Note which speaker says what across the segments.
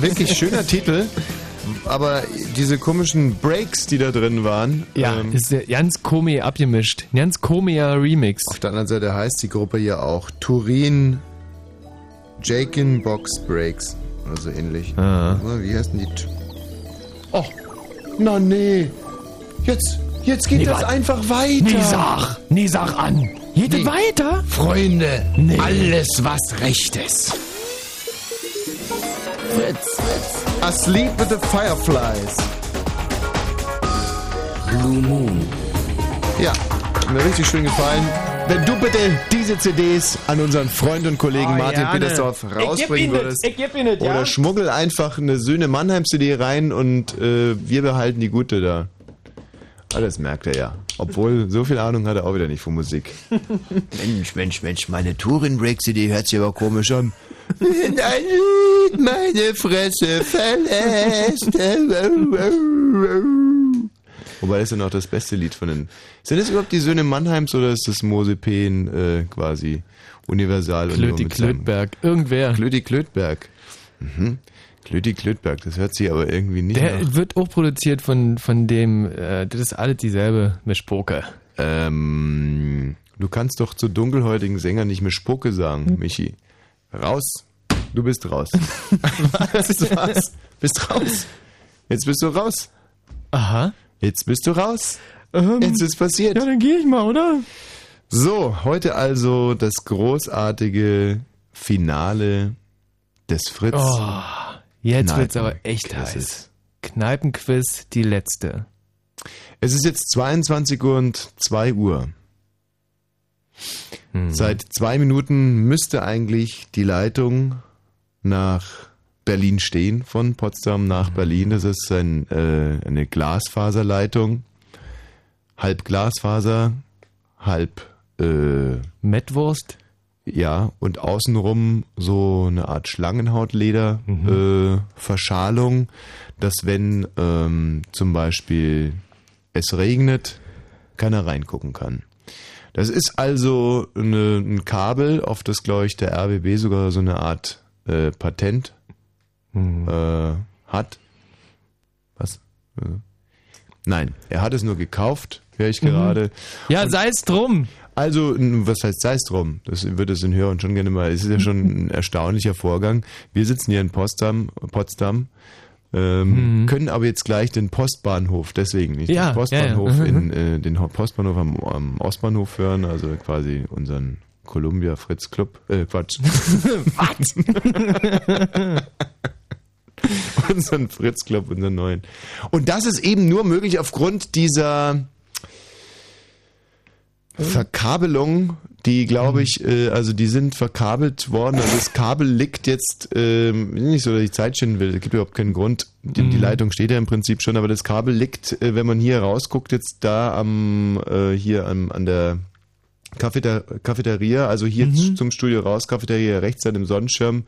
Speaker 1: Wirklich schöner Titel. Aber diese komischen Breaks, die da drin waren.
Speaker 2: Ja,
Speaker 1: ähm,
Speaker 2: ist ja ganz komisch abgemischt. Ein ganz komischer Remix.
Speaker 1: auf der anderen Seite heißt die Gruppe ja auch Turin Jakin Box Breaks. Oder so ähnlich.
Speaker 2: Ah.
Speaker 1: Na, Wie heißen die? Tu- Oh, na nee. Jetzt, jetzt geht
Speaker 2: Nee,
Speaker 1: das
Speaker 2: warte.
Speaker 1: einfach weiter.
Speaker 2: Nee, sag! Nee, sag an! Geht es weiter?
Speaker 1: Freunde,
Speaker 2: Nee.
Speaker 1: alles was recht ist.
Speaker 3: Fritz,
Speaker 1: Asleep with the Fireflies.
Speaker 3: Blue Moon.
Speaker 1: Ja, hat mir richtig schön gefallen. Wenn du bitte diese CDs an unseren Freund und Kollegen Martin
Speaker 2: Janne.
Speaker 1: Petersdorf
Speaker 2: Ich geb
Speaker 1: rausbringen
Speaker 2: ihn das,
Speaker 1: würdest.
Speaker 2: ich geb ihn das, ja.
Speaker 1: Oder schmuggel einfach eine Söhne Mannheim CD rein und äh, wir behalten die gute da. Alles merkt er ja. Obwohl, so viel Ahnung hat er auch wieder nicht von Musik. Mensch, Mensch, Mensch, meine Touring-Break-CD hört sich aber komisch an. Nein, meine Fresse verlässt. Wobei das ist ja noch das beste Lied von den. Sind das überhaupt die Söhne Mannheims oder ist das Mosepen äh, quasi universal? und nur
Speaker 2: Klöti
Speaker 1: mit seinem-
Speaker 2: Klötberg, irgendwer.
Speaker 1: Klöti Klötberg. Mhm. Klöti Klötberg, das hört sich aber irgendwie nicht
Speaker 2: Der
Speaker 1: nach.
Speaker 2: wird auch produziert von, von dem, äh, das ist alles dieselbe Mischpoke.
Speaker 1: Ähm, du kannst doch zu dunkelhäutigen Sängern nicht mehr Spucke sagen, Michi. Raus. Du bist raus. was? Was? Bist raus. Jetzt bist du raus.
Speaker 2: Aha. Ähm,
Speaker 1: Jetzt bist du raus. Jetzt ist passiert.
Speaker 2: dann gehe ich mal, oder?
Speaker 1: So, heute also das großartige Finale des Fritz.
Speaker 2: Oh, jetzt wird's
Speaker 1: Kneipen-
Speaker 2: aber echt
Speaker 1: Quizzes.
Speaker 2: heiß. Kneipenquiz, die letzte.
Speaker 1: Es ist jetzt 22 Uhr und 2 Uhr.
Speaker 2: Hm.
Speaker 1: Seit zwei Minuten müsste eigentlich die Leitung nach Berlin stehen, von Potsdam nach Berlin. Das ist ein, äh, eine Glasfaserleitung. Halb Glasfaser, halb, äh,
Speaker 2: Mettwurst?
Speaker 1: ja, und außenrum so eine Art Schlangenhautleder, äh, Verschalung, dass wenn ähm, zum Beispiel es regnet, keiner reingucken kann. Das ist also eine, ein Kabel, auf das, glaube ich, der RBB sogar so eine Art äh, Patent äh, hat. Was? Äh, Nein, er hat es nur gekauft, höre ich gerade.
Speaker 2: Mhm. Ja, sei's drum.
Speaker 1: Also, n- was heißt sei es drum? Das wird es den Hörern schon gerne mal. Es ist ja schon ein erstaunlicher Vorgang. Wir sitzen hier in Potsdam, Potsdam ähm, können aber jetzt gleich den Postbahnhof, deswegen nicht
Speaker 2: Mhm. Ja,
Speaker 1: den
Speaker 2: ja,
Speaker 1: Postbahnhof,
Speaker 2: ja. Mhm.
Speaker 1: In, äh, den Ho- Postbahnhof am, am Ostbahnhof hören, also quasi unseren Columbia Fritz Club, äh, Quatsch. Was? unseren Fritz Club, unseren neuen. Und das ist eben nur möglich aufgrund dieser Verkabelung, die glaube ich, äh, also die sind verkabelt worden. Also das Kabel liegt jetzt, ähm, nicht so, dass ich Zeit schinden will, es gibt überhaupt keinen Grund. Die, die Leitung steht ja im Prinzip schon, aber das Kabel liegt, äh, wenn man hier rausguckt, jetzt da am, äh, hier am, an der Cafeter Cafeteria, also hier z- zum Studio raus, Cafeteria rechts, dann im Sonnenschirm,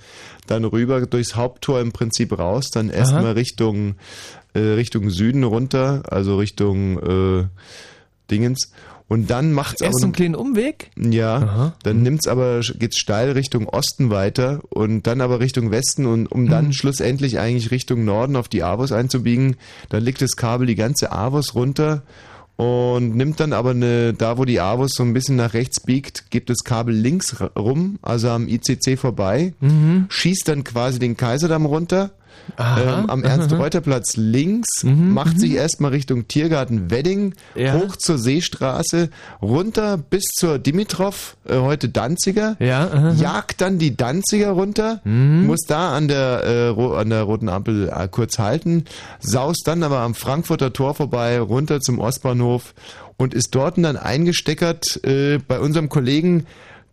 Speaker 1: dann rüber durchs Haupttor im Prinzip raus, dann erstmal Richtung, äh, Richtung Süden runter, also Richtung äh, Dingens. Und dann macht's aber
Speaker 2: Erst so einen
Speaker 1: noch-
Speaker 2: kleinen Umweg?
Speaker 1: ja, dann nimmt's aber geht's steil Richtung Osten weiter und dann aber Richtung Westen und um dann schlussendlich eigentlich Richtung Norden auf die Avos einzubiegen, dann liegt das Kabel die ganze Avos runter und nimmt dann aber eine da wo die Avos so ein bisschen nach rechts biegt, gibt das Kabel links r- rum, also am ICC vorbei, schießt dann quasi den Kaiserdamm runter. Ähm, am Ernst-Reuter-Platz links macht sich erstmal Richtung Tiergarten Wedding,
Speaker 2: Mhm, Ja.
Speaker 1: hoch zur Seestraße, runter bis zur Dimitrov, äh, heute Danziger.
Speaker 2: Ja, aha. Mhm.
Speaker 1: Jagt dann die Danziger runter, muss da an der, äh, ro- an der roten Ampel äh, kurz halten, saust dann aber am Frankfurter Tor vorbei, runter zum Ostbahnhof und ist dort dann eingesteckert äh, bei unserem Kollegen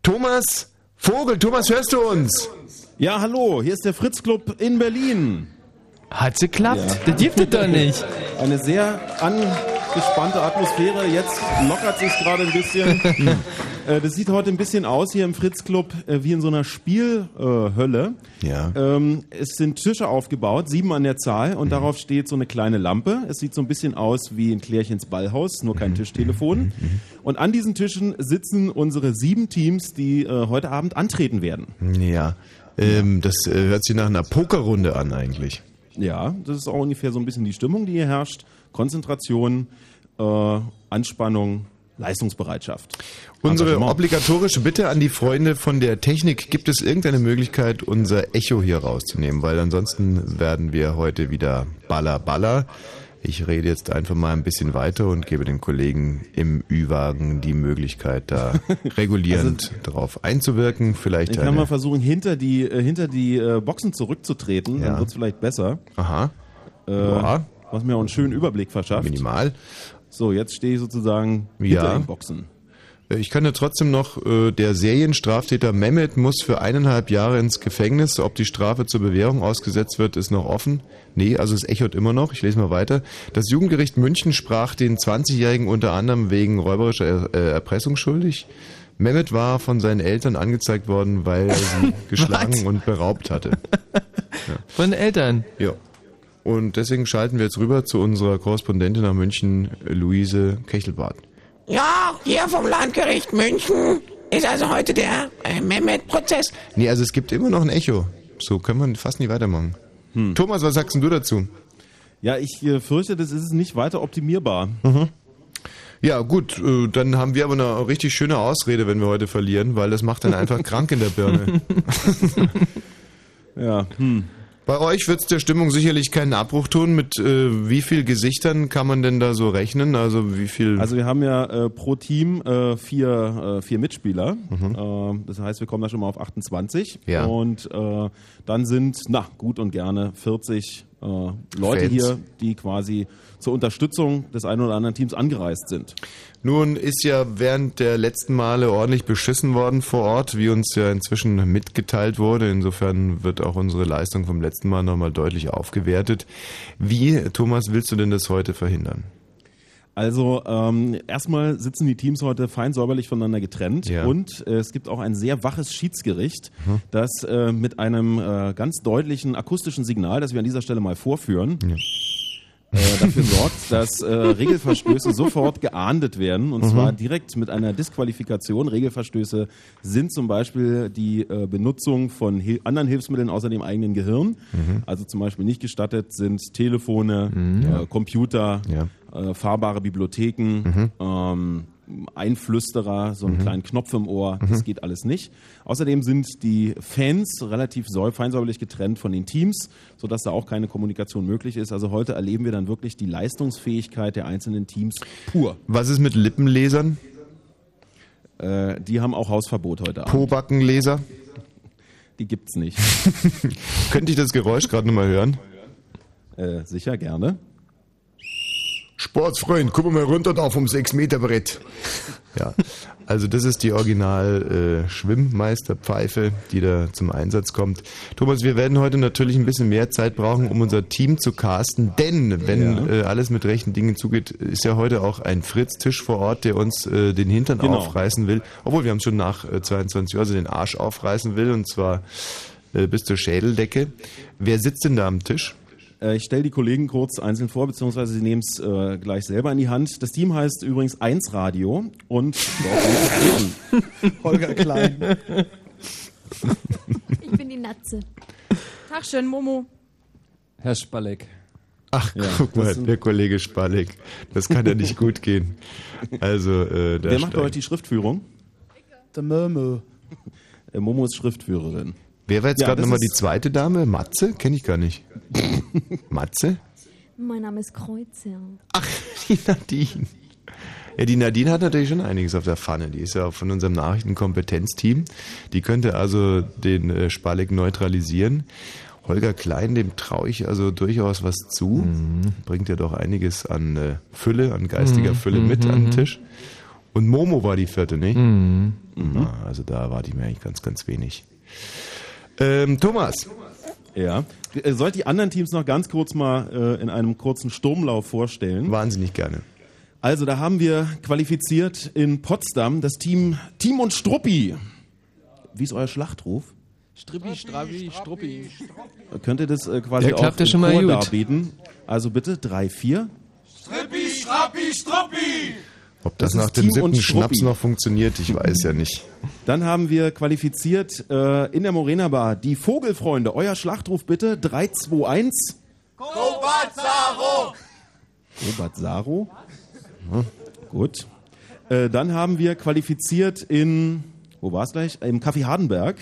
Speaker 1: Thomas Vogel. Thomas, hörst du uns?
Speaker 4: Ja, hallo, hier ist der Fritz Club in Berlin.
Speaker 2: Hat's geklappt. Das gibt es doch nicht.
Speaker 4: Eine sehr angespannte Atmosphäre. Jetzt lockert sich gerade ein bisschen. Hm. Äh, Das sieht heute ein bisschen aus hier im Fritz Club äh, wie in so einer Spielhölle.
Speaker 1: Ja.
Speaker 4: Ähm, es sind Tische aufgebaut, sieben an der Zahl,
Speaker 2: Mhm.
Speaker 4: und darauf steht so eine kleine Lampe. Es sieht so ein bisschen aus wie ein Klärchens Ballhaus, nur
Speaker 2: Mhm.
Speaker 4: kein Tischtelefon. Und an diesen Tischen sitzen unsere sieben Teams, die äh, heute Abend antreten werden.
Speaker 1: Ja. Ähm, das äh, hört sich nach einer Pokerrunde an eigentlich.
Speaker 4: Ja, das ist auch ungefähr so ein bisschen die Stimmung, die hier herrscht. Konzentration, äh, Anspannung, Leistungsbereitschaft. Also
Speaker 1: Unsere
Speaker 4: Engagement.
Speaker 1: obligatorische Bitte an die Freunde von der Technik, gibt es irgendeine Möglichkeit, unser Echo hier rauszunehmen? Weil ansonsten werden wir heute wieder baller baller. Ich rede jetzt einfach mal ein bisschen weiter und gebe den Kollegen im Ü-Wagen die Möglichkeit, da regulierend drauf einzuwirken. Vielleicht
Speaker 4: Also Ich kann mal
Speaker 1: eine,
Speaker 4: versuchen, hinter die, äh, hinter die äh, Boxen zurückzutreten,
Speaker 1: Ja.
Speaker 4: dann wird's vielleicht besser.
Speaker 1: aha,
Speaker 4: Äh,
Speaker 1: Ja.
Speaker 4: Was mir auch einen schönen Überblick verschafft.
Speaker 1: minimal.
Speaker 4: So, jetzt stehe ich sozusagen
Speaker 1: Ja.
Speaker 4: hinter den Boxen.
Speaker 1: Äh, Ich könnte trotzdem noch, äh, der Serienstraftäter Mehmet muss für eineinhalb Jahre ins Gefängnis. Ob die Strafe zur Bewährung ausgesetzt wird, ist noch offen. Nee, also es echot immer noch. Ich lese mal weiter. Das Jugendgericht München sprach den 20-Jährigen unter anderem wegen räuberischer Er- äh, Erpressung schuldig. Mehmet war von seinen Eltern angezeigt worden, weil er sie
Speaker 2: Was?
Speaker 1: geschlagen und beraubt hatte.
Speaker 2: Von den Eltern.
Speaker 1: Ja. Und deswegen schalten wir jetzt rüber zu unserer Korrespondentin nach München, Luise Kechelbart.
Speaker 3: Ja, hier vom Landgericht München ist also heute der äh, Mehmet-Prozess.
Speaker 1: Nee, also es gibt immer noch ein Echo. So können wir fast nie weitermachen. Thomas, was sagst denn du dazu?
Speaker 4: Hm. Ja, ich äh, fürchte, das ist nicht weiter optimierbar.
Speaker 1: Mhm. Ja, gut, äh, dann haben wir aber eine richtig schöne Ausrede, wenn wir heute verlieren, weil das macht dann einfach krank in der Birne.
Speaker 4: Ja, hm.
Speaker 1: Bei euch wird es der Stimmung sicherlich keinen Abbruch tun. Mit äh, wie viel Gesichtern kann man denn da so rechnen? Also wie viel...
Speaker 4: Also wir haben ja äh, pro Team äh, vier, äh, vier Mitspieler. Äh, das heißt, wir kommen da schon mal auf 28.
Speaker 1: Mhm. Ja.
Speaker 4: Und äh, dann sind, na, gut und gerne 40 äh, Leute
Speaker 1: Fans.
Speaker 4: hier, die quasi zur Unterstützung des einen oder anderen Teams angereist sind.
Speaker 1: Nun ist ja während der letzten Male ordentlich beschissen worden vor Ort, wie uns ja inzwischen mitgeteilt wurde. Insofern wird auch unsere Leistung vom letzten Mal nochmal deutlich aufgewertet. Wie, Thomas, willst du denn das heute verhindern?
Speaker 4: Also ähm, erstmal sitzen die Teams heute fein säuberlich voneinander getrennt
Speaker 1: Ja.
Speaker 4: und äh, es gibt auch ein sehr waches Schiedsgericht, das äh, mit einem äh, ganz deutlichen akustischen Signal, das wir an dieser Stelle mal vorführen, äh, dafür sorgt, dass äh, Regelverstöße sofort geahndet werden und zwar direkt mit einer Disqualifikation. Regelverstöße sind zum Beispiel die äh, Benutzung von Hil anderen Hilfsmitteln außer dem eigenen Gehirn. Also zum Beispiel nicht gestattet sind Telefone, äh, Computer,
Speaker 1: Ja.
Speaker 4: äh, fahrbare Bibliotheken, ähm, Einflüsterer, so einen kleinen Knopf im Ohr, das geht alles nicht. Außerdem sind die Fans relativ säu feinsäuberlich getrennt von den Teams, sodass da auch keine Kommunikation möglich ist. Also heute erleben wir dann wirklich die Leistungsfähigkeit der einzelnen Teams pur.
Speaker 1: Was ist mit Lippenlesern?
Speaker 4: Äh, die haben auch Hausverbot heute Abend.
Speaker 1: Pobackenleser?
Speaker 4: Die gibt's nicht.
Speaker 1: Könnte ich das Geräusch gerade nochmal hören?
Speaker 4: äh, sicher gerne.
Speaker 1: Sportsfreund, guck mal runter da vom 6-Meter-Brett. Ja, also das ist die Original-Schwimmmeisterpfeife, die da zum Einsatz kommt. Thomas, wir werden heute natürlich ein bisschen mehr Zeit brauchen, um unser Team zu casten, denn wenn äh, alles mit rechten Dingen zugeht, ist ja heute auch ein Fritz-Tisch vor Ort, der uns äh, den Hintern
Speaker 4: Genau.
Speaker 1: aufreißen will. Obwohl, wir haben schon nach äh, 22 Uhr, also den Arsch aufreißen will, und zwar äh, bis zur Schädeldecke. Wer sitzt denn da am Tisch?
Speaker 4: Äh, Ich stelle die Kollegen kurz einzeln vor, beziehungsweise sie nehmen es äh, gleich selber in die Hand. Das Team heißt übrigens 1 Radio und um Holger Klein.
Speaker 5: Ich bin die Natze.
Speaker 6: Tag schön, Momo.
Speaker 7: Herr Spalleck.
Speaker 1: Ach, guck mal, der Kollege Spallig. Das kann ja nicht gut gehen. Also, äh, da
Speaker 4: Wer macht bei euch
Speaker 1: steigt-
Speaker 4: die Schriftführung?
Speaker 7: Der Mörmö.
Speaker 4: Äh, Momo ist Schriftführerin.
Speaker 1: Wer war jetzt
Speaker 4: Ja,
Speaker 1: gerade
Speaker 4: das
Speaker 1: nochmal die
Speaker 4: ist-
Speaker 1: zweite Dame? Matze? Kenne ich gar nicht. Matze?
Speaker 5: Mein Name ist Kreuzer.
Speaker 1: Die Nadine. Ja, die Nadine hat natürlich schon einiges auf der Pfanne. Die ist ja auch von unserem Nachrichtenkompetenzteam. Die könnte also den äh, Spallig neutralisieren. Holger Klein, dem traue ich also durchaus was zu.
Speaker 4: Mhm.
Speaker 1: Bringt ja doch einiges an äh, Fülle, an geistiger Fülle
Speaker 4: Mhm.
Speaker 1: mit an den Tisch. Und Momo war die vierte, nicht?
Speaker 4: Mhm.
Speaker 1: Na, also da erwarte ich mir eigentlich ganz, ganz wenig. Ähm, Thomas,
Speaker 4: Ja. Äh, Sollt die anderen Teams noch ganz kurz mal äh, in einem kurzen Sturmlauf vorstellen.
Speaker 1: wahnsinnig gerne.
Speaker 4: Also, da haben wir qualifiziert in Potsdam das Team Team und Struppi. Wie ist euer Schlachtruf?
Speaker 7: Strippi, Strappi, Struppi.
Speaker 4: Könnt ihr das äh, quasi
Speaker 2: Der
Speaker 4: auch
Speaker 2: klappt ja
Speaker 4: im
Speaker 2: schon mal
Speaker 4: Chor
Speaker 2: gut.
Speaker 4: darbieten? Also bitte drei, vier.
Speaker 1: Ob das,
Speaker 4: Das ist
Speaker 1: nach dem
Speaker 4: Team und Mhm.
Speaker 1: siebten Schnaps
Speaker 4: Schnuppi.
Speaker 1: noch funktioniert, ich weiß ja nicht.
Speaker 4: Dann haben wir qualifiziert äh, in der Morena Bar die Vogelfreunde. Euer Schlachtruf bitte 321.
Speaker 8: Kobatzaro!
Speaker 4: Robert Saro. Hm, Gut. Äh, dann haben wir qualifiziert in, wo war es gleich? Äh, Im Café Hardenberg.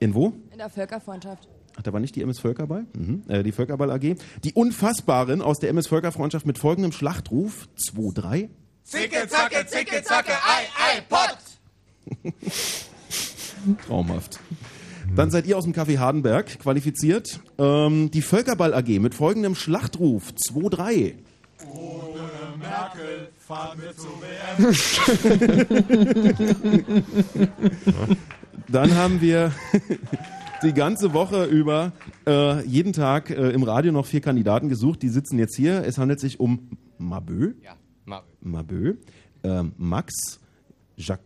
Speaker 4: In wo?
Speaker 9: In der Völkerfreundschaft.
Speaker 4: Ach, da war nicht die MS Völkerball? Mhm. Äh, die Völkerball AG. Die Unfassbaren aus der MS Völkerfreundschaft mit folgendem Schlachtruf 2-3.
Speaker 8: Zicke, zacke, zicke, zacke, ei, ei, Pott!
Speaker 4: Traumhaft. Dann seid ihr aus dem Café Hardenberg qualifiziert. Ähm, die Völkerball AG mit folgendem Schlachtruf 2-3.
Speaker 8: Merkel, fahren wir zu
Speaker 4: Dann haben wir die ganze Woche über äh, jeden Tag äh, im Radio noch vier Kandidaten gesucht. Die sitzen jetzt hier. Es handelt sich um Mabö, Mabö ähm, Max, Jacques,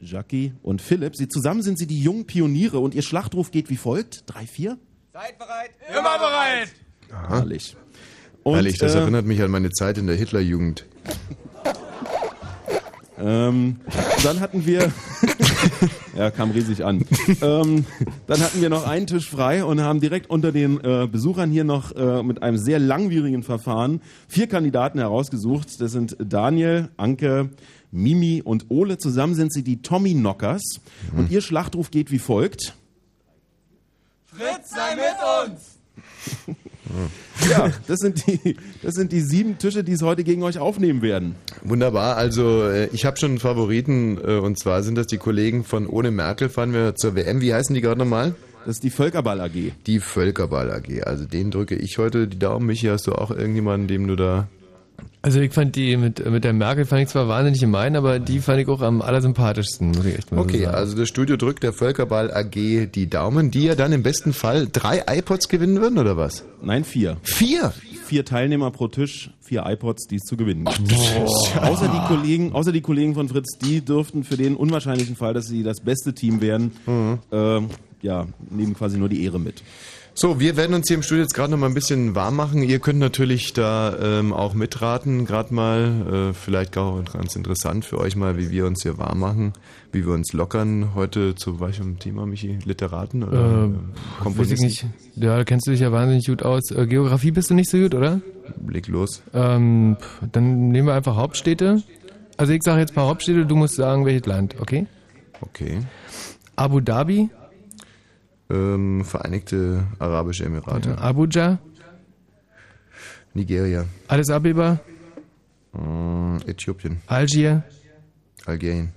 Speaker 4: Jackie und Philipp. Sie, zusammen sind sie die jungen Pioniere und ihr Schlachtruf geht wie folgt. Drei, vier.
Speaker 8: Seid bereit? Immer bereit!
Speaker 4: Herrlich.
Speaker 1: Ehrlich, das
Speaker 4: äh,
Speaker 1: erinnert mich an meine Zeit in der Hitlerjugend.
Speaker 4: Ähm, dann hatten wir. ja, kam riesig an. ähm, dann hatten wir noch einen Tisch frei und haben direkt unter den äh, Besuchern hier noch äh, mit einem sehr langwierigen Verfahren vier Kandidaten herausgesucht. Das sind Daniel, Anke, Mimi und Ole. Zusammen sind sie die Tommy Knockers. Und ihr Schlachtruf geht wie folgt.
Speaker 8: Fritz, sei mit uns!
Speaker 4: Ja, das sind die, das sind die sieben Tische, die es heute gegen euch aufnehmen werden.
Speaker 1: Wunderbar, also äh, ich habe schon einen Favoriten äh, und zwar sind das die Kollegen von Ohne Merkel fahren wir zur WM. Wie heißen die gerade nochmal?
Speaker 4: Das ist die Völkerball AG.
Speaker 1: Die Völkerball AG. Also den drücke ich heute die Daumen. Michi, hast du auch irgendjemanden, dem du da...
Speaker 2: Also ich fand die mit, mit der Merkel fand ich zwar wahnsinnig gemein, aber die fand ich auch am allersympathischsten, muss ich echt mal so
Speaker 1: Okay,
Speaker 2: sagen.
Speaker 1: also das Studio drückt der Völkerball AG die Daumen, die ja dann im besten Fall drei iPods gewinnen würden, oder was?
Speaker 4: Nein, vier.
Speaker 1: Vier?
Speaker 4: Vier Teilnehmer pro Tisch, vier iPods, die es zu gewinnen gibt.
Speaker 1: Oh,
Speaker 4: Außer die, Kollegen, außer die Kollegen von Fritz, die dürften für den unwahrscheinlichen Fall, dass sie das beste Team werden,
Speaker 1: Mhm.
Speaker 4: ähm, ja, nehmen quasi nur die Ehre mit.
Speaker 1: So, wir werden uns hier im Studio jetzt gerade noch mal ein bisschen warm machen. Ihr könnt natürlich da ähm, auch mitraten, gerade mal. Äh, vielleicht auch ganz interessant für euch mal, wie wir uns hier warm machen, wie wir uns lockern. Heute zu welchem Thema, Michi? Literaten
Speaker 2: Äh,
Speaker 1: oder äh,
Speaker 2: weiß ich
Speaker 1: Komponisten?
Speaker 2: nicht. Ja, da kennst du dich ja wahnsinnig gut aus. Äh, Geografie bist du nicht so gut, oder?
Speaker 1: Blick los.
Speaker 2: Ähm, pff, dann nehmen wir einfach Hauptstädte. Also ich sage jetzt mal Hauptstädte, du musst sagen, welches Land, okay?
Speaker 1: Okay.
Speaker 2: Abu Dhabi,
Speaker 1: Ähm, Vereinigte Arabische Emirate.
Speaker 2: Abuja,
Speaker 1: Nigeria.
Speaker 2: Addis Abeba,
Speaker 1: Äh, Äthiopien.
Speaker 2: Algier,
Speaker 1: Algerien.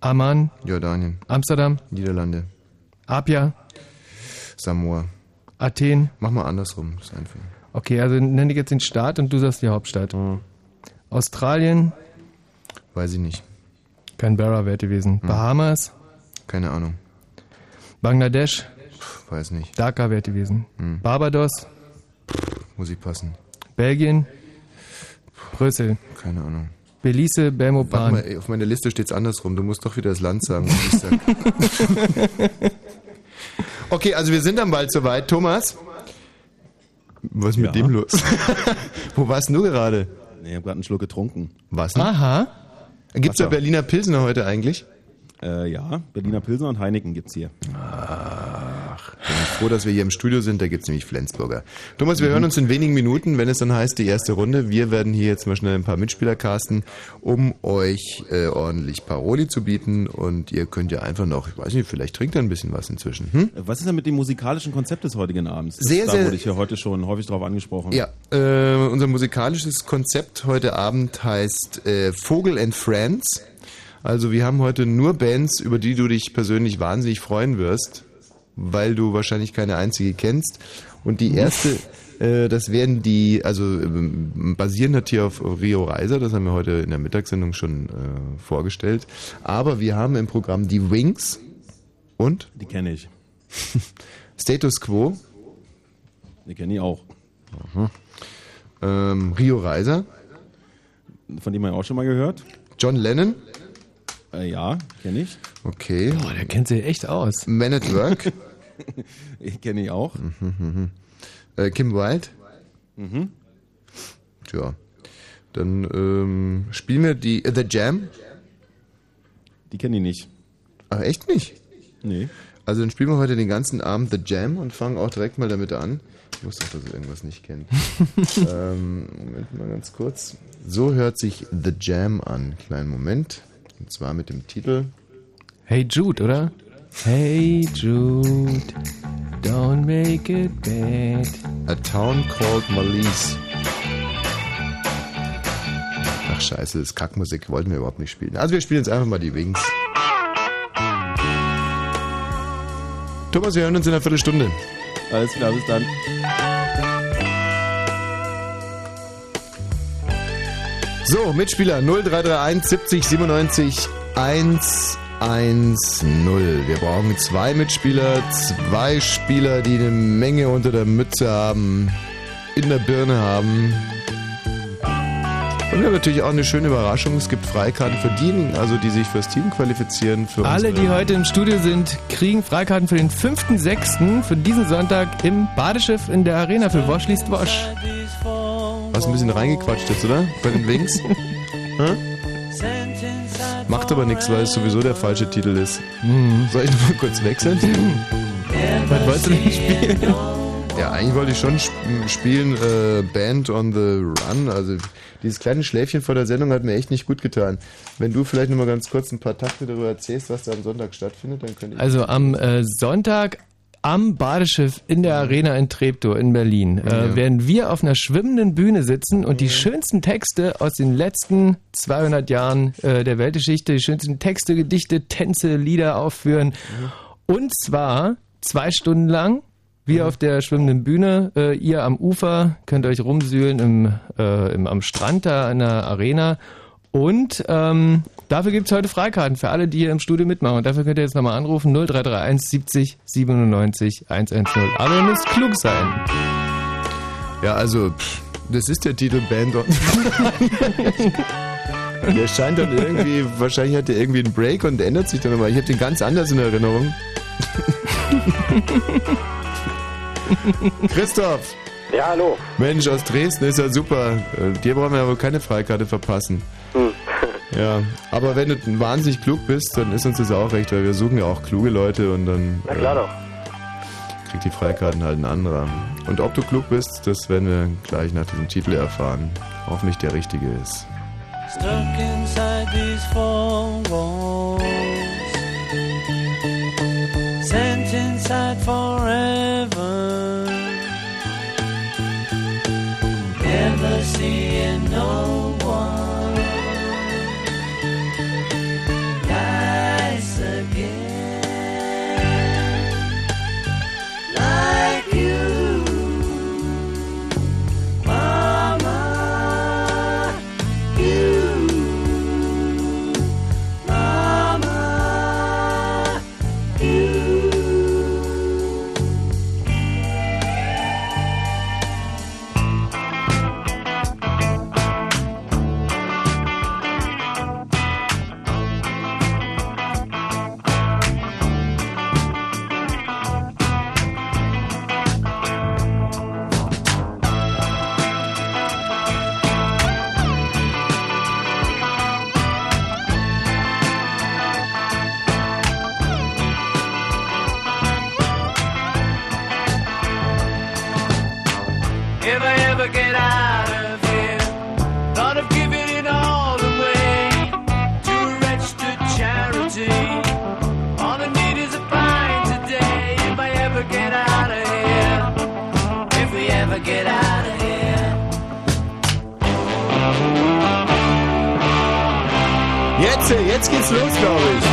Speaker 2: Amman,
Speaker 1: Jordanien.
Speaker 2: Amsterdam,
Speaker 1: Niederlande.
Speaker 2: Apia,
Speaker 1: Samoa.
Speaker 2: Athen.
Speaker 1: Mach mal andersrum. Ist einfach. Mhm.
Speaker 2: Okay, also nenne ich jetzt den Staat und du sagst die Hauptstadt. Australien,
Speaker 1: Weiß ich nicht. Mhm.
Speaker 2: Canberra wäre gewesen. Bahamas,
Speaker 1: Keine Ahnung.
Speaker 2: Bangladesch,
Speaker 1: Pff, weiß nicht. Mhm.
Speaker 2: Dhaka wäre gewesen. Barbados,
Speaker 1: Muss ich passen.
Speaker 2: Belgien, Brüssel,
Speaker 1: Keine Ahnung.
Speaker 2: Belize,
Speaker 1: Warte
Speaker 2: Belmopan.
Speaker 1: mal, ey, auf meiner Liste steht's andersrum. Du musst doch wieder das Land sagen, was ich sag. okay, also wir sind dann bald soweit. Thomas? Was ist mit dem los? Wo warst denn du gerade?
Speaker 4: Nee, ich habe gerade einen Schluck getrunken.
Speaker 1: Was?
Speaker 2: Aha.
Speaker 1: Gibt's da
Speaker 4: Wasser.
Speaker 1: Berliner Pilsner heute eigentlich?
Speaker 4: Äh, ja, Berliner Pilsner und Heineken gibt's hier.
Speaker 1: Bin ich froh, dass wir hier im Studio sind. Da gibt's nämlich Flensburger. Thomas, wir hören uns in wenigen Minuten, wenn es dann heißt, die erste Runde. Wir werden hier jetzt mal schnell ein paar Mitspieler casten, um euch äh, ordentlich Paroli zu bieten. Und ihr könnt ja einfach noch, ich weiß nicht, vielleicht trinkt ihr ein bisschen was inzwischen. Hm?
Speaker 4: Äh, Was ist denn mit dem musikalischen Konzept des heutigen Abends? Das-
Speaker 1: Sehr,
Speaker 4: da
Speaker 1: sehr-
Speaker 4: wurde ich ja heute schon häufig drauf angesprochen.
Speaker 1: Ja, äh, unser musikalisches Konzept heute Abend heißt äh, Vogel and Friends. Also wir haben heute nur Bands, über die du dich persönlich wahnsinnig freuen wirst, weil du wahrscheinlich keine einzige kennst. Und die erste, äh, das werden die, also ähm, basierend hat hier auf Rio Reiser, das haben wir heute in der Mittagssendung schon äh, vorgestellt. Aber wir haben im Programm die Wings und
Speaker 4: Die kenne ich.
Speaker 1: Status Quo,
Speaker 4: Die kenne ich auch.
Speaker 1: ähm, Rio Reiser,
Speaker 4: Von dem man ja auch schon mal gehört.
Speaker 1: John Lennon.
Speaker 4: Äh, ja, kenne ich.
Speaker 1: Okay.
Speaker 2: Boah, der kennt sich echt aus.
Speaker 1: Man at Work, mhm,
Speaker 4: Kenne ich auch. Mhm.
Speaker 1: äh, Kim Wilde. Mhm. Tja. Dann ähm, spielen wir die äh, The Jam.
Speaker 4: Die kenne ich nicht.
Speaker 1: Ach, echt nicht?
Speaker 4: Nee.
Speaker 1: Also dann spielen wir heute den ganzen Abend The Jam und fangen auch direkt mal damit an. Ich wusste auch, dass ich irgendwas nicht kenne. ähm, Moment mal ganz kurz. So hört sich The Jam an. Kleinen Moment. Und zwar mit dem Titel
Speaker 2: Hey Jude, oder? Hey Jude, don't make it bad.
Speaker 1: A Town Called Malice. Ach scheiße, das ist Kackmusik, wollten wir überhaupt nicht spielen. Also wir spielen jetzt einfach mal die Wings. Thomas, wir hören uns in einer Viertelstunde.
Speaker 4: Alles klar, bis dann.
Speaker 1: So, Mitspieler 0331 70 97 110. Wir brauchen zwei Mitspieler, zwei Spieler, die eine Menge unter der Mütze haben, in der Birne haben. Und wir haben natürlich auch eine schöne Überraschung. Es gibt Freikarten für die, also die sich fürs Team qualifizieren. Für
Speaker 2: Alle,
Speaker 1: unsere-
Speaker 2: die heute im Studio sind, kriegen Freikarten für den 5.6. für diesen Sonntag im Badeschiff in der Arena für Wosch liest Wosch.
Speaker 1: Was ein bisschen reingequatscht jetzt, oder? Bei den Wings? Hä? Macht aber nichts, weil es sowieso der falsche Titel ist.
Speaker 2: Mhm.
Speaker 1: Soll ich mal kurz wechseln? Was wolltest du denn spielen? Ja, eigentlich wollte ich schon sp spielen äh, Band on the Run. Also dieses kleine Schläfchen vor der Sendung hat mir echt nicht gut getan. Wenn du vielleicht nochmal ganz kurz ein paar Takte darüber erzählst, was da am Sonntag stattfindet, dann könnte ich...
Speaker 2: Also am äh, Sonntag am Badeschiff in der Arena in Treptow in Berlin äh,
Speaker 1: Ja.
Speaker 2: werden wir auf einer schwimmenden Bühne sitzen und die schönsten Texte aus den letzten 200 Jahren äh, der Weltgeschichte, die schönsten Texte, Gedichte, Tänze, Lieder aufführen. Und zwar zwei Stunden lang. Wir auf der schwimmenden Bühne, äh, ihr am Ufer, könnt euch rumsühlen im, äh, im, am Strand da in der Arena. Und ähm, dafür gibt es heute Freikarten für alle, die hier im Studio mitmachen. Und dafür könnt ihr jetzt nochmal anrufen 0331 70 97 110. Aber ihr müsst klug sein.
Speaker 1: Ja, also, pff, das ist der Titel Band on Der scheint dann irgendwie, wahrscheinlich hat er irgendwie einen Break und ändert sich dann nochmal. Ich habe den ganz anders in Erinnerung. Christoph!
Speaker 9: Ja, hallo.
Speaker 1: Mensch, aus Dresden ist ja super. Äh, Dir brauchen wir ja wohl keine Freikarte verpassen.
Speaker 9: Hm.
Speaker 1: Ja, aber wenn du wahnsinnig klug bist, dann ist uns das auch recht, weil wir suchen ja auch kluge Leute und dann.
Speaker 9: Na klar
Speaker 1: äh,
Speaker 9: doch.
Speaker 1: kriegt die Freikarten halt ein anderer. Und ob du klug bist, das werden wir gleich nach diesem Titel erfahren. Hoffentlich der richtige ist.
Speaker 8: Stuck inside these four walls. Sent inside forever. Never seeing no one. Nice again. Like you. Mama. If I ever get out of here, thought of giving it all away to a registered charity. All I need is a pint a day. If I ever get out of here, if we ever get out of here.
Speaker 1: Jetzt, jetzt geht's los, glaube ich.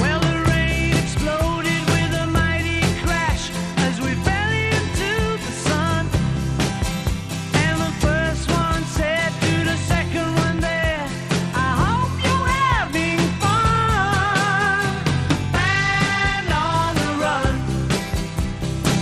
Speaker 8: Well, the rain exploded with a mighty crash as we fell into the sun. And the first one said to the second one there, I hope you're having fun. Man on the run. Oh,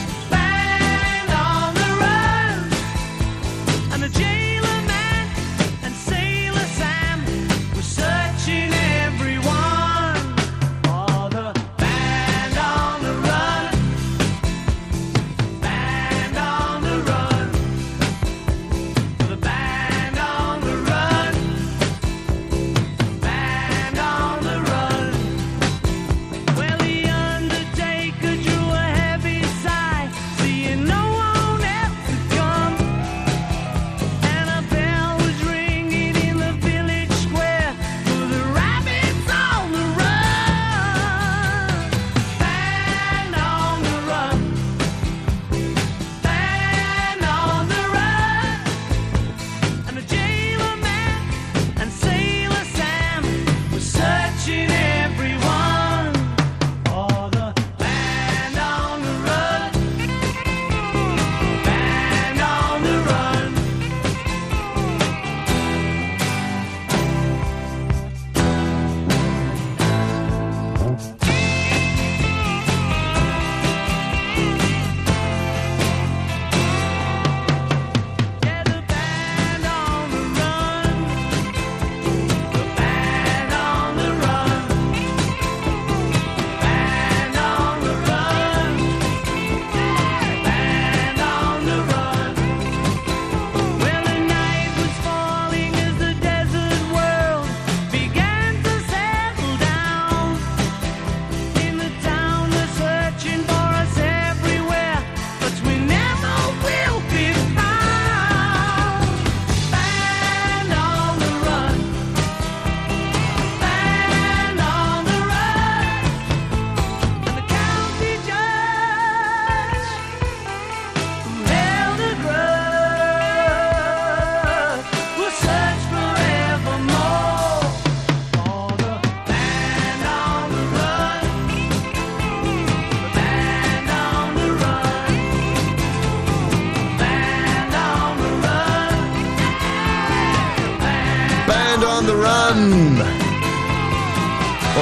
Speaker 1: Deutschland on the Run.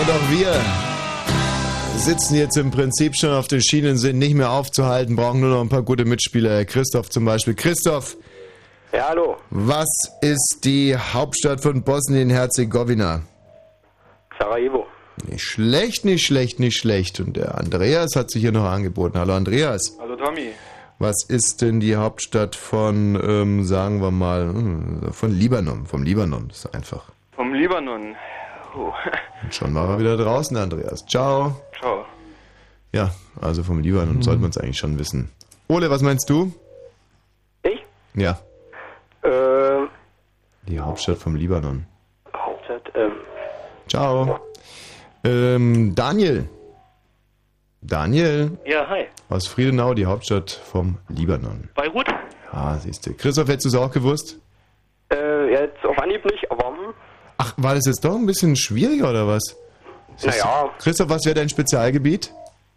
Speaker 1: Und auch wir sitzen jetzt im Prinzip schon auf den Schienen, sind nicht mehr aufzuhalten, brauchen nur noch ein paar gute Mitspieler. Herr Christoph zum Beispiel. Christoph.
Speaker 9: Ja, hallo.
Speaker 1: Was ist die Hauptstadt von Bosnien-Herzegowina?
Speaker 9: Sarajevo.
Speaker 1: Nicht schlecht, nicht schlecht, nicht schlecht. Und der Andreas hat sich hier noch angeboten. Hallo Andreas.
Speaker 10: Hallo Tommy.
Speaker 1: Was ist denn die Hauptstadt von, ähm, sagen wir mal, hm, von Libanon? Vom Libanon, das ist einfach.
Speaker 10: Vom Libanon. Oh.
Speaker 1: Und schon mal wieder draußen, Andreas. Ciao.
Speaker 10: Ciao.
Speaker 1: Ja, also vom Libanon sollte man es eigentlich schon wissen. Ole, was meinst du?
Speaker 9: Ich?
Speaker 1: Ja,
Speaker 9: Äh,
Speaker 1: die Hauptstadt vom Libanon.
Speaker 9: Hauptstadt, ähm,
Speaker 1: Ciao. Ähm, Daniel. Daniel
Speaker 11: Ja, hi.
Speaker 1: aus Friedenau, die Hauptstadt vom Libanon.
Speaker 11: Beirut?
Speaker 1: Ah, siehst du. Christoph, hättest du es auch gewusst?
Speaker 9: äh, ja, jetzt auf Anhieb nicht, aber hm,
Speaker 1: Ach, war das jetzt doch ein bisschen schwieriger oder was? Siehst du-
Speaker 9: Naja.
Speaker 1: Christoph, was wäre dein Spezialgebiet?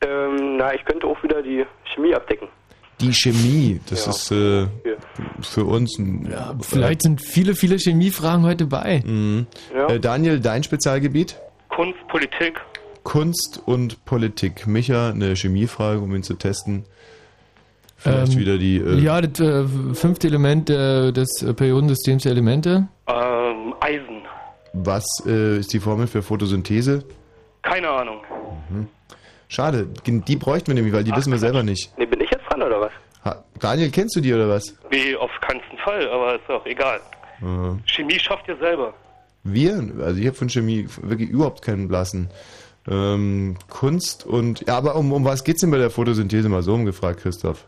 Speaker 9: ähm, na, ich könnte auch wieder die Chemie abdecken.
Speaker 1: Die Chemie. Das
Speaker 9: Ja.
Speaker 1: ist äh, für uns ein. äh,
Speaker 2: Vielleicht sind viele, viele Chemiefragen heute bei.
Speaker 1: Mhm. Äh, Daniel, dein Spezialgebiet?
Speaker 11: Kunst, Politik.
Speaker 1: Kunst und Politik. Micha, eine Chemiefrage, um ihn zu testen. Vielleicht
Speaker 2: Ähm,
Speaker 1: wieder die. Äh,
Speaker 2: Ja, das äh, fünfte Element äh, des äh, Periodensystems der Elemente.
Speaker 11: Ähm, Eisen.
Speaker 1: Was äh, ist die Formel für Photosynthese?
Speaker 11: Keine Ahnung.
Speaker 1: Mhm. Schade, die bräuchten wir nämlich, weil die wissen wir selber nicht.
Speaker 9: Ne, bin ich jetzt dran oder was?
Speaker 1: Ha Daniel, kennst du die oder was?
Speaker 11: Wie, auf keinen Fall, aber ist auch egal.
Speaker 1: Äh,
Speaker 11: Chemie schafft ihr selber.
Speaker 1: Wir, also ich habe von Chemie wirklich überhaupt keinen blassen. Ähm, Kunst und. Ja, aber um, um was geht's denn bei der Photosynthese mal so umgefragt, Christoph?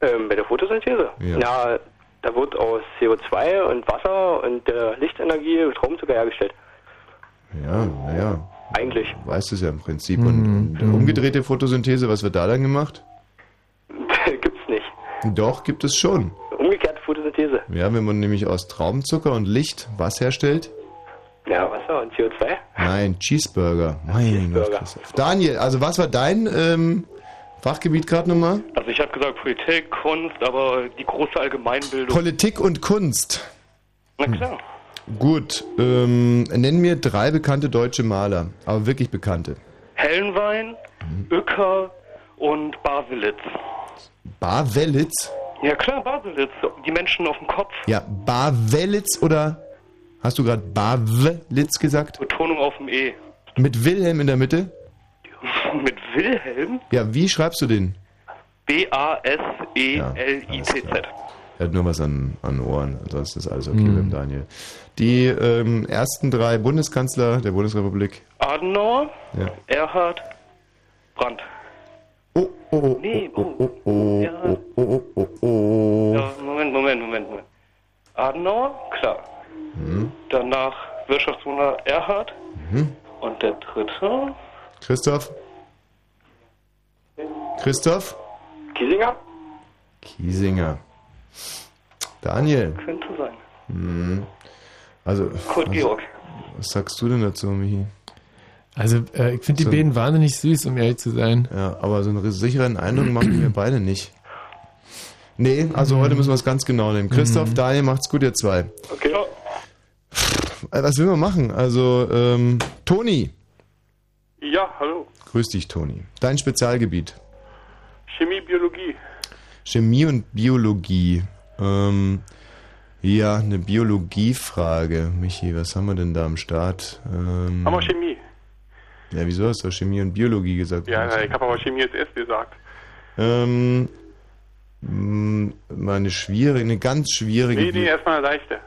Speaker 9: Ähm, bei der Photosynthese?
Speaker 1: Ja.
Speaker 9: Na, da wird aus CO2 und Wasser und äh, Lichtenergie Traumzucker hergestellt.
Speaker 1: Ja, naja,
Speaker 9: Eigentlich.
Speaker 1: weißt du es ja im Prinzip. Und, und umgedrehte Photosynthese, was wird da dann gemacht?
Speaker 9: Gibt's nicht.
Speaker 1: Doch, gibt es schon.
Speaker 9: Umgekehrte Photosynthese.
Speaker 1: Ja, wenn man nämlich aus Traubenzucker und Licht was herstellt?
Speaker 9: Ja, Wasser und CO2.
Speaker 1: Nein, Cheeseburger. Mein Gott, Christoph. Daniel, also was war dein ähm, Fachgebiet gerade nochmal?
Speaker 11: Also ich habe gesagt Politik, Kunst, aber die große Allgemeinbildung.
Speaker 1: Politik und Kunst.
Speaker 11: Na klar.
Speaker 1: Gut, ähm, nenn mir drei bekannte deutsche Maler, aber wirklich bekannte.
Speaker 11: Hellenwein, Uecker und Baselitz.
Speaker 1: Barwellitz?
Speaker 11: Ja klar, Baselitz. Die Menschen auf dem Kopf,
Speaker 1: Ja, Barwellitz oder hast du gerade Barwellitz gesagt?
Speaker 11: Betonung auf dem E.
Speaker 1: Mit Wilhelm in der Mitte?
Speaker 11: Mit Wilhelm?
Speaker 1: Ja, wie schreibst du
Speaker 11: E
Speaker 1: den?
Speaker 11: B-A-S-E-L-I-C-Z.
Speaker 1: Er hat nur was an, an Ohren, ansonsten ist alles okay mit dem Daniel. Die ähm, ersten drei Bundeskanzler der Bundesrepublik.
Speaker 11: Adenauer,
Speaker 1: Ja.
Speaker 11: Erhard, Brandt.
Speaker 1: Oh, oh, oh,
Speaker 11: Nee,
Speaker 1: oh, oh, oh, oh, oh, oh, oh.
Speaker 11: Ja, Moment, Moment, Moment, Moment. Adenauer, klar.
Speaker 1: Hm.
Speaker 11: Danach Wirtschaftswunder Erhard.
Speaker 1: Mhm.
Speaker 11: Und der dritte?
Speaker 1: Christoph? Christoph?
Speaker 9: Kiesinger?
Speaker 1: Kiesinger. Daniel?
Speaker 11: Könnte sein.
Speaker 1: Hm. Also,
Speaker 11: Kurt Georg.
Speaker 1: was sagst du denn dazu, Michi?
Speaker 2: Also äh, ich finde die
Speaker 1: So.
Speaker 2: beiden wahnsinnig süß, um ehrlich zu sein.
Speaker 1: Ja, aber so einen sicheren Eindruck machen wir beide nicht. Nee, also
Speaker 2: Mhm.
Speaker 1: heute müssen wir es ganz genau nehmen. Christoph, Daniel, macht's gut, ihr zwei.
Speaker 11: Okay.
Speaker 1: Äh, Was will man machen? Also, ähm, Toni.
Speaker 12: Ja, hallo.
Speaker 1: Grüß dich, Toni. Dein Spezialgebiet.
Speaker 12: Chemie, Biologie.
Speaker 1: Chemie und Biologie. Ähm, ja, eine Biologiefrage. Michi, was haben wir denn da am Start? Ähm,
Speaker 12: Haben wir Chemie?
Speaker 1: Ja, wieso hast du Chemie und Biologie gesagt?
Speaker 12: Ja, na, ich habe aber Chemie jetzt erst gesagt.
Speaker 1: Ähm, mh, meine schwierige, eine ganz schwierige.
Speaker 12: Nee, nee, erstmal eine leichte.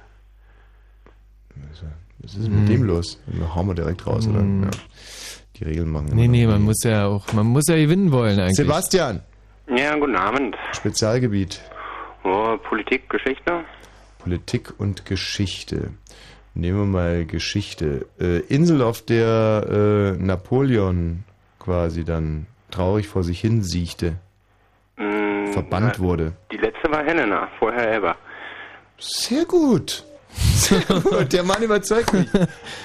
Speaker 1: Was ist denn mit dem los? Dann hauen wir direkt raus,
Speaker 2: Mhm.
Speaker 1: oder? Ja. Die Regeln machen
Speaker 2: Nee, nee, man muss ja auch, man muss ja gewinnen wollen eigentlich.
Speaker 1: Sebastian,
Speaker 13: Ja, guten Abend.
Speaker 1: Spezialgebiet
Speaker 13: Oh, Politik, Geschichte?
Speaker 1: Politik und Geschichte. Nehmen wir mal Geschichte. Äh, Insel, auf der äh, Napoleon quasi dann traurig vor sich hin siechte,
Speaker 13: Mm,
Speaker 1: verbannt
Speaker 13: na,
Speaker 1: wurde.
Speaker 13: Die letzte war Helena, vorher Elba.
Speaker 1: Sehr gut. Sehr gut, der Mann überzeugt mich.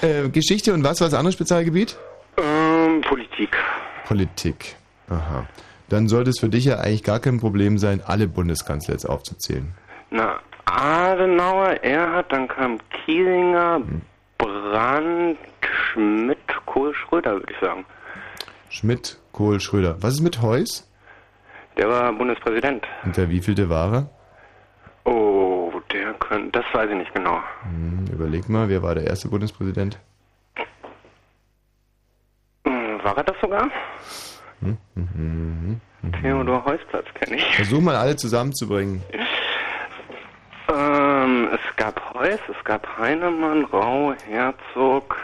Speaker 1: Äh, Geschichte und was war das andere Spezialgebiet?
Speaker 13: Ähm, Politik.
Speaker 1: Politik. Aha. Dann sollte es für dich ja eigentlich gar kein Problem sein, alle Bundeskanzler jetzt aufzuzählen.
Speaker 13: Na, Adenauer, Erhard, dann kam Kiesinger, Brandt, Schmidt, Kohl, Schröder, würde ich sagen.
Speaker 1: Schmidt, Kohl, Schröder. Was ist mit Heuss?
Speaker 13: Der war Bundespräsident.
Speaker 1: Und der wievielte war er?
Speaker 13: Oh, der könnte, das weiß ich nicht genau.
Speaker 1: Hm, überleg mal, wer war der erste Bundespräsident?
Speaker 13: Hm, War er das sogar?
Speaker 1: Hm, hm, hm, hm, hm.
Speaker 13: Theodor Heusplatz kenne ich.
Speaker 1: Versuch mal alle zusammenzubringen.
Speaker 13: Ähm, es gab Heuss, es gab Heinemann, Rau, Herzog,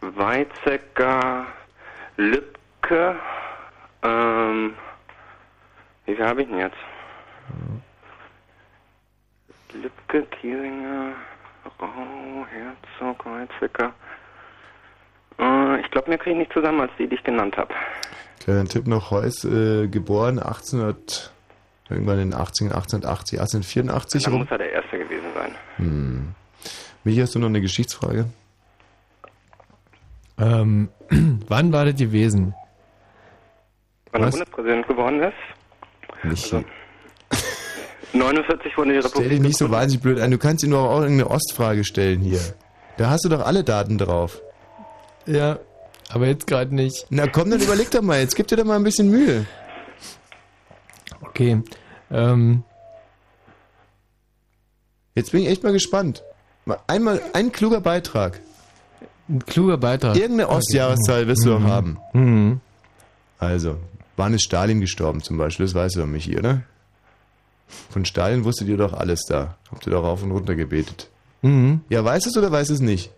Speaker 13: Weizsäcker, Lübke. Ähm, wie viel habe ich denn jetzt? Lübke, Kiesinger, Rau, Herzog, Weizsäcker. Äh, ich glaube, mehr kriege ich nicht zusammen als die, die ich genannt habe.
Speaker 1: Kleiner Tipp noch, Heuss, äh, geboren 1800, irgendwann in 18, 1880, 1884
Speaker 13: Dann
Speaker 1: rum.
Speaker 13: muss er Genau, der Erste gewesen sein.
Speaker 1: Hm. Michi, hast du noch eine Geschichtsfrage?
Speaker 2: Ähm, wann war das gewesen?
Speaker 13: Wann der
Speaker 2: Was?
Speaker 13: Bundespräsident geworden ist?
Speaker 1: Nicht.
Speaker 13: Also, 49 wurde die
Speaker 1: Stell
Speaker 13: Republik.
Speaker 1: dich nicht so wahnsinnig blöd an. Du kannst ihn doch auch irgendeine Ostfrage stellen hier. Da hast du doch alle Daten drauf.
Speaker 2: Ja, aber jetzt gerade nicht.
Speaker 1: Na komm, dann überleg doch mal. Jetzt gib dir doch mal ein bisschen Mühe.
Speaker 2: Okay. Ähm.
Speaker 1: Jetzt bin ich echt mal gespannt. Mal Einmal ein kluger Beitrag.
Speaker 2: Ein kluger Beitrag.
Speaker 1: Irgendeine Ostjahreszahl wirst du doch
Speaker 2: Mhm.
Speaker 1: haben.
Speaker 2: Mhm.
Speaker 1: Also, wann ist Stalin gestorben zum Beispiel? Das weißt du doch, Michi, oder? Von Stalin wusstet ihr doch alles da. Habt ihr doch rauf und runter gebetet.
Speaker 2: Mhm.
Speaker 1: Ja, weißt du es oder weißt du es nicht?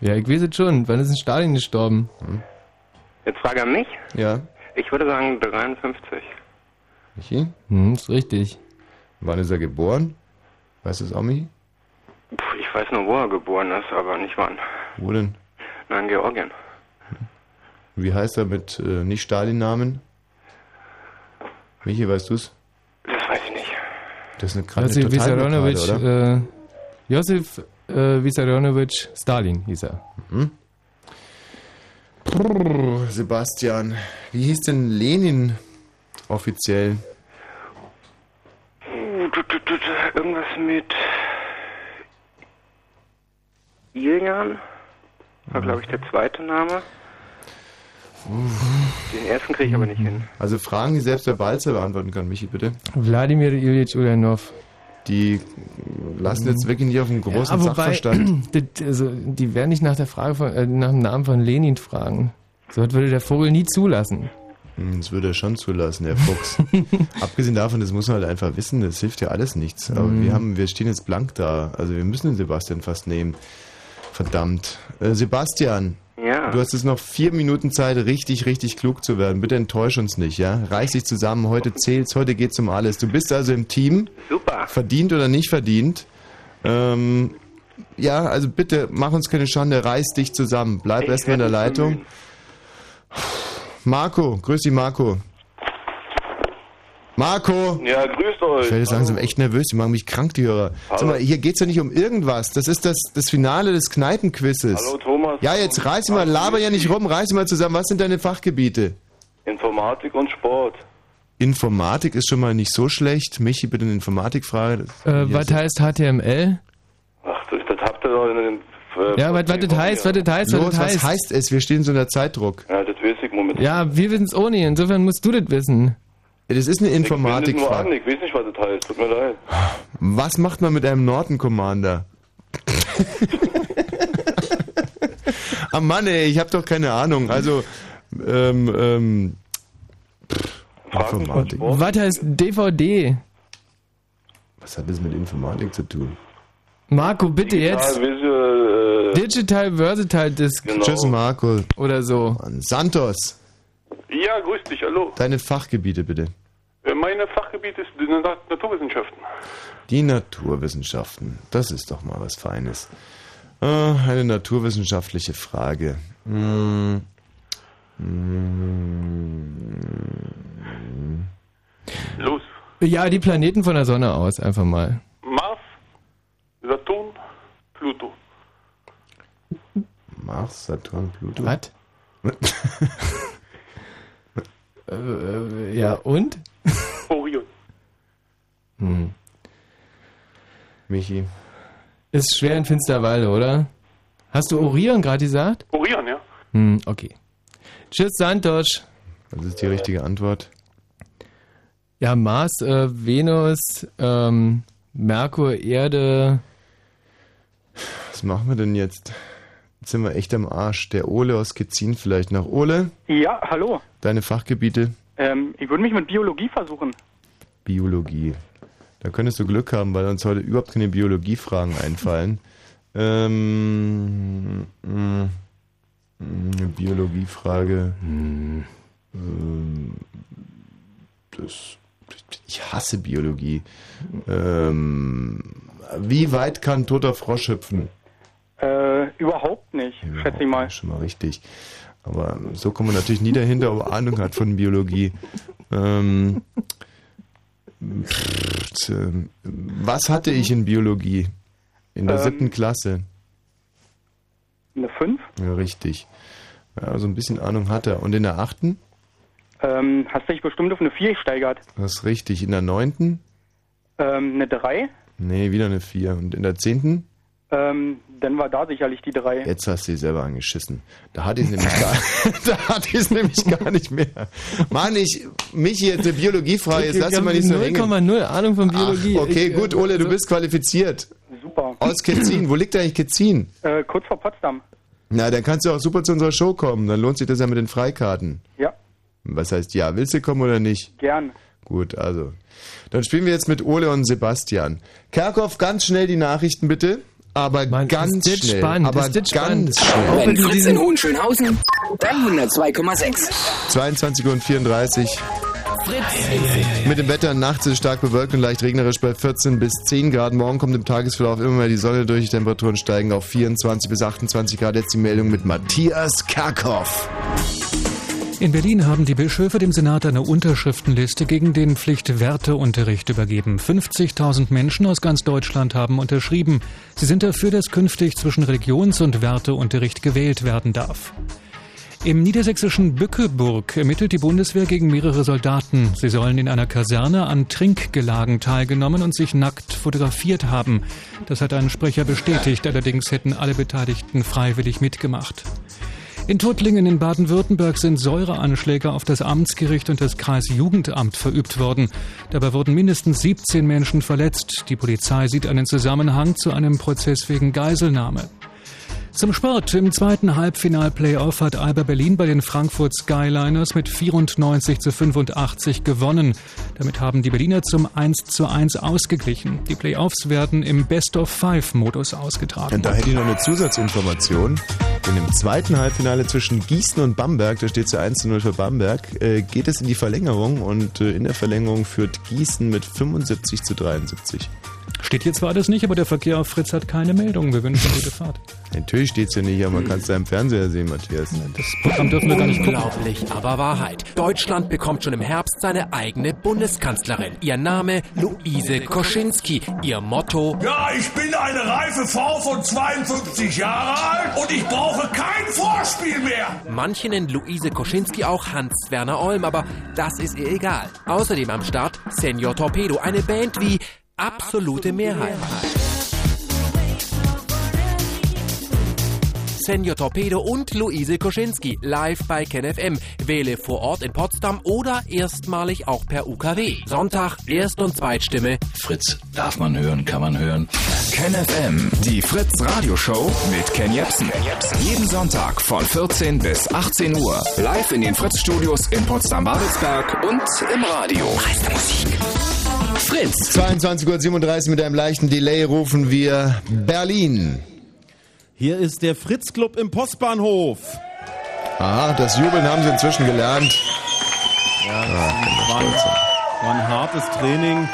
Speaker 2: Ja, ich weiß es schon. Wann ist in Stalin gestorben?
Speaker 13: Jetzt frage an mich.
Speaker 1: Ja.
Speaker 13: Ich würde sagen 53.
Speaker 1: Michi?
Speaker 2: Hm, ist richtig.
Speaker 1: Wann ist er geboren? Weißt du es auch, Michi?
Speaker 13: Puh, ich weiß nur, wo er geboren ist, aber nicht wann.
Speaker 1: Wo denn?
Speaker 13: Nein, Georgien.
Speaker 1: Wie heißt er mit äh, nicht Stalin-Namen? Michi, weißt du es?
Speaker 13: Das weiß ich nicht.
Speaker 1: Das ist eine gerade
Speaker 2: Josef
Speaker 1: Totalblockade,
Speaker 2: Vissarionovic,
Speaker 1: oder?
Speaker 2: äh, Josef äh, Vissarionovic Stalin hieß er.
Speaker 1: Brrr, Sebastian, wie hieß denn Lenin offiziell?
Speaker 13: Uh, du, du, du, du, irgendwas mit Iljan war, glaube ich, der zweite Name. Hm. Den ersten kriege ich aber nicht hin.
Speaker 1: Also Fragen, die selbst der Balzer beantworten kann, Michi, bitte.
Speaker 2: Wladimir Ilyich Ulyanov.
Speaker 1: Die lassen jetzt wirklich nicht auf einen großen
Speaker 2: aber
Speaker 1: Sachverstand.
Speaker 2: das, also, die werden nicht nach der Frage von, äh, nach dem Namen von Lenin fragen. So etwas würde der Vogel nie zulassen.
Speaker 1: Hm, Das würde er schon zulassen, der Fuchs. Abgesehen davon, das muss man halt einfach wissen, das hilft ja alles nichts. Aber
Speaker 2: Mhm.
Speaker 1: wir, haben, wir stehen jetzt blank da. Also wir müssen den Sebastian fast nehmen. Verdammt. Äh, Sebastian,
Speaker 13: Ja.
Speaker 1: du hast jetzt noch vier Minuten Zeit, richtig, richtig klug zu werden. Bitte enttäusch uns nicht, ja? Reiß dich zusammen, heute zählt's, heute geht's um alles. Du bist also im Team.
Speaker 13: Super.
Speaker 1: Verdient oder nicht verdient. Ähm, ja, also bitte, mach uns keine Schande, reiß dich zusammen. Bleib
Speaker 13: Ich
Speaker 1: erstmal in der
Speaker 13: werd mich
Speaker 1: Leitung.
Speaker 13: bemühen.
Speaker 1: Marco, grüß dich, Marco. Marco!
Speaker 14: Ja, grüßt euch.
Speaker 1: Ich werde jetzt langsam echt nervös, die machen mich krank, die Hörer. Sag
Speaker 14: Hallo.
Speaker 1: mal, hier geht's ja nicht um irgendwas. Das ist das, das Finale des Kneipenquizzes.
Speaker 14: Hallo, Thomas.
Speaker 1: Ja, jetzt reiß mal, laber ja nicht rum, reiß mal zusammen. Was sind deine Fachgebiete?
Speaker 14: Informatik und Sport.
Speaker 1: Informatik ist schon mal nicht so schlecht. Michi, bitte eine Informatikfrage.
Speaker 2: Äh, was heißt HTML?
Speaker 14: Ach, das, das habt ihr doch in dem. äh,
Speaker 2: Ja, was was das heißt, was das heißt,
Speaker 1: Los,
Speaker 2: was das
Speaker 1: was
Speaker 2: heißt.
Speaker 1: heißt es? Wir stehen so unter Zeitdruck.
Speaker 14: Ja, das weiß ich momentan.
Speaker 2: Ja, wir wissen es auch nicht. Insofern musst du das wissen.
Speaker 1: Das ist eine
Speaker 14: Ich wende es nur an,
Speaker 1: Informatikfrage.
Speaker 14: ich weiß nicht, was das heißt. Tut mir leid.
Speaker 1: Was macht man mit einem Norton Commander? Ah Mann, ey, ich habe doch keine Ahnung. Also, ähm, ähm, pff, Informatik.
Speaker 2: Was heißt DVD?
Speaker 1: Was hat das mit Informatik zu tun?
Speaker 2: Marco, bitte jetzt.
Speaker 14: Ja, Visual, äh, Genau.
Speaker 2: Digital Versatile Disk.
Speaker 1: Tschüss, Marco.
Speaker 2: Oder so.
Speaker 1: Santos,
Speaker 12: Ja, grüß dich, hallo.
Speaker 1: deine Fachgebiete bitte.
Speaker 12: Äh, Mein Fachgebiet ist die Na- Naturwissenschaften.
Speaker 1: Die Naturwissenschaften. Das ist doch mal was Feines. Äh, eine naturwissenschaftliche Frage. Hm. Hm.
Speaker 14: Los.
Speaker 2: Ja, die Planeten von der Sonne aus, einfach mal.
Speaker 14: Mars, Saturn, Pluto.
Speaker 1: Mars, Saturn, Pluto.
Speaker 2: Was? äh, ja, und?
Speaker 14: Orion.
Speaker 2: Hm.
Speaker 1: Michi.
Speaker 2: Ist schwer in Finsterwalde, oder? Hast du Orion gerade gesagt?
Speaker 14: Orion, ja.
Speaker 2: Hm, okay. Tschüss, Santos.
Speaker 1: Das ist die richtige Antwort.
Speaker 2: Ja, Mars, äh, Venus, ähm, Merkur, Erde.
Speaker 1: Was machen wir denn jetzt? Jetzt sind wir echt am Arsch. Der Ole aus Kitzin vielleicht noch. Ole,
Speaker 15: Ja, hallo.
Speaker 1: deine Fachgebiete?
Speaker 15: Ähm, ich würde mich mit Biologie versuchen.
Speaker 1: Biologie. Da könntest du Glück haben, weil uns heute überhaupt keine Biologiefragen einfallen. Ähm, mh, mh, eine Biologiefrage. Ähm, das, ich hasse Biologie. Ähm, wie weit kann ein toter Frosch hüpfen?
Speaker 15: Äh, überhaupt nicht, schätze ich mal.
Speaker 1: Schon mal richtig. Aber so kommt man natürlich nie dahinter, ob er Ahnung hat von Biologie. Ähm, pff, tja, was hatte ich in Biologie? In der
Speaker 15: Ähm,
Speaker 1: siebten Klasse.
Speaker 15: Eine 5?
Speaker 1: Ja, richtig. Ja, so ein bisschen Ahnung hat er. Und in der achten?
Speaker 15: Ähm, hast dich bestimmt auf eine 4 gesteigert.
Speaker 1: Das ist richtig. In der neunten?
Speaker 15: Ähm, eine 3?
Speaker 1: Nee, wieder eine vier. Und in der zehnten?
Speaker 15: Ähm, dann war da sicherlich die 3.
Speaker 1: Jetzt hast du sie selber angeschissen. Da hatte ich es nämlich, gar- da hatte ich es nämlich gar nicht mehr. Mann, ich, Michi, jetzt eine Biologiefrage, jetzt
Speaker 2: Ich
Speaker 1: lass dich
Speaker 2: hab
Speaker 1: mal nicht so hängen.
Speaker 2: 0,0 Ahnung von Biologie.
Speaker 1: Ach, okay,
Speaker 2: Ich, äh,
Speaker 1: gut, Ole, du
Speaker 2: so-
Speaker 1: bist qualifiziert.
Speaker 15: Super.
Speaker 1: Aus Ketzin, wo liegt eigentlich Ketzin?
Speaker 15: Äh, kurz vor Potsdam.
Speaker 1: Na, dann kannst du auch super zu unserer Show kommen. Dann lohnt sich das ja mit den Freikarten.
Speaker 15: Ja.
Speaker 1: Was heißt ja? Willst du kommen oder nicht?
Speaker 15: Gern.
Speaker 1: Gut, also. Dann spielen wir jetzt mit Ole und Sebastian. Kerkhoff, ganz schnell die Nachrichten bitte. Aber ganz
Speaker 2: ist das
Speaker 1: schnell.
Speaker 2: spannend,
Speaker 1: aber
Speaker 2: ist das
Speaker 1: ganz
Speaker 2: spannend.
Speaker 1: schnell.
Speaker 16: Wenn Fritz in Hohenschönhausen, dann 102,6.
Speaker 1: 22 Uhr und 34. Mit dem Wetter nachts ist es stark bewölkt und leicht regnerisch bei 14 bis 10 Grad. Morgen kommt im Tagesverlauf immer mehr die Sonne durch. Die Temperaturen steigen auf 24 bis 28 Grad. Jetzt die Meldung mit Matthias Kerkhoff.
Speaker 17: In Berlin haben die Bischöfe dem Senat eine Unterschriftenliste gegen den Pflichtwerteunterricht übergeben. 50.000 Menschen aus ganz Deutschland haben unterschrieben. Sie sind dafür, dass künftig zwischen Religions- und Werteunterricht gewählt werden darf. Im niedersächsischen Bückeburg ermittelt die Bundeswehr gegen mehrere Soldaten. Sie sollen in einer Kaserne an Trinkgelagen teilgenommen und sich nackt fotografiert haben. Das hat ein Sprecher bestätigt, allerdings hätten alle Beteiligten freiwillig mitgemacht. In Tuttlingen in Baden-Württemberg sind Säureanschläge auf das Amtsgericht und das Kreisjugendamt verübt worden. Dabei wurden mindestens 17 Menschen verletzt. Die Polizei sieht einen Zusammenhang zu einem Prozess wegen Geiselnahme. Zum Sport. Im zweiten Halbfinal-Playoff hat Alba Berlin bei den Frankfurt Skyliners mit 94 zu 85 gewonnen. Damit haben die Berliner zum 1 zu 1 ausgeglichen. Die Playoffs werden im Best-of-Five-Modus ausgetragen.
Speaker 1: Und da hätte ich noch eine Zusatzinformation. In dem zweiten Halbfinale zwischen Gießen und Bamberg, da steht es ja 1 zu 0 für Bamberg, äh, geht es in die Verlängerung und äh, in der Verlängerung führt Gießen mit 75 zu 73.
Speaker 17: Steht hier zwar alles nicht, aber der Verkehr auf Fritz hat keine Meldung. Wir wünschen gute Fahrt.
Speaker 1: Natürlich steht es ja nicht, aber man kann es da im Fernseher sehen, Matthias.
Speaker 17: Das Programm dürfen wir gar nicht gucken.
Speaker 18: Unglaublich, aber Wahrheit. Deutschland bekommt schon im Herbst seine eigene Bundeskanzlerin. Ihr Name Luise Koschinski. Ihr Motto
Speaker 19: Ja, ich bin eine reife Frau von 52 Jahren alt und ich brauche kein Vorspiel mehr.
Speaker 18: Manchen in Luise Koschinski auch Hans-Werner Olm, aber das ist ihr egal. Außerdem am Start Senior Torpedo, eine Band wie Absolute Mehrheit. Senior Torpedo und Luise Koschinski live bei KenFM. Wähle vor Ort in Potsdam oder erstmalig auch per UKW. Sonntag Erst- und Zweitstimme.
Speaker 20: Fritz darf man hören, kann man hören. KenFM, die Fritz Radio Show mit Ken Jepsen. Jeden Sonntag von 14 bis 18 Uhr. Live in den Fritz Studios in Potsdam-Babelsberg und im Radio.
Speaker 1: Fritz! 22.37 Uhr mit einem leichten Delay rufen wir Berlin.
Speaker 4: Hier ist der Fritz Club im Postbahnhof.
Speaker 1: Aha, das Jubeln haben sie inzwischen gelernt.
Speaker 4: Ja,
Speaker 1: Ah,
Speaker 4: war, ein, war ein hartes Training.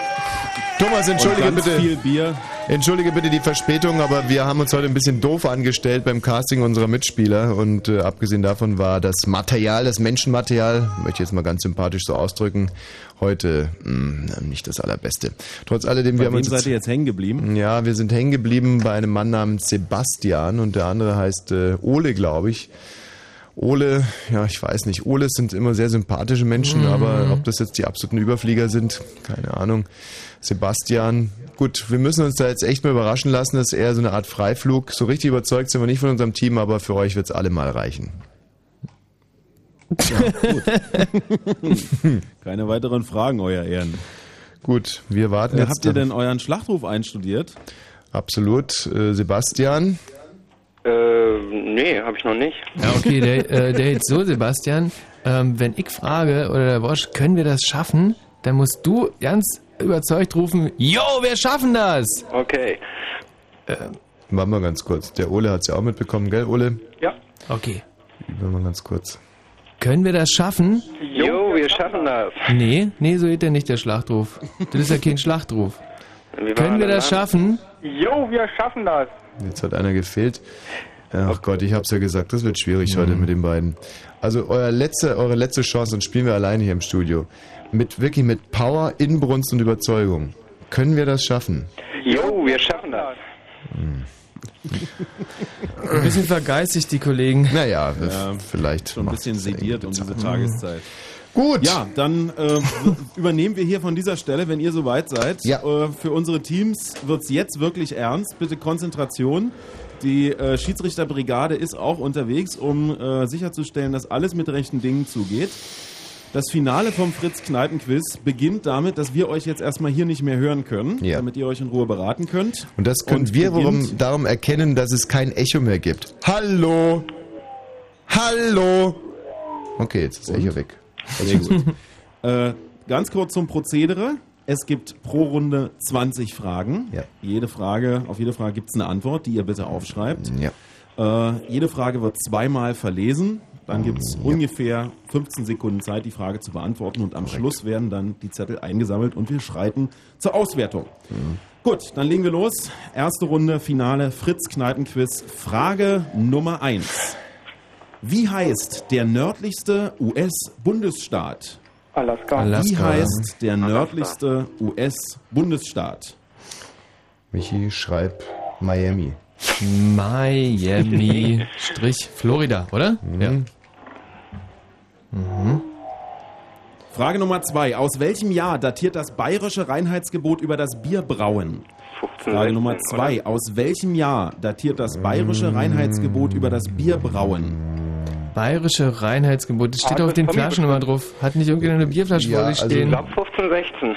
Speaker 1: Thomas, entschuldige
Speaker 4: Und ganz
Speaker 1: bitte.
Speaker 4: viel Bier.
Speaker 1: Entschuldige bitte die Verspätung, aber wir haben uns heute ein bisschen doof angestellt beim Casting unserer Mitspieler und äh, abgesehen davon war das Material, das Menschenmaterial, möchte ich jetzt mal ganz sympathisch so ausdrücken, heute mh, nicht das allerbeste. Trotz alledem,
Speaker 4: Bei
Speaker 1: wir haben
Speaker 4: wem
Speaker 1: uns
Speaker 4: seid ihr jetzt hängen geblieben?
Speaker 1: Ja, wir sind hängen geblieben bei einem Mann namens Sebastian und der andere heißt äh, Ole, glaube ich. Ole, ja, ich weiß nicht. Ole sind immer sehr sympathische Menschen,
Speaker 2: Mhm.
Speaker 1: aber ob das jetzt die absoluten Überflieger sind, keine Ahnung. Sebastian, gut, wir müssen uns da jetzt echt mal überraschen lassen, dass eher so eine Art Freiflug. So richtig überzeugt sind wir nicht von unserem Team, aber für euch wird's alle mal reichen.
Speaker 4: Keine weiteren Fragen, euer Ehren.
Speaker 1: Gut, wir warten
Speaker 4: Äh,
Speaker 1: jetzt.
Speaker 4: habt ihr
Speaker 1: dann-
Speaker 4: denn euren Schlachtruf einstudiert?
Speaker 1: Absolut. Äh, Sebastian,
Speaker 13: Äh, nee, habe ich noch nicht.
Speaker 2: Ja, Okay, der, äh, der jetzt so, Sebastian. Ähm, wenn ich frage, oder der Bosch, können wir das schaffen? Dann musst du ganz überzeugt rufen, yo, wir schaffen das!
Speaker 13: Okay.
Speaker 2: Äh.
Speaker 1: warte mal ganz kurz. Der Ole hat's ja auch mitbekommen, gell, Ole?
Speaker 13: Ja.
Speaker 2: Okay.
Speaker 1: Warte mal ganz kurz.
Speaker 2: Können wir das schaffen?
Speaker 13: Jo, wir schaffen das.
Speaker 2: Nee, nee, so geht ja nicht der Schlachtruf. Das ist ja kein Schlachtruf. Können wir das schaffen?
Speaker 15: Jo, wir schaffen das.
Speaker 1: Jetzt hat einer gefehlt. Ach Gott, ich hab's ja gesagt, das wird schwierig
Speaker 2: Mhm.
Speaker 1: heute mit den beiden. Also euer letzte, eure letzte Chance, dann spielen wir alleine hier im Studio. Mit wirklich mit Power, Inbrunst und Überzeugung. Können wir das schaffen?
Speaker 13: Jo, wir schaffen das.
Speaker 2: Ein bisschen vergeistigt, die Kollegen.
Speaker 1: Naja, vielleicht.
Speaker 4: Schon ein bisschen sediert um diese Tageszeit.
Speaker 1: Mhm. Gut.
Speaker 4: Ja, dann äh, übernehmen wir hier von dieser Stelle, wenn ihr soweit seid. Äh, für unsere Teams wird es jetzt wirklich ernst. Bitte Konzentration. Die äh, Schiedsrichterbrigade ist auch unterwegs, um äh, sicherzustellen, dass alles mit rechten Dingen zugeht. Das Finale vom Fritz-Kneipen-Quiz beginnt damit, dass wir euch jetzt erstmal hier nicht mehr hören können,
Speaker 1: Ja.
Speaker 4: damit ihr euch in Ruhe beraten könnt.
Speaker 1: Und das können wir
Speaker 4: beginnt-
Speaker 1: warum, darum erkennen, dass es kein Echo mehr gibt. Hallo! Hallo! Okay, jetzt ist Echo weg.
Speaker 4: Sehr gut. äh, ganz kurz zum Prozedere. Es gibt pro Runde 20 Fragen. Jede Frage, auf jede Frage gibt es eine Antwort, die ihr bitte aufschreibt. Äh, jede Frage wird zweimal verlesen. Dann gibt es ungefähr 15 Sekunden Zeit, die Frage zu beantworten. Und am Schluss werden dann die Zettel eingesammelt und wir schreiten zur Auswertung.
Speaker 1: Mhm.
Speaker 4: Gut, dann legen wir los. Erste Runde, Finale, Fritz-Kneipen-Quiz. Frage Nummer 1. Wie heißt der nördlichste US-Bundesstaat?
Speaker 15: Alaska.
Speaker 4: Wie
Speaker 15: Alaska.
Speaker 4: heißt der nördlichste US-Bundesstaat?
Speaker 1: Michi, schreib Miami.
Speaker 2: Miami Strich Florida, oder? Ja. Mhm.
Speaker 4: Frage Nummer zwei. Aus welchem Jahr datiert das bayerische Reinheitsgebot über das Bierbrauen? Frage Nummer zwei. Aus welchem Jahr datiert das bayerische Reinheitsgebot über das Bierbrauen?
Speaker 2: Bayerische Reinheitsgebot. Das
Speaker 13: Ah,
Speaker 2: steht auf den Flaschen immer drauf. Hat nicht irgendjemand eine Bierflasche vor
Speaker 13: also
Speaker 2: sich stehen?
Speaker 13: 15, 16.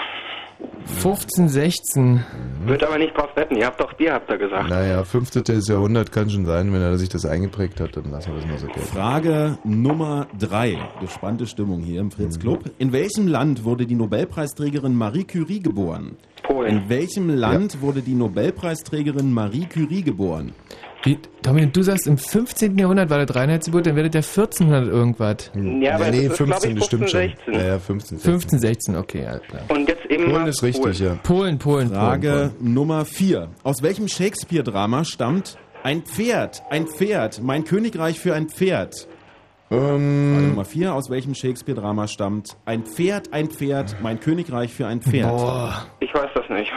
Speaker 2: 15, 16.
Speaker 13: Wird aber nicht drauf wetten. Ihr habt doch Bier, habt ihr gesagt.
Speaker 1: Naja, 15. Jahrhundert kann schon sein, wenn er sich das eingeprägt hat, dann lassen wir das mal so gelten.
Speaker 4: Frage Nummer drei. Gespannte Stimmung hier im
Speaker 2: Mhm.
Speaker 4: Fritz Club. In welchem Land wurde die Nobelpreisträgerin Marie Curie geboren? Polen. In welchem Land wurde die Nobelpreisträgerin Marie Curie geboren?
Speaker 2: Wie, Dominik, du sagst, im 15. Jahrhundert war der Reinheitsgebot, dann werdet ihr 1400 irgendwas.
Speaker 13: Ja, aber das ist, glaub ich, 16.
Speaker 1: Ja, ja, 15.
Speaker 2: 15, 16, okay, alles klar.
Speaker 13: Und jetzt eben mal Polen.
Speaker 2: Polen, Polen,
Speaker 4: Frage Nummer 4. Aus welchem Shakespeare-Drama stammt ein Pferd, ein Pferd, mein Königreich für ein Pferd?
Speaker 2: Ähm.
Speaker 4: Frage Nummer 4. Aus welchem Shakespeare-Drama stammt ein Pferd, ein Pferd, mein Königreich für ein Pferd?
Speaker 2: Boah.
Speaker 13: Ich weiß das nicht.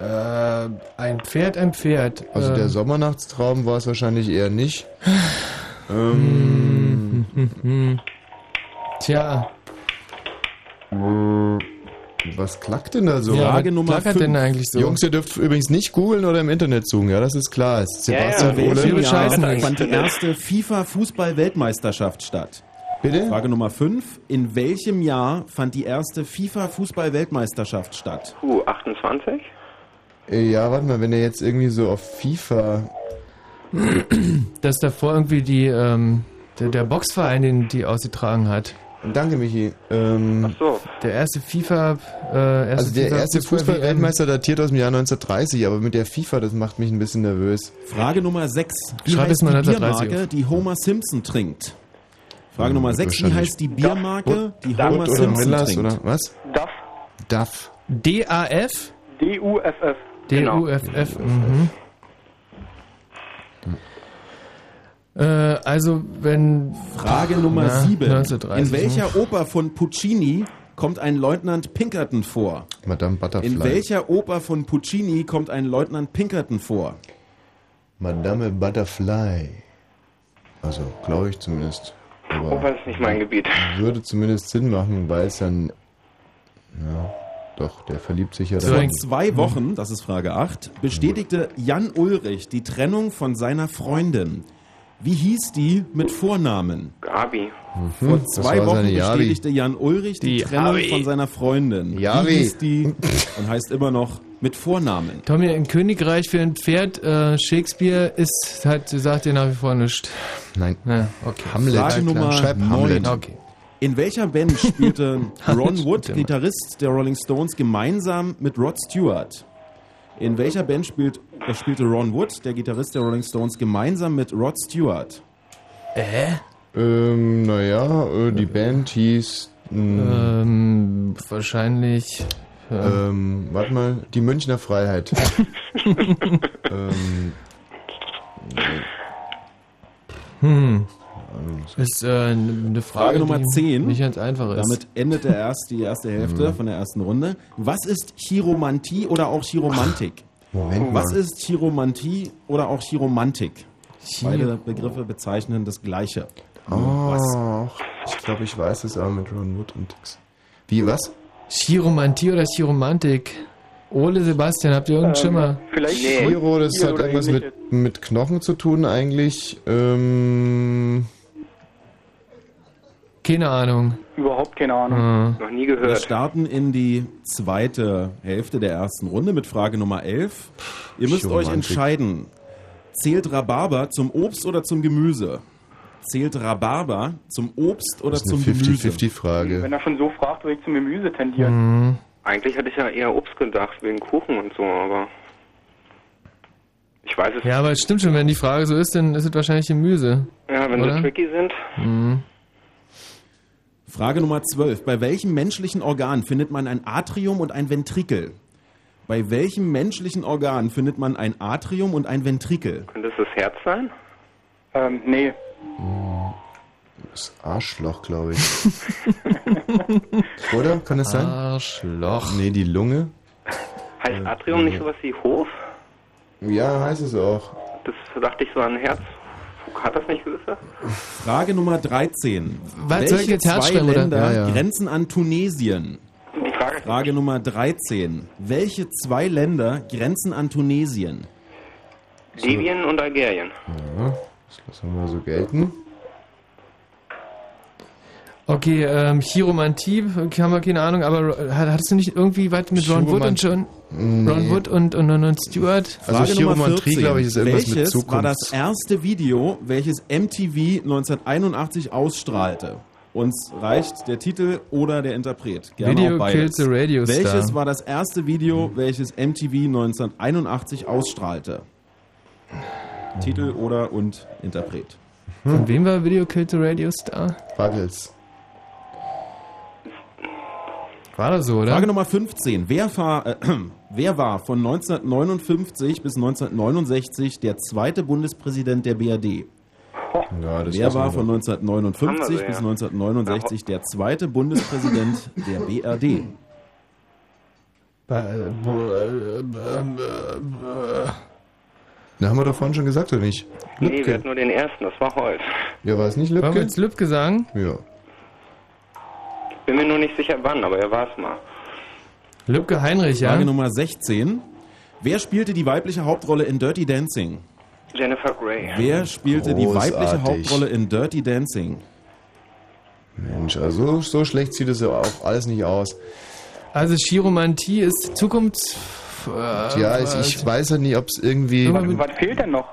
Speaker 2: Äh, ein Pferd, ein Pferd.
Speaker 1: Also
Speaker 2: Ähm.
Speaker 1: der Sommernachtstraum war es wahrscheinlich eher nicht. ähm,
Speaker 2: Tja.
Speaker 1: Was klackt denn da so?
Speaker 2: Ja, Frage was Nummer klackert fünf. denn eigentlich so?
Speaker 1: Jungs, ihr dürft übrigens nicht googeln oder im Internet suchen, ja, das ist klar. Es ist Sebastian
Speaker 4: In
Speaker 1: Ole.
Speaker 4: welchem Jahr fand die erste FIFA-Fußball-Weltmeisterschaft statt?
Speaker 1: Bitte?
Speaker 4: Frage Nummer 5. In welchem Jahr fand die erste FIFA-Fußball-Weltmeisterschaft statt?
Speaker 13: Uh, 28?
Speaker 1: Äh, Ja, warte mal, wenn er jetzt irgendwie so auf FIFA.
Speaker 2: Dass davor irgendwie die, ähm, der, der Boxverein den die ausgetragen hat.
Speaker 1: Danke, Michi. Ähm,
Speaker 13: Ach so.
Speaker 2: Der erste FIFA. Äh, erste
Speaker 1: Also der
Speaker 2: FIFA
Speaker 1: erste
Speaker 2: Fußball-
Speaker 1: Fußball-Weltmeister datiert aus dem Jahr 1930, aber mit der FIFA, das macht mich ein bisschen nervös.
Speaker 4: Frage Nummer 6. Wie
Speaker 1: Schreib
Speaker 4: heißt
Speaker 1: es mal
Speaker 4: die
Speaker 1: 1930
Speaker 4: Biermarke, die Homer Simpson trinkt? Frage Nummer 6. Wie
Speaker 1: Hm, wahrscheinlich.
Speaker 4: heißt die Biermarke, die
Speaker 1: Duff
Speaker 4: Homer
Speaker 1: oder
Speaker 4: Simpson
Speaker 1: Millers
Speaker 4: trinkt?
Speaker 1: oder was?
Speaker 15: Duff.
Speaker 1: Duff.
Speaker 2: DAF?
Speaker 15: DUFF.
Speaker 13: Genau.
Speaker 2: DUFF. Mhm. Äh, also wenn.
Speaker 4: Frage Nummer
Speaker 2: Na,
Speaker 4: 7.
Speaker 2: 1930,
Speaker 4: In welcher
Speaker 2: ne?
Speaker 4: Oper von Puccini kommt ein Leutnant Pinkerton vor?
Speaker 1: Madame Butterfly.
Speaker 4: In welcher Oper von Puccini kommt ein Leutnant Pinkerton vor?
Speaker 1: Madame Butterfly. Also, glaube ich zumindest. Aber
Speaker 13: ist nicht mein Gebiet.
Speaker 1: würde zumindest Sinn machen, weil es dann. Ja, doch, der verliebt sich ja
Speaker 4: Vor zwei Wochen, das ist Frage 8, bestätigte Jan Ulrich die Trennung von seiner Freundin. Wie hieß die mit Vornamen?
Speaker 13: Gabi.
Speaker 1: Mhm,
Speaker 4: Vor
Speaker 1: das
Speaker 4: zwei
Speaker 1: war
Speaker 4: Wochen
Speaker 1: seine Javi.
Speaker 4: bestätigte Jan Ulrich die,
Speaker 1: Die
Speaker 4: Trennung
Speaker 1: Javi.
Speaker 4: von seiner Freundin.
Speaker 1: Javi.
Speaker 4: Wie hieß die und heißt immer noch mit Vornamen.
Speaker 2: Tommy, ein Königreich für ein Pferd, äh, Shakespeare ist halt, sagt dir nach wie vor nichts.
Speaker 1: Nein.
Speaker 2: Ja, okay.
Speaker 4: Frage Nummer
Speaker 2: Schreib
Speaker 4: neun.
Speaker 2: Hamlet. Okay.
Speaker 4: In welcher Band spielte Ron Wood,
Speaker 2: Stimmt.
Speaker 4: Gitarrist der Rolling Stones, gemeinsam mit Rod Stewart? In welcher Band spielt, äh, spielte Ron Wood, der Gitarrist der Rolling Stones, gemeinsam mit Rod Stewart?
Speaker 2: Äh?
Speaker 1: Ähm, naja, äh, die Band hieß. hm,
Speaker 2: Ähm, wahrscheinlich.
Speaker 1: Ähm, warte mal, die Münchner Freiheit. ähm,
Speaker 2: Hm. Ist äh, eine Frage,
Speaker 4: Frage Nummer
Speaker 2: die
Speaker 4: 10.
Speaker 2: Nicht ganz einfach ist.
Speaker 4: Damit endete erst die erste Hälfte
Speaker 2: Mhm.
Speaker 4: von der ersten Runde. Was ist Chiromantie oder auch Chiromantik?
Speaker 1: Moment mal.
Speaker 4: Was ist Chiromantie oder auch Chiromantik?
Speaker 1: Chiro-
Speaker 4: Beide Begriffe bezeichnen das Gleiche. Nur was?
Speaker 1: oh, ich glaube, ich weiß es aber mit Ron Wood und Dix. Wie, was?
Speaker 2: Chiromantie oder Chiromantik? Ole Sebastian, habt ihr irgendeinen Ähm,
Speaker 4: Ähm,
Speaker 2: Schimmer?
Speaker 1: Vielleicht Chiro, das halt hat irgendwas mit, mit Knochen zu tun eigentlich. Ähm,
Speaker 2: Keine Ahnung.
Speaker 15: Überhaupt keine Ahnung.
Speaker 1: Mhm.
Speaker 4: Noch nie gehört. Wir starten in die zweite Hälfte der ersten Runde mit Frage Nummer 11. Ihr müsst euch
Speaker 1: Chiromantik.
Speaker 4: entscheiden. Zählt Rhabarber zum Obst oder zum Gemüse? Zählt Rhabarber zum Obst oder
Speaker 1: das ist
Speaker 4: zum
Speaker 1: eine
Speaker 4: Gemüse?
Speaker 1: 50-50-Frage.
Speaker 15: Wenn er schon so fragt, würde ich zum Gemüse tendieren.
Speaker 2: Mhm.
Speaker 13: Eigentlich hatte ich ja eher Obst gedacht, wegen Kuchen und so, aber. Ich weiß es
Speaker 2: Ja, aber es stimmt schon, wenn die Frage so ist, dann ist es wahrscheinlich Mhm. Gemüse.
Speaker 13: Ja, wenn
Speaker 2: oder?
Speaker 13: sie tricky sind.
Speaker 4: Frage Nummer 12. Bei welchem menschlichen Organ findet man ein Atrium und ein Ventrikel? Bei welchem menschlichen Organ findet man ein Atrium und ein Ventrikel?
Speaker 13: Könnte es das Herz sein?
Speaker 15: Ähm, nee.
Speaker 1: Oh, Das Arschloch, glaube ich. Oder? Kann das sein?
Speaker 2: Arschloch.
Speaker 1: Nee, die Lunge.
Speaker 13: Heißt Atrium nicht sowas wie Hof?
Speaker 1: Ja, heißt es auch.
Speaker 13: Das dachte ich so an Herz. Hat das nicht gewisse?
Speaker 4: Frage Nummer 13.
Speaker 13: Was, soll ich
Speaker 4: Welche
Speaker 13: jetzt
Speaker 4: zwei
Speaker 13: herstellen, oder? Ja,
Speaker 4: Länder
Speaker 13: ja.
Speaker 4: grenzen an Tunesien?
Speaker 13: Frage,
Speaker 4: Nummer 13. Welche zwei Länder grenzen an Tunesien?
Speaker 13: Libyen und Algerien.
Speaker 1: Ja, das lassen wir so gelten.
Speaker 2: Okay, ähm, Chiromantie, haben wir keine Ahnung, aber äh, hat- hattest du nicht irgendwie was mit Ron Wood und John?
Speaker 1: Nee.
Speaker 2: Ron Wood und, und, und, und Stewart?
Speaker 4: Frage Nummer 14. welches war das erste Video, welches MTV 1981 ausstrahlte? Uns reicht der Titel oder der Interpret. Gerne
Speaker 2: Video
Speaker 4: auch beides.
Speaker 2: kills the radio star.
Speaker 4: welches war das erste Video, welches MTV 1981 ausstrahlte? Titel oder und Interpret.
Speaker 2: Hm. Von wem war Video Killed the Radio Star?
Speaker 1: Buggles.
Speaker 2: War das so, oder?
Speaker 4: Frage Nummer 15. Wer war, äh, wer war von 1959 bis 1969 der zweite Bundespräsident der BRD?
Speaker 1: Ja, das
Speaker 4: Wer
Speaker 1: lassen wir
Speaker 4: war
Speaker 1: so.
Speaker 4: von 1959
Speaker 1: Haben wir,
Speaker 4: bis
Speaker 1: ja.
Speaker 4: 1969 der zweite Bundespräsident der BRD?
Speaker 2: äh,
Speaker 1: Na, haben wir doch vorhin schon gesagt, oder nicht?
Speaker 13: Nee, wir hatten nur den ersten, das war Holz.
Speaker 1: Ja, war es nicht Lübcke?
Speaker 13: Wollen wir jetzt
Speaker 2: Lübcke sagen?
Speaker 1: Ja.
Speaker 13: Bin mir nur nicht sicher wann, aber er war es mal.
Speaker 2: Lübcke Heinrich, ja?
Speaker 4: Frage Nummer 16. Wer spielte die weibliche Hauptrolle in Dirty Dancing?
Speaker 13: Jennifer Grey.
Speaker 4: Wer spielte die weibliche
Speaker 1: Großartig.
Speaker 4: Hauptrolle in Dirty Dancing?
Speaker 1: Mensch, also so schlecht sieht es ja auch alles nicht aus.
Speaker 2: Also Chiromantie ist Zukunfts... äh,
Speaker 1: Ja, ich, ich weiß ja nicht, ob es irgendwie
Speaker 15: Was fehlt denn noch?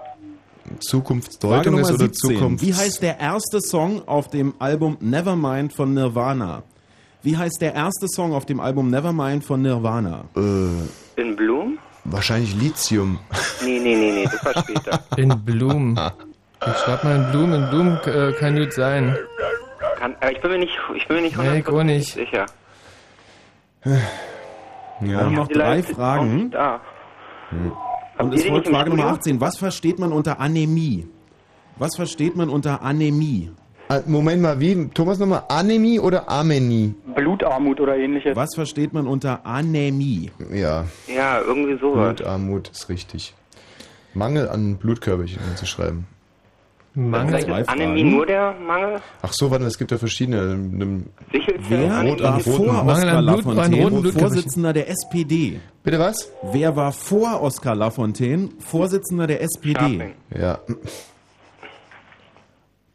Speaker 1: Zukunftsdeutung ist oder Zukunft.
Speaker 4: Wie heißt der erste Song auf dem Album Nevermind von Nirvana? Wie heißt der erste Song auf dem Album Nevermind von Nirvana?
Speaker 13: In Bloom?
Speaker 1: Äh, Wahrscheinlich Lithium.
Speaker 13: Nee, nee, nee, nee, das war später.
Speaker 2: In Bloom. Ich schreib mal in Bloom, in Bloom äh, kann gut sein.
Speaker 13: Kann, aber ich bin mir nicht, ich bin mir nicht
Speaker 2: Nee, ich auch nicht.
Speaker 13: sicher.
Speaker 4: Wir haben noch drei Fragen.
Speaker 13: Da.
Speaker 4: Hm. Und
Speaker 13: die
Speaker 4: es
Speaker 13: die
Speaker 4: folgt
Speaker 13: nicht im
Speaker 4: Frage Nummer
Speaker 13: Studio?
Speaker 4: 18. Was versteht man unter Anämie? Was versteht man unter Anämie?
Speaker 1: Ah, Moment mal, wie? Thomas nochmal, Anämie oder Amenie?
Speaker 4: Blutarmut oder ähnliches. Was versteht man unter Anämie?
Speaker 1: Ja.
Speaker 13: Ja, irgendwie sowas.
Speaker 1: Blutarmut ist richtig. Mangel an Blutkörperchen zu um schreiben. Mangel-
Speaker 13: Vielleicht
Speaker 1: Zwei
Speaker 13: ist Anämie
Speaker 1: Fragen.
Speaker 13: nur der Mangel?
Speaker 1: Ach so, warte, es gibt ja verschiedene. ähm,
Speaker 13: Sichelzellen?
Speaker 1: Rot an roten-
Speaker 4: vor
Speaker 1: Mangel
Speaker 4: Oskar
Speaker 1: an Blut bei
Speaker 4: Lafontaine
Speaker 1: roten Blut-
Speaker 4: Vorsitzender der SPD?
Speaker 1: Bitte was?
Speaker 4: Wer war vor Oskar Lafontaine Vorsitzender der SPD?
Speaker 1: Scharping. Ja.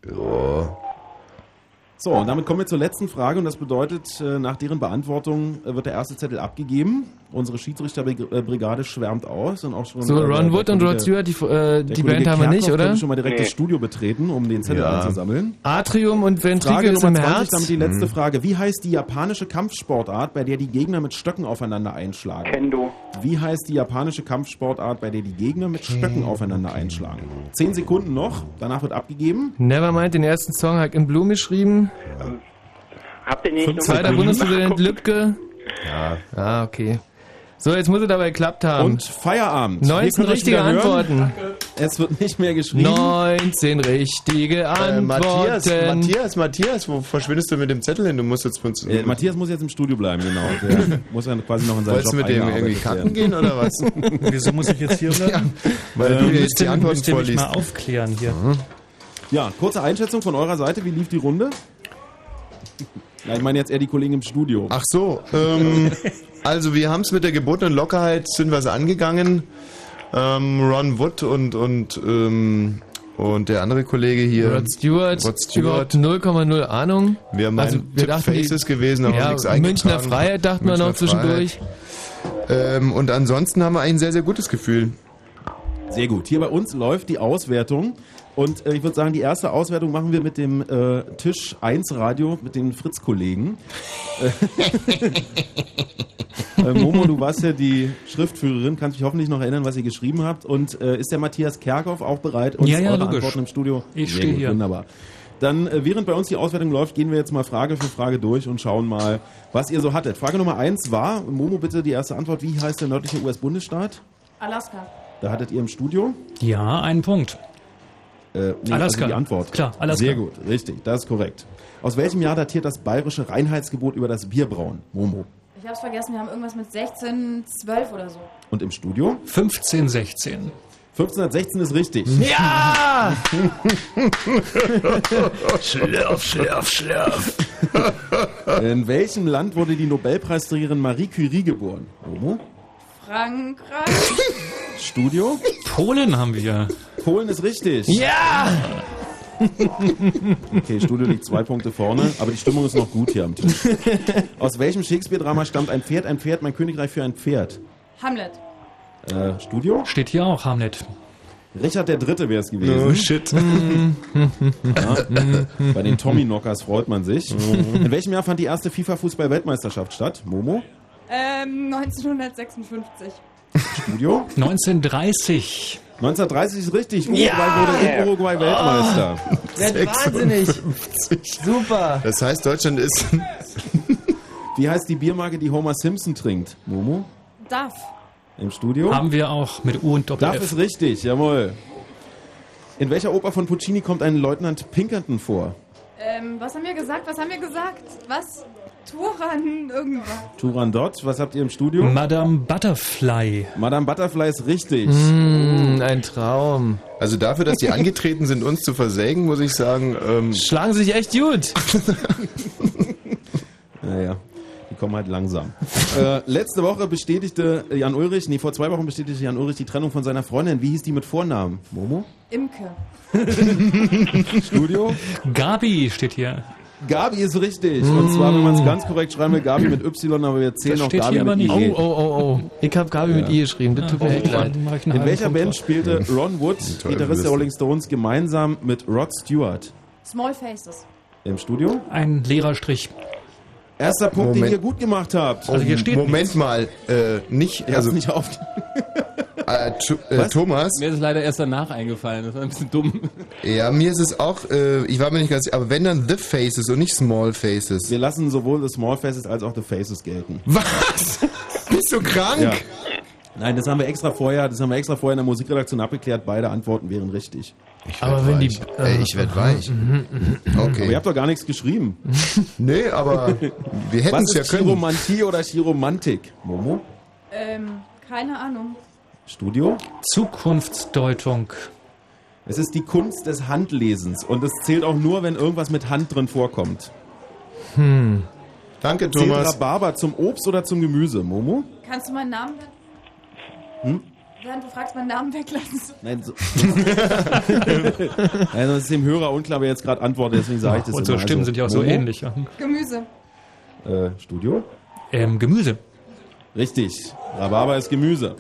Speaker 1: Ja.
Speaker 4: So, und damit kommen wir zur letzten Frage und das bedeutet, äh, nach deren Beantwortung äh, wird der erste Zettel abgegeben. Unsere Schiedsrichterbrigade äh, schwärmt aus und auch schon.
Speaker 2: So,
Speaker 4: äh, der-
Speaker 2: Ron Wood
Speaker 4: der
Speaker 2: und Rod
Speaker 4: Kollege-
Speaker 2: Stewart, die, äh,
Speaker 4: der
Speaker 2: die
Speaker 4: Kollege
Speaker 2: Band haben wir nicht,
Speaker 4: Kerkhoff
Speaker 2: oder?
Speaker 4: kann schon mal direkt das Studio betreten, um den Zettel
Speaker 2: Ja.
Speaker 4: einzusammeln.
Speaker 2: Atrium und
Speaker 4: Frage
Speaker 2: Ventrikel ist
Speaker 4: Nummer
Speaker 2: im
Speaker 4: 20,
Speaker 2: Herz.
Speaker 4: damit
Speaker 1: Mhm.
Speaker 4: die letzte Frage. Wie heißt die japanische Kampfsportart, bei der die Gegner mit Stöcken aufeinander einschlagen?
Speaker 15: Kendo.
Speaker 4: Wie heißt die japanische Kampfsportart, bei der die Gegner mit Stöcken aufeinander einschlagen? Zehn Sekunden noch, danach wird abgegeben.
Speaker 2: Nevermind, den ersten Song hat in Blum geschrieben.
Speaker 13: Habt ihr nicht noch-
Speaker 2: Zweiter Bundespräsident Lübcke.
Speaker 1: Ja.
Speaker 2: Ah, okay. So, jetzt muss es dabei geklappt haben.
Speaker 4: Und Feierabend.
Speaker 2: 19
Speaker 4: Wir können euch
Speaker 2: richtige
Speaker 4: wieder hören.
Speaker 2: Antworten.
Speaker 4: Es wird nicht mehr geschrieben.
Speaker 2: 19 richtige
Speaker 1: Äh,
Speaker 2: Antworten.
Speaker 1: Matthias, Matthias, Matthias, wo verschwindest du mit dem Zettel hin? Du musst jetzt mit,
Speaker 4: Äh, Matthias muss jetzt im Studio bleiben, genau. Der muss dann quasi noch in seinen
Speaker 1: Wolltest du
Speaker 4: Job
Speaker 1: mit dem irgendwie
Speaker 4: eingearbeitet
Speaker 1: kacken
Speaker 4: werden.
Speaker 1: gehen oder was?
Speaker 3: Wieso muss ich jetzt hier
Speaker 1: Ja,
Speaker 3: bleiben? Ähm,
Speaker 1: weil du jetzt die Antworten
Speaker 3: müsst ihr mich
Speaker 1: vorliest. Mhm.
Speaker 3: mal aufklären hier.
Speaker 1: Hm?
Speaker 4: Ja, kurze Einschätzung von eurer Seite. Wie lief die Runde? Ja, ich meine jetzt eher die Kollegen im Studio.
Speaker 1: Ach so, ähm, also wir haben es mit der gebotenen Lockerheit, sind wir es angegangen. Ähm, Ron Wood und, und, ähm, und der andere Kollege hier.
Speaker 2: Rod Stewart,
Speaker 1: Rod
Speaker 2: überhaupt
Speaker 1: Stewart.
Speaker 2: 0,0 Ahnung.
Speaker 1: Wir meinen Tipp Faces gewesen, aber
Speaker 2: ja,
Speaker 1: nichts eingetragen.
Speaker 2: Münchner Freiheit dachten wir noch
Speaker 1: Münchner
Speaker 2: zwischendurch.
Speaker 1: Freiheit. Ähm, und ansonsten haben wir ein sehr, sehr gutes Gefühl.
Speaker 4: Sehr gut. Hier bei uns läuft die Auswertung. Und äh, ich würde sagen, die erste Auswertung machen wir mit dem äh, Tisch 1 Radio mit den Fritz-Kollegen. Äh, äh, Momo, du warst ja die Schriftführerin, kannst dich hoffentlich noch erinnern, was ihr geschrieben habt. Und äh, ist der Matthias Kerkhoff auch bereit, uns
Speaker 17: Ja, ja,
Speaker 4: eure
Speaker 17: logisch.
Speaker 4: Antworten im Studio?
Speaker 17: Ich
Speaker 4: Sehr
Speaker 17: stehe
Speaker 4: gut,
Speaker 17: hier.
Speaker 4: Wunderbar. Dann, äh, während bei uns die Auswertung läuft, gehen wir jetzt mal Frage für Frage durch und schauen mal, was ihr so hattet. Frage Nummer 1 war, Momo, bitte die erste Antwort. Wie heißt der nördliche US-Bundesstaat?
Speaker 6: Alaska.
Speaker 4: Da hattet ihr im Studio.
Speaker 17: Ja, einen Punkt.
Speaker 4: Äh, nee,
Speaker 17: Alaska.
Speaker 4: Also die Antwort.
Speaker 17: Klar, Alaska.
Speaker 4: Sehr gut, richtig, das ist korrekt. Aus welchem Jahr datiert das bayerische Reinheitsgebot über das Bierbrauen? Momo.
Speaker 6: Ich hab's vergessen, wir haben irgendwas mit 16, 12 oder so.
Speaker 4: Und im Studio?
Speaker 17: 1516.
Speaker 4: 1516 ist richtig.
Speaker 6: Ja!
Speaker 4: Schlürf, schlürf, schlürf. In welchem Land wurde die Nobelpreisträgerin Marie Curie geboren? Momo?
Speaker 6: Frankreich.
Speaker 4: Studio?
Speaker 17: Polen haben wir.
Speaker 4: Polen ist richtig.
Speaker 6: Ja!
Speaker 4: Okay, Studio liegt zwei Punkte vorne, aber die Stimmung ist noch gut hier am Tisch. Aus welchem Shakespeare-Drama stammt ein Pferd, ein Pferd, mein Königreich für ein Pferd?
Speaker 6: Hamlet.
Speaker 4: Äh, Studio?
Speaker 17: Steht hier auch Hamlet.
Speaker 4: Richard der Dritte wäre es gewesen.
Speaker 17: Oh, shit.
Speaker 4: ja. Bei den Tommy-Knockers freut man sich.
Speaker 17: Mhm.
Speaker 4: In welchem Jahr fand die erste FIFA-Fußball-Weltmeisterschaft statt? Momo?
Speaker 6: Ähm, 1956.
Speaker 4: Studio?
Speaker 17: 1930.
Speaker 4: 1930 ist richtig. Uruguay
Speaker 6: Ja!
Speaker 4: wurde in Uruguay Weltmeister.
Speaker 2: Werd Oh. wahnsinnig. Super.
Speaker 1: Das heißt, Deutschland ist.
Speaker 4: Wie heißt die Biermarke, die Homer Simpson trinkt? Momo?
Speaker 6: Duff.
Speaker 4: Im Studio?
Speaker 17: Haben wir auch mit U und Doppel
Speaker 4: Darf
Speaker 17: F.
Speaker 4: ist richtig, jawohl. In welcher Oper von Puccini kommt ein Leutnant Pinkerton vor?
Speaker 6: Ähm, was haben wir gesagt? Was haben wir gesagt? Was? Turan, irgendwas.
Speaker 4: Turandot, was habt ihr im Studio?
Speaker 17: Madame Butterfly.
Speaker 4: Madame Butterfly ist richtig.
Speaker 2: Mm, ein Traum.
Speaker 1: Also dafür, dass die angetreten sind, uns zu versägen, muss ich sagen. Ähm,
Speaker 2: Schlagen sich echt gut.
Speaker 4: Naja, die kommen halt langsam. äh, letzte Woche bestätigte Jan Ulrich, nee, vor zwei Wochen bestätigte Jan Ulrich die Trennung von seiner Freundin. Wie hieß die mit Vornamen? Momo?
Speaker 6: Imke.
Speaker 4: Studio?
Speaker 17: Gabi steht hier.
Speaker 4: Gabi ist richtig. Und zwar, wenn man es ganz korrekt schreiben will, Gabi mit Y, aber wir zählen
Speaker 2: Mm. Das
Speaker 4: noch
Speaker 2: steht
Speaker 4: Gabi
Speaker 2: hier aber
Speaker 4: mit
Speaker 2: nicht.
Speaker 4: IE.
Speaker 2: Oh, oh, Ah, oh. Ich habe Gabi mit I geschrieben. Das tut mir echt leid.
Speaker 4: In welcher Band spielte Ron Wood,
Speaker 2: Teufel
Speaker 4: Gitarrist
Speaker 2: bist du.
Speaker 4: der Rolling Stones, gemeinsam mit Rod Stewart?
Speaker 6: Small Faces.
Speaker 4: Im Studio?
Speaker 17: Ein leerer Strich.
Speaker 4: Erster Punkt, den
Speaker 1: Moment.
Speaker 4: ihr gut gemacht habt.
Speaker 1: Oh, Moment mal, äh, nicht.
Speaker 4: Ihr
Speaker 1: Also,
Speaker 4: habt's nicht auf.
Speaker 1: Äh, Tu- äh, Thomas?
Speaker 7: Mir ist es leider erst danach eingefallen. Das war ein bisschen dumm.
Speaker 1: Ja, mir ist es auch, äh, ich war mir nicht ganz sicher, aber wenn dann The Faces und nicht Small Faces.
Speaker 4: Wir lassen sowohl The Small Faces als auch The Faces gelten.
Speaker 1: Was? Bist du krank?
Speaker 4: Ja. Nein, das haben wir extra vorher, das haben wir extra vorher in der Musikredaktion abgeklärt. Beide Antworten wären richtig.
Speaker 2: Aber wenn die.
Speaker 1: Ey, ich werd weich. Okay.
Speaker 4: Aber ihr habt doch gar nichts geschrieben.
Speaker 1: nee, aber wir hätten
Speaker 4: Was
Speaker 1: es ja
Speaker 4: ist
Speaker 1: können.
Speaker 4: Chiromantie oder Chiromantik? Momo?
Speaker 6: Ähm, keine Ahnung.
Speaker 4: Studio?
Speaker 17: Zukunftsdeutung.
Speaker 4: Es ist die Kunst des Handlesens und es zählt auch nur, wenn irgendwas mit Hand drin vorkommt.
Speaker 1: Hm. Danke,
Speaker 4: Zählt
Speaker 1: Thomas.
Speaker 4: Rhabarber zum Obst oder zum Gemüse, Momo?
Speaker 6: Kannst du meinen Namen,
Speaker 4: Hm?
Speaker 6: während du fragst, meinen Namen weglassen?
Speaker 4: Nein, so. also es ist dem Hörer unklar, wer jetzt gerade antwortet, deswegen sage ich das
Speaker 17: Unsere
Speaker 4: immer.
Speaker 17: Stimmen sind ja auch so
Speaker 4: Momo?
Speaker 17: ähnlich, ja.
Speaker 6: Gemüse.
Speaker 4: Äh, Studio?
Speaker 17: Ähm, Gemüse.
Speaker 4: Richtig. Rhabarber ist Gemüse.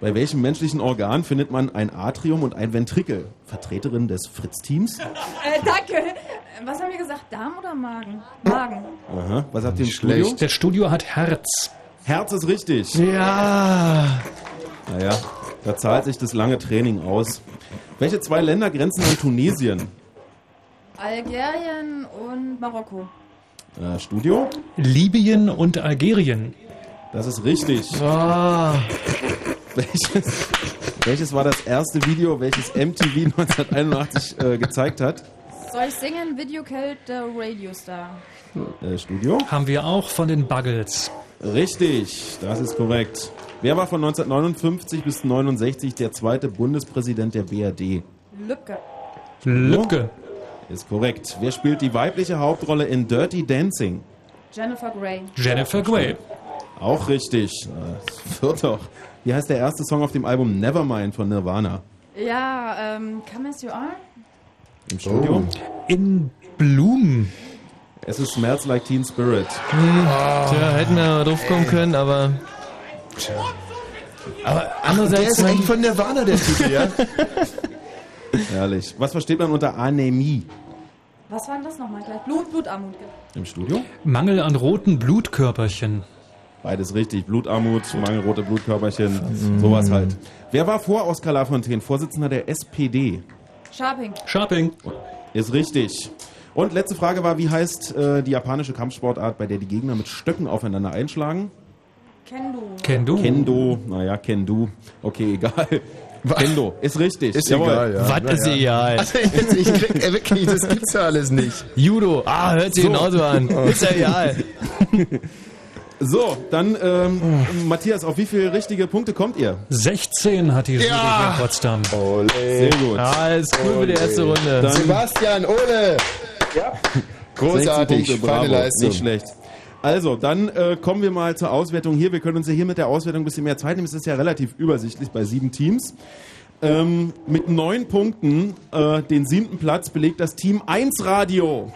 Speaker 4: Bei welchem menschlichen Organ findet man ein Atrium und ein Ventrikel? Vertreterin des Fritz-Teams?
Speaker 6: Äh, danke. Was haben wir gesagt? Darm oder Magen? Magen.
Speaker 4: Aha. Was habt ihr im Studio?
Speaker 17: Das Studio hat Herz.
Speaker 4: Herz ist richtig.
Speaker 2: Ja.
Speaker 4: Naja, da zahlt sich das lange Training aus. Welche zwei Länder grenzen an Tunesien?
Speaker 6: Algerien und Marokko.
Speaker 4: Äh, Studio?
Speaker 17: Libyen und Algerien. Ah.
Speaker 4: Das ist richtig. Welches, welches war das erste Video, welches MTV 1981 äh, gezeigt hat?
Speaker 6: Soll ich singen? Video Killed the Radio Star.
Speaker 4: Äh, Studio?
Speaker 17: Haben wir auch von den Buggles.
Speaker 4: Richtig, das ist korrekt. Wer war von 1959 bis 69 der zweite Bundespräsident der BRD?
Speaker 6: Lübcke.
Speaker 17: Lübcke.
Speaker 4: Ist korrekt. Wer spielt die weibliche Hauptrolle in Dirty Dancing?
Speaker 6: Jennifer Grey.
Speaker 17: Jennifer Grey.
Speaker 4: Auch richtig. Na, Das wird doch. Wie heißt der erste Song auf dem Album Nevermind von Nirvana?
Speaker 6: Ja, ähm, Come As You Are.
Speaker 4: Im Studio?
Speaker 17: Oh. In Blumen.
Speaker 4: Es ist Smells Like Teen Spirit.
Speaker 2: Hm, tja, hätten wir mal drauf kommen können, aber. Aber andererseits.
Speaker 1: der ist echt von
Speaker 2: Nirvana, der Typ, ja?
Speaker 4: Herrlich. Was versteht man unter Anämie
Speaker 6: Was war denn das nochmal gleich? Blut, Blutarmut.
Speaker 4: im Studio?
Speaker 17: Mangel an roten Blutkörperchen.
Speaker 4: Beides richtig. Blutarmut, mangelrote Blutkörperchen, sowas
Speaker 17: Mm.
Speaker 4: halt. Wer war vor Oskar Lafontaine Vorsitzender der SPD?
Speaker 6: Sharping.
Speaker 17: Sharping.
Speaker 4: Ist richtig. Und letzte Frage war, wie heißt äh, die japanische Kampfsportart, bei der die Gegner mit Stöcken aufeinander einschlagen?
Speaker 6: Kendo.
Speaker 17: Kendo.
Speaker 4: Kendo. Naja, Kendo. Okay, egal. Kendo. Ist richtig.
Speaker 1: Ist
Speaker 4: Jawohl.
Speaker 1: egal, ja.
Speaker 2: Was ist egal?
Speaker 1: Also jetzt, ich krieg, ey, wirklich, das gibt's ja alles nicht.
Speaker 2: Judo. Ah, hört sich
Speaker 1: So.
Speaker 2: genauso an. Ist ja egal.
Speaker 4: So, dann ähm, Matthias, auf wie viele richtige Punkte kommt ihr?
Speaker 17: 16 hat die Jury
Speaker 4: Ja.
Speaker 17: hier in Potsdam.
Speaker 1: Ole.
Speaker 4: Sehr gut.
Speaker 2: Alles cool für die erste Runde.
Speaker 4: Dann
Speaker 1: Sebastian, Ole! Ja.
Speaker 4: 16
Speaker 1: Großartig,
Speaker 4: Punkte,
Speaker 1: feine
Speaker 4: bravo,
Speaker 1: Leistung.
Speaker 4: Nicht schlecht. Also, dann äh, kommen wir mal zur Auswertung hier. Wir können uns ja hier mit der Auswertung ein bisschen mehr Zeit nehmen. Es ist ja relativ übersichtlich bei sieben Teams. Ähm, mit neun Punkten äh, den siebten Platz belegt das Team 1 Radio.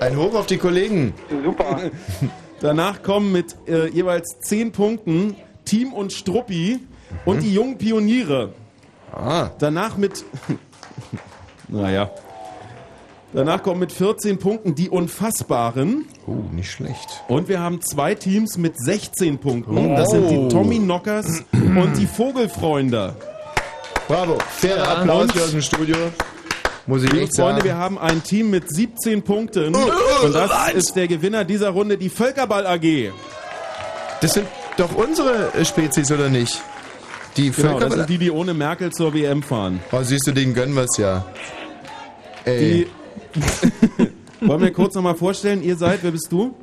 Speaker 1: Ein Hoch auf die Kollegen.
Speaker 4: Super. Danach kommen mit äh, jeweils zehn Punkten Team und Struppi
Speaker 1: Mhm.
Speaker 4: und die jungen Pioniere.
Speaker 1: Ah.
Speaker 4: Danach mit. naja. Danach kommen mit 14 Punkten die Unfassbaren.
Speaker 1: Oh, nicht schlecht.
Speaker 4: Und wir haben zwei Teams mit 16 Punkten.
Speaker 1: Oh.
Speaker 4: Das sind die Tommy Knockers und die Vogelfreunde.
Speaker 1: Bravo. Fairer Applaus hier aus dem Studio. Muss ich echt
Speaker 4: Freunde,
Speaker 1: sagen.
Speaker 4: wir haben ein Team mit 17 Punkten.
Speaker 1: Oh,
Speaker 4: Hm. und das
Speaker 1: was?
Speaker 4: ist der Gewinner dieser Runde, die Völkerball AG.
Speaker 1: Das sind doch unsere äh, Spezies, oder nicht? Die
Speaker 4: Genau, das
Speaker 1: Völker...
Speaker 4: sind die, die ohne Merkel zur WM fahren.
Speaker 1: Oh, siehst du, denen gönnen wir's ja.
Speaker 4: Die
Speaker 1: Ey.
Speaker 4: Wollen wir kurz nochmal vorstellen, ihr seid, wer bist du?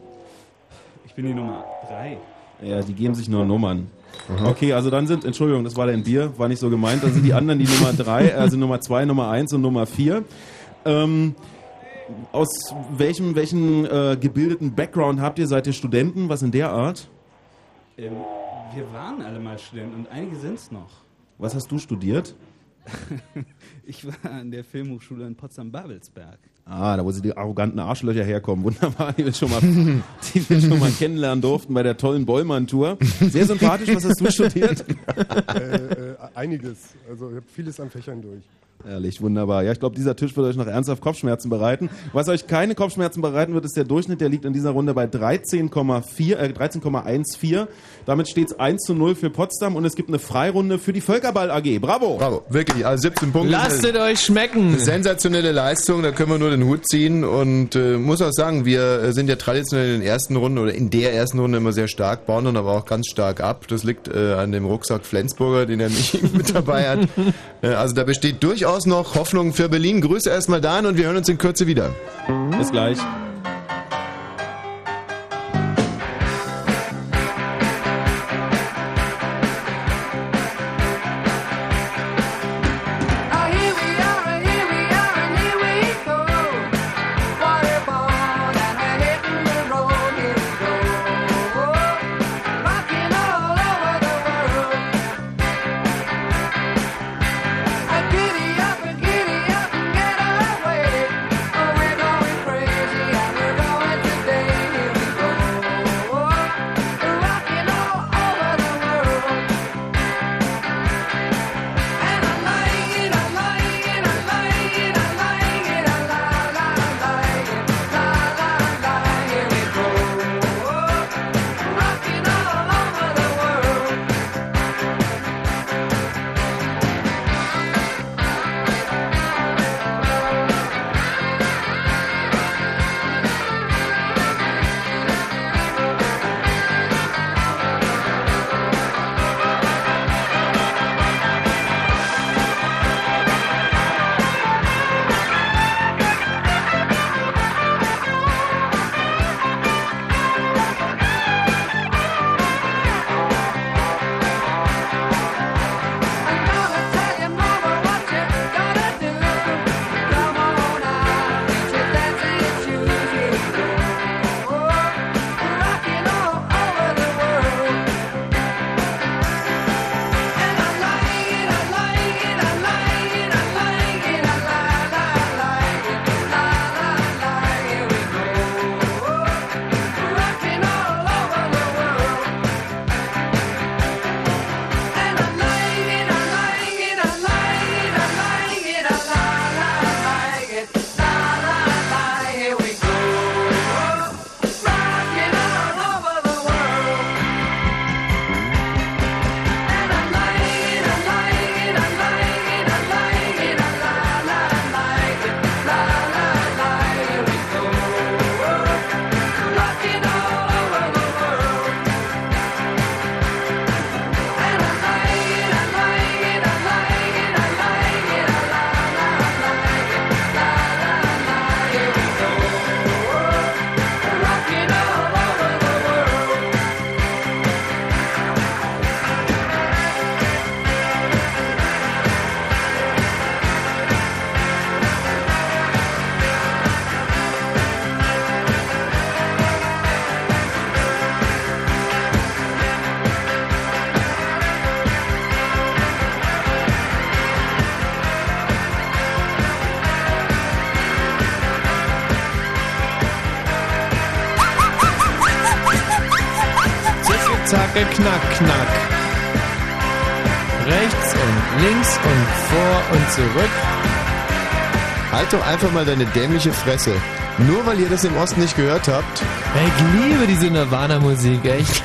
Speaker 21: Ich bin die Nummer 3.
Speaker 4: Ja, die geben sich nur Nummern. Okay, also dann sind, Entschuldigung, das war dein Bier, war nicht so gemeint, dann sind die anderen die Nummer 3, also Nummer 2, Nummer 1 und Nummer 4. Ähm, aus welchem, welchen äh, gebildeten Background habt ihr? Seid ihr Studenten? Was in der Art?
Speaker 21: Ähm, wir waren alle mal Studenten und einige sind es noch.
Speaker 4: Was hast du studiert?
Speaker 21: Ich war an der Filmhochschule in Potsdam-Babelsberg.
Speaker 4: Ah, da wo sie die arroganten Arschlöcher herkommen. Wunderbar, die wir schon mal, die wir schon mal kennenlernen durften bei der tollen Bollmann-Tour. Sehr sympathisch, was hast du studiert?
Speaker 22: äh, äh, einiges. Also ich habe vieles an Fächern durch.
Speaker 4: Ehrlich, wunderbar. Ja, ich glaube, dieser Tisch wird euch noch ernsthaft Kopfschmerzen bereiten. Was euch keine Kopfschmerzen bereiten wird, ist der Durchschnitt. Der liegt in dieser Runde bei 13,4, äh, 13,14. Damit steht es 1 zu 0 für Potsdam und es gibt eine Freirunde für die Völkerball AG. Bravo!
Speaker 1: Bravo, wirklich. Also 17 Punkte.
Speaker 2: Lasstet euch schmecken.
Speaker 1: Eine sensationelle Leistung, da können wir nur den Hut ziehen und äh, muss auch sagen, wir äh, sind ja traditionell in den ersten Runden oder in der ersten Runde immer sehr stark, bauen dann aber auch ganz stark ab. Das liegt äh, an dem Rucksack Flensburger, den er nicht mit dabei hat. Äh, also da besteht durchaus noch Hoffnung für Berlin. Grüße erstmal dahin und wir hören uns in Kürze wieder.
Speaker 4: Bis gleich.
Speaker 8: Thank Ah, Ah, Oh,
Speaker 2: Knacke, knack, knack. Rechts und links und vor und zurück.
Speaker 1: Halt doch einfach mal deine dämliche Fresse. Nur weil ihr das im Osten nicht gehört habt.
Speaker 2: Ich liebe diese Nirvana-Musik, echt.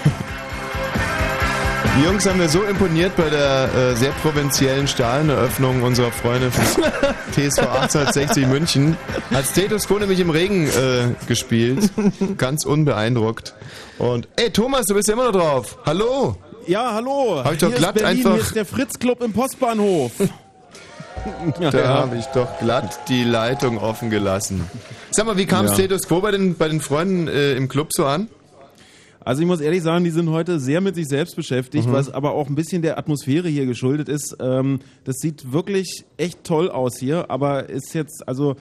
Speaker 1: Die Jungs haben mir so imponiert bei der äh, sehr provinziellen Stahleneröffnung unserer Freunde von TSV 1860 München. Hat Stethoscope nämlich im Regen äh, gespielt. Ganz unbeeindruckt. Und, ey Thomas, du bist ja immer noch drauf. Hallo!
Speaker 4: Ja, hallo.
Speaker 1: Hab ich doch
Speaker 4: Hier
Speaker 1: glatt
Speaker 4: ist Berlin,
Speaker 1: einfach-
Speaker 4: Hier ist der Fritz Club im Postbahnhof.
Speaker 1: Da habe ich doch glatt die Leitung offen gelassen. Sag mal, wie kam
Speaker 4: Ja.
Speaker 1: Stethoscope bei den, bei den Freunden äh, im Club so an?
Speaker 4: Also ich muss ehrlich sagen, die sind heute sehr mit sich selbst beschäftigt,
Speaker 1: Mhm.
Speaker 4: was aber auch ein bisschen der Atmosphäre hier geschuldet ist. Ähm, das sieht wirklich echt toll aus hier, aber ist jetzt, also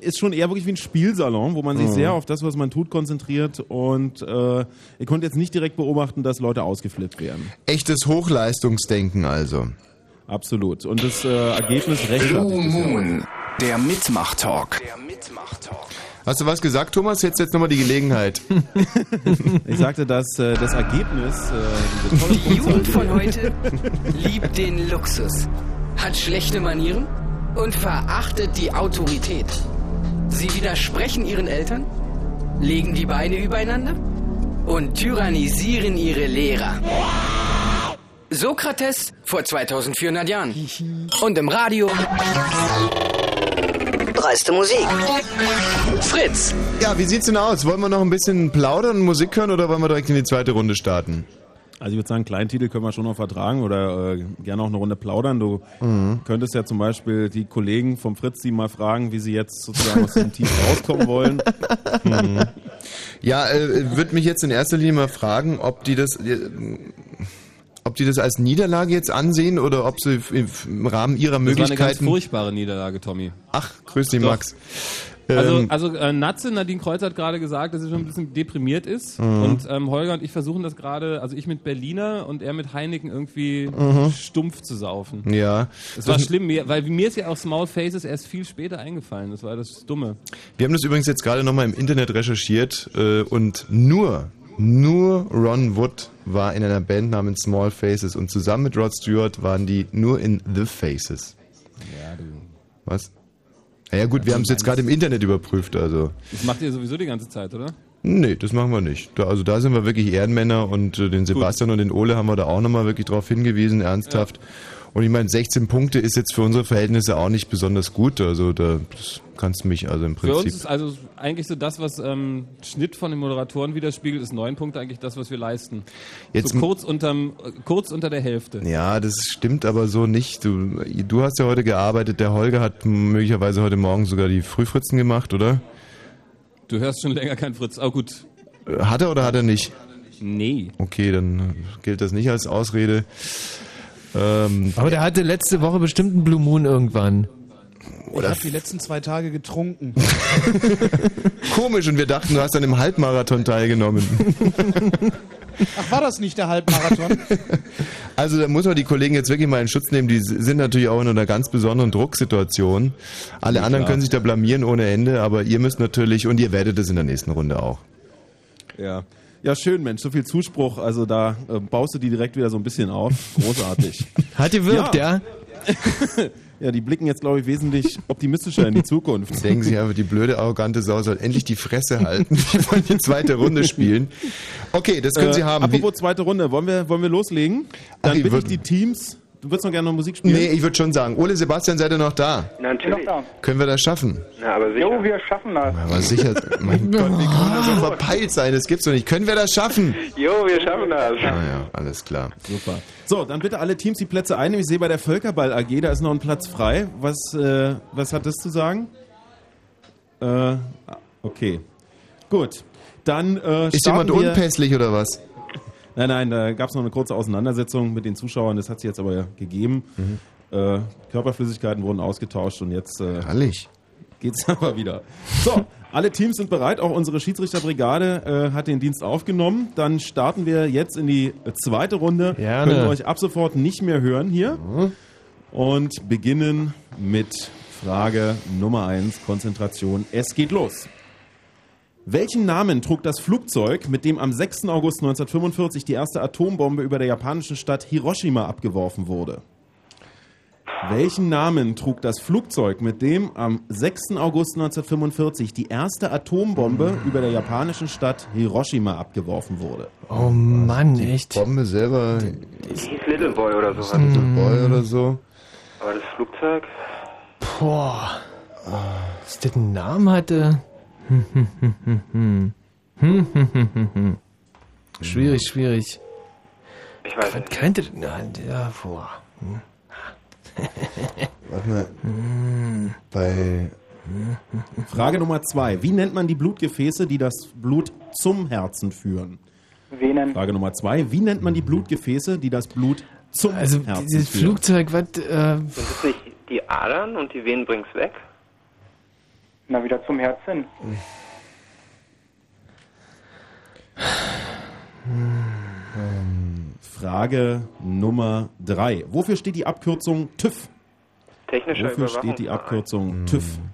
Speaker 4: ist schon eher wirklich wie ein Spielsalon, wo man sich
Speaker 1: Mhm.
Speaker 4: sehr auf das, was man tut, konzentriert und äh, ich konnte jetzt nicht direkt beobachten, dass Leute ausgeflippt werden.
Speaker 1: Echtes Hochleistungsdenken also.
Speaker 4: Absolut. Und das äh, Ergebnis recht.
Speaker 20: Blue Moon, der Mitmach-Talk.
Speaker 1: Hast du was gesagt, Thomas? Jetzt jetzt nochmal die Gelegenheit.
Speaker 4: ich sagte, dass äh, das Ergebnis äh, diese tolle
Speaker 16: Die Jugend von heute liebt den Luxus, hat schlechte Manieren und verachtet die Autorität. Sie widersprechen ihren Eltern, legen die Beine übereinander und tyrannisieren ihre Lehrer. Sokrates vor 2400 Jahren. Und im Radio. Dreiste Musik. Fritz.
Speaker 1: Ja, wie sieht's denn aus? Wollen wir noch ein bisschen plaudern und Musik hören oder wollen wir direkt in die zweite Runde starten?
Speaker 4: Also ich würde sagen, Kleintitel können wir schon noch vertragen oder äh, gerne auch eine Runde plaudern. Du
Speaker 1: Mhm.
Speaker 4: könntest ja zum Beispiel die Kollegen vom Fritz die mal fragen, wie sie jetzt sozusagen aus dem Team rauskommen wollen. Mhm.
Speaker 1: Ja, äh, würde mich jetzt in erster Linie mal fragen, ob die das, äh, ob die das als Niederlage jetzt ansehen oder ob sie im im Rahmen
Speaker 7: Das
Speaker 1: ihrer
Speaker 7: war eine ganz
Speaker 1: Möglichkeiten.
Speaker 7: furchtbare Niederlage, Tommy.
Speaker 1: Ach, grüß dich,
Speaker 7: Doch.
Speaker 1: Max.
Speaker 7: Also,
Speaker 1: Ähm,
Speaker 7: also äh, Natze, Nadine Kreuz hat gerade gesagt, dass sie schon ein bisschen deprimiert ist.
Speaker 1: Mhm.
Speaker 7: Und ähm, Holger und ich versuchen das gerade, also ich mit Berliner und er mit Heineken irgendwie
Speaker 1: Mhm.
Speaker 7: stumpf zu saufen.
Speaker 1: Ja.
Speaker 7: Es war
Speaker 1: Das-
Speaker 7: schlimm, mir, weil mir ist ja auch Small Faces erst viel später eingefallen. Das war das Dumme.
Speaker 1: Wir haben das übrigens jetzt gerade nochmal im Internet recherchiert äh, und nur, nur Ron Wood war in einer Band namens Small Faces und zusammen mit Rod Stewart waren die nur in The Faces.
Speaker 7: Ja, du.
Speaker 1: Was? Naja gut, wir haben es jetzt gerade im Internet überprüft, also.
Speaker 7: Das macht ihr sowieso die ganze Zeit, oder?
Speaker 1: Nee, das machen wir nicht. Da, also da sind wir wirklich Ehrenmänner und äh, den Sebastian und den Ole haben wir da auch nochmal wirklich drauf hingewiesen, ernsthaft. Und ich meine, 16 Punkte ist jetzt für unsere Verhältnisse auch nicht besonders gut. Also da das kannst du mich also im
Speaker 7: Für uns
Speaker 1: Prinzip.
Speaker 7: ist also eigentlich so das, was ähm, Schnitt von den Moderatoren widerspiegelt, ist neun Punkte eigentlich das, was wir leisten.
Speaker 1: Jetzt
Speaker 7: so
Speaker 1: m-
Speaker 7: kurz, unterm, äh, kurz unter der Hälfte.
Speaker 1: Ja, das stimmt aber so nicht. Du, du hast ja heute gearbeitet, der Holger hat möglicherweise heute Morgen sogar die Frühfritzen gemacht, oder?
Speaker 7: Du hörst schon länger kein Fritz. Oh gut.
Speaker 1: Äh, Hat er oder hat er nicht?
Speaker 7: Nee.
Speaker 1: Okay, dann gilt das nicht als Ausrede. Ähm,
Speaker 2: Aber der hatte letzte Woche bestimmt einen Blue Moon irgendwann.
Speaker 1: Oh,
Speaker 5: Ich habe die letzten zwei Tage getrunken.
Speaker 1: komisch und wir dachten, du hast an dem Halbmarathon teilgenommen.
Speaker 5: Ach, war das nicht der Halbmarathon?
Speaker 1: Also da muss man die Kollegen jetzt wirklich mal in Schutz nehmen. Die s- sind natürlich auch in einer ganz besonderen Drucksituation. Alle
Speaker 4: Ja,
Speaker 1: anderen
Speaker 4: klar.
Speaker 1: können sich da blamieren ohne Ende, aber ihr müsst natürlich und ihr werdet es in der nächsten Runde auch.
Speaker 4: Ja. ja, schön, Mensch, so viel Zuspruch. Also da äh, baust du die direkt wieder so ein bisschen auf. Großartig.
Speaker 2: Hat gewirkt, ja?
Speaker 4: ja, die blicken jetzt, glaube ich, wesentlich optimistischer in die Zukunft.
Speaker 1: Denken Sie einfach, die blöde, arrogante Sau soll endlich die Fresse halten. Wir wollen die zweite Runde spielen. Okay, das können
Speaker 4: Äh,
Speaker 1: Sie haben. Wie-
Speaker 4: Apropos zweite Runde, wollen wir, wollen wir loslegen? Dann
Speaker 1: ich
Speaker 4: bitte ich
Speaker 1: würd-
Speaker 4: die Teams. Du würdest noch gerne noch Musik spielen?
Speaker 1: Nee, ich würde schon sagen, Ole Sebastian, seid ihr noch da?
Speaker 12: Natürlich.
Speaker 1: Können wir das schaffen?
Speaker 12: Na, aber sicher. Jo, wir schaffen das.
Speaker 1: Aber sicher, mein Gott, wie kann das so verpeilt sein? Das gibt's doch nicht. Können wir das schaffen?
Speaker 12: Jo, wir schaffen das.
Speaker 1: Naja, Ah alles klar.
Speaker 4: Super. So, dann bitte alle Teams die Plätze einnehmen. Ich sehe bei der Völkerball AG, da ist noch ein Platz frei. Was, äh, was hat das zu sagen? Äh, okay. Gut. Dann äh,
Speaker 1: Ist
Speaker 4: starten
Speaker 1: jemand
Speaker 4: wir-
Speaker 1: unpässlich oder was?
Speaker 4: Nein, nein, da gab es noch eine kurze Auseinandersetzung mit den Zuschauern. Das hat sie jetzt aber gegeben.
Speaker 1: Mhm.
Speaker 4: Äh, Körperflüssigkeiten wurden ausgetauscht und jetzt äh,
Speaker 1: Herrlich.
Speaker 4: geht's aber wieder. So, alle Teams sind bereit. Auch unsere Schiedsrichterbrigade äh, hat den Dienst aufgenommen. Dann starten wir jetzt in die zweite Runde.
Speaker 2: Gerne.
Speaker 4: Können euch ab sofort nicht mehr hören hier. Und beginnen mit Frage Nummer eins. Konzentration. Es geht los. Welchen Namen trug das Flugzeug, mit dem am 6. August 1945 die erste Atombombe über der japanischen Stadt Hiroshima abgeworfen wurde? Welchen Namen trug das Flugzeug, mit dem am 6. August 1945 die erste Atombombe über der japanischen Stadt Hiroshima abgeworfen wurde?
Speaker 2: Oh Mann, echt.
Speaker 1: Bombe selber.
Speaker 13: Hieß Little Boy oder so.
Speaker 1: Little Boy oder so.
Speaker 13: Aber das Flugzeug?
Speaker 2: Boah. Was das einen Namen hatte? Hm, hm, hm, hm, hm. Hm, hm, hm, hm, hm. Schwierig, schwierig.
Speaker 13: Ich weiß
Speaker 2: Was könnte. Nein, ja, boah. Hm.
Speaker 1: Warte mal.
Speaker 2: Hm.
Speaker 1: Bei.
Speaker 4: Frage Nummer zwei. Wie nennt man die Blutgefäße, die das Blut zum Herzen führen?
Speaker 15: Venen.
Speaker 4: Frage Nummer zwei. Wie nennt man die Blutgefäße, die das Blut zum
Speaker 2: Also,
Speaker 4: Herzen
Speaker 2: dieses
Speaker 4: führen?
Speaker 2: Flugzeug, was. Äh,
Speaker 13: Sind das nicht die Adern und die Venen bringt's weg?
Speaker 15: Na, wieder zum Herzen.
Speaker 4: Ähm, Frage Nummer drei. Wofür steht die Abkürzung TÜV?
Speaker 13: Technischer
Speaker 4: Wofür steht die Abkürzung TÜV?
Speaker 2: Hm.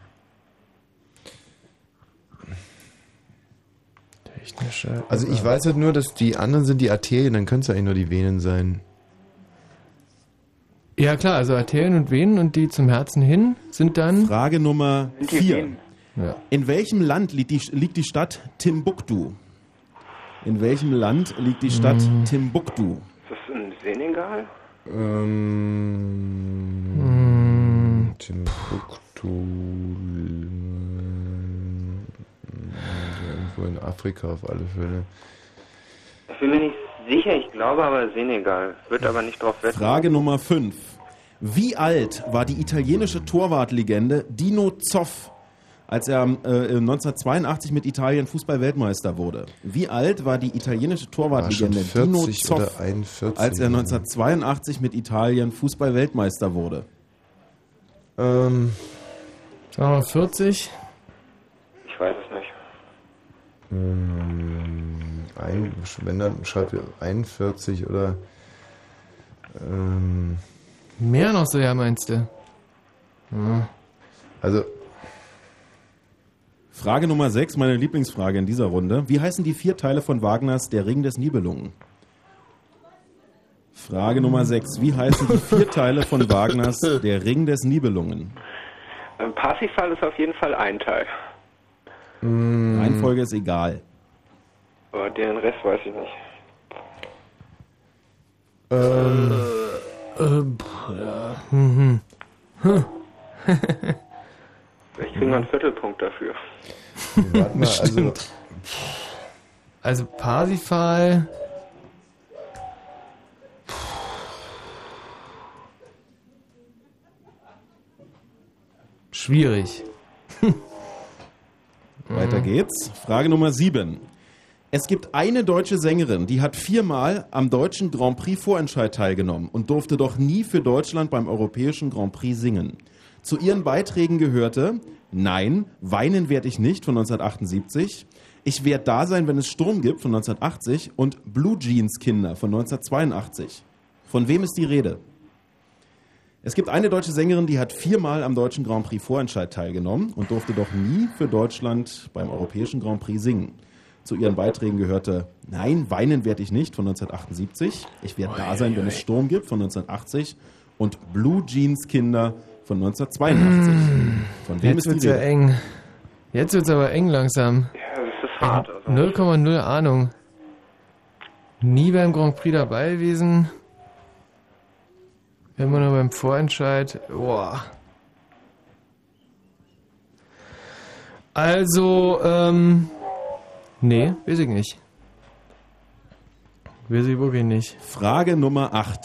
Speaker 1: Also ich weiß halt nur, dass die anderen sind die Arterien, dann können es eigentlich nur die Venen sein.
Speaker 2: ja, klar, also Arterien und Venen und die zum Herzen hin sind dann.
Speaker 4: Frage Nummer
Speaker 2: Sind die
Speaker 4: vier.
Speaker 2: Venen? Ja.
Speaker 4: In welchem Land liegt die, liegt die Stadt Timbuktu? In welchem Land liegt die Stadt
Speaker 2: Hm.
Speaker 4: Timbuktu?
Speaker 13: Ist das in Senegal?
Speaker 4: Hm.
Speaker 1: Ähm. Timbuktu. äh, Irgendwo in Afrika auf alle
Speaker 2: Äh,
Speaker 1: Fälle.
Speaker 13: Ich bin mir nicht sicher, ich glaube aber Senegal. Wird aber nicht drauf wetten.
Speaker 4: Frage Nummer 5. Wie alt war die italienische Torwartlegende Dino Zoff, als er äh, 1982 mit Italien Fußball-Weltmeister wurde? Wie alt war die italienische
Speaker 1: War schon
Speaker 4: Torwartlegende Dino
Speaker 1: 40
Speaker 4: Zoff,
Speaker 1: oder 41.
Speaker 4: als er 1982 mit Italien Fußball-Weltmeister wurde?
Speaker 1: Ähm.
Speaker 2: Sagen wir 40?
Speaker 13: Ich weiß es nicht.
Speaker 1: Ähm, ein, wenn dann schreibt ihr 41 oder ähm,
Speaker 2: Mehr noch so, ja, meinst du? Ja.
Speaker 1: also
Speaker 4: Frage Nummer 6, meine Lieblingsfrage in dieser Runde. Wie heißen die vier Teile von Wagners Der Ring des Nibelungen? Frage Nummer 6. Wie heißen die vier Teile von Wagners Der Ring des Nibelungen?
Speaker 13: Ähm, Parsifal ist auf jeden Fall ein Teil.
Speaker 4: Reihenfolge ist egal.
Speaker 13: Aber den Rest weiß ich nicht.
Speaker 1: ähm,
Speaker 2: Ähm, pff, ja. Mhm. Hm.
Speaker 13: Vielleicht kriegen wir einen Viertelpunkt dafür.
Speaker 1: warte mal, also
Speaker 2: Stimmt. Also Parsifal. Schwierig.
Speaker 4: Weiter geht's. Frage Nummer 7. Es gibt eine deutsche Sängerin, die hat viermal am deutschen Grand Prix Vorentscheid teilgenommen und durfte doch nie für Deutschland beim europäischen Grand Prix singen. Zu ihren Beiträgen gehörte Nein, weinen werde ich nicht von 1978, Ich werde da sein, wenn es Sturm gibt von 1980 und Blue Jeans Kinder von 1982. Von wem ist die Rede? Es gibt eine deutsche Sängerin, die hat viermal am deutschen Grand Prix Vorentscheid teilgenommen und durfte doch nie für Deutschland beim europäischen Grand Prix singen. Zu ihren Beiträgen gehörte Nein, weinen werde ich nicht von 1978, Ich werde da sein, wenn es Sturm gibt von 1980 und Blue Jeans Kinder von 1982. Von wem
Speaker 2: Mm. Jetzt
Speaker 4: ist die
Speaker 2: wird's ja
Speaker 4: Rede?
Speaker 2: eng. Jetzt wird's aber eng langsam.
Speaker 13: Ja, das ist hart. Also,
Speaker 2: 0,0 Ahnung. Nie beim Grand Prix dabei gewesen. Immer nur beim Vorentscheid. Boah. Also, ähm. Nee, weiß ich nicht. Weiß ich wirklich nicht.
Speaker 4: Frage Nummer 8.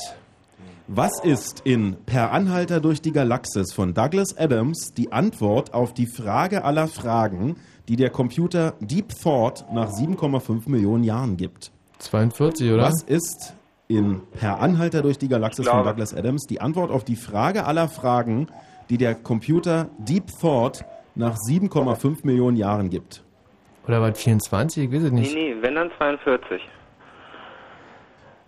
Speaker 4: Was ist in Per Anhalter durch die Galaxis von Douglas Adams die Antwort auf die Frage aller Fragen, die der Computer Deep Thought nach 7,5 Millionen Jahren gibt?
Speaker 2: 42, oder?
Speaker 4: Was ist in Per Anhalter durch die Galaxis von Douglas Adams die Antwort auf die Frage aller Fragen, die der Computer Deep Thought nach 7,5 Millionen Jahren gibt?
Speaker 2: Oder was? 24? Ich weiß es
Speaker 13: nee,
Speaker 2: nicht.
Speaker 13: nee, wenn dann 42.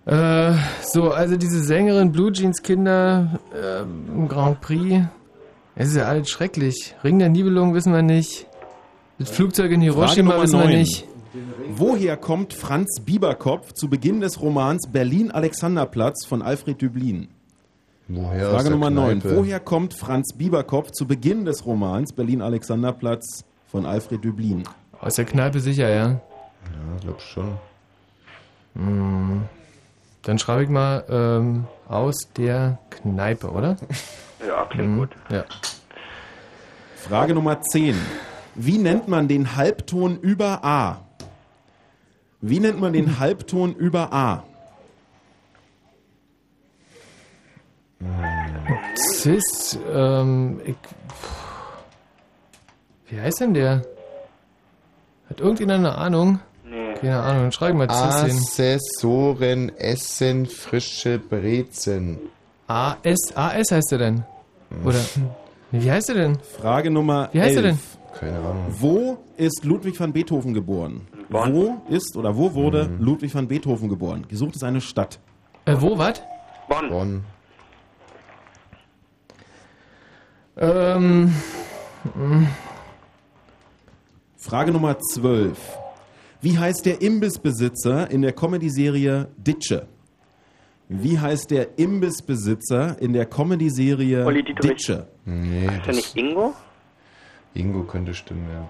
Speaker 2: Äh, so, also diese Sängerin Blue Jeans Kinder äh, ähm, im Grand Prix. Es ist ja alles schrecklich. Ring der Nibelung wissen wir nicht. Das Flugzeug in Hiroshima
Speaker 4: Frage Nummer
Speaker 2: wissen wir
Speaker 4: neun.
Speaker 2: nicht.
Speaker 4: Woher kommt Franz Bieberkopf zu Beginn des Romans Berlin-Alexanderplatz von Alfred Döblin?
Speaker 1: Woher aus
Speaker 4: Frage
Speaker 1: der
Speaker 4: Nummer 9.
Speaker 1: Kneipe?
Speaker 4: Woher kommt Franz Bieberkopf zu Beginn des Romans Berlin-Alexanderplatz von Alfred Döblin?
Speaker 2: Aus der Kneipe sicher, ja.
Speaker 1: Ja, glaub schon.
Speaker 2: Hm. Dann schreibe ich mal ähm, aus der Kneipe, oder? Hm.
Speaker 4: Ja, klingt
Speaker 2: gut. Ja.
Speaker 4: Frage Nummer 10. Wie nennt man den Halbton über A? Wie nennt man den Halbton über A?
Speaker 2: Cis, ähm, ich, pff. wie heißt denn der? Hat irgendjemand eine Ahnung?
Speaker 1: Nee.
Speaker 2: Keine Ahnung, dann schreiben wir
Speaker 1: Ah,
Speaker 2: Cis hin.
Speaker 1: Assessoren essen frische Brezen. Mm.
Speaker 2: AS, AS heißt er denn? Oder, wie heißt er denn?
Speaker 4: Frage Nummer
Speaker 2: Wie heißt er
Speaker 4: 11.
Speaker 1: Keine Ahnung.
Speaker 4: Wo ist Ludwig van Beethoven geboren? Wo ist oder wo wurde
Speaker 1: Mhm.
Speaker 4: Ludwig van Beethoven geboren? Gesucht ist eine Stadt.
Speaker 2: Äh, wo, was?
Speaker 1: Bonn. Bonn.
Speaker 2: Ähm,
Speaker 4: Frage Nummer 12. Wie heißt der Imbissbesitzer in der Comedy-Serie Ditsche? Wie heißt der Imbissbesitzer in der Comedy-Serie
Speaker 13: Olli Dietrich.
Speaker 4: Ditsche?
Speaker 1: Nee,
Speaker 13: Ist er nicht Ingo?
Speaker 1: Ingo könnte stimmen, ja.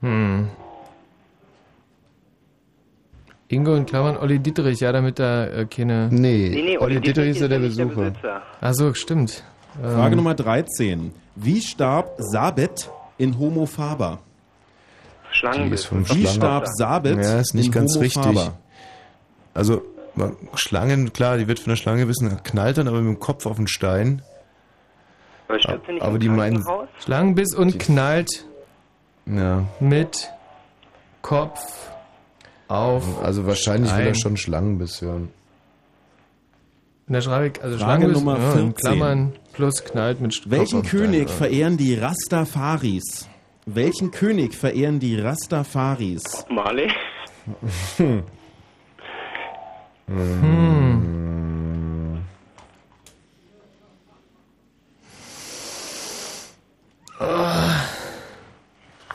Speaker 2: Hm. Ingo in Klammern Olli Dietrich, ja, damit da äh, keine.
Speaker 13: Nee,
Speaker 1: Nee,
Speaker 13: nee, Olli Olli Dietrich Dietrich ist ist ja der nicht der Besucher. Besitzer.
Speaker 2: Achso, stimmt. Ähm,
Speaker 4: Frage Nummer 13. Wie starb Sabet in Homo Faber?
Speaker 1: Die ist von
Speaker 4: Wie
Speaker 1: Schlangen.
Speaker 4: starb Sabet
Speaker 1: Ja, ist nicht
Speaker 4: in
Speaker 1: ganz
Speaker 4: Homo
Speaker 1: richtig.
Speaker 4: Faber?
Speaker 1: Also, man- Schlangen, klar, die wird von der Schlange wissen, knallt dann aber mit dem Kopf auf den Stein.
Speaker 13: Aber
Speaker 1: stirbt sie nicht Aber im die meinen- Krankenhaus?
Speaker 2: Schlangenbiss und knallt
Speaker 1: Ja.
Speaker 2: mit Kopf auf.
Speaker 1: Also wahrscheinlich will er
Speaker 2: Nein.
Speaker 1: schon Schlangenbiss hören.
Speaker 2: Und da schreibe ich, also
Speaker 4: Frage
Speaker 2: Schlangenbiss
Speaker 4: Nummer
Speaker 2: ja, in
Speaker 4: 14.
Speaker 2: Klammern plus knallt mit Kopf
Speaker 4: Welchen
Speaker 2: auf den
Speaker 4: König
Speaker 2: Stein.
Speaker 4: verehren die Rastafaris? Welchen König verehren die Rastafaris?
Speaker 13: Marley?
Speaker 4: Hm.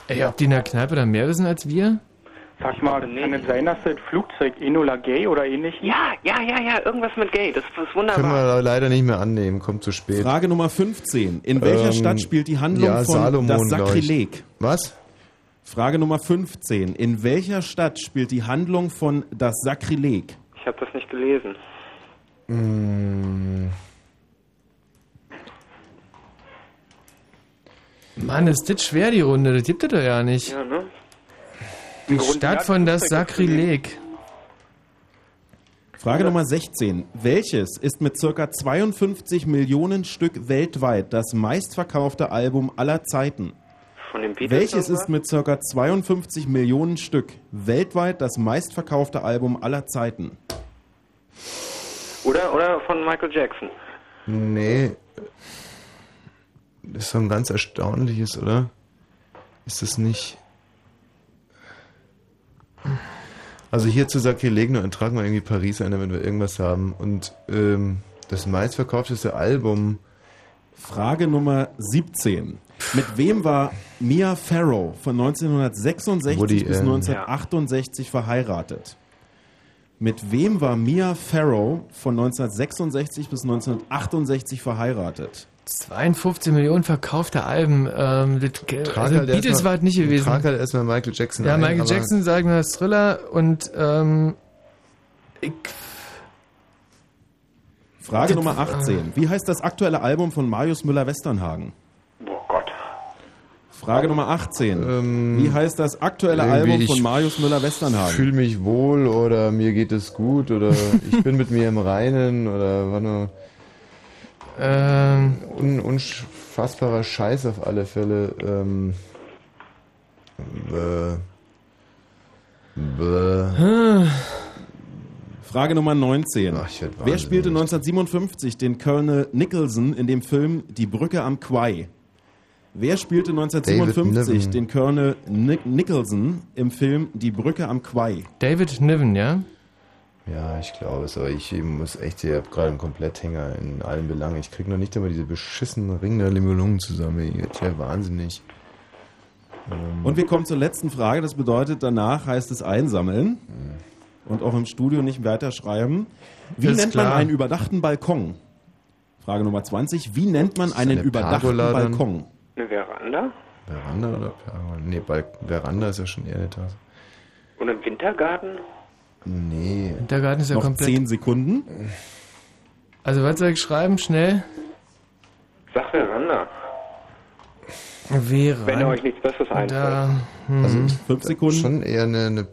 Speaker 2: Ey, ob die in der Kneipe da mehr wissen als wir?
Speaker 15: Sag
Speaker 13: Also,
Speaker 15: mal, kann es sein, dass das Flugzeug Enola Gay oder ähnlich?
Speaker 13: Ja, ja, ja, ja, irgendwas mit Gay. Das ist
Speaker 1: Können
Speaker 13: wunderbar.
Speaker 1: wir leider nicht mehr annehmen, kommt zu spät.
Speaker 4: Frage Nummer 15. In welcher
Speaker 1: Ähm,
Speaker 4: Stadt spielt die Handlung
Speaker 1: ja,
Speaker 4: von
Speaker 1: Salomon,
Speaker 4: Das
Speaker 1: glaub ich.
Speaker 4: Sakrileg?
Speaker 1: Was?
Speaker 4: Frage Nummer 15. In welcher Stadt spielt die Handlung von Das Sakrileg?
Speaker 13: Ich habe das nicht gelesen.
Speaker 1: Mm.
Speaker 2: Mann, ist das schwer, die Runde. Das gibt es doch ja nicht.
Speaker 13: Ja, ne?
Speaker 2: Die
Speaker 13: Grunde
Speaker 2: Stadt
Speaker 13: hat
Speaker 2: von das
Speaker 13: Flugzeug
Speaker 2: Sakrileg.
Speaker 4: Frage Nummer 16. Welches ist mit ca. 52 Millionen Stück weltweit das meistverkaufte Album aller Zeiten?
Speaker 13: Von den Beatles.
Speaker 4: Welches ist mit ca. 52 Millionen Stück weltweit das meistverkaufte Album aller Zeiten?
Speaker 13: Oder, oder von Michael Jackson.
Speaker 1: Nee. Das ist so ein ganz erstaunliches, oder? Ist das nicht. Also hier zu Sakrileg, nur tragen wir irgendwie Paris ein, damit wir irgendwas haben. Und ähm, das meistverkaufteste Album.
Speaker 4: Frage Nummer 17. Mit wem war Mia Farrow von 1966
Speaker 1: Woody
Speaker 4: bis
Speaker 1: Allen.
Speaker 4: 1968 verheiratet? Mit wem war Mia Farrow von 1966 bis 1968 verheiratet?
Speaker 2: 52 Millionen verkaufte Alben. Ähm, das, also
Speaker 1: halt erst
Speaker 2: Beatles
Speaker 1: mal-
Speaker 2: war es nicht gewesen.
Speaker 1: Trag halt erstmal Michael Jackson
Speaker 2: ja,
Speaker 1: ein,
Speaker 2: Michael
Speaker 1: aber-
Speaker 2: Jackson, sagen wir Thriller und ähm, ich,
Speaker 4: Frage
Speaker 2: Das-
Speaker 4: Nummer 18. Wie heißt das aktuelle Album von Marius Müller-Westernhagen?
Speaker 13: Oh Gott.
Speaker 4: Frage Nummer 18. Wie heißt das aktuelle
Speaker 1: Ähm, irgendwie
Speaker 4: Album
Speaker 1: ich
Speaker 4: von Marius Müller-Westernhagen?
Speaker 1: Fühl mich wohl oder mir geht es gut oder ich bin mit mir im Reinen oder war nur
Speaker 4: Ähm.
Speaker 1: un unfassbarer Scheiß auf alle Fälle. Ähm, bäh. Bäh.
Speaker 4: Frage Nummer 19. Wer
Speaker 1: wahnsinnig.
Speaker 4: spielte 1957 den Colonel Nicholson in dem Film Die Brücke am Quai? Wer spielte 1957
Speaker 2: Niven.
Speaker 4: den Colonel Ni Nicholson im Film Die Brücke am Quai?
Speaker 2: David Niven, ja?
Speaker 1: Ja, ich glaube es, aber ich muss echt, ich habe gerade einen Kompletthänger in allen Belangen. Ich krieg noch nicht immer diese beschissenen Ringnadel-Melungen zusammen. Jetzt ja wahnsinnig. Ähm,
Speaker 4: Und wir kommen zur letzten Frage. Das bedeutet, danach heißt es einsammeln und auch im Studio nicht weiterschreiben. Wie
Speaker 1: Ist
Speaker 4: nennt
Speaker 1: klar.
Speaker 4: man einen überdachten Balkon? Frage Nummer 20. Wie nennt man einen
Speaker 1: eine
Speaker 4: überdachten
Speaker 1: Pergola dann?
Speaker 4: Balkon?
Speaker 13: Eine Veranda?
Speaker 1: Veranda oder Pergola? Nee, Balk- Veranda ist ja schon eher eine Tasse.
Speaker 13: Und ein Wintergarten?
Speaker 1: Nee.
Speaker 2: Wintergarten Ah, ist ja
Speaker 4: Noch
Speaker 2: komplett-
Speaker 4: zehn Sekunden.
Speaker 2: Also was soll ich schreiben? Schnell.
Speaker 13: Sag Veranda.
Speaker 2: Vera.
Speaker 13: Wenn euch nichts Besseres
Speaker 2: Da-
Speaker 13: einfällt.
Speaker 2: hm.
Speaker 1: Also
Speaker 4: fünf Sekunden.
Speaker 1: Schon eher eine. eine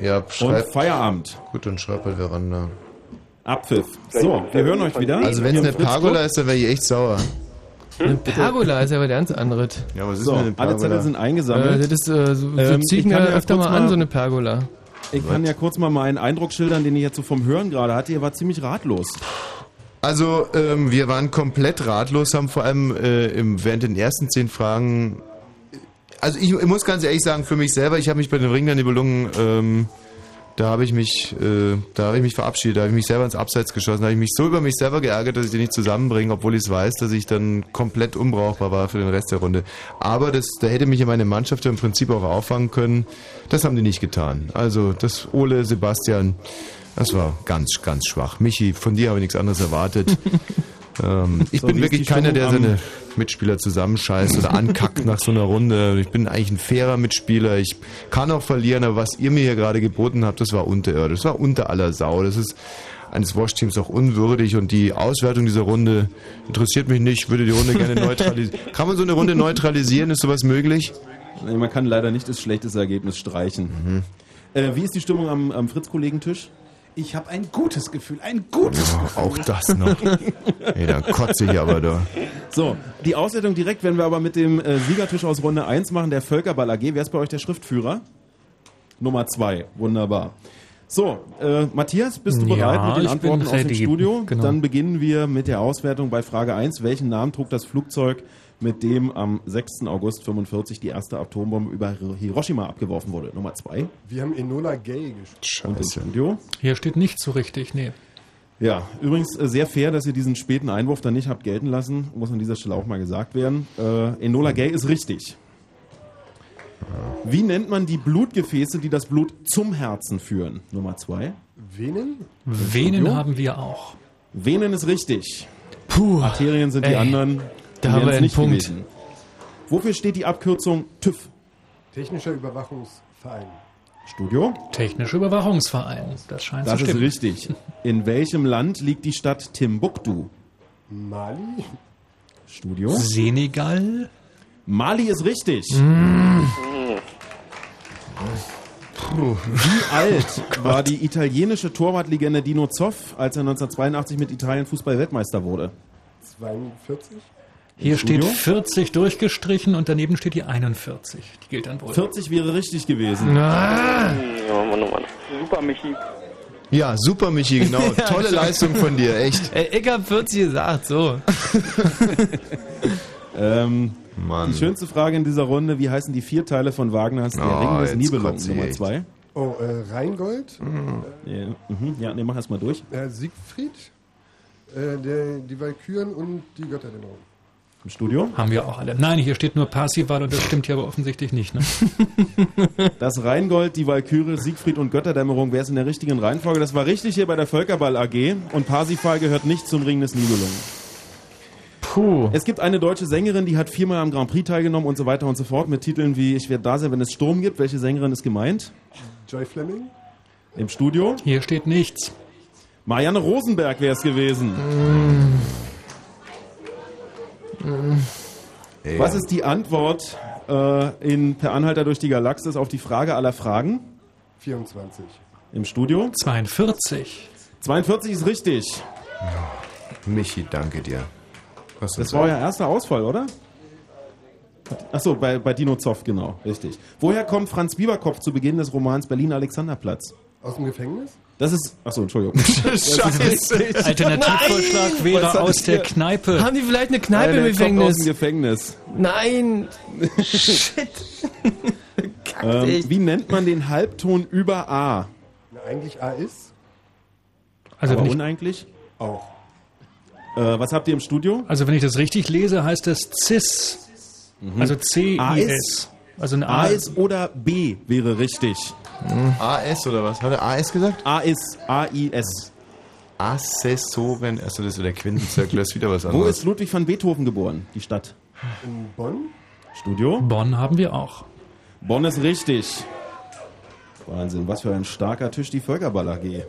Speaker 1: ja, schreib,
Speaker 4: Feierabend.
Speaker 1: Gut, dann schreib halt Veranda.
Speaker 4: Abpfiff. So, wir hören euch wieder.
Speaker 1: Also wenn es
Speaker 4: Hier
Speaker 1: eine
Speaker 4: im Fritz-Club.
Speaker 1: Pergola ist, dann wäre ich echt sauer.
Speaker 2: Eine Pergola ist ja aber der ganz andere.
Speaker 1: Ja, was
Speaker 4: ist So, denn eine alle Zettel Pergola? sind eingesammelt.
Speaker 2: Äh, das ist, äh, so, so
Speaker 4: Ähm, ich
Speaker 2: ziehe ich mir
Speaker 4: kann ja
Speaker 2: öfter
Speaker 4: kurz
Speaker 2: mal an,
Speaker 4: mal-
Speaker 2: so eine Pergola.
Speaker 4: Ich kann ja kurz mal meinen Eindruck schildern, den ich jetzt so vom Hören gerade hatte. Ihr war ziemlich ratlos.
Speaker 1: Also, ähm, wir waren komplett ratlos, haben vor allem äh, im, während den ersten zehn Fragen. Also, ich, ich muss ganz ehrlich sagen, für mich selber, ich habe mich bei den Ring der Nibelungen, ähm, da habe ich mich, äh, da habe ich mich verabschiedet, da habe ich mich selber ins Abseits geschossen, da habe ich mich so über mich selber geärgert, dass ich den nicht zusammenbringe, obwohl ich es weiß, dass ich dann komplett unbrauchbar war für den Rest der Runde. Aber das, da hätte mich ja meine Mannschaft ja im Prinzip auch auffangen können. Das haben die nicht getan. Also, das Ole, Sebastian, das war ganz, ganz schwach. Michi, von dir habe ich nichts anderes erwartet. ähm, ich
Speaker 4: So, wie
Speaker 1: bin
Speaker 4: ist die
Speaker 1: wirklich keiner, der
Speaker 4: Stimmung am-
Speaker 1: seine Mitspieler zusammenscheißt oder ankackt nach so einer Runde. Ich bin eigentlich ein fairer Mitspieler. Ich kann auch verlieren, aber was ihr mir hier gerade geboten habt, das war unterirdisch. Das war unter aller Sau. Das ist eines Wash-Teams auch unwürdig und die Auswertung dieser Runde interessiert mich nicht. Würde die Runde gerne neutralisieren. Kann man so eine Runde neutralisieren? Ist sowas möglich?
Speaker 4: Nee, man kann leider nicht das schlechteste Ergebnis streichen.
Speaker 1: Mhm.
Speaker 4: Äh, wie ist die Stimmung am, am Fritz-Kollegentisch?
Speaker 5: Ich habe ein gutes Gefühl, ein gutes
Speaker 1: Ja,
Speaker 5: Gefühl.
Speaker 1: auch das noch. Ey, dann kotze ich aber da.
Speaker 4: So, die Auswertung direkt werden wir aber mit dem äh, Siegertisch aus Runde 1 machen, der Völkerball AG. Wer ist bei euch der Schriftführer? Nummer 2, wunderbar. So, äh, Matthias, bist du
Speaker 17: Ja,
Speaker 4: bereit mit den
Speaker 17: ich bin
Speaker 4: Antworten aus dem
Speaker 17: ready.
Speaker 4: Studio?
Speaker 17: Genau.
Speaker 4: Dann beginnen wir mit der Auswertung bei Frage 1. Welchen Namen trug das Flugzeug, mit dem am 6. August 45 die erste Atombombe über Hiroshima abgeworfen wurde? Nummer 2.
Speaker 22: Wir haben Enola Gay gespielt.
Speaker 4: Scheiße. Studio.
Speaker 17: Hier steht nicht so richtig, nee.
Speaker 4: Ja, übrigens äh, sehr fair, dass ihr diesen späten Einwurf dann nicht habt gelten lassen. Muss an dieser Stelle auch mal gesagt werden. Äh, Enola Gay ist richtig. Wie nennt man die Blutgefäße, die das Blut zum Herzen führen? Nummer zwei.
Speaker 22: Venen?
Speaker 17: Venen
Speaker 4: Jo.
Speaker 17: haben wir auch.
Speaker 4: Venen ist richtig.
Speaker 2: Puh.
Speaker 4: Arterien sind die
Speaker 17: Ey,
Speaker 4: anderen.
Speaker 17: da
Speaker 4: Die
Speaker 17: haben wir
Speaker 4: wären's
Speaker 17: einen Punkt.
Speaker 4: Wofür steht die Abkürzung TÜV?
Speaker 22: Technischer Überwachungsverein.
Speaker 4: Studio?
Speaker 17: Technischer Überwachungsverein. Das scheint
Speaker 4: Das
Speaker 17: zu
Speaker 4: ist
Speaker 17: stimmen.
Speaker 4: richtig. In welchem Land liegt die Stadt Timbuktu?
Speaker 22: Mali?
Speaker 4: Studio?
Speaker 17: Senegal?
Speaker 4: Mali ist richtig.
Speaker 2: Mm.
Speaker 1: Puh.
Speaker 4: Wie alt war die italienische Torwartlegende Dino Zoff, als er 1982 mit Italien Fußball-Weltmeister wurde?
Speaker 22: 42?
Speaker 17: Hier steht
Speaker 4: Studio?
Speaker 17: 40 durchgestrichen und daneben steht die 41. Die gilt dann wohl. Ah!
Speaker 4: 40 wäre richtig gewesen.
Speaker 13: Ja, Mann, oh Mann. Super, Michi.
Speaker 1: Ja, super, Michi, genau.
Speaker 2: Ja,
Speaker 1: Tolle
Speaker 2: schon.
Speaker 1: Leistung von dir, echt.
Speaker 2: Ey, ich hab 40 gesagt, so.
Speaker 4: Ähm,
Speaker 1: Mann.
Speaker 4: Die schönste Frage in dieser Runde, wie heißen die vier Teile von Wagners Der
Speaker 1: Oh,
Speaker 4: Ring des
Speaker 1: jetzt
Speaker 4: Nibelungen
Speaker 1: kotzt sie
Speaker 4: Nummer
Speaker 1: echt.
Speaker 4: 2?
Speaker 22: Oh, äh, Rheingold?
Speaker 4: Ja, mhm. ja, nee, mach erst mal durch.
Speaker 22: Äh, Siegfried? Äh, der, die Walküren und die Götterdämmerung.
Speaker 4: Im Studio?
Speaker 17: Haben wir auch alle. Nein, hier steht nur Parsival und das stimmt hier aber offensichtlich nicht. Ne?
Speaker 4: Das Rheingold, die Walküre, Siegfried und Götterdämmerung, wer ist in der richtigen Reihenfolge? Das war richtig hier bei der Völkerball AG und Parsifal gehört nicht zum Ring des Nibelungen.
Speaker 2: Puh.
Speaker 4: Es gibt eine deutsche Sängerin, die hat viermal am Grand Prix teilgenommen und so weiter und so fort mit Titeln wie Ich werde da sein, wenn es Sturm gibt. Welche Sängerin ist gemeint?
Speaker 22: Joy Fleming?
Speaker 4: Im Studio?
Speaker 17: Hier steht nichts.
Speaker 4: Marianne Rosenberg wäre es gewesen. Was ist die Antwort äh, in Per Anhalter durch die Galaxis auf die Frage aller Fragen
Speaker 22: 24.
Speaker 4: im Studio?
Speaker 17: 42.
Speaker 4: 42 ist richtig.
Speaker 1: Michi, danke dir. Was
Speaker 4: Das war euer erster Ausfall, oder? Achso, bei, bei Dino Zoff, genau, richtig. Woher kommt Franz Bieberkopf zu Beginn des Romans Berlin Alexanderplatz?
Speaker 22: Aus dem Gefängnis?
Speaker 4: Das ist. Achso, Entschuldigung.
Speaker 17: Scheiße. Alternativvorschlag
Speaker 2: Nein!
Speaker 17: wäre
Speaker 2: Was hab
Speaker 17: aus
Speaker 2: ich
Speaker 17: der
Speaker 2: hier?
Speaker 17: Kneipe.
Speaker 2: Haben die vielleicht eine
Speaker 4: Äh,
Speaker 2: Kneipe
Speaker 4: Nein,
Speaker 2: im
Speaker 4: der kommt aus dem
Speaker 2: Gefängnis?
Speaker 4: Gefängnis.
Speaker 2: Nein! Shit!
Speaker 4: Ähm, wie nennt man den Halbton über A?
Speaker 22: Na, eigentlich A ist.
Speaker 17: Also
Speaker 4: Aber
Speaker 17: wenn ich-
Speaker 4: uneigentlich? Auch. Äh, was habt ihr im Studio?
Speaker 17: Also wenn ich das richtig lese, heißt das CIS.
Speaker 4: Mhm.
Speaker 17: Also C-I-S. Also ein A.
Speaker 4: AS oder B wäre richtig.
Speaker 1: AS oder was? Hat er AS gesagt?
Speaker 4: AS, AIS.
Speaker 1: Assessoren, achso, also das ist der Quintenzirkel, das ist wieder was
Speaker 4: Wo
Speaker 1: anderes.
Speaker 4: ist Ludwig van Beethoven geboren? Die Stadt.
Speaker 22: In Bonn?
Speaker 4: Studio?
Speaker 17: Bonn haben wir auch.
Speaker 4: Bonn ist richtig. Wahnsinn, was für ein starker Tisch die Völkerballer G.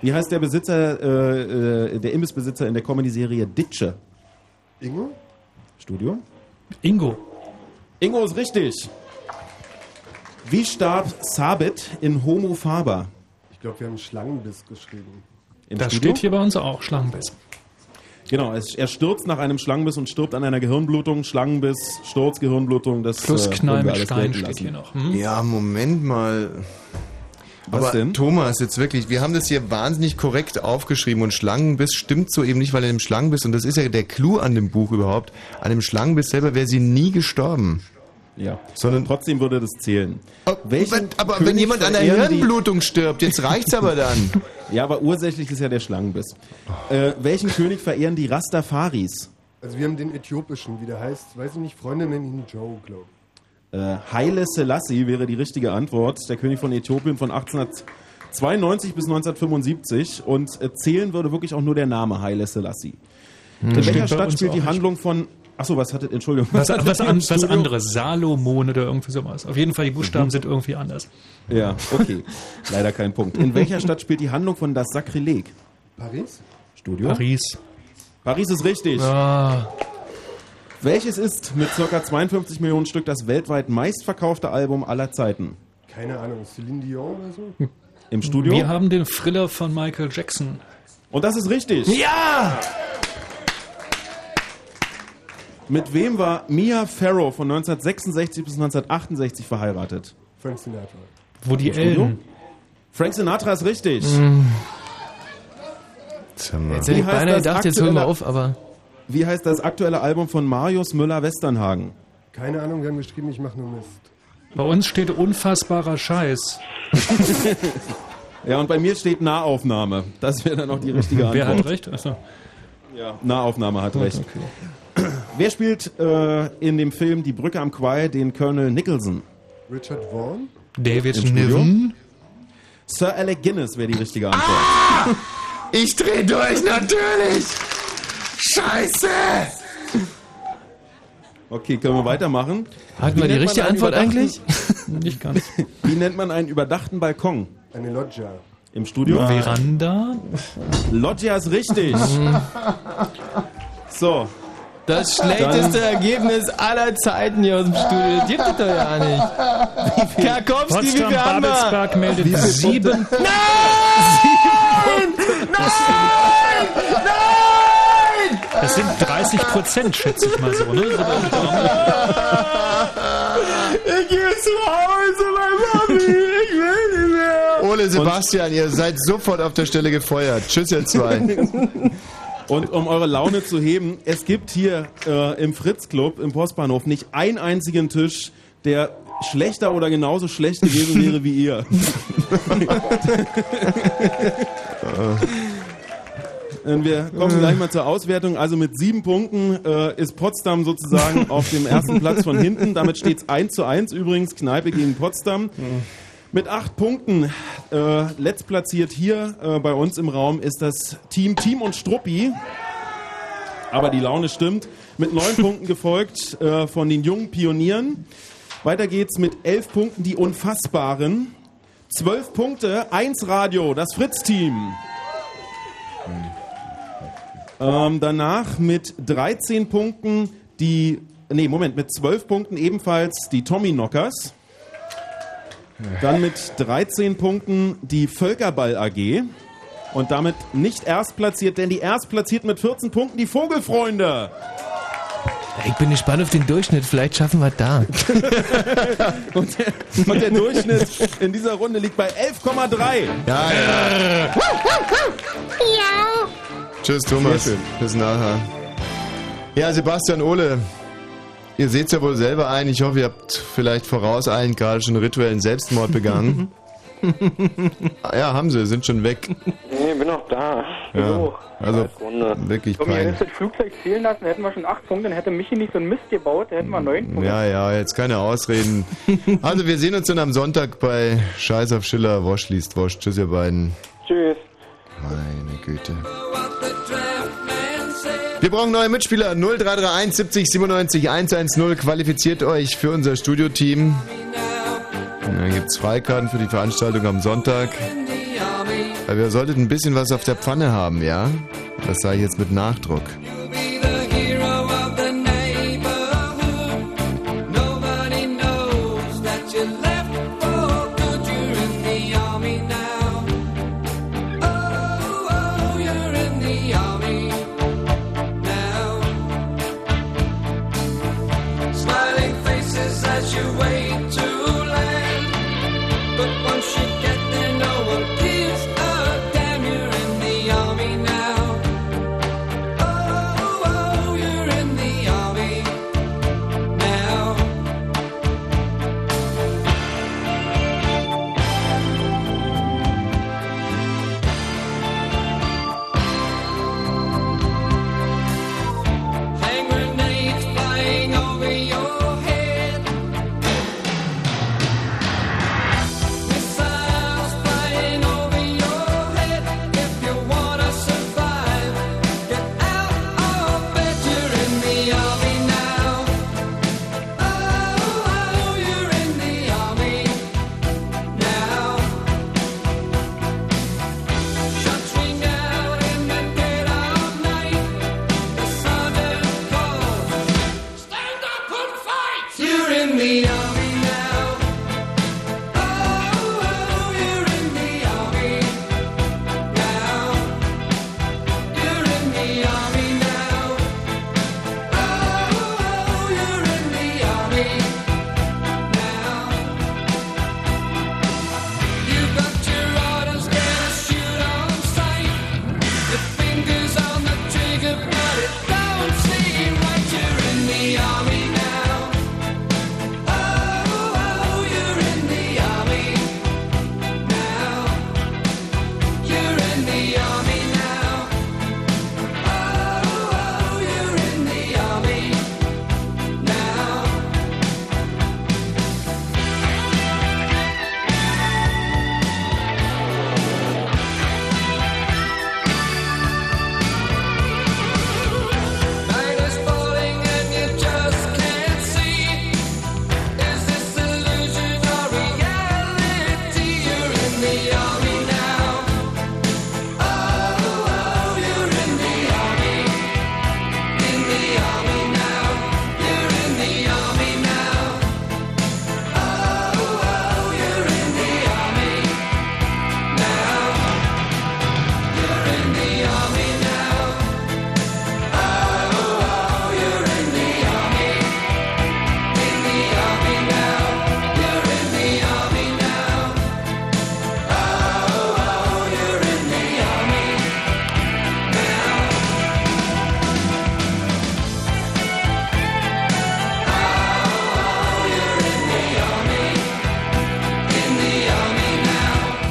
Speaker 4: Wie heißt der Besitzer, äh, äh, der Imbissbesitzer in der Comedy-Serie Ditsche?
Speaker 22: Ingo?
Speaker 4: Studio?
Speaker 17: Ingo.
Speaker 4: Ingo ist richtig. Wie starb Sabit in Homo Faber?
Speaker 22: Ich glaube, wir haben Schlangenbiss geschrieben.
Speaker 4: Im
Speaker 17: das
Speaker 4: Studio?
Speaker 17: steht hier bei uns auch, Schlangenbiss.
Speaker 4: Genau, es, er stürzt nach einem Schlangenbiss und stirbt an einer Gehirnblutung. Schlangenbiss, Sturz, Gehirnblutung, das
Speaker 17: Plus Knall
Speaker 4: können wir
Speaker 17: mit
Speaker 4: alles
Speaker 17: Stein
Speaker 4: gelten
Speaker 17: steht
Speaker 4: lassen.
Speaker 17: hier noch.
Speaker 1: Ja, Moment mal.
Speaker 4: Hm? Was
Speaker 1: Aber
Speaker 4: denn?
Speaker 1: Thomas, jetzt wirklich, wir haben das hier wahnsinnig korrekt aufgeschrieben und Schlangenbiss stimmt so eben nicht, weil er im Schlangenbiss, und das ist ja der Clou an dem Buch überhaupt, an dem Schlangenbiss selber wäre sie nie gestorben.
Speaker 4: Ja,
Speaker 1: sondern
Speaker 4: trotzdem würde das zählen.
Speaker 1: Welchen aber
Speaker 4: König
Speaker 1: wenn jemand an der
Speaker 4: verehren die-
Speaker 1: Hirnblutung stirbt, jetzt reicht's aber dann.
Speaker 4: Ja, aber ursächlich ist ja der Schlangenbiss. Äh, welchen König verehren die Rastafaris?
Speaker 22: Also wir haben den äthiopischen, wie der heißt. Weiß ich nicht, Freunde nennen ihn Joe, glaube ich.
Speaker 4: Äh, Haile Selassie wäre die richtige Antwort. Der König von Äthiopien von 1892 bis 1975. Und äh, zählen würde wirklich auch nur der Name Haile Selassie.
Speaker 17: Hm.
Speaker 4: In
Speaker 17: Das
Speaker 4: welcher
Speaker 17: steht bei
Speaker 4: Stadt
Speaker 17: uns
Speaker 4: spielt
Speaker 17: auch
Speaker 4: die
Speaker 17: nicht.
Speaker 4: Handlung von... Achso, was hattet... Entschuldigung.
Speaker 17: Was,
Speaker 4: hattet
Speaker 17: was,
Speaker 4: ihr im
Speaker 17: an, was
Speaker 4: Studio? Mhm.
Speaker 17: anderes, Salomon oder irgendwie sowas. Auf jeden Fall, die Buchstaben sind irgendwie anders.
Speaker 4: Ja, okay. Leider kein Punkt. In welcher Stadt spielt die Handlung von Das Sakrileg?
Speaker 22: Paris?
Speaker 4: Studio?
Speaker 17: Paris. Ah.
Speaker 4: Paris ist richtig. Welches ist mit ca. 52 Millionen Stück das weltweit meistverkaufte Album aller Zeiten?
Speaker 22: Keine Ahnung, Celine Dion oder so?
Speaker 4: Im Studio?
Speaker 17: Wir haben den Thriller von Michael Jackson.
Speaker 4: Und das ist richtig.
Speaker 17: Ja!
Speaker 4: Mit wem war Mia Farrow von 1966 bis 1968 verheiratet?
Speaker 22: Frank Sinatra.
Speaker 4: Im Studio? Frank Sinatra ist richtig.
Speaker 2: Jetzt hätte ich beinahe gedacht, jetzt hören wir auf, aber.
Speaker 4: Wie heißt das aktuelle Album von Marius Müller-Westernhagen?
Speaker 22: Keine Ahnung, wir haben geschrieben, ich mache nur Mist.
Speaker 17: Bei uns steht unfassbarer Scheiß.
Speaker 4: Ja, und bei mir steht Nahaufnahme. Das wäre dann auch die richtige Antwort.
Speaker 17: Wer hat recht? Achso.
Speaker 4: Ja, Nahaufnahme hat
Speaker 17: Gut,
Speaker 4: recht. Wer spielt äh, in dem Film Die Brücke am Quai den Colonel Nicholson?
Speaker 22: Richard Vaughn?
Speaker 4: Im Studio? Sir Alec Guinness wäre die richtige Antwort.
Speaker 8: Ah! Ich dreh durch, natürlich! Scheiße!
Speaker 4: Okay, können wir weitermachen?
Speaker 2: Hat
Speaker 4: Wie
Speaker 2: man die
Speaker 4: nennt
Speaker 2: richtige
Speaker 4: einen
Speaker 2: Antwort
Speaker 4: überdachten-
Speaker 17: Nicht ganz.
Speaker 4: Wie nennt man einen überdachten Balkon?
Speaker 22: Eine Loggia.
Speaker 4: Im Studio?
Speaker 17: Veranda?
Speaker 4: Loggia ist richtig. so.
Speaker 2: Mhm. Das schlechteste Ergebnis aller Zeiten hier aus dem Studio. Das gibt es doch ja nicht. Karkowski, wie viel haben wir?
Speaker 17: Babelsberg meldet sieben.
Speaker 8: Nein! Nein! Nein!
Speaker 17: Das sind 30 Prozent, schätze ich mal so. Ne?
Speaker 8: Ich gehe zu Hause, mein Mami! Ich will nicht mehr!
Speaker 1: Ole Sebastian, ihr seid sofort auf der Stelle gefeuert. Tschüss, ihr zwei.
Speaker 4: Und um eure Laune zu heben, es gibt hier äh, im Fritz Club im Postbahnhof nicht einen einzigen Tisch, der schlechter oder genauso schlecht gewesen wäre wie ihr. Äh. Und wir kommen gleich mal zur Auswertung. Also mit sieben Punkten äh, ist Potsdam sozusagen auf dem ersten Platz von hinten. Damit steht es 1 zu 1 übrigens, Kneipe gegen Potsdam. Mit acht Punkten äh, letztplatziert hier äh, bei uns im Raum ist das Team Team und Struppi. Aber die Laune stimmt. Mit neun Punkten gefolgt äh, von den jungen Pionieren. Weiter geht's mit elf Punkten die Unfassbaren. Zwölf Punkte, eins Radio, das Fritz-Team. Ähm, danach mit 13 Punkten die. Nee, Moment, mit 12 Punkten ebenfalls die Tommy Knockers. Dann mit 13 Punkten die Völkerball AG. Und damit nicht erstplatziert, denn die erstplatziert mit 14 Punkten die Vogelfreunde.
Speaker 2: Ich bin gespannt auf den Durchschnitt. Vielleicht schaffen wir es da.
Speaker 4: Und der, und der Durchschnitt in dieser Runde liegt bei 11,3.
Speaker 1: Ja, ja.
Speaker 8: Ja!
Speaker 1: Tschüss, Thomas.
Speaker 4: Sehr schön.
Speaker 1: Bis nachher. Ja, Sebastian, Ole. Ihr seht ja wohl selber ein. Ich hoffe, ihr habt vielleicht vorauseilend gerade schon rituellen Selbstmord begangen. Ah, ja, haben sie, sind schon weg.
Speaker 13: Nee, bin noch da.
Speaker 1: Ja, also
Speaker 13: Runde.
Speaker 1: wirklich
Speaker 15: Wenn wir
Speaker 1: peinlich.
Speaker 15: jetzt das Flugzeug zielen lassen, hätten wir schon acht Punkte, dann hätte Michi nicht so einen Mist gebaut, dann hätten wir neun Punkte.
Speaker 1: Ja, ja, jetzt keine Ausreden. Also wir sehen uns dann am Sonntag bei Scheiß auf Schiller. Wosch liest Wosch. Tschüss, ihr beiden.
Speaker 13: Tschüss.
Speaker 1: Meine Güte. Wir brauchen neue Mitspieler. 0331 70 97 110. Qualifiziert euch für unser Studioteam. Und Dann gibt es Freikarten für die Veranstaltung am Sonntag. Aber ihr solltet ein bisschen was auf der Pfanne haben, ja? Das sage ich jetzt mit Nachdruck.
Speaker 8: Nobody knows that you left for good. You're in the army now. Oh, oh, you're in the army now. Smiling faces as you wait to land, but once you get there, no one gives a damn. You're in the army now. Oh, oh, you're in the army now. Hand grenades flying over your head. Missiles flying over your head. If you wanna survive, get out of bed. You're in the army now. Oh, oh, you're in the army now. Shots ring out in the dead of night. The southern calls. Stand up and fight. You're in the army now. Oh, oh, you're in the army now. You're in the army now. Oh, oh, you're in the army now. You got your orders, gotta shoot on sight. Your fingers on the trigger, but it don't seem right. You're in the army now. Oh, oh, you're in the army now. You're in the army now. Oh, oh, you're in the army now. Night is falling and you just can't see. Is this illusion or reality? You're in the army now. Oh, oh, you're in the army. In the army now. You're in the army now. Oh, oh, you're in the army now. You're in the army now.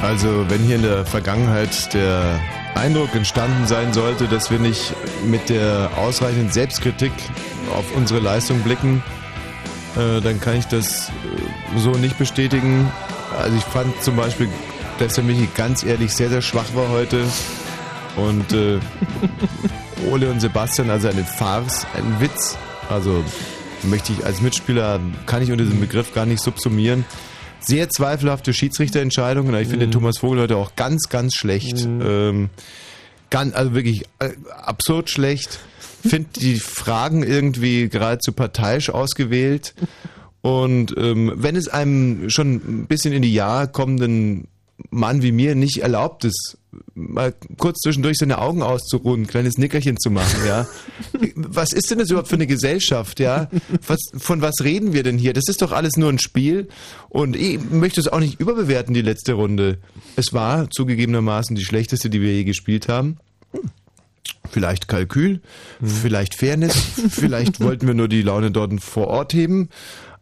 Speaker 1: Also, wenn hier in der Vergangenheit der Eindruck entstanden sein sollte, dass wir nicht mit der ausreichenden Selbstkritik auf unsere Leistung blicken, äh, dann kann ich das äh, so nicht bestätigen. Also, ich fand zum Beispiel, dass der Michi ganz ehrlich sehr, sehr schwach war heute. Und äh, Ole und Sebastian, also eine Farce, ein Witz. Also, möchte ich als Mitspieler, kann ich unter diesem Begriff gar nicht subsumieren. Sehr zweifelhafte Schiedsrichterentscheidungen. Ich finde den Thomas Vogel heute auch ganz, ganz schlecht. Ähm, ganz, also wirklich äh, absurd schlecht. Finde die Fragen irgendwie geradezu parteiisch ausgewählt. Und ähm, wenn es einem schon ein bisschen in die Jahre kommenden Mann wie mir nicht erlaubt ist, mal kurz zwischendurch seine Augen auszuruhen, ein kleines Nickerchen zu machen, ja. Was ist denn das überhaupt für eine Gesellschaft, ja? Was, von was reden wir denn hier? Das ist doch alles nur ein Spiel und ich möchte es auch nicht überbewerten, die letzte Runde. Es war zugegebenermaßen die schlechteste, die wir je gespielt haben. Vielleicht Kalkül, vielleicht Fairness, vielleicht wollten wir nur die Laune dort vor Ort heben.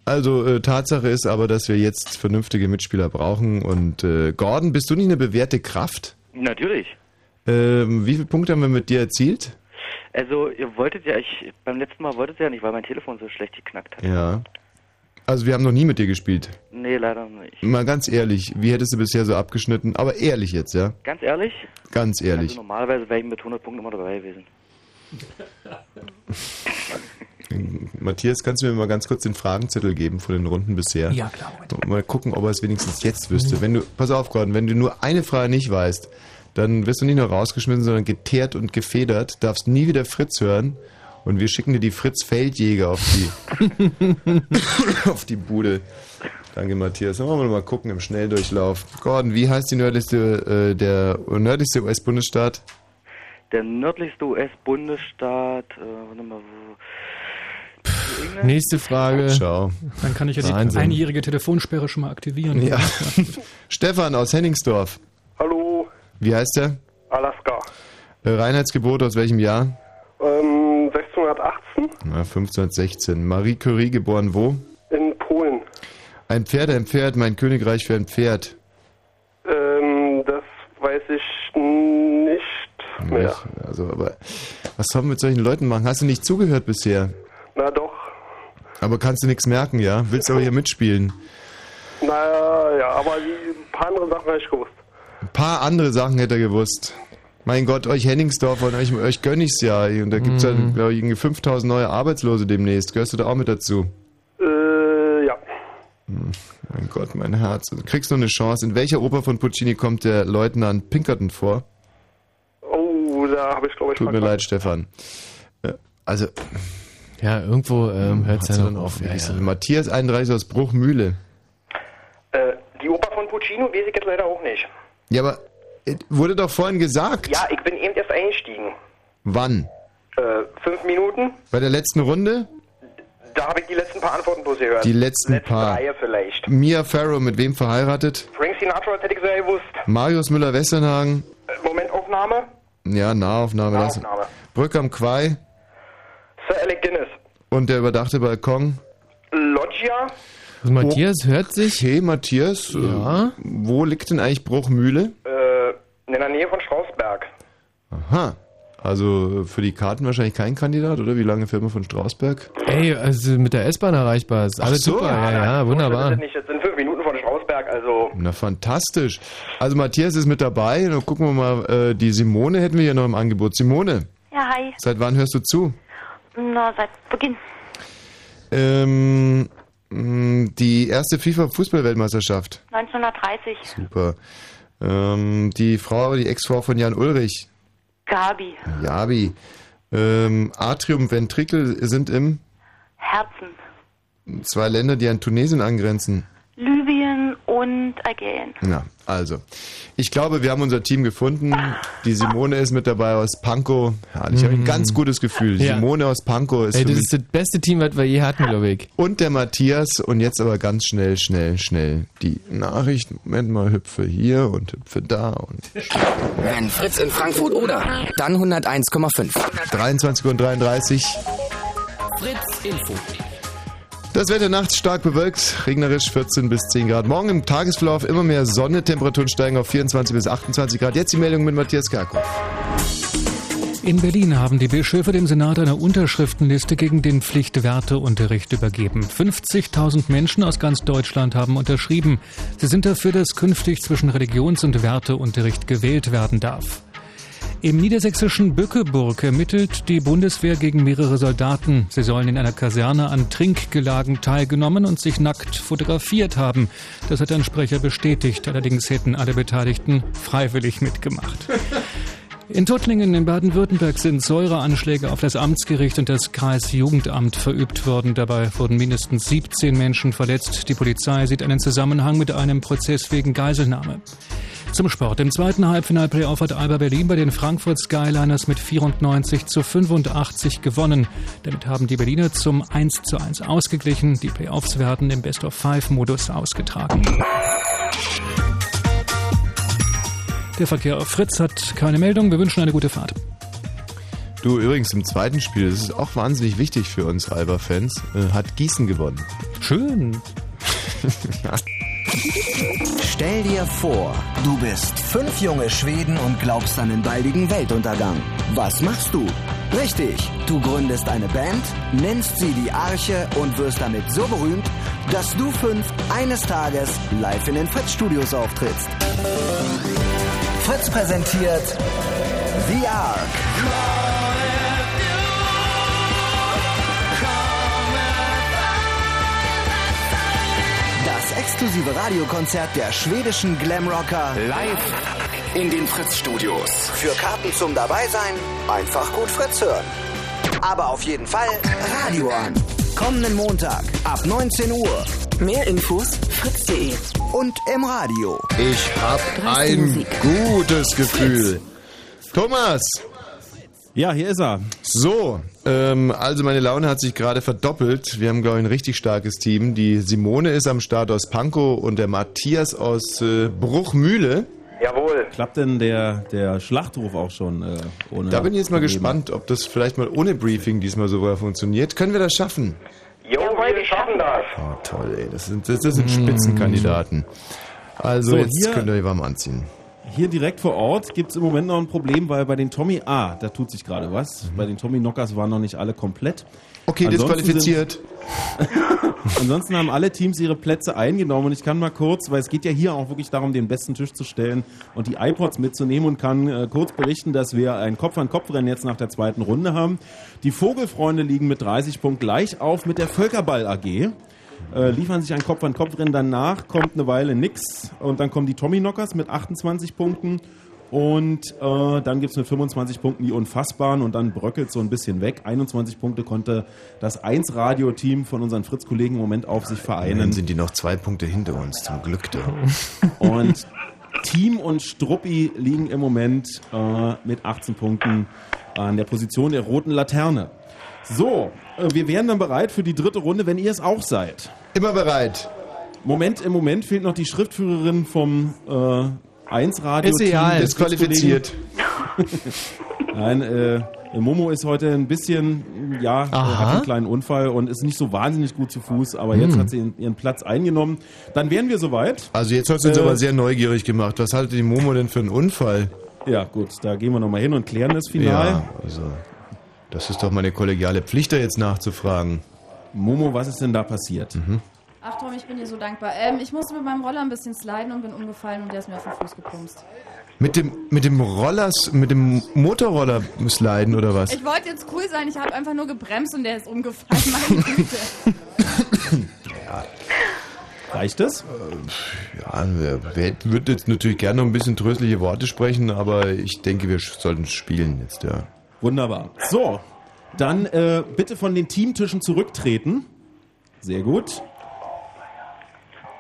Speaker 1: Also äh, Tatsache ist aber, dass wir jetzt vernünftige Mitspieler brauchen. Und äh, Gordon, bist du nicht eine bewährte Kraft?
Speaker 9: Natürlich.
Speaker 1: Ähm, wie viele Punkte haben wir mit dir erzielt?
Speaker 9: Also ihr wolltet ja, ich beim letzten Mal wolltet ihr ja nicht, weil mein Telefon so schlecht geknackt hat.
Speaker 1: Ja. Also wir haben noch nie mit dir gespielt.
Speaker 9: Nee, leider nicht.
Speaker 1: Mal ganz ehrlich, wie hättest du bisher so abgeschnitten? Aber ehrlich jetzt, ja?
Speaker 9: Ganz ehrlich?
Speaker 1: Ganz ehrlich.
Speaker 9: Also normalerweise wäre ich mit 100 Punkten immer dabei gewesen.
Speaker 1: Matthias, kannst du mir mal ganz kurz den Fragenzettel geben von den Runden bisher?
Speaker 9: Ja, klar.
Speaker 1: Mal gucken, ob er es wenigstens jetzt wüsste. Wenn du, pass auf, Gordon, wenn du nur eine Frage nicht weißt, dann wirst du nicht nur rausgeschmissen, sondern geteert und gefedert, darfst nie wieder Fritz hören und wir schicken dir die Fritz Feldjäger auf die, auf die Bude. Danke, Matthias. Dann wollen wir mal gucken im Schnelldurchlauf. Gordon, wie heißt die nördlichste, äh, der nördlichste US-Bundesstaat?
Speaker 9: Der nördlichste US-Bundesstaat, äh, warte mal, wo.
Speaker 2: Nächste Frage.
Speaker 1: Ciao.
Speaker 17: Dann kann ich ja die
Speaker 1: Wahnsinn.
Speaker 17: einjährige Telefonsperre schon mal aktivieren.
Speaker 1: Ja. Stefan aus Henningsdorf.
Speaker 12: Hallo,
Speaker 1: Wie heißt er?
Speaker 12: Alaska.
Speaker 1: Äh, Reinheitsgebot aus welchem Jahr?
Speaker 12: Ähm, 1618
Speaker 1: Na, 1516. Marie Curie geboren wo?
Speaker 12: in Polen.
Speaker 1: Ein Pferd, ein Pferd, mein Königreich für ein Pferd.
Speaker 12: Ähm, das weiß ich nicht mehr.
Speaker 1: Also, aber was sollen wir mit solchen Leuten machen? Hast du nicht zugehört bisher?
Speaker 12: Na doch,
Speaker 1: Aber kannst du nichts merken, ja? Willst aber hier mitspielen?
Speaker 12: naja, ja, aber die ein paar andere Sachen habe ich gewusst.
Speaker 1: Ein paar andere Sachen hätte er gewusst. Mein Gott, euch Henningsdorfer und euch, euch gönn ich's ja. Und da gibt's ja, glaube ich, irgendwie 5000 neue Arbeitslose demnächst. Gehörst du da auch mit dazu?
Speaker 12: Äh, ja.
Speaker 1: Hm, Mein Gott, mein Herz. Du kriegst noch eine Chance. In welcher Oper von Puccini kommt der Leutnant Pinkerton vor?
Speaker 12: Oh, da habe ich glaube ich
Speaker 1: Tut mir
Speaker 12: verkackt.
Speaker 1: leid, Stefan. Äh, Also, Hm,
Speaker 2: Ja, irgendwo ähm, hört es
Speaker 1: hat's
Speaker 2: ja
Speaker 1: dann
Speaker 2: noch auf.
Speaker 1: auf. Matthias 31 aus Bruchmühle.
Speaker 13: Äh, die Oper von Puccino weiß ich jetzt leider auch nicht.
Speaker 1: Ja, aber äh, wurde doch vorhin gesagt.
Speaker 13: Ja, ich bin eben erst eingestiegen.
Speaker 1: Wann?
Speaker 13: Äh, fünf Minuten,
Speaker 1: Bei der letzten Runde?
Speaker 13: da habe ich die letzten paar Antworten bloß gehört.
Speaker 1: Die letzten paar.
Speaker 13: Reihe vielleicht.
Speaker 1: Mia Farrow, mit wem verheiratet?
Speaker 13: Frank Sinatra das hätte ich sehr gewusst.
Speaker 1: Marius Müller-Westernhagen?
Speaker 13: Äh, Momentaufnahme,
Speaker 1: Ja, Nahaufnahme. lass-
Speaker 13: Nahaufnahme.
Speaker 1: Brück am Quai
Speaker 13: Sir Alec Guinness,
Speaker 1: und der überdachte Balkon.
Speaker 13: Loggia,
Speaker 1: Matthias hört sich. Hey, Oh. Matthias. Ja. Wo liegt denn eigentlich Bruchmühle?
Speaker 13: äh, in der Nähe von Strausberg.
Speaker 1: Aha. Also für die Karten wahrscheinlich kein Kandidat, oder? Wie lange fährt man von Strausberg?
Speaker 2: Ey, also mit der S-Bahn erreichbar ist. Alles
Speaker 1: so.
Speaker 2: super, ja, ja,
Speaker 13: Das
Speaker 2: wunderbar.
Speaker 13: ist nicht, das sind fünf Minuten von Strausberg, also
Speaker 1: Na, fantastisch. Also Matthias ist mit dabei. Dann gucken wir mal, äh, die Simone hätten wir hier noch im Angebot. Simone,
Speaker 10: Ja, hi.
Speaker 1: seit wann hörst du zu?
Speaker 10: Na, seit Beginn.
Speaker 1: Ähm, mh, die erste FIFA-Fußballweltmeisterschaft.
Speaker 10: 1930.
Speaker 1: Super. Ähm, die Frau, die Ex-Frau von Jan Ulrich.
Speaker 10: Gabi.
Speaker 1: Javi. Ähm, Atrium, Ventrikel sind im
Speaker 10: Herzen.
Speaker 1: zwei Länder, die an Tunesien angrenzen.
Speaker 10: Libyen und Algerien.
Speaker 1: Na, also. Ich glaube, wir haben unser Team gefunden. Die Simone ist mit dabei aus Pankow. Ja, ich habe ein
Speaker 2: Mm.
Speaker 1: ganz gutes Gefühl.
Speaker 2: Ja.
Speaker 1: Simone aus Pankow ist
Speaker 2: Ey,
Speaker 1: für
Speaker 2: das
Speaker 1: mich
Speaker 2: ist das beste Team, was wir je hatten, glaube ich.
Speaker 1: Und der Matthias und jetzt aber ganz schnell, schnell, schnell die Nachricht. Moment mal, hüpfe hier und hüpfe da und
Speaker 16: Wenn Fritz in Frankfurt oder, dann 101,5.
Speaker 1: 23 und 33.
Speaker 16: Fritz Info.
Speaker 1: Das Wetter nachts stark bewölkt, regnerisch 14 bis 10 Grad. Morgen im Tagesverlauf immer mehr Sonne, Temperaturen steigen auf 24 bis 28 Grad. Jetzt die Meldung mit Matthias Karkow.
Speaker 17: In Berlin haben die Bischöfe dem Senat eine Unterschriftenliste gegen den Pflichtwerteunterricht übergeben. 50.000 Menschen aus ganz Deutschland haben unterschrieben. Sie sind dafür, dass künftig zwischen Religions- und Werteunterricht gewählt werden darf. Im niedersächsischen Bückeburg ermittelt die Bundeswehr gegen mehrere Soldaten. Sie sollen in einer Kaserne an Trinkgelagen teilgenommen und sich nackt fotografiert haben. Das hat ein Sprecher bestätigt. Allerdings hätten alle Beteiligten freiwillig mitgemacht. In Tuttlingen in Baden-Württemberg sind Säureanschläge auf das Amtsgericht und das Kreisjugendamt verübt worden. Dabei wurden mindestens 17 Menschen verletzt. Die Polizei sieht einen Zusammenhang mit einem Prozess wegen Geiselnahme. Zum Sport. Im zweiten Halbfinal-Playoff hat Alba Berlin bei den Frankfurt Skyliners mit 94 zu 85 gewonnen. Damit haben die Berliner zum 1 zu 1 ausgeglichen. Die Playoffs werden im Best-of-Five-Modus ausgetragen. Der Verkehr auf Fritz hat keine Meldung. Wir wünschen eine gute Fahrt.
Speaker 1: Du, übrigens im zweiten Spiel, das ist auch wahnsinnig wichtig für uns Alba-Fans, äh, hat Gießen gewonnen.
Speaker 2: Schön.
Speaker 11: Stell dir vor, du bist fünf junge Schweden und glaubst an den baldigen Weltuntergang. Was machst du? Richtig, du gründest eine Band, nennst sie die Arche und wirst damit so berühmt, dass du fünf eines Tages live in den Fritz-Studios auftrittst. Fritz präsentiert The Ark. Das exklusive Radiokonzert der schwedischen Glamrocker live in den Fritz-Studios. Für Karten zum Dabeisein einfach gut Fritz hören. Aber auf jeden Fall Radio an. Kommenden Montag ab 19 Uhr. Mehr Infos fritz.de und im Radio.
Speaker 1: Ich hab ein gutes Gefühl. Thomas!
Speaker 4: Ja, hier ist er.
Speaker 1: So, ähm, also meine Laune hat sich gerade verdoppelt. Wir haben, glaube ich, ein richtig starkes Team. Die Simone ist am Start aus Pankow und der Matthias aus äh, Bruchmühle.
Speaker 4: Jawohl. Klappt denn der, der Schlachtruf auch schon äh, ohne.
Speaker 1: Da bin ich jetzt mal
Speaker 4: Probleme?
Speaker 1: gespannt, ob das vielleicht mal ohne Briefing diesmal sogar funktioniert. Können wir das schaffen?
Speaker 13: Jo, wir schaffen das.
Speaker 1: Oh, toll, ey. Das sind, das, das sind Spitzenkandidaten. Also
Speaker 4: Mm. So,
Speaker 1: jetzt
Speaker 4: hier-
Speaker 1: könnt ihr euch warm anziehen.
Speaker 4: Hier direkt vor Ort gibt es im Moment noch ein Problem, weil bei den Tommy A, da tut sich gerade was. Bei den Tommy Knockers waren noch nicht alle komplett.
Speaker 1: Mhm. Okay, disqualifiziert.
Speaker 4: sind- Ansonsten haben alle Teams ihre Plätze eingenommen und ich kann mal kurz, weil es geht ja hier auch wirklich darum, den besten Tisch zu stellen und die iPods mitzunehmen und kann äh, kurz berichten, dass wir ein Kopf-an-Kopf-Rennen jetzt nach der zweiten Runde haben. Die Vogelfreunde liegen mit 30 Punkten gleich auf mit der Völkerball AG. Äh, liefern sich ein Kopf-an-Kopf-Rennen danach, kommt eine Weile nix und dann kommen die Tommyknockers mit 28 Punkten und äh, dann gibt's mit 25 Punkten die Unfassbaren und dann bröckelt so ein bisschen weg. 21 Punkte konnte das 1-Radio-Team von unseren Fritz-Kollegen im Moment auf sich
Speaker 1: Dann
Speaker 4: vereinen.
Speaker 1: sind die noch zwei Punkte hinter uns, zum Glück. Da.
Speaker 4: Und Team und Struppi liegen im Moment äh, mit 18 Punkten an der Position der roten Laterne. So, äh, wir wären dann bereit für die dritte Runde, wenn ihr es auch seid.
Speaker 1: Immer bereit.
Speaker 4: Moment, im Moment fehlt noch die Schriftführerin vom äh, 1 Radio.
Speaker 1: Ist egal, disqualifiziert.
Speaker 4: Nein, äh, Momo ist heute ein bisschen, ja, äh,
Speaker 1: Aha.
Speaker 4: hat einen kleinen Unfall und ist nicht so wahnsinnig gut zu Fuß, aber jetzt
Speaker 1: Hm.
Speaker 4: hat sie ihren- ihren Platz eingenommen. Dann wären wir soweit.
Speaker 1: Also jetzt hast du uns
Speaker 4: Äh,
Speaker 1: aber sehr neugierig gemacht. Was haltet die Momo denn für einen Unfall?
Speaker 4: Ja, gut, da gehen wir nochmal hin und klären das Final.
Speaker 1: Ja, also das ist doch meine kollegiale Pflicht, da jetzt nachzufragen. Mhm.
Speaker 4: Momo, was ist denn da passiert?
Speaker 6: Ach Tom, ich bin dir so dankbar. Ähm, ich musste mit meinem Roller ein bisschen sliden und bin umgefallen und der ist mir auf den Fuß gepumst.
Speaker 1: Mit dem mit dem Rollers, mit dem Motorroller sliden oder was?
Speaker 6: Ich wollte jetzt cool sein, ich habe einfach nur gebremst und der ist umgefallen. Meine Güte.
Speaker 4: Reicht das?
Speaker 1: Äh, Ja, wir, wir würden jetzt natürlich gerne noch ein bisschen tröstliche Worte sprechen, aber ich denke, wir sch- sollten spielen jetzt, ja.
Speaker 4: Wunderbar. So, dann äh, bitte von den Teamtischen zurücktreten. Sehr gut.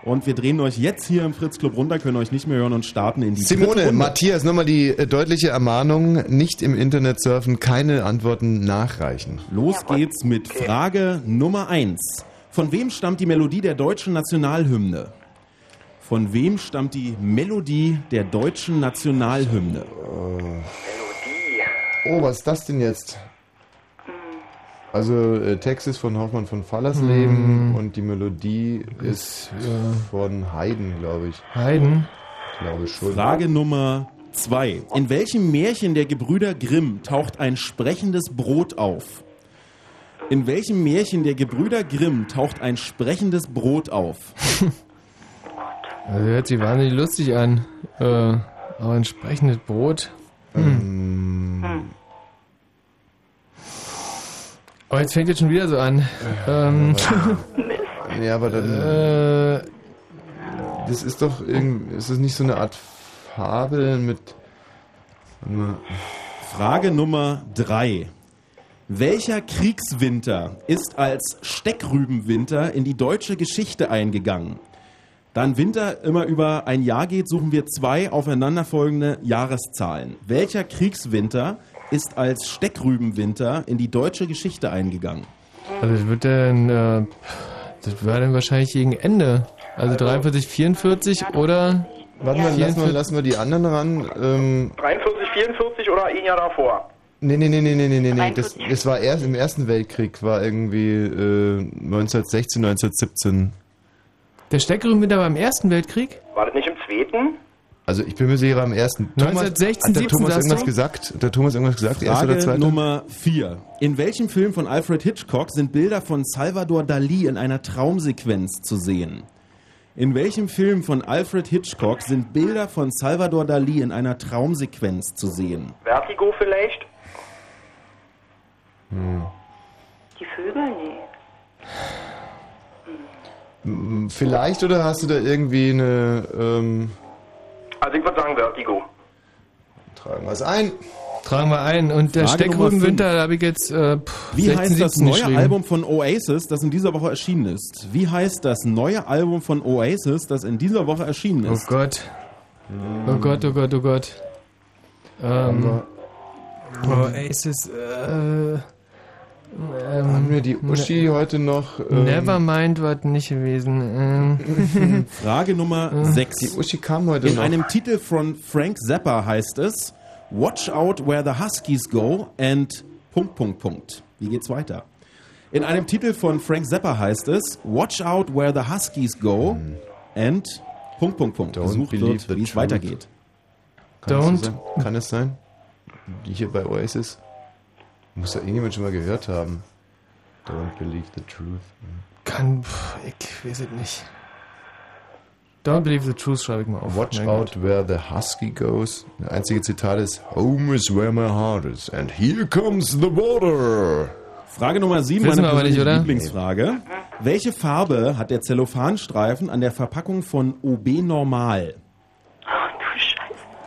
Speaker 4: Und wir drehen euch jetzt hier im Fritz Club runter, können euch nicht mehr hören und starten in die dritte
Speaker 1: Simone,
Speaker 4: Runde.
Speaker 1: Matthias, nochmal die äh, deutliche Ermahnung, nicht im Internet surfen, keine Antworten nachreichen.
Speaker 4: Los geht's mit Frage Nummer 1. Von wem stammt die Melodie der deutschen Nationalhymne? Von wem stammt die Melodie der deutschen Nationalhymne?
Speaker 1: Oh, was ist das denn jetzt? Also äh, Text ist von Hoffmann von Fallersleben
Speaker 2: Hm.
Speaker 1: und die Melodie ist
Speaker 2: Ist, ja.
Speaker 1: von Haydn, glaube ich.
Speaker 2: Haydn?
Speaker 1: Glaube schon.
Speaker 4: Frage Nummer 2. In welchem Märchen der Gebrüder Grimm taucht ein sprechendes Brot auf? In welchem Märchen der Gebrüder Grimm taucht ein sprechendes Brot auf?
Speaker 2: Also hört sich wahnsinnig lustig an. Äh, aber entsprechendes Brot. Hm.
Speaker 14: Ähm.
Speaker 2: Oh, jetzt fängt jetzt schon wieder so an. Ähm,
Speaker 1: Ja, aber dann.
Speaker 4: Äh.
Speaker 1: das ist doch irgendwie. Ist das nicht so eine Art Fabel mit.
Speaker 4: Frage Nummer 3. Welcher Kriegswinter ist als Steckrübenwinter in die deutsche Geschichte eingegangen? Da ein Winter immer über ein Jahr geht, suchen wir zwei aufeinanderfolgende Jahreszahlen. Welcher Kriegswinter ist als Steckrübenwinter in die deutsche Geschichte eingegangen?
Speaker 2: also das wird dann, äh, das war dann wahrscheinlich gegen Ende. Also 43, 44 oder.
Speaker 1: Warte mal, lass mal, lass mal die anderen ran. Ähm,
Speaker 13: 43, 44 oder ein Jahr davor?
Speaker 1: Nee, nee, nee, nee, nee, nee, nee, nee. Das,
Speaker 10: 43.
Speaker 1: das war erst im Ersten Weltkrieg, war irgendwie äh, 1916, 1917.
Speaker 2: Der stärkere Winter war im Ersten Weltkrieg?
Speaker 14: War das nicht im zweiten?
Speaker 1: Also ich bin mir sicher, am ersten. Thomas-
Speaker 2: 1916,
Speaker 1: hat der
Speaker 2: 17
Speaker 1: Thomas
Speaker 2: sagst du?
Speaker 1: irgendwas gesagt? Hat der Thomas irgendwas gesagt? Erster oder
Speaker 4: Frage
Speaker 1: zweiter?
Speaker 4: Nummer 4. In welchem Film von Alfred Hitchcock sind Bilder von Salvador Dali in einer Traumsequenz zu sehen? In welchem Film von Alfred Hitchcock sind Bilder von Salvador Dali in einer Traumsequenz zu sehen?
Speaker 10: Vertigo vielleicht?
Speaker 1: Hm.
Speaker 10: Die Vögel? Nee.
Speaker 1: M- Vielleicht oder hast du da irgendwie eine ähm,
Speaker 14: Also ich würde sagen Vertigo.
Speaker 1: tragen wir es ein.
Speaker 2: Tragen wir ein. Und der
Speaker 4: Frage Nummer fünf.
Speaker 2: Steckrübenwinter, da habe ich jetzt äh, pff,
Speaker 4: Wie
Speaker 2: 16,
Speaker 4: heißt das
Speaker 2: 17
Speaker 4: neue
Speaker 2: geschrieben.
Speaker 4: Album von Oasis, das in dieser Woche erschienen ist? Wie heißt das neue Album von Oasis, das in dieser Woche erschienen
Speaker 2: Oh
Speaker 4: ist?
Speaker 2: Gott. Oh Gott, oh Gott, oh Gott. Ähm, Oasis, äh, ähm,
Speaker 1: Haben wir die Uschi
Speaker 2: ne-
Speaker 1: heute noch? ähm,
Speaker 2: Nevermind war nicht gewesen. Ähm.
Speaker 4: Frage Nummer
Speaker 2: Äh.
Speaker 4: 6.
Speaker 2: Die Uschi kam heute
Speaker 4: In
Speaker 2: noch.
Speaker 4: einem Titel von Frank Zappa heißt es Watch out where the Huskies go and Punkt, Punkt, Punkt. Wie geht's weiter? In einem Titel von Frank Zappa heißt es Watch out where the Huskies go
Speaker 2: Hm.
Speaker 4: and Punkt, Punkt, Punkt. Gesucht wird, wie es weitergeht.
Speaker 1: Kann das so
Speaker 4: Don't-
Speaker 1: sein? Kann es sein? Die hier bei Oasis? Muss ja irgendjemand schon mal gehört haben. Don't believe the truth.
Speaker 2: Kann, pff, ich weiß es nicht. Don't believe the truth, schreibe ich mal auf.
Speaker 1: Watch
Speaker 2: Mein
Speaker 1: out where the husky goes. Das einzige Zitat ist Home is where my heart is and here comes the water.
Speaker 4: Frage Nummer 7,
Speaker 2: Wissen
Speaker 4: meine
Speaker 2: wir aber nicht,
Speaker 4: persönliche
Speaker 2: oder?
Speaker 4: Lieblingsfrage. Welche Farbe hat der Zellophanstreifen an der Verpackung von OB Normal?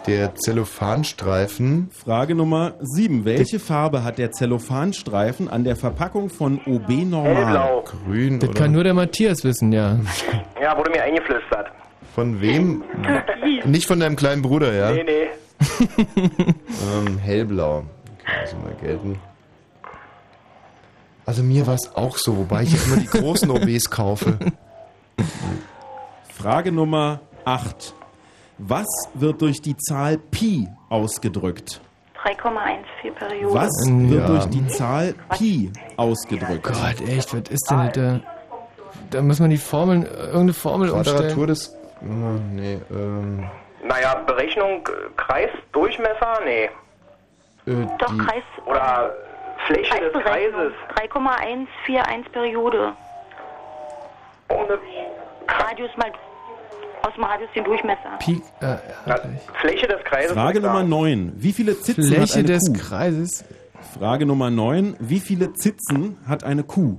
Speaker 1: Der Zellophanstreifen.
Speaker 4: Frage Nummer 7. Welche Farbe hat der Zellophanstreifen an der Verpackung von OB Normal?
Speaker 14: Hellblau.
Speaker 1: Grün
Speaker 2: Das kann nur der Matthias wissen, ja.
Speaker 14: Ja, wurde mir eingeflüstert.
Speaker 1: Von wem? Nicht von deinem kleinen Bruder, ja?
Speaker 14: Nee, nee.
Speaker 1: Ähm, hellblau. Kann also mal gelten. Also mir war es auch so, wobei ich ja immer die großen OBs kaufe.
Speaker 4: Frage Nummer 8. Was wird durch die Zahl Pi ausgedrückt?
Speaker 10: 3,14 Periode.
Speaker 4: Was
Speaker 2: Ja.
Speaker 4: wird durch die Zahl Pi ausgedrückt?
Speaker 2: Gott, echt, was ist denn das da? Da muss man die Formeln, irgendeine Formel
Speaker 1: Quadratur
Speaker 2: umstellen.
Speaker 1: des. Oh, nee, ähm.
Speaker 14: Naja, Berechnung äh, Kreis, Durchmesser? Nee.
Speaker 1: Äh,
Speaker 10: Doch, Kreis.
Speaker 14: Oder äh, Fläche des
Speaker 10: Kreisberechnung.
Speaker 14: Kreises.
Speaker 10: 3,141 Periode. Radius mal aus dem Radius den Durchmesser.
Speaker 2: Pi, äh,
Speaker 14: Fläche des Kreises.
Speaker 4: Frage Nummer 9. Wie viele Zitzen hat
Speaker 2: Fläche
Speaker 4: eine
Speaker 2: des
Speaker 4: Kuh?
Speaker 2: Kreises.
Speaker 4: Frage Nummer 9. Wie viele Zitzen hat eine Kuh?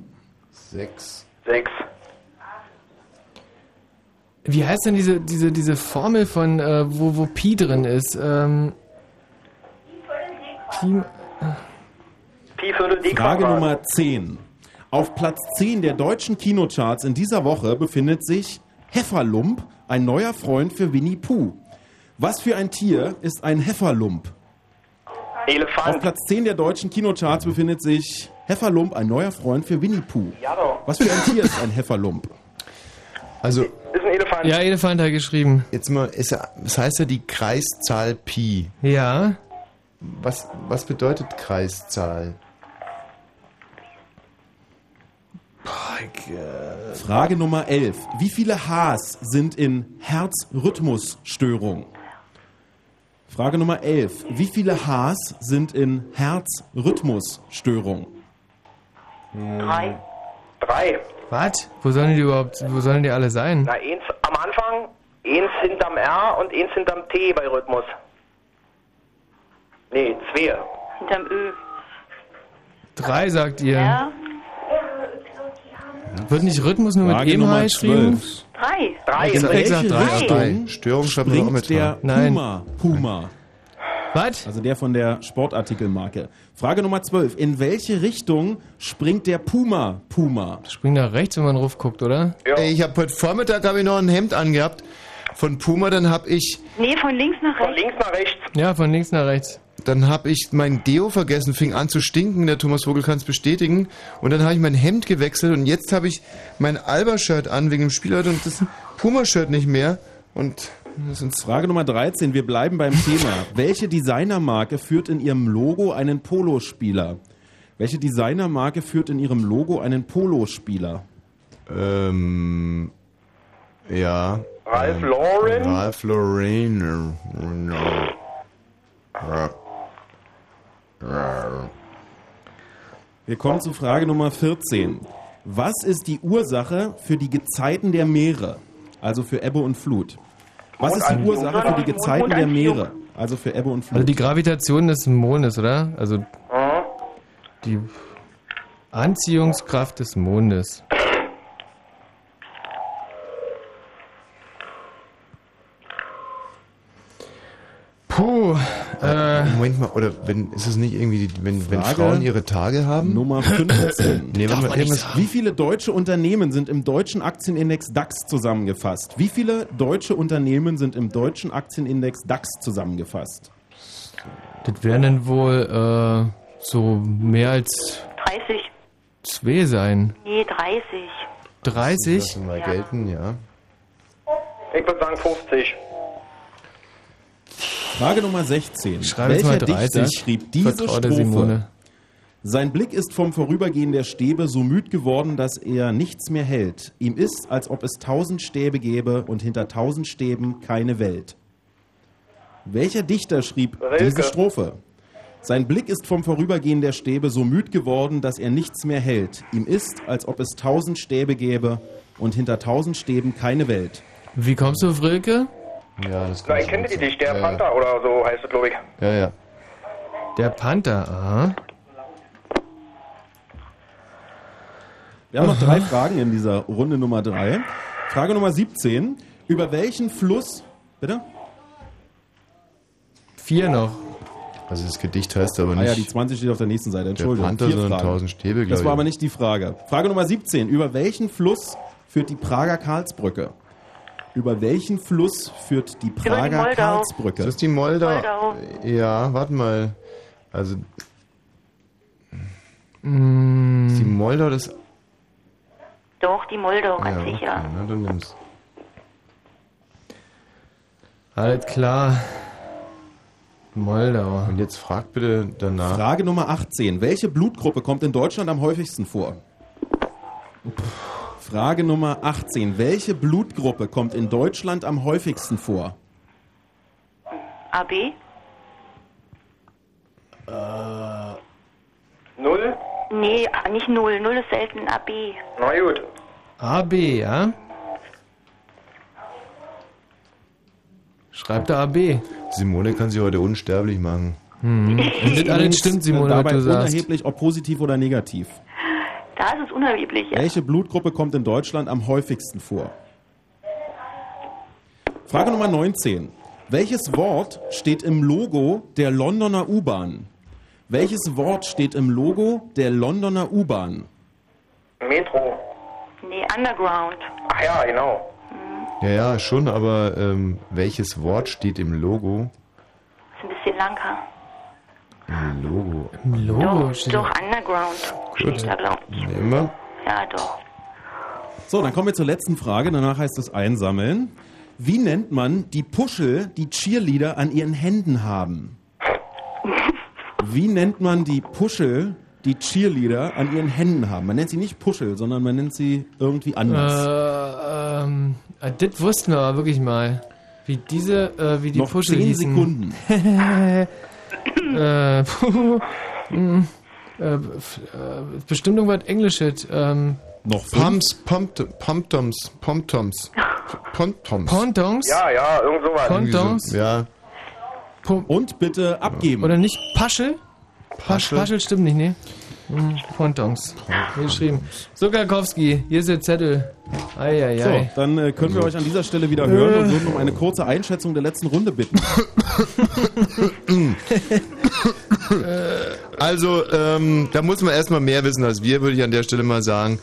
Speaker 1: Sechs.
Speaker 14: Sechs.
Speaker 2: Wie heißt denn diese, diese, diese Formel von, äh, wo, wo Pi drin ist? Ähm, Pi, äh,
Speaker 14: Pi Viertel D
Speaker 4: Frage
Speaker 14: Quadrat.
Speaker 4: Nummer 10. Auf Platz 10 der deutschen Kinocharts in dieser Woche befindet sich Hefferlump, ein neuer Freund für Winnie Pooh. Was für ein Tier ist ein Hefferlump?
Speaker 14: Elefant.
Speaker 4: Auf Platz 10 der deutschen Kinocharts befindet sich Hefferlump, ein neuer Freund für Winnie Pooh.
Speaker 14: Ja doch.
Speaker 4: Was für ein Tier ist ein Hefferlump?
Speaker 1: Also.
Speaker 14: Ist ein Elefant.
Speaker 2: ja, Elefant hat geschrieben.
Speaker 1: Jetzt mal, ist ja, das heißt ja die Kreiszahl Pi.
Speaker 2: Ja.
Speaker 1: Was, was bedeutet Kreiszahl?
Speaker 4: Frage Nummer 11. Wie viele Hs sind in Herzrhythmusstörung? Frage Nummer 11. Wie viele Hs sind in Herzrhythmusstörung?
Speaker 14: Drei. Drei.
Speaker 2: Was? Wo sollen die überhaupt, wo sollen die alle sein?
Speaker 14: Na, eins am Anfang, eins hinterm R und eins hinterm T bei Rhythmus. Nee, zwei.
Speaker 10: Hinterm Ö.
Speaker 2: Drei, sagt ihr.
Speaker 10: Ja.
Speaker 2: Wird nicht Rhythmus nur mit
Speaker 4: Frage
Speaker 2: EMH
Speaker 4: Nummer
Speaker 2: geschrieben?
Speaker 4: 12.
Speaker 10: Drei.
Speaker 14: Drei.
Speaker 2: Ich sag- ich sag
Speaker 4: Welche
Speaker 2: drei.
Speaker 4: Richtung
Speaker 1: Störung schreibt man auch
Speaker 4: springt
Speaker 1: mit
Speaker 4: der
Speaker 1: H. Nein.
Speaker 4: Puma? Puma.
Speaker 2: Was?
Speaker 4: Also der von der Sportartikelmarke. Frage Nummer 12. In welche Richtung springt der Puma? Puma.
Speaker 2: Spring nach rechts, wenn man ruf guckt, oder?
Speaker 1: Ey, ich habe heute Vormittag hab ich noch ein Hemd angehabt von Puma, dann habe ich,
Speaker 10: Nee, von links nach
Speaker 14: Von
Speaker 10: rechts.
Speaker 14: links nach rechts.
Speaker 2: Ja, von links nach rechts.
Speaker 1: dann habe ich mein Deo vergessen, fing an zu stinken, der Thomas Vogel kann es bestätigen, und dann habe ich mein Hemd gewechselt und jetzt habe ich mein Alba-Shirt an wegen dem Spiel heute und das Puma-Shirt nicht mehr und
Speaker 4: Das ist Frage Nummer 13. Wir bleiben beim Thema. Welche Designermarke führt in ihrem Logo einen Polospieler? Welche Designermarke führt in ihrem Logo einen Polospieler?
Speaker 1: Ähm, ja.
Speaker 4: Ralph
Speaker 1: ähm,
Speaker 4: Lauren?
Speaker 1: Ralph Lauren. No. Ja. Ja.
Speaker 4: Wir kommen zu Frage Nummer 14. Was ist die Ursache für die Gezeiten der Meere? Also für Ebbe und Flut. Was ist die Ursache für die Gezeiten der Meere? Also für Ebbe und Flut.
Speaker 2: Also die Gravitation des Mondes, oder? Also
Speaker 14: Mhm.
Speaker 2: die Anziehungskraft des Mondes. Puh. Äh,
Speaker 1: Moment mal, oder wenn ist es nicht irgendwie, die, wenn, wenn
Speaker 4: Frage
Speaker 1: Frauen ihre Tage haben?
Speaker 4: Nummer 15.
Speaker 1: nee, warte mal, irgendwas.
Speaker 4: Wie viele deutsche Unternehmen sind im deutschen Aktienindex DAX zusammengefasst? Wie viele deutsche Unternehmen sind im deutschen Aktienindex DAX zusammengefasst?
Speaker 2: Das wären dann wohl äh, so mehr als
Speaker 10: 30.
Speaker 2: zwei sein.
Speaker 10: Nee, 30.
Speaker 2: 30?
Speaker 1: Lassen wir gelten, ja.
Speaker 14: Ich würde sagen 50.
Speaker 4: Frage Nummer 16.
Speaker 2: Schreib jetzt
Speaker 4: Welcher
Speaker 2: mal 30.
Speaker 4: Dichter schrieb diese
Speaker 2: Vertraute
Speaker 4: Strophe?
Speaker 2: Simone.
Speaker 4: Sein Blick ist vom Vorübergehen der Stäbe so müd geworden, dass er nichts mehr hält. Ihm ist, als ob es tausend Stäbe gäbe und hinter tausend Stäben keine Welt. Welcher Dichter schrieb
Speaker 14: Rilke.
Speaker 4: diese Strophe? Sein Blick ist vom Vorübergehen der Stäbe so müd geworden, dass er nichts mehr hält. Ihm ist, als ob es tausend Stäbe gäbe und hinter tausend Stäben keine Welt.
Speaker 2: Wie kommst du auf Rilke?
Speaker 1: Ja, das
Speaker 14: Na, ich kenne die nicht, der
Speaker 1: äh.
Speaker 2: Ja, ja.
Speaker 14: Panther oder so heißt es, glaube ich.
Speaker 1: Ja, ja.
Speaker 2: Der Panther, aha.
Speaker 4: Wir haben noch drei Fragen in dieser Runde Nummer drei. Frage Nummer 17. Über welchen Fluss. Bitte?
Speaker 2: Vier noch.
Speaker 1: Also das Gedicht heißt aber
Speaker 4: Ah
Speaker 1: nicht.
Speaker 4: ja, die 20 steht auf der nächsten Seite. Entschuldigung.
Speaker 1: Panther,
Speaker 4: Vier
Speaker 1: sondern
Speaker 4: Fragen.
Speaker 1: 1000 Stäbe, glaub
Speaker 4: Das war
Speaker 1: ich.
Speaker 4: aber nicht die Frage. Frage Nummer 17. Über welchen Fluss führt die Prager Karlsbrücke? Über welchen Fluss führt die Prager Karlsbrücke?
Speaker 1: Das ist die Moldau.
Speaker 4: Moldau.
Speaker 1: Ja, warte mal. Also
Speaker 2: Mm.
Speaker 1: ist die Moldau das.
Speaker 4: Oh,
Speaker 10: Doch, die Moldau,
Speaker 1: Ja,
Speaker 10: ganz
Speaker 1: okay,
Speaker 10: sicher.
Speaker 1: na, du nimmst.
Speaker 2: Alles Halt klar. Moldau.
Speaker 1: Und jetzt frag bitte danach.
Speaker 4: Frage Nummer 18. Welche Blutgruppe kommt in Deutschland am häufigsten vor? Frage Nummer 18. Welche Blutgruppe kommt in Deutschland am häufigsten vor?
Speaker 10: AB?
Speaker 14: Äh. Null?
Speaker 10: Nee, ah, nicht null. Null ist selten. AB.
Speaker 14: Na gut.
Speaker 2: AB, ja? Schreibt der AB.
Speaker 1: Simone kann sie heute unsterblich machen.
Speaker 2: Hm. Nicht alles stimmt, Simone,
Speaker 4: äh,
Speaker 2: was
Speaker 4: dabei
Speaker 2: du sagst.
Speaker 4: unerheblich, ob positiv oder negativ.
Speaker 10: Da ist es unerheblich. Ja.
Speaker 4: Welche Blutgruppe kommt in Deutschland am häufigsten vor? Frage Nummer 19. Welches Wort steht im Logo der Londoner U-Bahn? Welches Wort steht im Logo der Londoner U-Bahn?
Speaker 14: Metro.
Speaker 10: Nee, Underground.
Speaker 14: Ach ja, genau.
Speaker 1: Ja, ja, schon, aber ähm, welches Wort steht im Logo?
Speaker 10: Ist ein bisschen lanker.
Speaker 1: Im Logo.
Speaker 2: Im
Speaker 10: Doch, doch, Underground. Steht da, glaub ich.
Speaker 1: Immer.
Speaker 10: Ja, doch.
Speaker 4: So, dann kommen wir zur letzten Frage. Danach heißt es Einsammeln. Wie nennt man die Puschel, die Cheerleader an ihren Händen haben? Wie nennt man die Puschel, die Cheerleader an ihren Händen haben? Man nennt sie nicht Puschel, sondern man nennt sie irgendwie anders.
Speaker 2: Äh, ähm, äh, das wussten wir aber wirklich mal. Wie diese, äh, wie die
Speaker 4: Noch
Speaker 2: Puschel
Speaker 4: 10
Speaker 2: hießen.
Speaker 4: Sekunden.
Speaker 2: äh, puh, mm, äh, f- äh, bestimmt irgendwas Englisches. Ähm,
Speaker 4: Noch
Speaker 1: Pumps, Pumpt- Pumptoms, Pomptoms, Pomptoms.
Speaker 2: Pontons?
Speaker 14: Ja, ja, irgend sowas.
Speaker 1: Irgendwie so, Ja.
Speaker 4: Und bitte abgeben.
Speaker 2: Oder nicht Paschel? Paschel,
Speaker 1: Paschel?
Speaker 2: Paschel stimmt nicht, ne? Hm, Pontons. Hier geschrieben. So, Karkowski, hier ist der Zettel. Eieiei.
Speaker 4: So, dann äh, können wir
Speaker 2: Also-
Speaker 4: euch an dieser Stelle wieder hören und
Speaker 2: Äh.
Speaker 4: würden um eine kurze Einschätzung der letzten Runde bitten.
Speaker 2: Äh,
Speaker 1: Also, ähm, da muss man erstmal mehr wissen als wir, würde ich an der Stelle mal sagen.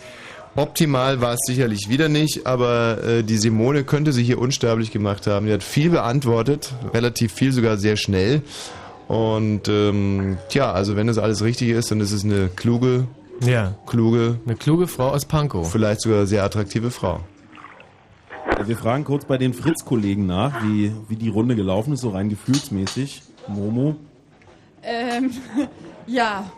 Speaker 1: Optimal war es sicherlich wieder nicht, aber äh, die Simone könnte sich hier unsterblich gemacht haben. Die hat viel beantwortet, relativ viel sogar sehr schnell. Und ähm, tja, also wenn das alles richtig ist, dann ist es eine kluge,
Speaker 2: Ja.
Speaker 1: kluge,
Speaker 2: eine kluge Frau aus Pankow.
Speaker 1: Vielleicht sogar sehr attraktive Frau.
Speaker 4: Wir fragen kurz bei den Fritz-Kollegen nach, wie, wie die Runde gelaufen ist, so rein gefühlsmäßig. Momo,
Speaker 6: Ähm, ja,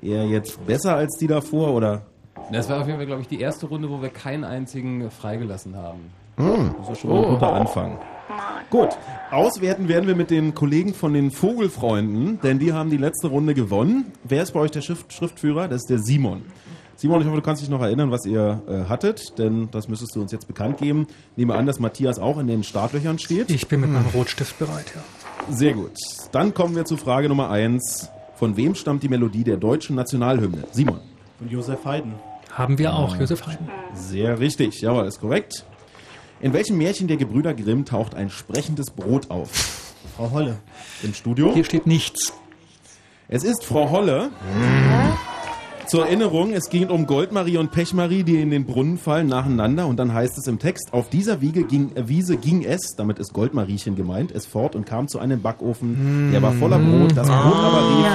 Speaker 4: eher jetzt besser als die davor oder?
Speaker 7: Das war auf jeden Fall, glaube ich, die erste Runde, wo wir keinen einzigen freigelassen haben.
Speaker 4: Hm. Das ist schon mal ein
Speaker 7: Oh.
Speaker 4: guter Anfang. Gut, auswerten werden wir mit den Kollegen von den Vogelfreunden, denn die haben die letzte Runde gewonnen. Wer ist bei euch der Schrift Schriftführer? Das ist der Simon. Simon, ich hoffe, du kannst dich noch erinnern, was ihr äh, hattet, denn das müsstest du uns jetzt bekannt geben. Nehme an, dass Matthias auch in den Startlöchern steht.
Speaker 17: Ich bin mit meinem Rotstift bereit, ja.
Speaker 4: Sehr gut. Dann kommen wir zu Frage Nummer 1. Von wem stammt die Melodie der deutschen Nationalhymne? Simon.
Speaker 18: Von Josef Haydn.
Speaker 17: Haben wir auch,
Speaker 4: Ah.
Speaker 17: Josef Haydn.
Speaker 4: Sehr richtig, jawohl, ist korrekt. In welchem Märchen der Gebrüder Grimm taucht ein sprechendes Brot auf? Frau Holle. Im Studio?
Speaker 17: Hier steht nichts.
Speaker 4: Es ist Frau Holle. Zur Erinnerung, es ging um Goldmarie und Pechmarie, die in den Brunnen fallen nacheinander. Und dann heißt es im Text, auf dieser Wiege ging, äh, Wiese ging es, damit ist Goldmariechen gemeint, es fort und kam zu einem Backofen. Der war voller
Speaker 2: Mm.
Speaker 4: Brot, das Brot aber
Speaker 1: Hm.
Speaker 4: rief,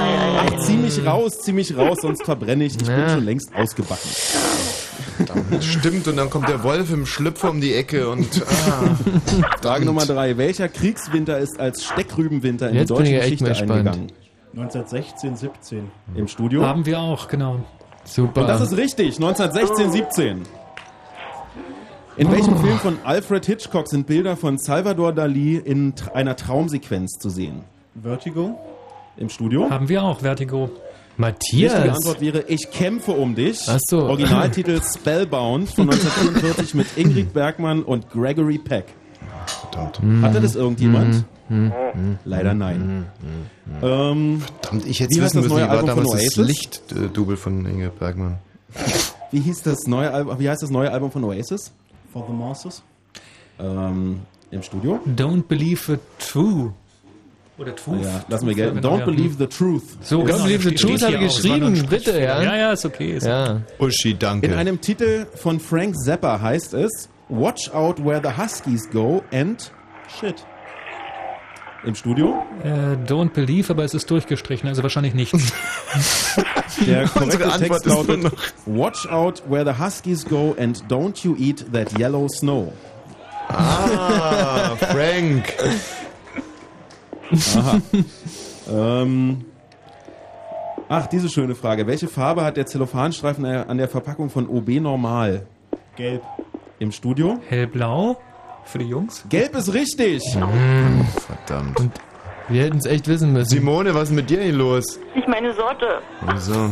Speaker 4: ach, zieh mich raus, zieh mich raus, sonst verbrenne ich, ich bin schon längst ausgebacken.
Speaker 1: Stimmt, und dann kommt der Wolf im Schlüpfer um die Ecke und. Ah.
Speaker 4: Frage Nummer drei. Welcher Kriegswinter ist als Steckrübenwinter in
Speaker 1: Jetzt
Speaker 4: die
Speaker 1: bin ich
Speaker 4: deutsche
Speaker 1: echt
Speaker 4: Geschichte
Speaker 1: mal gespannt.
Speaker 4: eingegangen?
Speaker 18: 1916, 17.
Speaker 4: Im Studio?
Speaker 17: Haben wir auch, genau.
Speaker 2: Super.
Speaker 4: Und das ist richtig, 1916, 17. In
Speaker 1: Oh.
Speaker 4: welchem Film von Alfred Hitchcock sind Bilder von Salvador Dali in tr- einer Traumsequenz zu sehen?
Speaker 18: Vertigo?
Speaker 4: Im Studio?
Speaker 17: Haben wir auch, Vertigo.
Speaker 4: Die
Speaker 2: Matthias.
Speaker 4: richtige Antwort wäre Ich kämpfe um dich.
Speaker 2: Ach so.
Speaker 4: Originaltitel Spellbound von 1944 mit Ingrid Bergmann und Gregory Peck. Hatte
Speaker 2: Mhm.
Speaker 4: das irgendjemand? Leider nein.
Speaker 2: Mhm.
Speaker 4: Ähm,
Speaker 1: Verdammt, ich hätte
Speaker 4: wie
Speaker 1: es
Speaker 4: heißt
Speaker 1: wissen müssen,
Speaker 4: neue
Speaker 1: ich war
Speaker 4: Album von
Speaker 1: damals das
Speaker 4: Oasis?
Speaker 1: Licht-Double von Inge Bergmann.
Speaker 4: Wie hieß das neue Album? Wie heißt das neue Album von Oasis?
Speaker 18: For the Masters?
Speaker 4: Ähm, Im Studio?
Speaker 17: Don't believe the true. Oder
Speaker 4: Ah,
Speaker 17: truth. genau
Speaker 4: ja, lassen wir gelten. Don't believe the truth.
Speaker 17: So,
Speaker 4: Ist-
Speaker 17: Don't believe the truth habe ich geschrieben. Bitte, ja. Ja, ja, ist okay. Ist okay.
Speaker 1: Uschi, danke.
Speaker 4: In einem Titel von Frank Zappa heißt es Watch out where the Huskies go and shit. Im Studio?
Speaker 17: Äh, don't believe, aber es ist durchgestrichen, also wahrscheinlich nichts.
Speaker 4: Der korrekte
Speaker 17: Unsere Antwort
Speaker 4: Text
Speaker 17: ist nur
Speaker 4: lautet Watch out where the Huskies go and don't you eat that yellow snow.
Speaker 1: Ah, Frank.
Speaker 4: Aha. ähm, ach, diese schöne Frage. Welche Farbe hat der Zellophanstreifen an der Verpackung von OB Normal?
Speaker 18: Gelb.
Speaker 4: Im Studio?
Speaker 17: Hellblau für die Jungs.
Speaker 4: Gelb ist richtig.
Speaker 1: Verdammt.
Speaker 2: Mm. wir hätten es echt wissen müssen.
Speaker 1: Simone, was ist mit dir hier los?
Speaker 10: Ich meine Sorte.
Speaker 1: Also.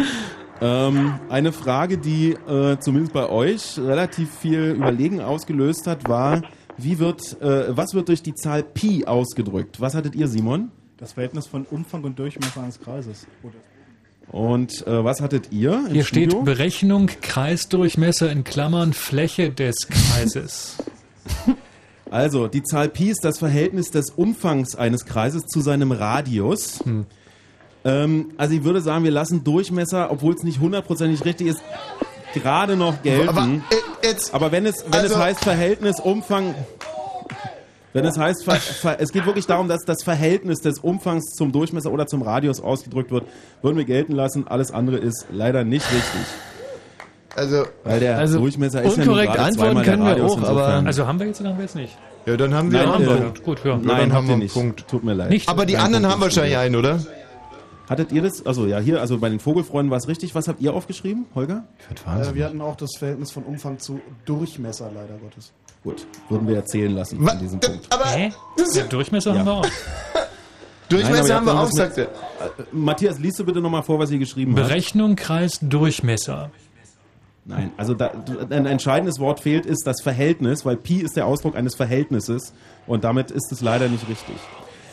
Speaker 4: ähm, eine Frage, die äh, zumindest bei euch relativ viel Überlegen ausgelöst hat, war, wie wird, äh, was wird durch die Zahl Pi ausgedrückt? Was hattet ihr, Simon?
Speaker 18: Das Verhältnis von Umfang und Durchmesser eines Kreises. Oder
Speaker 4: Und äh, was hattet ihr? Im
Speaker 17: Hier steht
Speaker 4: Studio?
Speaker 17: Berechnung Kreisdurchmesser in Klammern Fläche des Kreises.
Speaker 4: Also, die Zahl Pi ist das Verhältnis des Umfangs eines Kreises zu seinem Radius. Ähm, also, ich würde sagen, wir lassen Durchmesser, obwohl es nicht hundertprozentig richtig ist, gerade noch gelten.
Speaker 1: Aber,
Speaker 4: Aber,
Speaker 1: äh, jetzt,
Speaker 4: wenn, es, wenn
Speaker 1: also-
Speaker 4: es heißt Verhältnis, Umfang. Wenn es heißt, ver, ver, es geht wirklich darum, dass das Verhältnis des Umfangs zum Durchmesser oder zum Radius ausgedrückt wird, würden wir gelten lassen. Alles andere ist leider nicht richtig.
Speaker 1: Also,
Speaker 4: Weil der Durchmesser ist ja nun
Speaker 2: unkorrekt
Speaker 4: gerade
Speaker 2: antworten
Speaker 4: zweimal der
Speaker 2: können wir
Speaker 4: Radius,
Speaker 2: auch,
Speaker 4: insofern.
Speaker 2: aber-
Speaker 17: Also haben wir jetzt oder haben wir jetzt nicht?
Speaker 1: Ja, dann haben wir
Speaker 4: Nein,
Speaker 1: einen
Speaker 4: äh,
Speaker 1: Antwort.
Speaker 17: gut, ja.
Speaker 1: Ja,
Speaker 4: Nein,
Speaker 1: dann
Speaker 4: habt
Speaker 1: haben wir
Speaker 4: ihr
Speaker 1: einen
Speaker 4: nicht.
Speaker 1: Punkt.
Speaker 4: Tut mir leid.
Speaker 1: Nicht. Aber die
Speaker 4: Kein
Speaker 1: anderen
Speaker 4: Punkt
Speaker 1: haben wahrscheinlich
Speaker 4: im
Speaker 1: einen, oder?
Speaker 4: Hattet ihr das? Also ja, hier, also bei den Vogelfreunden war es richtig. Was habt ihr aufgeschrieben, Holger?
Speaker 18: äh, wir hatten auch das Verhältnis von Umfang zu Durchmesser, leider Gottes.
Speaker 4: Gut, würden wir erzählen lassen an diesem
Speaker 1: Äh,
Speaker 4: Punkt.
Speaker 17: Hä? Ja, Durchmesser haben wir auch.
Speaker 4: Nein, aber ihr habt noch was
Speaker 17: sagt
Speaker 1: mit-
Speaker 4: Äh, Matthias, liest du bitte nochmal vor, was ihr geschrieben habt.
Speaker 17: Berechnung Kreisdurchmesser.
Speaker 4: Nein, also da, ein entscheidendes Wort fehlt, ist das Verhältnis, weil Pi ist der Ausdruck eines Verhältnisses und damit ist es leider nicht richtig.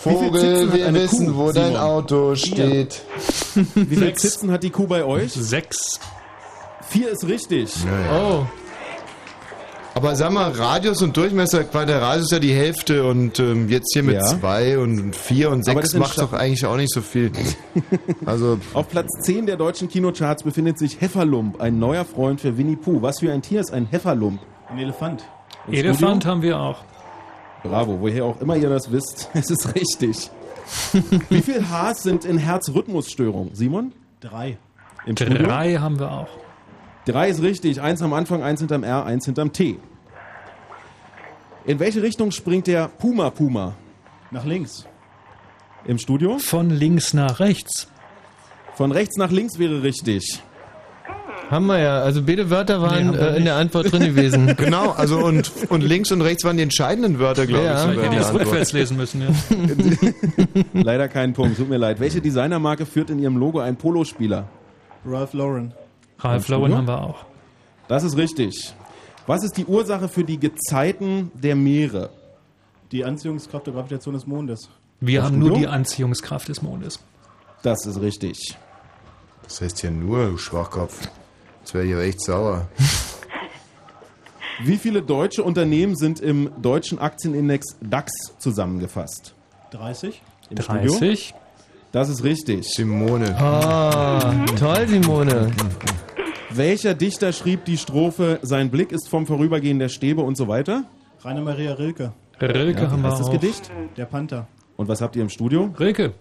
Speaker 4: Wie viel Zitzen
Speaker 1: Vogel,
Speaker 4: hat
Speaker 1: wir
Speaker 4: eine
Speaker 1: wissen,
Speaker 4: Kuh,
Speaker 1: wo dein
Speaker 4: Simon?
Speaker 1: Auto steht.
Speaker 4: Wie viele Zitzen hat die Kuh bei euch?
Speaker 17: Sechs.
Speaker 4: Vier ist richtig.
Speaker 2: Oh.
Speaker 1: Aber sag mal, Radius und Durchmesser, weil der Radius ist ja die Hälfte und ähm, jetzt hier mit
Speaker 4: Ja.
Speaker 1: zwei und vier und
Speaker 4: Aber
Speaker 1: sechs
Speaker 4: das
Speaker 1: macht doch eigentlich auch nicht so viel. Also,
Speaker 4: Auf Platz 10 der deutschen Kinocharts befindet sich Hefferlump, ein neuer Freund für Winnie Pooh. Was für ein Tier ist ein Hefferlump?
Speaker 18: Ein Elefant.
Speaker 4: Im
Speaker 17: Elefant
Speaker 4: Studio?
Speaker 17: haben wir auch.
Speaker 4: Bravo, woher auch immer ihr das wisst, es ist richtig. Wie viel Haars sind in Herzrhythmusstörung? Simon?
Speaker 18: Drei.
Speaker 4: Im Studio?
Speaker 17: Drei haben wir auch.
Speaker 4: Drei ist richtig. Eins am Anfang, eins hinterm R, eins hinterm T. In welche Richtung springt der Puma Puma? Nach links. Im Studio?
Speaker 17: Von links nach rechts.
Speaker 4: Von rechts nach links wäre richtig.
Speaker 2: Haben wir ja. Also beide Wörter waren äh, in der Antwort drin gewesen.
Speaker 1: Genau, also und, und links und rechts waren die entscheidenden Wörter, glaube
Speaker 17: Ja.
Speaker 1: ich.
Speaker 17: Vielleicht hätte ich es rückwärts lesen müssen, ja.
Speaker 4: Leider keinen Punkt, tut mir leid. Welche Designermarke führt in ihrem Logo einen Polospieler?
Speaker 5: Ralph Lauren.
Speaker 17: Ralph Lauren haben wir auch.
Speaker 4: Das ist richtig. Was ist die Ursache für die Gezeiten der Meere?
Speaker 5: Die Anziehungskraft der Gravitation des Mondes.
Speaker 17: Wir
Speaker 4: Das
Speaker 17: haben nur
Speaker 4: Studio?
Speaker 17: die Anziehungskraft des Mondes.
Speaker 4: Das ist richtig.
Speaker 3: Das heißt ja nur, du Schwachkopf. Jetzt wäre ich aber echt sauer.
Speaker 4: Wie viele deutsche Unternehmen sind im deutschen Aktienindex DAX zusammengefasst?
Speaker 5: 30.
Speaker 4: Im
Speaker 5: 30?
Speaker 4: Studio? Das ist richtig.
Speaker 1: Simone.
Speaker 2: Ah, toll, Simone.
Speaker 4: Welcher Dichter schrieb die Strophe Sein Blick ist vom Vorübergehen der Stäbe und so weiter?
Speaker 5: Rainer Maria Rilke.
Speaker 17: Rilke
Speaker 4: Ja,
Speaker 17: haben wir
Speaker 4: heißt das
Speaker 17: auch.
Speaker 4: Gedicht?
Speaker 5: Der Panther.
Speaker 4: Und was habt ihr im Studio?
Speaker 17: Rilke.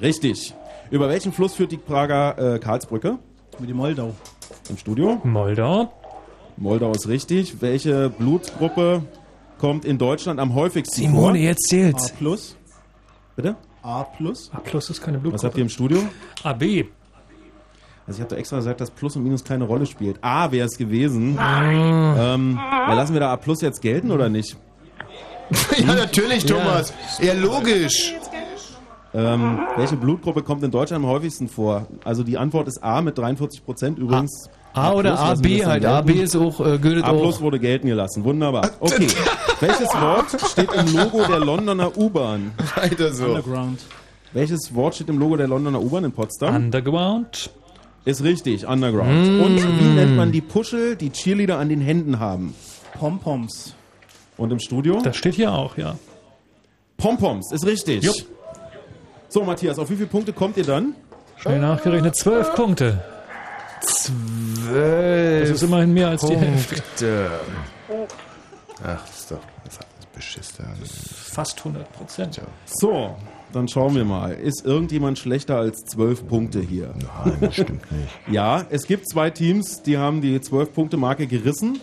Speaker 4: Richtig. Über welchen Fluss führt die Prager äh, Karlsbrücke?
Speaker 5: Mit dem Moldau.
Speaker 4: Im Studio?
Speaker 17: Moldau.
Speaker 4: Moldau ist richtig. Welche Blutgruppe kommt in Deutschland am häufigsten vor?
Speaker 17: Simone, jetzt zählt's.
Speaker 5: A plus.
Speaker 4: Bitte?
Speaker 5: A plus.
Speaker 17: A plus ist keine Blutgruppe.
Speaker 4: Was habt ihr im Studio?
Speaker 17: AB.
Speaker 4: Also ich habe da extra gesagt, dass Plus und Minus keine Rolle spielt. A wäre es gewesen. Ähm, ja, lassen wir da A Plus jetzt gelten oder nicht?
Speaker 1: ja, natürlich, Thomas. Ja, logisch.
Speaker 4: Ähm, welche Blutgruppe kommt in Deutschland am häufigsten vor? Also die Antwort ist A mit 43 Prozent übrigens.
Speaker 2: A oder
Speaker 4: plus lassen wir
Speaker 2: AB
Speaker 4: das dann
Speaker 2: halt.
Speaker 4: gelten.
Speaker 2: AB ist auch, äh, gilt
Speaker 4: A plus
Speaker 2: auch.
Speaker 4: wurde gelten gelassen. Wunderbar. Okay. Welches Wort steht im Logo der Londoner U-Bahn?
Speaker 1: Weiter so.
Speaker 5: Underground.
Speaker 4: Welches Wort steht im Logo der Londoner U-Bahn in Potsdam?
Speaker 17: Underground.
Speaker 4: Ist richtig, Underground.
Speaker 17: Mm.
Speaker 4: Und wie nennt man die Puschel, die Cheerleader an den Händen haben?
Speaker 5: Pompoms.
Speaker 4: Und im Studio?
Speaker 17: Das steht hier auch, ja.
Speaker 4: Pompoms, ist richtig.
Speaker 17: Jupp.
Speaker 4: So, Matthias, auf wie viele Punkte kommt ihr dann?
Speaker 17: Schnell nachgerechnet, zwölf Punkte.
Speaker 1: Zwölf.
Speaker 17: Das ist immerhin mehr als die Hälfte.
Speaker 3: Punkte. Ach, das ist doch das ist beschiss da.
Speaker 17: Fast 100 Prozent.
Speaker 4: So, dann schauen wir mal. Ist irgendjemand schlechter als zwölf Punkte hier?
Speaker 3: Nein, das stimmt nicht.
Speaker 4: Ja, es gibt zwei Teams, die haben die 12-Punkte-Marke gerissen.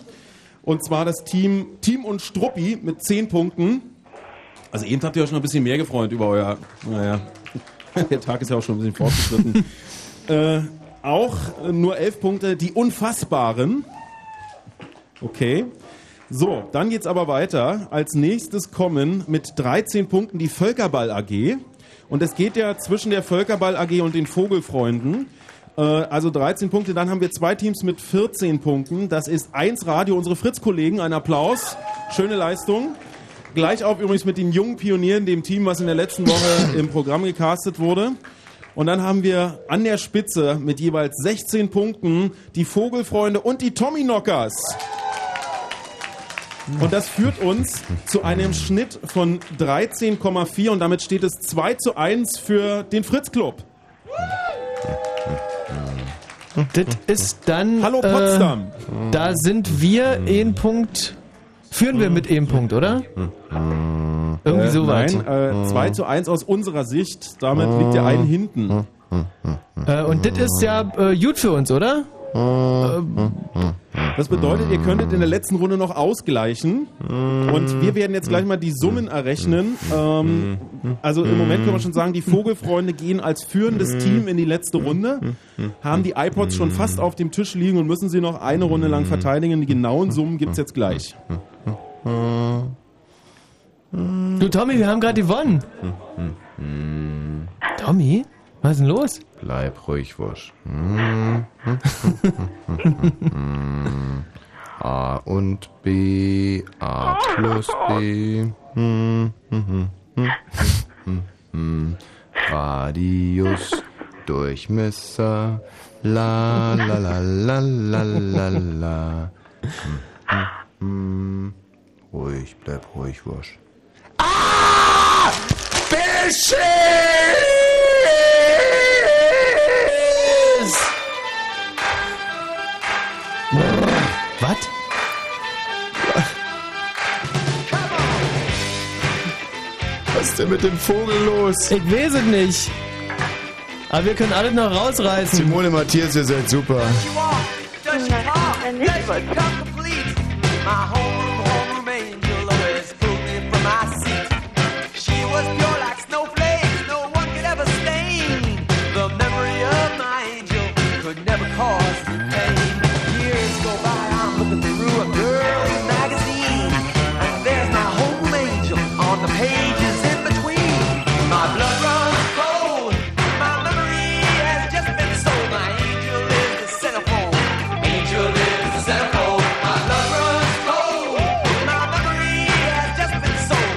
Speaker 4: Und zwar das Team Team und Struppi mit 10 Punkten. Also eben habt ihr euch schon ein bisschen mehr gefreut über euer... Naja, der Tag ist ja auch schon ein bisschen fortgeschritten. äh, auch nur 11 Punkte, die Unfassbaren. Okay. So, dann geht's aber weiter. Als nächstes kommen mit 13 Punkten die Völkerball AG. Und es geht ja zwischen der Völkerball AG und den Vogelfreunden. Äh, also 13 Punkte. Dann haben wir zwei Teams mit 14 Punkten. Das ist 1 Radio, unsere Fritz-Kollegen. Ein Applaus. Schöne Leistung. Gleich auf übrigens mit den jungen Pionieren, dem Team, was in der letzten Woche im Programm gecastet wurde. Und dann haben wir an der Spitze mit jeweils 16 Punkten die Vogelfreunde und die Tommyknockers. Und das führt uns zu einem Schnitt von 13,4 und damit steht es 2 zu 1 für den Fritz Club.
Speaker 2: Das ist dann.
Speaker 4: Hallo, Potsdam.
Speaker 2: Äh, da sind wir einen Punkt. Führen wir mit einem Punkt, oder? Irgendwie so weit. Hm.
Speaker 4: Nein, Hm. äh, 2
Speaker 19: Mhm.
Speaker 4: zu 1 aus unserer Sicht. Damit liegt der
Speaker 7: Mhm.
Speaker 4: einen hinten.
Speaker 2: Äh, und das ist ja äh, gut für uns, oder? Äh,
Speaker 4: Das bedeutet, ihr könntet in der letzten Runde noch ausgleichen. Und wir werden jetzt gleich mal die Summen errechnen. Ähm, also im Moment kann man schon sagen, die Vogelfreunde gehen als führendes Team in die letzte Runde, haben die iPods schon fast auf dem Tisch liegen und müssen sie noch eine Runde lang verteidigen. Die genauen Summen gibt's jetzt gleich.
Speaker 2: Hm. Du, Tommy, wir haben gerade gewonnen. Tommy? Was ist denn los?
Speaker 3: Bleib ruhig, Wursch. A und B, A plus B.
Speaker 2: Hm.
Speaker 3: Radius, Durchmesser, la la la la la la la. Ruhig, bleib ruhig, Wursch.
Speaker 2: Ah!
Speaker 8: Beschiss!
Speaker 2: Was?
Speaker 1: Was ist denn mit dem Vogel los?
Speaker 2: Ich weiß es nicht. Aber wir können alles noch rausreißen.
Speaker 1: Simone Matthias, ihr seid super.
Speaker 8: What you want, it such talk that you come complete. My homeroom, homeroom angel always pulled me from my seat. She was pure like snowflakes, no one could ever stain. The memory of my angel could never cause me pain. Years go by, I'm looking through a girly magazine. And there's my homeroom angel on the pages in between. My blood runs cold, my memory has just been sold. My angel is the centerfold. Angel is the centerfold. My blood runs cold, my memory has just been sold.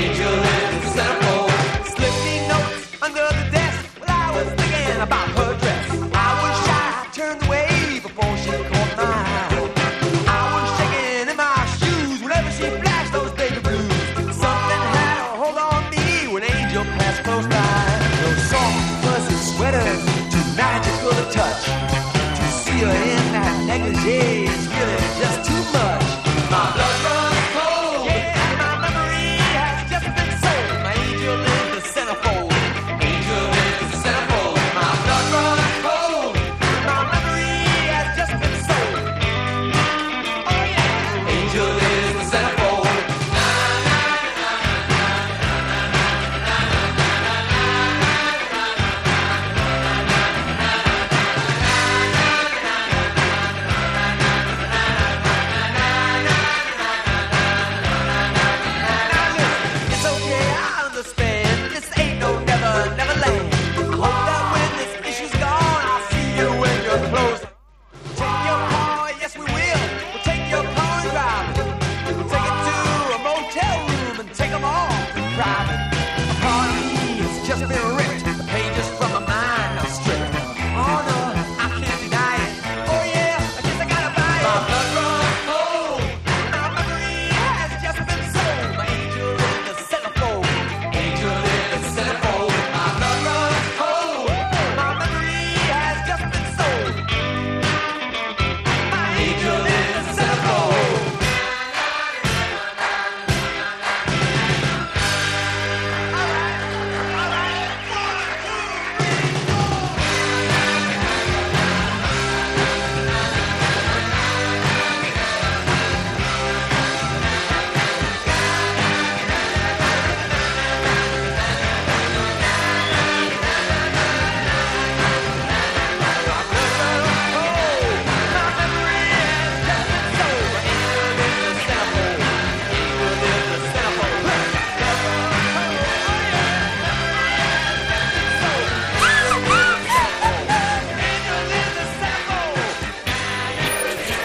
Speaker 8: Angel is the centerfold. Slipped me notes under the desk while I was thinking about her dress. I was shy, I turned away before she caught my eye. I was shaking in my shoes whenever she flashed those baby blues. Something had a hold on me when Angel passed close by. Those soft fuzzy sweaters, too magical to touch. To see her in that negligee is really just too much. My blood runs cold. Yeah, my memory has just been sold. My angel is the centerfold. Angel is the centerfold. My blood runs cold. My memory has just been sold. Oh yeah. Angel is the centerfold. It's okay, I understand. This ain't no never, never land. I hope that when this issue's gone, I'll see you when you're close. Take your car, yes we will. We'll take your car and drive. We'll take it to a motel room and take 'em all private. A part of me has just been ripped. The pages from my mind are stripped. Oh no, I can't deny it. Oh yeah, I guess I gotta buy it. My blood runs cold. My memory has just been sold. My angel in the centerfold. Angel in the centerfold. My blood runs cold. My memory has just been sold. My angel in the centerfold.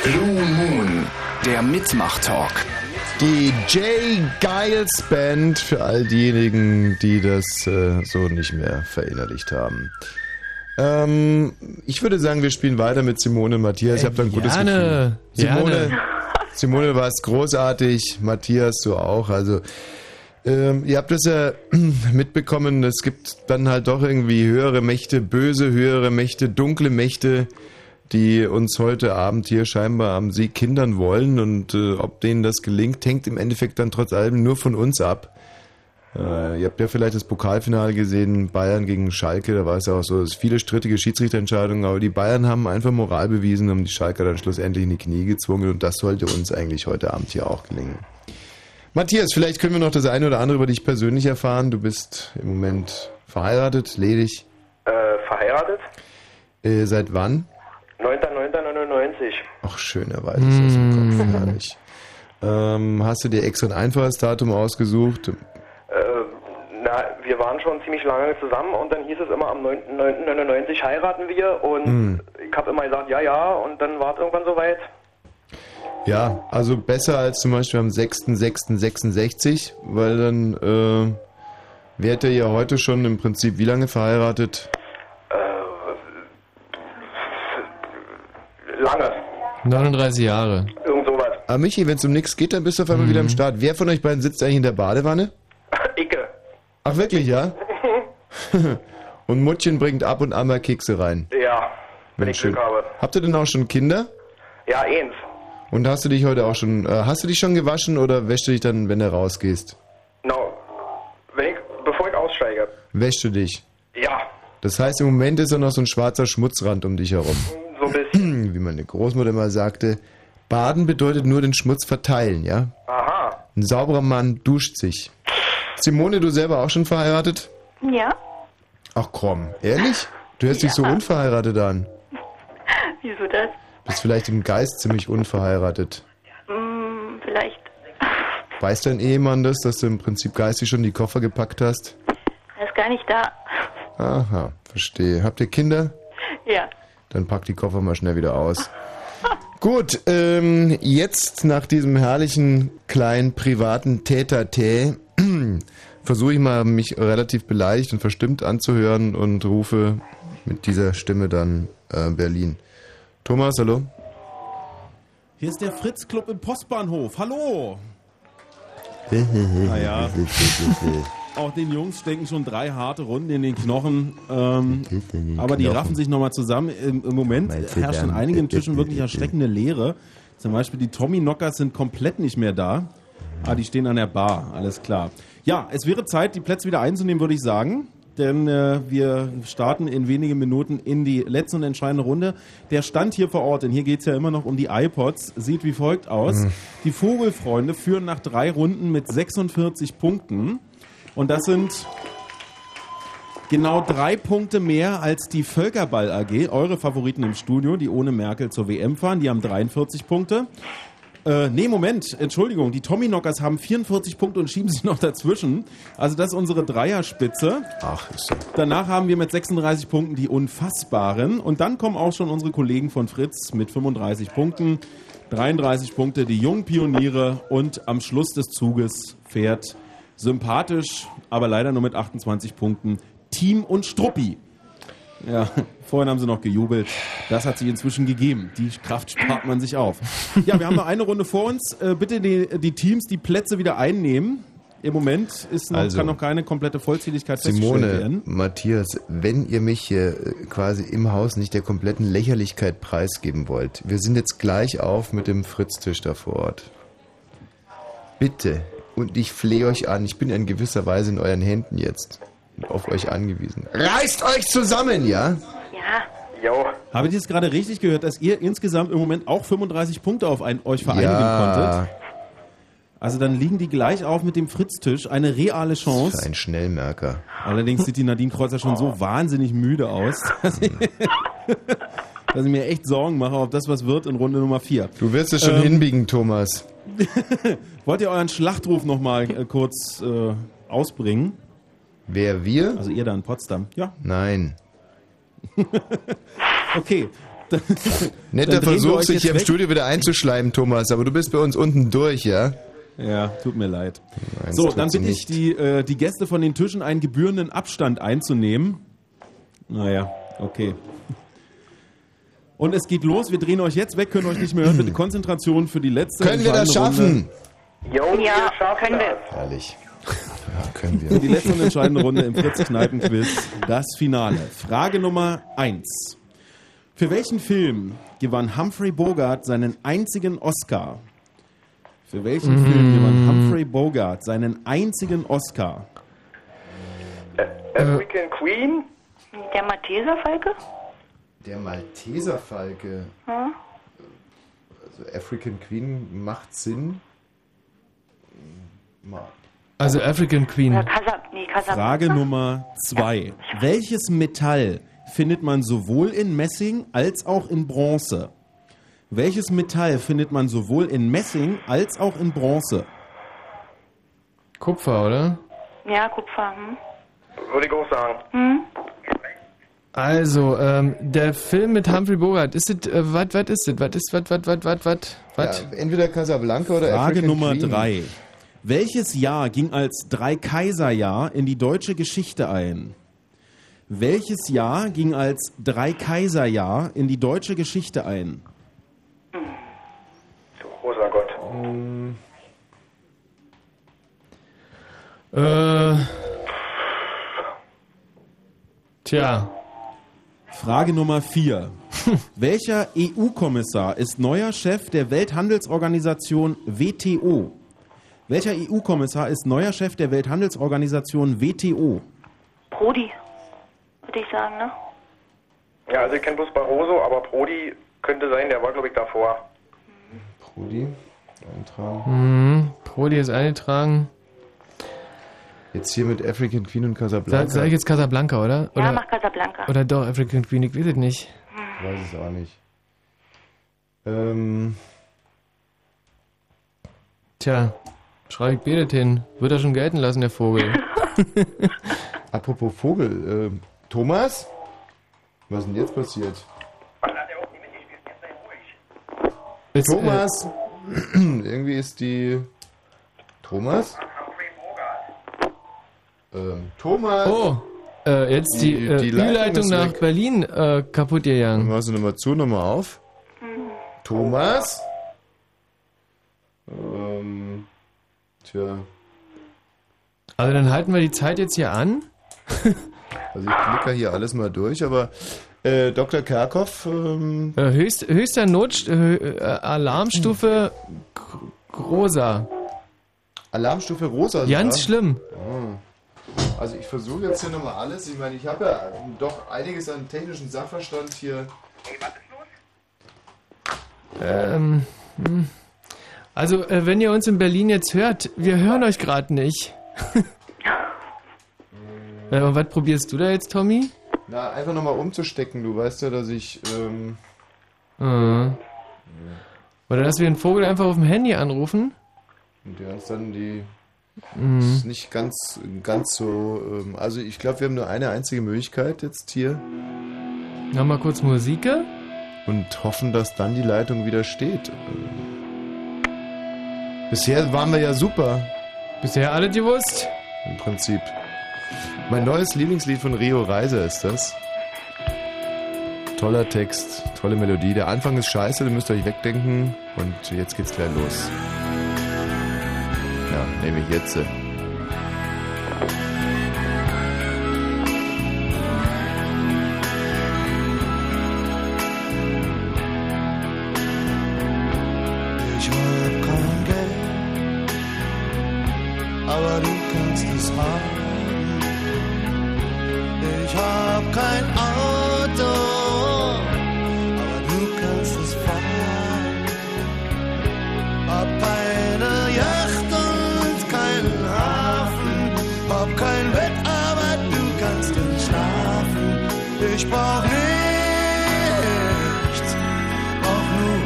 Speaker 20: Blue Moon, der Mitmach-Talk.
Speaker 1: Die J. Giles Band für all diejenigen, die das äh, so nicht mehr verinnerlicht haben. Ähm, ich würde sagen, wir spielen weiter mit Simone und Matthias. Ich habe da ein gutes
Speaker 2: gerne,
Speaker 1: Gefühl. Simone,
Speaker 2: gerne.
Speaker 1: Simone war es großartig, Matthias du auch. Also ähm, ihr habt das ja mitbekommen, es gibt dann halt doch irgendwie höhere Mächte, böse höhere Mächte, dunkle Mächte, die uns heute Abend hier scheinbar am Sieg hindern wollen. Und äh, ob denen das gelingt, hängt im Endeffekt dann trotz allem nur von uns ab. Äh, ihr habt ja vielleicht das Pokalfinale gesehen, Bayern gegen Schalke, da war es ja auch so, es viele strittige Schiedsrichterentscheidungen, aber die Bayern haben einfach Moral bewiesen, haben die Schalker dann schlussendlich in die Knie gezwungen und das sollte uns eigentlich heute Abend hier auch gelingen. Matthias, vielleicht können wir noch das eine oder andere über dich persönlich erfahren. Du bist im Moment verheiratet, ledig.
Speaker 14: Äh, verheiratet?
Speaker 1: Äh, seit wann?
Speaker 14: 9.9.99.
Speaker 1: Ach, schön, er weiß es aus dem Kopf, herrlich. Ähm, hast du dir extra ein einfaches Datum ausgesucht?
Speaker 14: Äh, na, wir waren schon ziemlich lange zusammen und dann hieß es immer am 9.9.99 heiraten wir und
Speaker 1: Hm.
Speaker 14: ich habe immer gesagt, ja, ja und dann war es irgendwann soweit.
Speaker 1: Ja, also besser als zum Beispiel am 6.6.66, weil dann äh, wärt ihr ja heute schon im Prinzip wie lange verheiratet?
Speaker 14: Äh, Lange,
Speaker 2: 39 Jahre.
Speaker 14: irgend sowas.
Speaker 1: Aber Michi, wenn es um nichts geht, dann bist du auf einmal wieder am Start. Wer von euch beiden sitzt eigentlich in der Badewanne?
Speaker 14: Icke.
Speaker 1: Ach wirklich, ja? Und Muttchen bringt ab und an mal Kekse rein.
Speaker 14: Ja, wenn ich
Speaker 1: schön.
Speaker 14: Glück habe.
Speaker 1: Habt ihr denn auch schon Kinder?
Speaker 14: Ja, eins.
Speaker 1: Und hast du dich heute auch schon, äh, hast du dich schon gewaschen oder wäschst du dich dann, wenn du rausgehst?
Speaker 14: No. Wenn ich, bevor ich aussteige.
Speaker 1: Wäschst du dich?
Speaker 14: Ja.
Speaker 1: Das heißt, im Moment ist da noch so ein schwarzer Schmutzrand um dich herum.
Speaker 14: So ein bisschen.
Speaker 1: Wie meine Großmutter mal sagte, baden bedeutet nur den Schmutz verteilen, ja?
Speaker 14: Aha.
Speaker 1: Ein sauberer Mann duscht sich. Simone, du selber auch schon verheiratet?
Speaker 10: Ja?
Speaker 1: Ach komm, ehrlich? Du hörst dich so unverheiratet an.
Speaker 10: Wieso das?
Speaker 1: Bist vielleicht im Geist ziemlich unverheiratet.
Speaker 10: Hm, vielleicht.
Speaker 1: Weiß dein Ehemann das, dass du im Prinzip geistig schon die Koffer gepackt hast?
Speaker 10: Er ist gar nicht da.
Speaker 1: Aha, verstehe. Habt ihr Kinder?
Speaker 10: Ja.
Speaker 1: Dann pack die Koffer mal schnell wieder aus. Gut, ähm, jetzt nach diesem herrlichen kleinen privaten Täter-Tee versuche ich mal, mich relativ beleidigt und verstimmt anzuhören und rufe mit dieser Stimme dann äh, Berlin. Thomas, hallo?
Speaker 4: Hier ist der Fritz Club im Postbahnhof. Hallo! Ah
Speaker 1: Naja.
Speaker 4: ja. Auch den Jungs stecken schon drei harte Runden in den Knochen. Ähm, aber die
Speaker 1: Knochen. Äh,
Speaker 4: raffen sich nochmal zusammen. Im, im Moment
Speaker 1: Meinst du
Speaker 4: herrscht an
Speaker 1: dann?
Speaker 4: einigen Tischen wirklich
Speaker 1: äh.
Speaker 4: erschreckende Leere. Zum Beispiel die Tommy-Knockers sind komplett nicht mehr da. Ah, die stehen an der Bar, alles klar. Ja, es wäre Zeit, die Plätze wieder einzunehmen, würde ich sagen. Denn äh, wir starten in wenigen Minuten in die letzte und entscheidende Runde. Der Stand hier vor Ort, denn hier geht es ja immer noch um die iPods, sieht wie folgt aus.
Speaker 1: Mhm.
Speaker 4: Die Vogelfreunde führen nach drei Runden mit 46 Punkten. Und das sind Genau drei Punkte mehr als die Völkerball AG, eure Favoriten im Studio, die ohne Merkel zur WM fahren. Die haben 43 Punkte. Äh, nee, Moment, Entschuldigung, die Tommyknockers haben 44 Punkte und schieben sich noch dazwischen. Also das ist unsere Dreierspitze.
Speaker 1: Ach, ist so.
Speaker 4: Danach haben wir mit 36 Punkten die Unfassbaren. Und dann kommen auch schon unsere Kollegen von Fritz mit 35 Punkten. 33 Punkte die jungen Pioniere. Und am Schluss des Zuges fährt sympathisch, aber leider nur mit 28 Punkten Team und Struppi. Ja, vorhin haben sie noch gejubelt. Das hat sich inzwischen gegeben. Die Kraft spart man sich auf. Ja, wir haben noch eine Runde vor uns. Äh, bitte die, die Teams die Plätze wieder einnehmen. Im Moment ist noch,
Speaker 1: Also.
Speaker 4: kann noch keine komplette Vollzähligkeit festgestellt werden.
Speaker 1: Simone, Matthias, wenn ihr mich hier äh, quasi im Haus nicht der kompletten Lächerlichkeit preisgeben wollt, wir sind jetzt gleich auf mit dem Fritztisch da vor Ort. Bitte, und ich flehe euch an, ich bin in gewisser Weise in euren Händen jetzt und auf euch angewiesen. Reißt euch zusammen, ja?
Speaker 14: Jo.
Speaker 4: Habe ich jetzt gerade richtig gehört, dass ihr insgesamt im Moment auch 35 Punkte auf ein, euch vereinigen
Speaker 1: Ja.
Speaker 4: konntet? Also dann liegen die gleich auf mit dem Fritztisch. Eine reale Chance.
Speaker 1: Ein Schnellmerker. Oh.
Speaker 4: Allerdings sieht die Nadine Kreuzer schon so wahnsinnig müde aus, dass ich, dass ich mir echt Sorgen mache, ob das was wird in Runde Nummer 4.
Speaker 1: Du wirst es schon
Speaker 4: Ähm,
Speaker 1: hinbiegen, Thomas.
Speaker 4: Wollt ihr euren Schlachtruf nochmal äh, kurz äh, ausbringen?
Speaker 1: Wer wir?
Speaker 4: Also ihr da in Potsdam. Ja.
Speaker 1: Nein.
Speaker 4: Okay. Dann-
Speaker 1: Netter
Speaker 4: dann drehen wir
Speaker 1: Versuch,
Speaker 4: euch
Speaker 1: sich
Speaker 4: jetzt
Speaker 1: hier im
Speaker 4: weg.
Speaker 1: Studio wieder einzuschleimen, Thomas, aber du bist bei uns unten durch, ja?
Speaker 4: Ja, tut mir leid.
Speaker 1: Nein,
Speaker 4: So,
Speaker 1: das tut
Speaker 4: dann
Speaker 1: sie
Speaker 4: bitte ich
Speaker 1: nicht.
Speaker 4: die, äh, die Gäste von den Tischen einen gebührenden Abstand einzunehmen. Naja, okay. Und es geht los, wir drehen euch jetzt weg, können euch nicht mehr hören. Bitte Konzentration für die letzte.
Speaker 1: Können wir das
Speaker 4: entscheidende
Speaker 1: schaffen?
Speaker 14: Jo, ja, können wir.
Speaker 1: Herrlich. Ja, können wir.
Speaker 4: Runde. Die letzte und entscheidende Runde im Fritz-Kneipen-Quiz, das Finale. Frage Nummer 1. Für welchen Film gewann Humphrey Bogart seinen einzigen Oscar? Für welchen
Speaker 17: Mhm.
Speaker 4: Film gewann Humphrey Bogart seinen einzigen Oscar?
Speaker 2: Äh,
Speaker 14: African Queen?
Speaker 10: Der Malteserfalke?
Speaker 1: Der Malteserfalke.
Speaker 10: Hm?
Speaker 1: Also African Queen macht Sinn. Mal.
Speaker 2: Also African Queen.
Speaker 10: Oder Kasab nee, Kasab
Speaker 4: Frage Nummer 2. Welches Metall findet man sowohl in Messing als auch in Bronze? Welches Metall findet man sowohl in Messing als auch in Bronze?
Speaker 2: Kupfer, oder?
Speaker 10: Ja, Kupfer. Hm?
Speaker 14: Würde ich auch sagen.
Speaker 10: Hm?
Speaker 2: Also, ähm, der Film mit Humphrey Bogart, ist es, äh, was, was ist es, was ist, was, was, was, was, was, was?
Speaker 1: Ja, entweder Casablanca oder
Speaker 4: Frage
Speaker 1: African
Speaker 4: Nummer
Speaker 1: Queen.
Speaker 4: 3. Welches Jahr ging als Drei-Kaiser-Jahr in die deutsche Geschichte ein? Welches Jahr ging als Drei-Kaiser-Jahr in die deutsche Geschichte ein?
Speaker 14: Großer Gott.
Speaker 2: Ähm. Äh, tja.
Speaker 4: Frage Nummer 4. Welcher EU-Kommissar ist neuer Chef der Welthandelsorganisation WTO? Welcher E EU-Kommissar ist neuer Chef der Welthandelsorganisation WTO?
Speaker 10: Prodi. würde ich sagen, ne?
Speaker 14: Ja, also ich kenne bloß Barroso, aber Prodi könnte sein, der war, glaube ich, davor.
Speaker 1: Rudi, eintragen.
Speaker 2: Mhm. Prodi ist eingetragen.
Speaker 1: Jetzt hier mit African Queen und Casablanca.
Speaker 2: Sag, sag ich jetzt Casablanca, oder? oder
Speaker 10: ja, mach Casablanca.
Speaker 2: Oder doch African Queen, ich weiß es nicht.
Speaker 1: Ich weiß es auch nicht. Ähm,
Speaker 2: Tja, schreibe ich Bedet hin. Wird er schon gelten lassen, der Vogel.
Speaker 1: apropos Vogel, ähm, Thomas? Was ist denn jetzt passiert?
Speaker 2: Ist, äh,
Speaker 1: Thomas! Irgendwie ist die. Thomas? Ähm, Thomas!
Speaker 2: Oh, äh, jetzt die,
Speaker 1: Die-
Speaker 2: äh,
Speaker 1: die
Speaker 2: die
Speaker 1: Leitung
Speaker 2: Leitung
Speaker 1: ist
Speaker 2: nach
Speaker 1: weg.
Speaker 2: Berlin äh, kaputt gegangen.
Speaker 1: Machst du nochmal zu, nochmal auf? Thomas? Ähm, tja,
Speaker 2: Also dann halten wir die Zeit jetzt hier an.
Speaker 1: also ich klicke hier alles mal durch, aber äh, Dr. Kerkhoff, ähm,
Speaker 2: Äh, höchst, höchster Not, äh, Alarmstufe gr- rosa.
Speaker 1: Alarmstufe rosa.
Speaker 2: Ganz
Speaker 1: ja?
Speaker 2: schlimm.
Speaker 1: Ah. Also ich versuche jetzt hier nochmal alles. Ich meine, ich habe ja doch einiges an technischem Sachverstand hier. Äh.
Speaker 2: Ähm, hm. also, äh, wenn ihr uns in Berlin jetzt hört, wir hören euch gerade nicht. äh, und was probierst du da jetzt, Tommy?
Speaker 1: Na, einfach nochmal umzustecken. Du weißt ja, dass ich... Ähm,
Speaker 2: Äh. Oder dass wir den Vogel einfach auf dem Handy anrufen?
Speaker 1: Und der ist dann die.
Speaker 2: Mhm.
Speaker 1: Ist nicht ganz, ganz so. Ähm, also, ich glaube, wir haben nur eine einzige Möglichkeit jetzt hier.
Speaker 2: Noch mal kurz Musik.
Speaker 1: Und hoffen, dass dann die Leitung wieder steht. Ähm, Bisher waren wir ja super.
Speaker 2: Bisher alle gewusst?
Speaker 1: Im Prinzip. Mein neues Lieblingslied von Rio Reiser ist das. Toller Text, tolle Melodie. Der Anfang ist scheiße, den müsst ihr euch wegdenken. Und jetzt geht's gleich los. Ja, nehme ich jetzt. äh.
Speaker 19: Ich mag kein Geld, aber du kannst es haben. Ich hab kein Auto, aber du kannst es fahren. Hab keine Yacht und keinen Hafen, hab kein Bett, aber du kannst nicht schlafen. Ich brauch nichts, brauch nur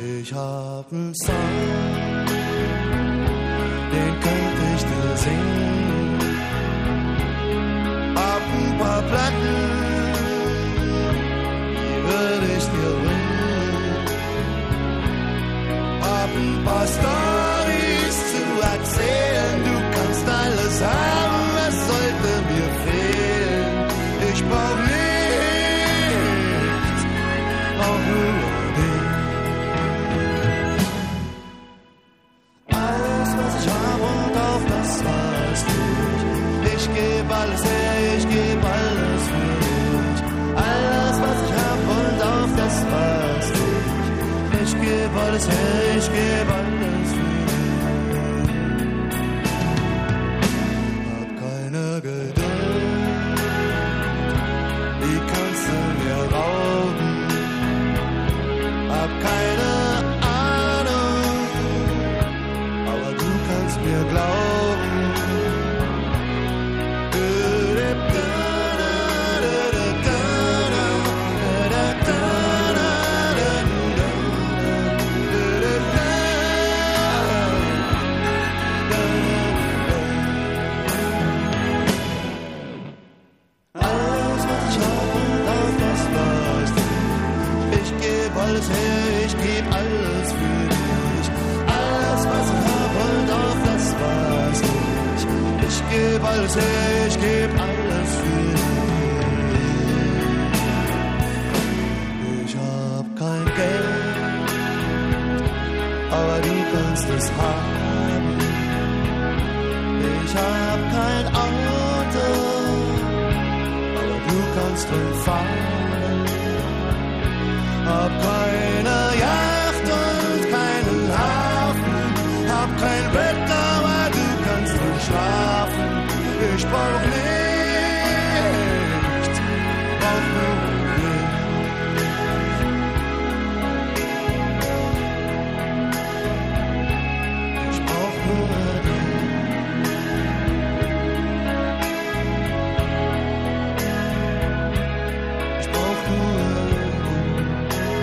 Speaker 19: dich. Ich hab einen Song, den könnte ich dir singen. Hab ein paar Platten, die würde ich dir bringen. Hab ein paar Stories zu erzählen. Du kannst alles haben, was sollte mir fehlen. Ich brauch nichts, brauch nur dich. Alles, was ich hab und auf das warst du. Ich geb alles her, ich geb alles für dich. Alles, was ich hab und auf das warst du. Ich geb alles her, ich geb alles für dich. Hab keine Geduld, die kannst du mir rauben. Hab keine Ahnung aber du kannst mir glauben. Alles, was ich hab und auf das warst du. Ich geb alles her, ich geb alles für dich. Alles, was ich hab und auf das war's nicht. Ich geb alles her, ich geb alles für dich. Ich hab kein Geld, aber du kannst es haben. Ich hab kein Auto, aber du kannst drin fahren. Hab keine Yacht und keinen Hafen, hab kein Bett, aber du kannst drin schlafen. Ich Warum nicht auf Berlin? Ich brauch nur dich. Ich brauch nur dich.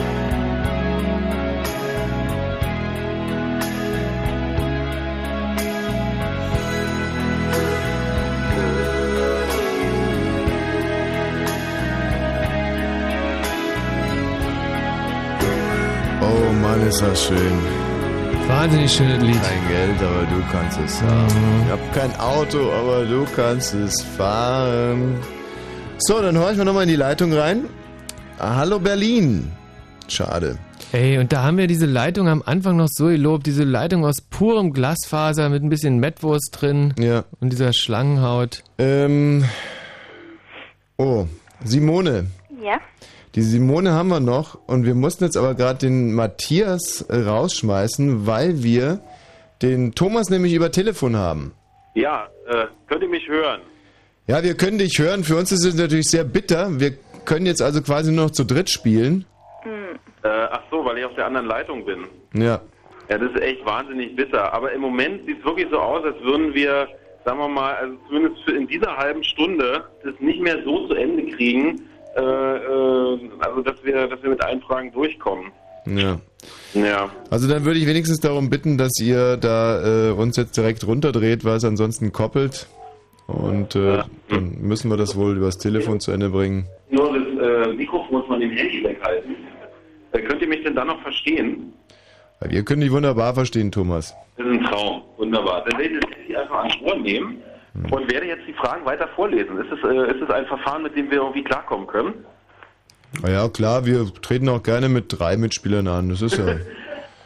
Speaker 23: Oh Mann, ist das schön.
Speaker 2: Wahnsinnig schönes Lied. Mhm.
Speaker 23: Kein Geld, aber du kannst es haben. Ich hab kein Auto, aber du kannst es fahren. So, dann horchen wir nochmal in die Leitung rein. Ah, Hallo Berlin. Schade.
Speaker 2: Ey, und da haben wir diese Leitung am Anfang noch so gelobt, diese Leitung aus purem Glasfaser mit ein bisschen Mettwurst drin
Speaker 1: ja.
Speaker 2: und dieser Schlangenhaut.
Speaker 1: Ähm, oh, Simone.
Speaker 10: Ja?
Speaker 1: Die Simone haben wir noch und wir mussten jetzt aber gerade den Matthias äh, rausschmeißen, weil wir den Thomas nämlich über Telefon haben.
Speaker 4: Ja, äh, könnt ihr mich hören?
Speaker 1: Ja, wir können dich hören. Für uns ist es natürlich sehr bitter. Wir können jetzt also quasi nur noch zu dritt spielen.
Speaker 4: Äh, ach so, weil ich auf der anderen Leitung bin.
Speaker 1: Ja.
Speaker 4: Ja, das ist echt wahnsinnig bitter. Aber im Moment sieht es wirklich so aus, als würden wir, sagen wir mal, also zumindest für in dieser halben Stunde das nicht mehr so zu Ende kriegen, äh, äh, also dass wir, dass wir mit allen Fragen durchkommen.
Speaker 1: Ja.
Speaker 4: Ja.
Speaker 1: Also dann würde ich wenigstens darum bitten, dass ihr da äh, uns jetzt direkt runterdreht, weil es ansonsten koppelt. Und äh, dann müssen wir das wohl übers Telefon zu Ende bringen.
Speaker 4: Nur das äh, Mikrofon von dem Handy weghalten. Äh, könnt ihr mich denn dann noch verstehen?
Speaker 1: Weil wir können dich wunderbar verstehen, Thomas.
Speaker 4: Das ist ein Traum. Wunderbar. Dann werde ich das Handy einfach ans Ohr nehmen und werde jetzt die Fragen weiter vorlesen. Ist es, äh, ist es ein Verfahren, mit dem wir irgendwie klarkommen können?
Speaker 1: Na ja, klar, wir treten auch gerne mit drei Mitspielern an. Das ist ja.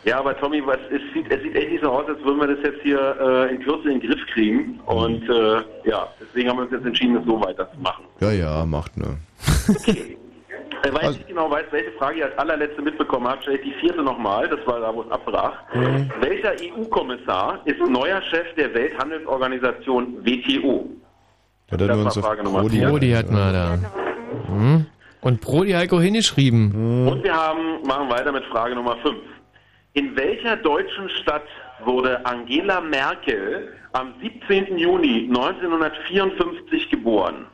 Speaker 4: Ja, aber Tommy, was, es, sieht, es sieht echt nicht so aus, als würden wir das jetzt hier äh, in Kürze in den Griff kriegen. Und äh, ja, deswegen haben wir uns jetzt entschieden, das so weiterzumachen.
Speaker 1: Ja, ja, macht ne.
Speaker 4: Äh, weil ich nicht genau weiß, welche Frage ihr als allerletzte mitbekommen habt, stelle ich die vierte nochmal. Das war da, wo es abbrach.
Speaker 1: Mhm.
Speaker 4: Welcher E EU-Kommissar ist neuer Chef der Welthandelsorganisation WTO?
Speaker 1: Hat
Speaker 4: Das
Speaker 1: er nur
Speaker 4: war
Speaker 1: uns auf
Speaker 4: Frage Nummer
Speaker 1: Prodi.
Speaker 4: vier.
Speaker 2: Prodi hatten wir da. Hm? Und Prodi Heiko hingeschrieben.
Speaker 1: Hm.
Speaker 4: Und wir haben, machen weiter mit Frage Nummer 5. In welcher deutschen Stadt wurde Angela Merkel am 17. Juni 1954 geboren?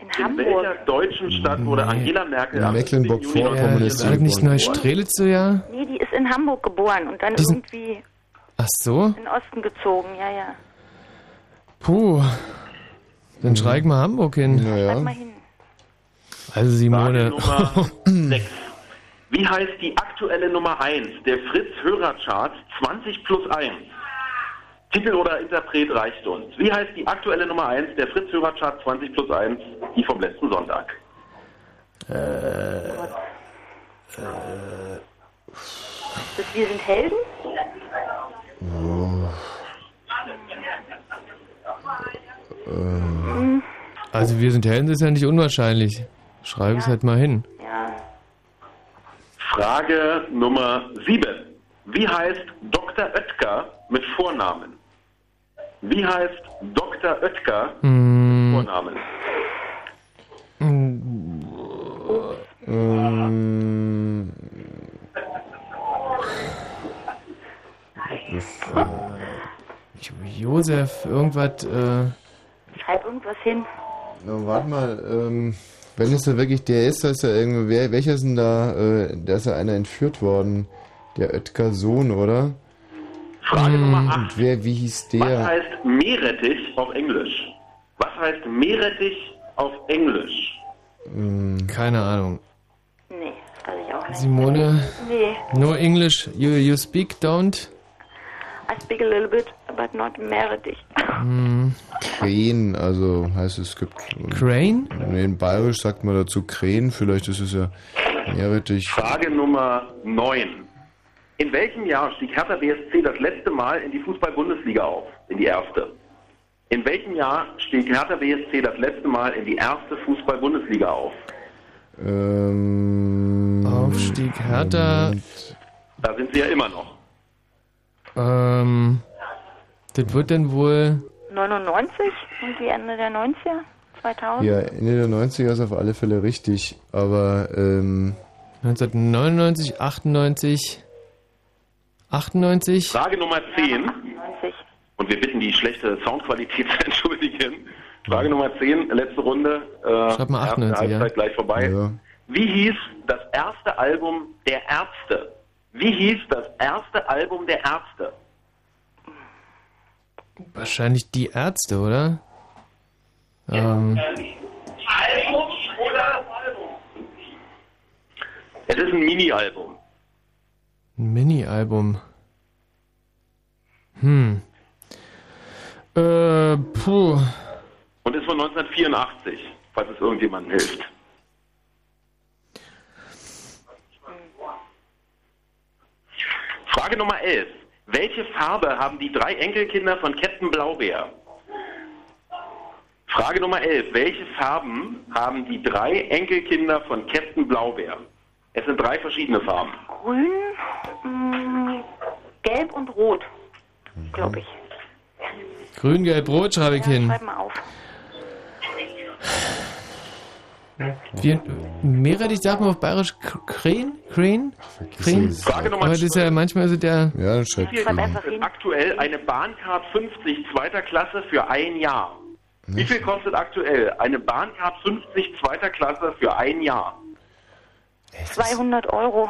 Speaker 10: In,
Speaker 4: welcher deutschen Stadt wurde Angela Merkel
Speaker 1: In
Speaker 4: am 17. Juni
Speaker 2: Ja,
Speaker 4: 1954
Speaker 2: ist eigentlich nicht Neustrelitz so, ja?
Speaker 10: Nee, die ist in Hamburg geboren und dann
Speaker 2: Die sind-
Speaker 10: irgendwie
Speaker 2: Ach so?
Speaker 10: in den Osten gezogen, ja, ja.
Speaker 2: Puh. Dann schreig mal Hamburg hin.
Speaker 10: Schreib mal hin.
Speaker 2: Also Simone.
Speaker 4: Nummer 6. Wie heißt die aktuelle Nummer 1 der Fritz-Hörer-Charts 20 plus 1? Titel oder Interpret reicht uns. Wie heißt die aktuelle Nummer 1 der Fritz-Hörer-Charts 20 plus 1, die vom letzten Sonntag?
Speaker 10: Das Wir sind Helden?
Speaker 2: Oh. Ähm. Also wir sind Helden, ist ja nicht unwahrscheinlich. Schreib es halt mal hin.
Speaker 4: Frage Nummer 7. Wie heißt Dr. Oetker mit Vornamen? Wie heißt Dr. Oetker
Speaker 1: Hm.
Speaker 4: mit Vornamen?
Speaker 1: Ähm, das, äh,
Speaker 2: Josef, irgendwas. Äh,
Speaker 10: Schreib irgendwas hin.
Speaker 1: na, warte mal, ähm, wenn es da wirklich der ist, da ist ja irgendwie, wer, welcher ist denn da, äh, da ist ja einer entführt worden, der Oetker Sohn, oder? Hm,
Speaker 4: Frage Nummer 8.
Speaker 1: Und wer, wie hieß
Speaker 4: Was
Speaker 1: der?
Speaker 4: heißt Meerrettich auf Englisch? Was heißt Meerrettich auf Englisch?
Speaker 1: Ähm.
Speaker 2: Keine Ahnung.
Speaker 10: Nee, das weiß ich auch nicht.
Speaker 2: Simone.
Speaker 10: Nee.
Speaker 2: No English, you, you speak, don't.
Speaker 10: I speak a little bit, but not meredith.
Speaker 1: Hm. Krähen, also heißt es, es gibt.
Speaker 2: Crane?
Speaker 1: Nee, in Bayerisch sagt man dazu Krähen, vielleicht ist es ja meerrettich.
Speaker 4: Frage Nummer 9. In welchem Jahr stieg Hertha BSC das letzte Mal in die Fußball-Bundesliga auf? In die erste. In welchem Jahr stieg Hertha BSC das letzte Mal in die erste Fußball-Bundesliga auf?
Speaker 1: Ähm,
Speaker 2: Aufstieg Hertha.
Speaker 4: Da sind sie ja immer noch.
Speaker 2: Ähm, das wird dann wohl
Speaker 10: 99 und die Ende der 90er? 2000?
Speaker 1: Ja, Ende der 90er ist auf alle Fälle richtig, aber ähm
Speaker 2: 1999, 98, 98.
Speaker 21: Frage Nummer 10. Und wir bitten die schlechte Soundqualität zu entschuldigen. Frage Nummer 10, letzte Runde. Äh,
Speaker 2: Schreib mal
Speaker 21: erste
Speaker 2: 98,
Speaker 21: Halbzeit
Speaker 2: ja.
Speaker 21: gleich vorbei. Wie hieß das erste Album der Ärzte? Wie hieß das erste Album der Ärzte?
Speaker 2: Wahrscheinlich die Ärzte, oder? Ähm,
Speaker 21: Album oder Album? Es ist ein Mini-Album.
Speaker 2: ein Mini-Album. Hm. Äh, puh.
Speaker 21: Und ist von 1984, falls es irgendjemandem hilft. Frage Nummer 11. Welche Farbe haben die drei Enkelkinder von Captain Blaubeer? Frage Nummer 11. Welche Farben haben die drei Enkelkinder von Captain Blaubeer? Es sind drei verschiedene Farben.
Speaker 10: Grün, mh, gelb und rot, glaube ich.
Speaker 2: Grün, gelb, rot schreibe ich hin.
Speaker 10: Schreib mal auf.
Speaker 2: Wir, Meerrettich sagt man auf bayerisch K- Krähen? Krähen? Krähen?
Speaker 21: es. Frage Nummer
Speaker 2: Aber das ist ja manchmal so der...
Speaker 1: Ja,
Speaker 21: Wie viel
Speaker 4: Genau.
Speaker 21: kostet aktuell eine Bahncard 50 zweiter Klasse für ein Jahr? Wie viel kostet aktuell eine Bahncard 50 zweiter Klasse für ein Jahr?
Speaker 10: 200 Euro.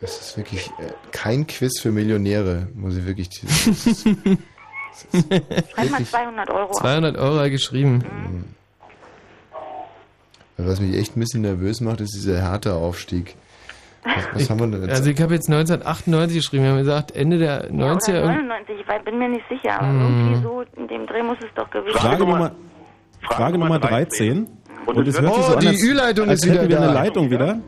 Speaker 1: Das ist wirklich äh, kein Quiz für Millionäre, muss ich wirklich. Das ist, das ist
Speaker 10: Schreib mal
Speaker 1: wirklich Mhm.
Speaker 10: 200 Euro.
Speaker 2: 200 Euro geschrieben.
Speaker 1: was mich echt ein bisschen nervös macht, ist dieser härter Aufstieg. Was, was haben wir denn jetzt?
Speaker 2: Also ich habe jetzt 1998 geschrieben. Wir haben gesagt, Ende der 90er...
Speaker 10: Oder
Speaker 2: irgend-
Speaker 10: 99, ich weiß- bin mir nicht sicher, aber
Speaker 2: Mhm.
Speaker 10: irgendwie so in dem Dreh muss es doch gewesen sein.
Speaker 4: Hm. Frage Nummer, Frage Nummer 13.
Speaker 21: Und
Speaker 4: es hört
Speaker 1: Oh,
Speaker 4: sich so an,
Speaker 1: die
Speaker 4: als-
Speaker 1: Ü-Leitung
Speaker 4: als
Speaker 1: ist wieder
Speaker 4: hätten wir
Speaker 1: da.
Speaker 4: eine Leitung wieder.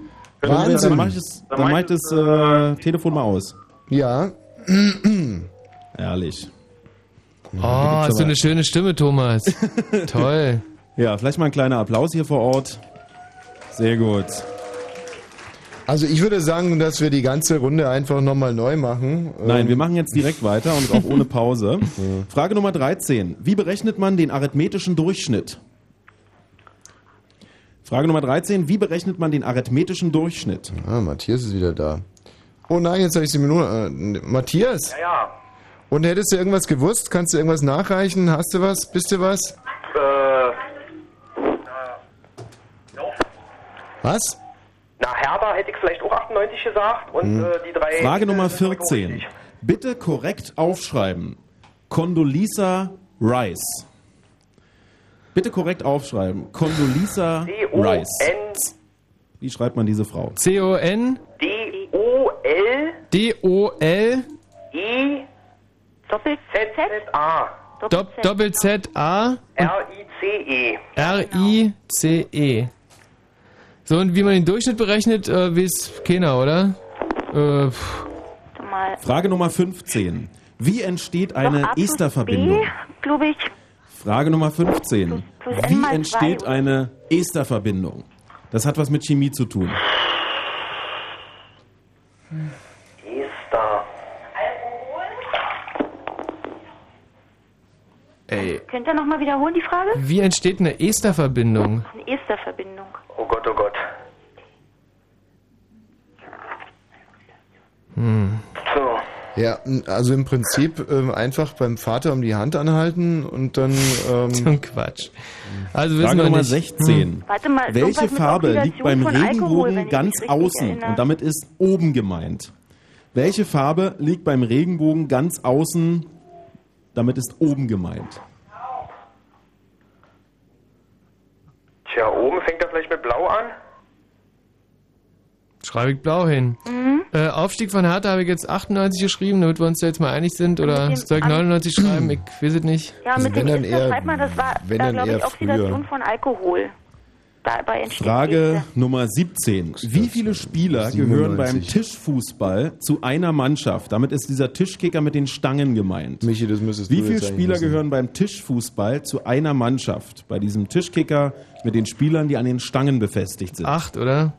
Speaker 1: Wahnsinn.
Speaker 4: Dann mache ich das, dann mach ich das äh, Telefon mal aus.
Speaker 1: Ja.
Speaker 4: Ehrlich.
Speaker 2: Oh, hast du eine schöne Stimme, Thomas. Toll.
Speaker 4: Ja, vielleicht mal ein kleiner Applaus hier vor Ort. Sehr gut.
Speaker 1: Also ich würde sagen, dass wir die ganze Runde einfach nochmal neu machen.
Speaker 4: Nein,
Speaker 1: Ähm,
Speaker 4: wir machen jetzt direkt weiter und auch ohne Pause. Frage Nummer 13. Wie berechnet man den arithmetischen Durchschnitt? Frage Nummer 13. Wie berechnet man den arithmetischen Durchschnitt?
Speaker 1: Ah, Matthias ist wieder da. Oh nein, jetzt habe ich sie mir nur. Äh, Matthias?
Speaker 4: Ja, ja.
Speaker 1: Und hättest du irgendwas gewusst? Kannst du irgendwas nachreichen? Hast du was? Bist du was?
Speaker 14: Äh,
Speaker 1: Was?
Speaker 14: na, Herber hätte ich vielleicht auch 98 gesagt und äh, die drei.
Speaker 4: Hm. Frage Nummer 14. Bitte korrekt aufschreiben. Condoleezza Rice. Bitte korrekt aufschreiben. Condoleezza Rice. Wie schreibt man diese Frau?
Speaker 2: C-O-N?
Speaker 14: D-O-L.
Speaker 2: D-O-L?
Speaker 14: I. Doppel Z. A.
Speaker 2: Dopp- Doppel-Z-A?
Speaker 10: E.
Speaker 14: R-I-C-E.
Speaker 2: R-I-C-E. E. So, und wie man den Durchschnitt berechnet, äh, weiß keiner, oder? Äh, pff.
Speaker 4: Frage Nummer 15. Wie entsteht
Speaker 10: Doch,
Speaker 4: eine
Speaker 10: A plus
Speaker 4: Esterverbindung?
Speaker 10: B, glaube ich.
Speaker 4: Frage Nummer 15.
Speaker 10: plus N mal
Speaker 4: Wie
Speaker 10: zwei,
Speaker 4: entsteht
Speaker 10: oder?
Speaker 4: eine Esterverbindung? Das hat was mit Chemie zu tun.
Speaker 14: Ester.
Speaker 2: Ey,
Speaker 10: Könnt ihr nochmal wiederholen die Frage?
Speaker 2: wie entsteht eine Esterverbindung?
Speaker 10: Eine Esterverbindung.
Speaker 14: Oh Gott, oh Gott.
Speaker 1: Hm.
Speaker 14: So.
Speaker 1: Ja, m, also im Prinzip ähm, einfach beim Vater um die Hand anhalten und dann. Ähm,
Speaker 2: Quatsch.
Speaker 4: Also wissen Frage wir Nummer nicht. Hm. 16.
Speaker 10: Warte mal, irgendwas
Speaker 4: Welche
Speaker 10: mit
Speaker 4: Farbe liegt
Speaker 10: Oxidation
Speaker 4: beim
Speaker 10: von Alkohol, wenn ich
Speaker 4: Regenbogen
Speaker 10: mich
Speaker 4: ganz
Speaker 10: richtig
Speaker 4: außen?
Speaker 10: erinnere.
Speaker 4: Und damit ist oben gemeint. Welche Farbe liegt beim Regenbogen ganz außen? Damit ist oben gemeint.
Speaker 14: Tja, oben fängt er vielleicht mit Blau an.
Speaker 2: Schreibe ich blau hin.
Speaker 10: Mhm.
Speaker 2: Äh, Aufstieg von Hertha habe ich jetzt 98 geschrieben, damit wir uns da jetzt mal einig sind. Oder
Speaker 10: dem
Speaker 2: soll ich
Speaker 10: An-
Speaker 2: 99 schreiben? Ich weiß es nicht.
Speaker 10: Ja, mit dem Ester, schreib mal, das war, da glaube ich, Oxidation von Alkohol. Dabei entsteht
Speaker 4: Frage Nummer 17. Wie viele Spieler gehören beim
Speaker 1: 97.
Speaker 4: Tischfußball zu einer Mannschaft? Damit ist dieser Tischkicker mit den Stangen gemeint.
Speaker 1: Michi, das müsstest
Speaker 4: Wie
Speaker 1: du
Speaker 4: viele
Speaker 1: jetzt eigentlich
Speaker 4: Spieler
Speaker 1: wissen.
Speaker 4: gehören beim Tischfußball zu einer Mannschaft? Bei diesem Tischkicker mit den Spielern, die an den Stangen befestigt sind.
Speaker 2: Acht, oder?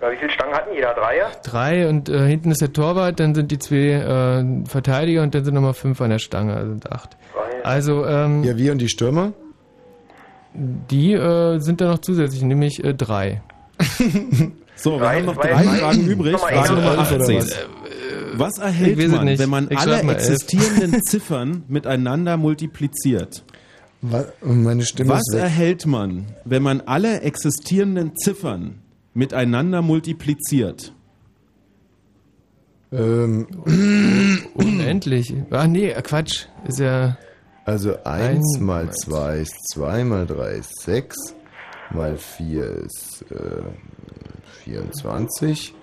Speaker 14: Na, wie viele Stangen hatten jeder? Dreier?
Speaker 2: Drei und äh, hinten ist der Torwart, dann sind die zwei äh, Verteidiger und dann sind nochmal fünf an der Stange, also sind acht.
Speaker 14: Drei,
Speaker 2: Also, ähm,
Speaker 1: Ja, wir und die Stürmer?
Speaker 2: die äh, sind da noch zusätzlich, nämlich äh, drei.
Speaker 4: So, wir haben noch drei Fragen übrig. Frage Nummer 18. Was, was
Speaker 2: Ich weiß
Speaker 4: erhält
Speaker 2: es
Speaker 4: man,
Speaker 2: nicht.
Speaker 4: wenn man
Speaker 2: Ich
Speaker 4: alle
Speaker 2: schreib mal elf.
Speaker 4: existierenden Ziffern miteinander multipliziert?
Speaker 1: Meine Stimme
Speaker 4: Was
Speaker 1: ist weg.
Speaker 4: erhält man, wenn man alle existierenden Ziffern miteinander multipliziert?
Speaker 1: Ähm.
Speaker 2: Unendlich. Ah, nee, Quatsch. Ist ja.
Speaker 1: Also 1
Speaker 2: Eins
Speaker 1: mal 2 ist 2 mal 3 ist 6 mal 4 ist äh, 24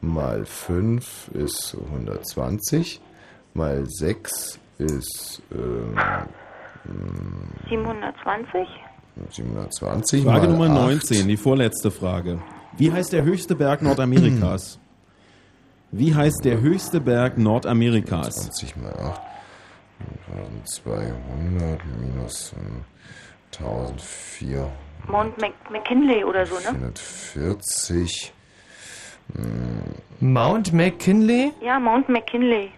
Speaker 1: mal 5 ist 120 mal 6 ist ähm, mm,
Speaker 10: 720?
Speaker 1: 720
Speaker 4: Frage
Speaker 1: mal
Speaker 4: Nummer
Speaker 1: 8.
Speaker 4: 19, die vorletzte Frage. Wie heißt der höchste Berg Nordamerikas? Wie heißt der höchste Berg Nordamerikas?
Speaker 1: 20 mal 8. 1200 minus ähm, 1400.
Speaker 10: Mount Mc McKinley oder so, ne?
Speaker 1: 40. Hm.
Speaker 2: Mount McKinley?
Speaker 10: Ja, Mount McKinley.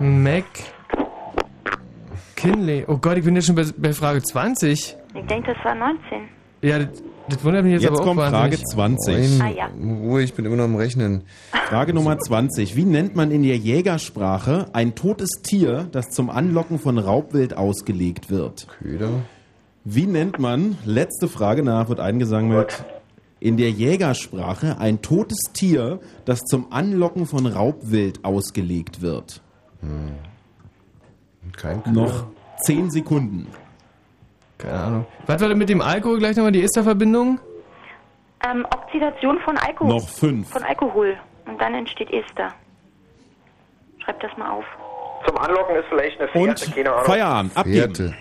Speaker 2: McKinley. Oh Gott, ich bin jetzt schon bei, bei Frage
Speaker 10: Ich
Speaker 2: 20.
Speaker 10: denke, das war 19.
Speaker 2: Ja, das, das wundert mich jetzt, aber auch wahnsinnig.
Speaker 10: Ah, ja.
Speaker 1: Ruhe, ich bin immer noch am Rechnen.
Speaker 4: Frage Nummer 20. Wie nennt man in der Jägersprache ein totes Tier, das zum Anlocken von Raubwild ausgelegt wird?
Speaker 1: Köder.
Speaker 4: Wie nennt man, letzte Frage nach, wird eingesammelt, in der Jägersprache ein totes Tier, das zum Anlocken von Raubwild ausgelegt wird?
Speaker 1: Hm. Kein
Speaker 2: Köder.
Speaker 4: Noch 10 Sekunden.
Speaker 2: Keine Ahnung. Was war denn mit dem Alkohol gleich nochmal die Esterverbindung?
Speaker 10: Ähm, Oxidation von Alkohol.
Speaker 2: Noch fünf.
Speaker 10: Von Alkohol. Und dann entsteht Ester. Schreib das mal auf.
Speaker 14: Zum Anlocken ist vielleicht eine Fährte, keine Ahnung.
Speaker 4: Feierabend, abgeben.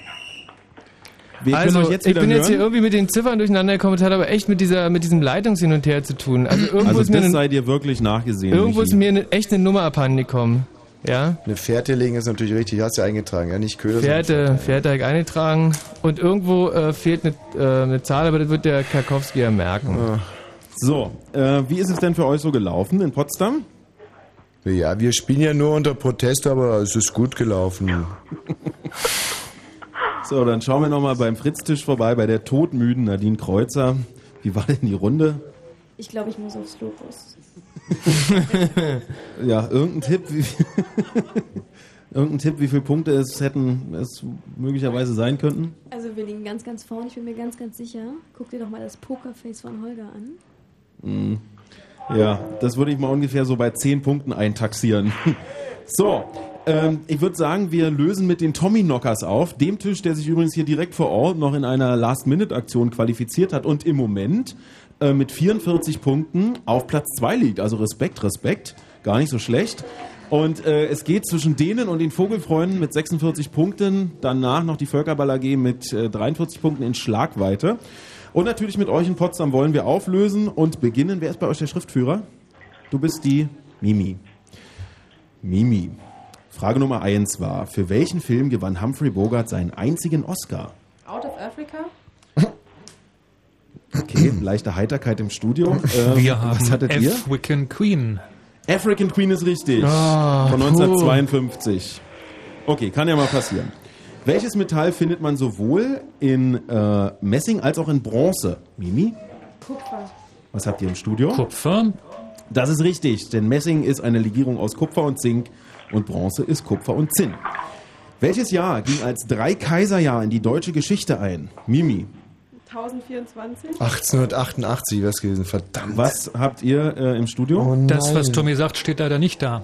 Speaker 4: Wir können
Speaker 2: also,
Speaker 4: euch jetzt
Speaker 2: ich
Speaker 4: wieder
Speaker 2: bin jetzt hier
Speaker 4: hören.
Speaker 2: irgendwie mit den Ziffern durcheinander gekommen, das hat aber echt mit, dieser, mit diesem Leitungs-Hin und Her zu tun. Also, irgendwo
Speaker 4: Also
Speaker 2: ist mir,
Speaker 4: das
Speaker 2: ne-
Speaker 4: sei dir wirklich nachgesehen.
Speaker 2: irgendwo ist
Speaker 4: Michi.
Speaker 2: mir ne, echt eine Nummer abhanden gekommen. Ja?
Speaker 1: Eine Fährte legen ist natürlich richtig, hast du ja eingetragen, ja, nicht Köder.
Speaker 2: Fährte, Fährte habe ich eingetragen. Und irgendwo äh, fehlt eine, äh, eine Zahl, aber das wird der Karkowski ja merken.
Speaker 4: Ah. So, äh, wie ist es denn für euch so gelaufen in Potsdam?
Speaker 1: Ja, wir spielen ja nur unter Protest, aber es ist gut gelaufen.
Speaker 4: So, dann schauen wir nochmal beim Fritztisch vorbei, bei der todmüden Nadine Kreuzer. Wie war denn die Runde?
Speaker 6: Ich glaube, ich muss aufs Logos.
Speaker 4: Ja, irgendein Tipp, wie, irgendein Tipp, wie viele Punkte es hätten, es möglicherweise sein könnten?
Speaker 15: Also wir liegen ganz, ganz vorne. Ich bin mir ganz, ganz sicher. Guck dir doch mal das Pokerface von Holger an.
Speaker 4: Hm. Ja, das würde ich mal ungefähr so bei 10 Punkten eintaxieren. So, ähm, ich würde sagen, wir lösen mit den Tommy-Knockers auf. Dem Tisch, der sich übrigens hier direkt vor Ort noch in einer Last-Minute-Aktion qualifiziert hat und im Moment äh, mit 44 Punkten auf Platz 2 liegt. Also Respekt, Respekt. Gar nicht so schlecht. Und äh, es geht zwischen denen und den Vogelfreunden mit 46 Punkten. Danach noch die Völkerball AG mit äh, 43 Punkten in Schlagweite. Und natürlich mit euch in Potsdam wollen wir auflösen und beginnen. Wer ist bei euch der Schriftführer? Du bist die Mimi. Mimi. Frage Nummer 1 war, für welchen Film gewann Humphrey Bogart seinen einzigen Oscar?
Speaker 6: Out of Africa?
Speaker 4: Okay, leichte Heiterkeit im Studio. Ähm,
Speaker 17: Wir haben
Speaker 4: was hattet ihr?
Speaker 17: African Queen.
Speaker 4: African Queen ist richtig.
Speaker 17: Ah,
Speaker 4: Von
Speaker 17: puh.
Speaker 4: 1952. Okay, kann ja mal passieren. Welches Metall findet man sowohl in äh, Messing als auch in Bronze? Mimi?
Speaker 6: Kupfer.
Speaker 4: Was habt ihr im Studio? Kupfer. Das ist richtig, denn Messing ist eine Legierung aus Kupfer und Zink und Bronze ist Kupfer und Zinn. Welches Jahr ging als drei Kaiserjahr in die deutsche Geschichte ein? Mimi,
Speaker 6: 1024?
Speaker 1: 1888 wär's gewesen, verdammt.
Speaker 4: Was habt ihr äh, im Studio?
Speaker 17: Das, was Tommy sagt, steht leider nicht da.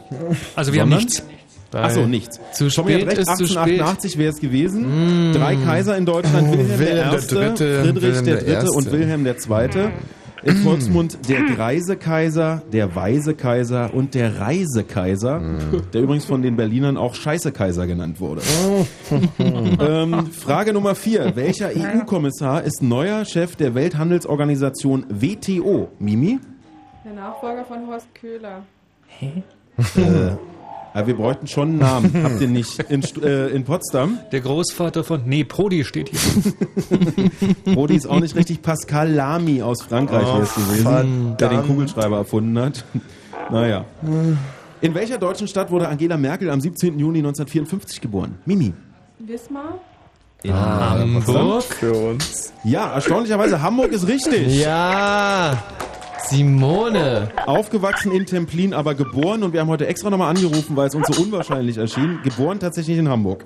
Speaker 17: Also wir haben
Speaker 4: Sondern?
Speaker 17: nichts.
Speaker 4: Achso, nichts.
Speaker 17: Zu
Speaker 4: Tommy hat
Speaker 17: spät
Speaker 4: recht,
Speaker 17: ist zu spät.
Speaker 4: 1888 wäre es gewesen. Drei Kaiser in Deutschland, Wilhelm,
Speaker 1: Wilhelm
Speaker 4: der
Speaker 1: der
Speaker 4: Erste,
Speaker 1: Dritte,
Speaker 4: Friedrich
Speaker 1: Wilhelm
Speaker 4: der
Speaker 1: der
Speaker 4: Dritte und
Speaker 1: Erste.
Speaker 4: Wilhelm der Zweite. Im Volksmund der greise Kaiser, der weise Kaiser und der reise Kaiser, der übrigens von den Berlinern auch Scheiße Kaiser genannt wurde. ähm, Frage Nummer vier. Welcher EU-Kommissar ist neuer Chef der Welthandelsorganisation WTO? Mimi?
Speaker 6: Der Nachfolger von Horst Köhler.
Speaker 4: Hä? Äh, aber wir bräuchten schon einen Namen. Habt ihr nicht in, Stu- äh, in Potsdam?
Speaker 17: Der Großvater von. Nee, Prodi steht hier.
Speaker 4: Brody ist auch nicht richtig. Pascal Lamy aus Frankreich
Speaker 17: Oh,
Speaker 4: wäre es gewesen, der den
Speaker 17: verdammt.
Speaker 4: Kugelschreiber erfunden hat. Naja. In welcher deutschen Stadt wurde Angela Merkel am 17. Juni 1954 geboren? Mimi.
Speaker 6: Wismar?
Speaker 4: In
Speaker 2: Ah, Hamburg?
Speaker 4: Für uns. Ja, erstaunlicherweise, Hamburg ist richtig.
Speaker 2: Ja. Simone.
Speaker 4: Aufgewachsen in Templin, aber geboren, und wir haben heute extra nochmal angerufen, weil es uns so unwahrscheinlich erschien, geboren tatsächlich in Hamburg.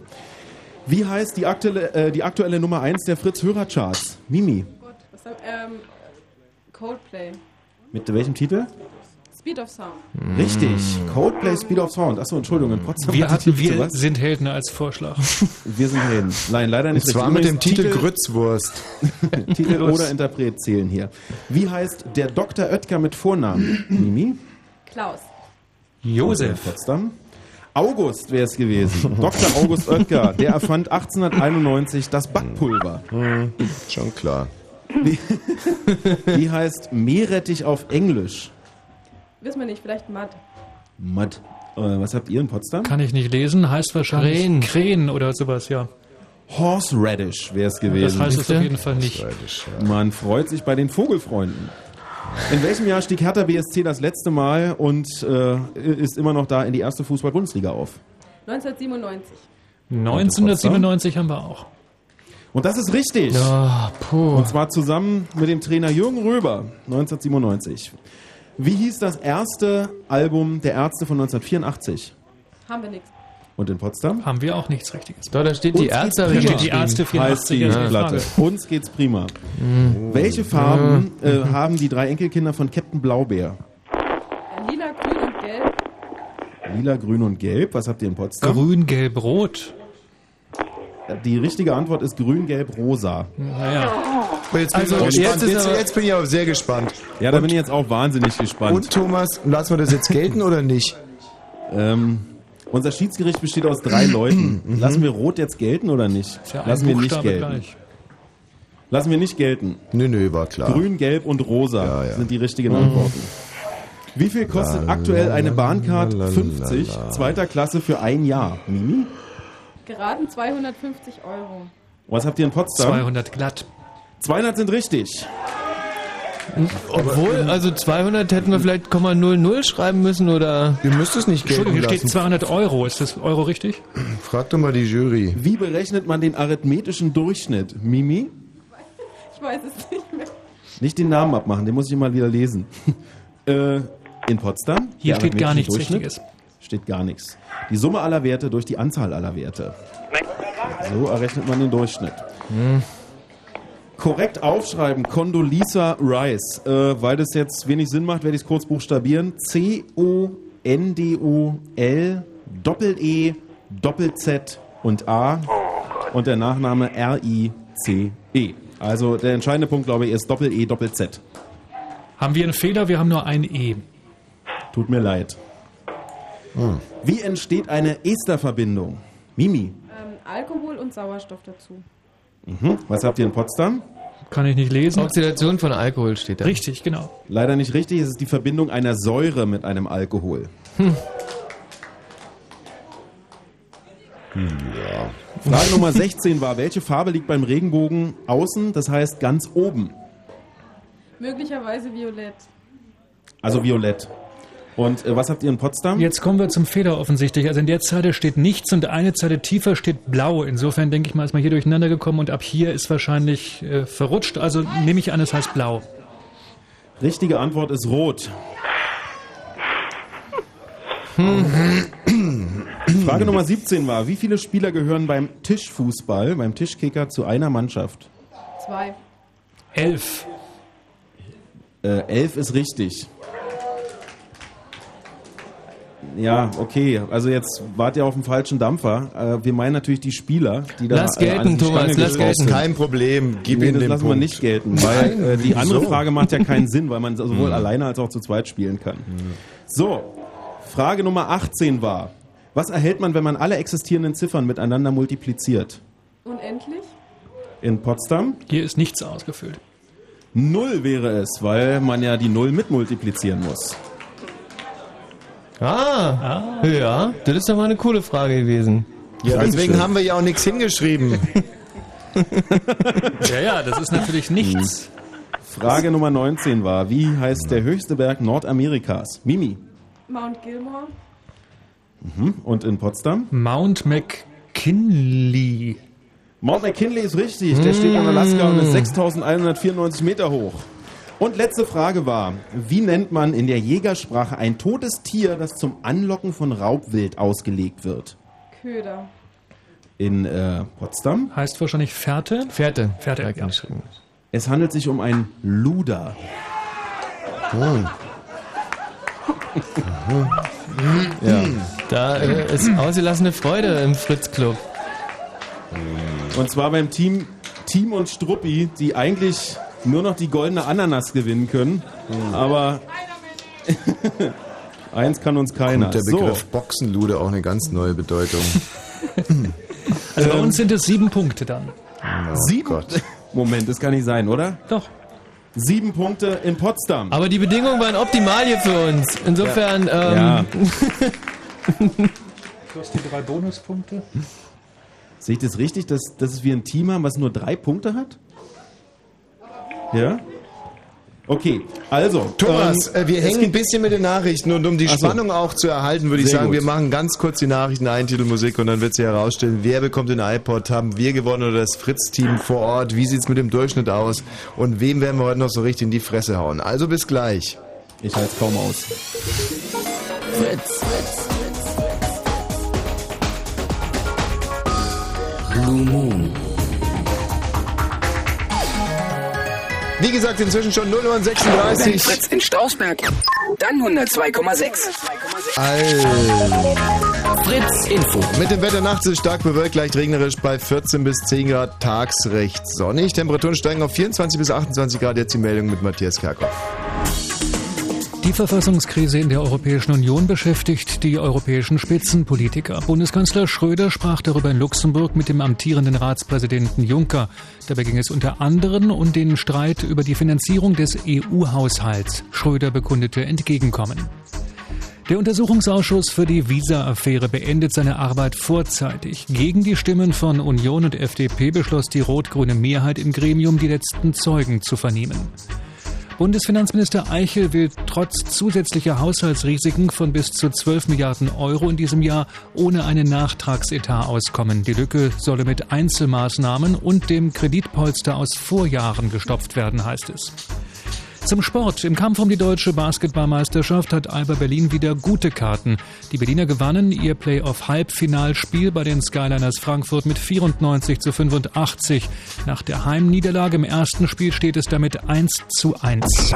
Speaker 4: Wie heißt die aktuelle, äh, die aktuelle Nummer 1 der Fritz-Hörer-Charts? Mimi.
Speaker 6: Oh Was hab- Ähm, Coldplay.
Speaker 4: Mit welchem Titel?
Speaker 6: Speed of Sound.
Speaker 4: Richtig. Coldplay Speed of Sound. Achso, Entschuldigung, in Potsdam
Speaker 17: Wir
Speaker 4: hat die
Speaker 17: hatten
Speaker 4: Titel
Speaker 17: Wir
Speaker 4: sowas.
Speaker 17: sind Helden als Vorschlag.
Speaker 4: Wir sind Helden. Nein, leider nicht.
Speaker 1: Es war mit dem Titel
Speaker 4: Grützwurst. Titel oder Interpret zählen hier. Wie heißt der Dr. Oetker mit Vornamen? Mimi?
Speaker 6: Klaus.
Speaker 4: Josef. Potsdam. August wäre es gewesen. Dr. August Oetker, der erfand 1891 das Backpulver. Schon klar. Wie, wie heißt Meerrettich auf Englisch?
Speaker 6: Wissen wir nicht, vielleicht Matt.
Speaker 4: Matt. Äh, was habt ihr in Potsdam?
Speaker 17: Kann ich nicht lesen, heißt wahrscheinlich Krähen, oder sowas, ja.
Speaker 4: Horseradish wäre es gewesen.
Speaker 17: Das heißt es auf jeden Fall nicht.
Speaker 4: Man freut sich bei den Vogelfreunden. In welchem Jahr stieg Hertha BSC das letzte Mal und äh, ist immer noch da in die erste Fußball-Bundesliga auf?
Speaker 6: 1997.
Speaker 17: 1997 haben wir auch.
Speaker 4: Und das ist richtig.
Speaker 17: Ja,
Speaker 4: Und zwar zusammen mit dem Trainer Jürgen Röber 1997. Wie hieß das erste Album der Ärzte von 1984?
Speaker 6: Haben wir nichts.
Speaker 4: Und in Potsdam?
Speaker 17: Haben wir auch nichts Richtiges.
Speaker 2: Da, da steht die Ärzte, hab ich
Speaker 4: Da steht
Speaker 2: geschrieben.
Speaker 4: die Ärzte 84
Speaker 2: Heißt die
Speaker 4: Platte.
Speaker 2: Frage.
Speaker 4: Uns geht's prima.
Speaker 17: Hm.
Speaker 4: Welche Farben äh, haben die drei Enkelkinder von Captain Blaubeer?
Speaker 6: Äh, Lila, Grün und Gelb.
Speaker 4: Lila, Grün und Gelb. Was habt ihr in Potsdam?
Speaker 17: Grün, Gelb, Rot.
Speaker 4: Die richtige Antwort ist Grün, Gelb, Rosa.
Speaker 17: Naja.
Speaker 1: Oh. Also Jetzt bin, ich, auch gespannt. jetzt, jetzt bin ich aber sehr gespannt.
Speaker 4: Ja, da bin ich jetzt auch wahnsinnig gespannt.
Speaker 1: Und Thomas, lassen wir das jetzt gelten oder nicht?
Speaker 4: Ähm, unser Schiedsgericht besteht aus drei
Speaker 1: Mhm.
Speaker 4: Leuten. Lassen wir Rot jetzt gelten oder nicht?
Speaker 17: ja ein
Speaker 4: Lassen wir nicht
Speaker 17: Buchstabe
Speaker 4: gelten.
Speaker 17: gleich.
Speaker 4: Lassen wir nicht gelten.
Speaker 1: Nö, nö, war klar. Mhm.
Speaker 4: Grün, Gelb und Rosa sind die richtigen Antworten. Wie viel kostet
Speaker 1: La,
Speaker 4: aktuell
Speaker 1: la,
Speaker 4: eine
Speaker 1: la,
Speaker 4: Bahncard
Speaker 1: la, la,
Speaker 4: 50
Speaker 1: la, la.
Speaker 4: zweiter Klasse für ein Jahr? Mimi?
Speaker 6: Geraden 250 Euro.
Speaker 4: Was habt ihr in Potsdam?
Speaker 17: 200 glatt.
Speaker 4: 200 sind richtig. ähm,
Speaker 2: Obwohl, also 200 hätten wir vielleicht 0,00 schreiben müssen oder.
Speaker 1: Ihr müsst es nicht
Speaker 17: Entschuldigung, hier steht 200 Euro. Ist das Euro richtig?
Speaker 1: Frag doch mal die Jury.
Speaker 4: Wie berechnet man den arithmetischen Durchschnitt? Mimi?
Speaker 6: Ich weiß es nicht mehr.
Speaker 4: Nicht den Namen abmachen, den muss ich immer wieder lesen. äh, in Potsdam?
Speaker 17: Hier
Speaker 4: der
Speaker 17: steht gar
Speaker 4: arithmetische
Speaker 17: nichts
Speaker 4: Durchschnitt,
Speaker 17: Richtiges.
Speaker 4: Steht gar nichts. Die Summe aller Werte durch die Anzahl aller Werte. So errechnet man den Durchschnitt. Korrekt aufschreiben, Condoleezza Rice. Äh, weil das jetzt wenig Sinn macht, werde ich es kurz buchstabieren. C-O-N-D-O-L Doppel-E Doppel-Z und A. Und der Nachname R-I-C-E. Also der entscheidende Punkt, glaube ich, ist Doppel-E Doppel-Z.
Speaker 17: Haben wir einen Fehler? Wir haben nur ein E.
Speaker 4: Tut mir leid. Wie entsteht eine Esterverbindung? Mimi,
Speaker 6: Ähm, Alkohol und Sauerstoff dazu.
Speaker 4: mhm. was habt ihr in Potsdam?
Speaker 17: Kann ich nicht lesen.
Speaker 2: Oxidation von Alkohol steht da.
Speaker 17: Richtig, genau.
Speaker 4: Leider nicht richtig, es ist die Verbindung einer Säure mit einem Alkohol.
Speaker 17: Hm.
Speaker 4: Frage Nummer 16 war, welche Farbe liegt beim Regenbogen außen, das heißt ganz oben,
Speaker 6: Möglicherweise Violett.
Speaker 4: also violett. Und äh, was habt ihr in Potsdam?
Speaker 17: Jetzt kommen wir zum Fehler offensichtlich. Also in der Zeile steht nichts und eine Zeile tiefer steht blau. Insofern denke ich mal, ist man hier durcheinander gekommen und ab hier ist wahrscheinlich äh, verrutscht. Also nehme ich an, es heißt blau.
Speaker 4: Richtige Antwort ist rot. Frage Nummer 17 war, wie viele Spieler gehören beim Tischfußball, beim Tischkicker zu einer Mannschaft?
Speaker 6: Zwei.
Speaker 17: Elf.
Speaker 4: Äh, elf ist richtig. Ja, okay. Also jetzt wart ihr auf dem falschen Dampfer. Äh, wir meinen natürlich die Spieler, die da
Speaker 2: Lass
Speaker 4: äh, an
Speaker 2: gelten,
Speaker 4: die
Speaker 2: Thomas,
Speaker 4: Stange
Speaker 2: lass
Speaker 4: geschraubt
Speaker 2: gelten.
Speaker 4: sind.
Speaker 2: Kein Problem, gib
Speaker 4: nee,
Speaker 2: ihm
Speaker 4: das
Speaker 2: den
Speaker 4: lassen wir
Speaker 2: Punkt.
Speaker 4: nicht gelten, weil
Speaker 2: Nein, Hm.
Speaker 4: äh, die andere
Speaker 2: wieso?
Speaker 4: Frage macht ja keinen Sinn, weil man sowohl alleine als auch zu zweit spielen kann.
Speaker 2: Hm.
Speaker 4: So, Frage Nummer 18 war, was erhält man, wenn man alle existierenden Ziffern miteinander multipliziert?
Speaker 6: Unendlich?
Speaker 4: In Potsdam?
Speaker 17: Hier ist nichts ausgefüllt.
Speaker 4: Null wäre es, weil man ja die Null mit multiplizieren muss.
Speaker 2: Ah, ja, das ist doch mal eine coole Frage gewesen.
Speaker 1: Ja, deswegen haben wir ja auch nichts hingeschrieben.
Speaker 17: Ja, ja, das ist natürlich nichts.
Speaker 4: Frage Nummer 19 war, wie heißt der höchste Berg Nordamerikas? Mimi.
Speaker 6: Mount Gilmore?
Speaker 4: Mhm. Und in Potsdam?
Speaker 17: Mount McKinley.
Speaker 4: Mount McKinley ist richtig. Der steht in Alaska und ist 6194 Meter hoch. Und letzte Frage war, wie nennt man in der Jägersprache ein totes Tier, das zum Anlocken von Raubwild ausgelegt wird?
Speaker 6: Köder.
Speaker 4: In äh, Potsdam?
Speaker 17: Heißt wahrscheinlich Fährte?
Speaker 2: Fährte.
Speaker 17: Fährte, ja.
Speaker 4: Es handelt sich um ein Luder.
Speaker 17: Oh. Mhm.
Speaker 2: Ja. Da äh, ist ausgelassene Freude im Fritz-Club.
Speaker 4: Und zwar beim Team Team und Struppi, die eigentlich nur noch die goldene Ananas gewinnen können.
Speaker 2: Hm.
Speaker 4: Aber eins kann uns keiner.
Speaker 1: Und der Begriff Boxenlude auch eine ganz neue Bedeutung.
Speaker 17: Also
Speaker 9: Ähm.
Speaker 17: bei uns sind es sieben Punkte dann.
Speaker 2: Oh
Speaker 4: So. Sieben. Moment, das kann nicht sein, oder?
Speaker 17: Doch.
Speaker 4: Sieben Punkte in Potsdam.
Speaker 2: Aber die Bedingungen waren optimal hier für uns. Insofern,
Speaker 4: Ja.
Speaker 2: ähm,
Speaker 9: Plus die drei Bonuspunkte.
Speaker 4: Sehe ich das richtig, dass, dass wir ein Team haben, was nur drei Punkte hat? Ja? Okay, also.
Speaker 1: Thomas,
Speaker 4: ähm,
Speaker 1: äh, wir
Speaker 4: es
Speaker 1: hängen ein
Speaker 4: gibt-
Speaker 1: bisschen mit den Nachrichten und um die
Speaker 4: Ach so.
Speaker 1: Spannung auch zu erhalten, würde ich
Speaker 4: Sehr
Speaker 1: sagen,
Speaker 4: gut.
Speaker 1: wir machen ganz kurz die Nachrichten ein, Titelmusik und dann wird sie herausstellen, wer bekommt den iPod, haben wir gewonnen oder das Fritz-Team vor Ort, wie sieht's mit dem Durchschnitt aus und wem werden wir heute noch so richtig in die Fresse hauen. Also bis gleich.
Speaker 4: Ich halte kaum aus.
Speaker 11: Fritz.
Speaker 1: Blue Moon. Wie gesagt, inzwischen schon 0 Uhr und 36.
Speaker 16: Wenn Fritz in Strausberg, dann 102,6.
Speaker 1: Fritz Info. Mit dem Wetter nachts ist stark bewölkt, leicht regnerisch bei 14 bis 10 Grad, tags recht sonnig. Temperaturen steigen auf 24 bis 28 Grad. Jetzt die Meldung mit Matthias Kerkhoff.
Speaker 17: Die Verfassungskrise in der Europäischen Union beschäftigt die europäischen Spitzenpolitiker. Bundeskanzler Schröder sprach darüber in Luxemburg mit dem amtierenden Ratspräsidenten Juncker. Dabei ging es unter anderem um den Streit über die Finanzierung des EU-Haushalts. Schröder bekundete Entgegenkommen. Der Untersuchungsausschuss für die Visa-Affäre beendet seine Arbeit vorzeitig. Gegen die Stimmen von Union und FDP beschloss die rot-grüne Mehrheit im Gremium, die letzten Zeugen zu vernehmen. Bundesfinanzminister Eichel will trotz zusätzlicher Haushaltsrisiken von bis zu 12 Milliarden Euro in diesem Jahr ohne einen Nachtragsetat auskommen. Die Lücke solle mit Einzelmaßnahmen und dem Kreditpolster aus Vorjahren gestopft werden, heißt es. Zum Sport. Im Kampf um die deutsche Basketballmeisterschaft hat Alba Berlin wieder gute Karten. Die Berliner gewannen ihr Playoff-Halbfinalspiel bei den Skyliners Frankfurt mit 94 zu 85. Nach der Heimniederlage im ersten Spiel steht es damit 1 zu 1.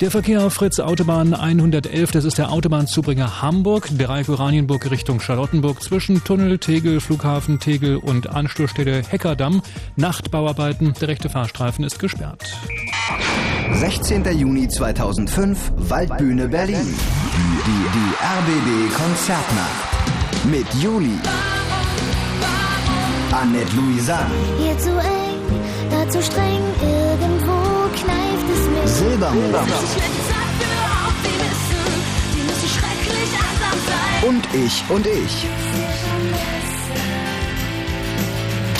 Speaker 17: Der Verkehr auf Fritz Autobahn 111, das ist der Autobahnzubringer Hamburg, Dreieck Oranienburg Richtung Charlottenburg zwischen Tunnel, Tegel, Flughafen Tegel und Anschlussstelle Heckerdamm. Nachtbauarbeiten, der rechte Fahrstreifen ist gesperrt.
Speaker 11: 16. Juni 2005, Waldbühne Berlin. Die, die, die RBB Konzertnacht. Mit Juli. Annette Louisanne.
Speaker 19: Hier zu eng, da zu streng, irgendwo kneift es mich.
Speaker 11: Silbermond. Und ich und ich.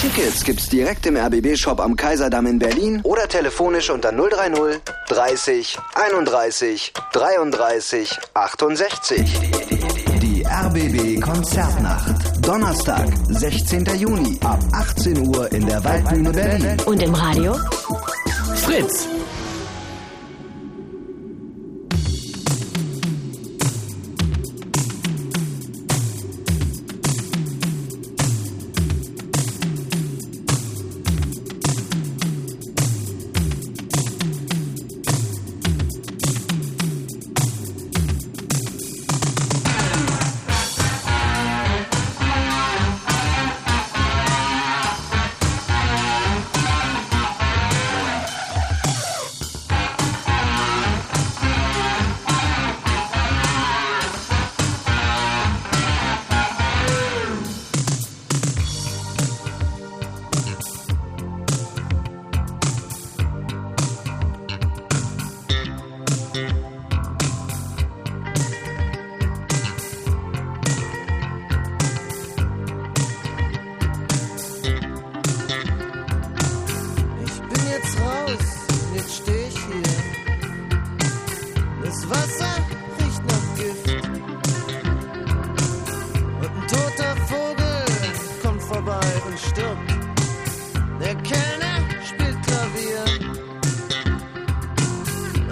Speaker 11: Tickets gibt's direkt im RBB-Shop am Kaiserdamm in Berlin oder telefonisch unter 030 30 31 33 68. Die RBB Konzertnacht. Donnerstag, 16. Juni ab 18 Uhr in der Waldbühne Berlin. Und im Radio? Fritz.
Speaker 22: Der Kellner spielt Klavier.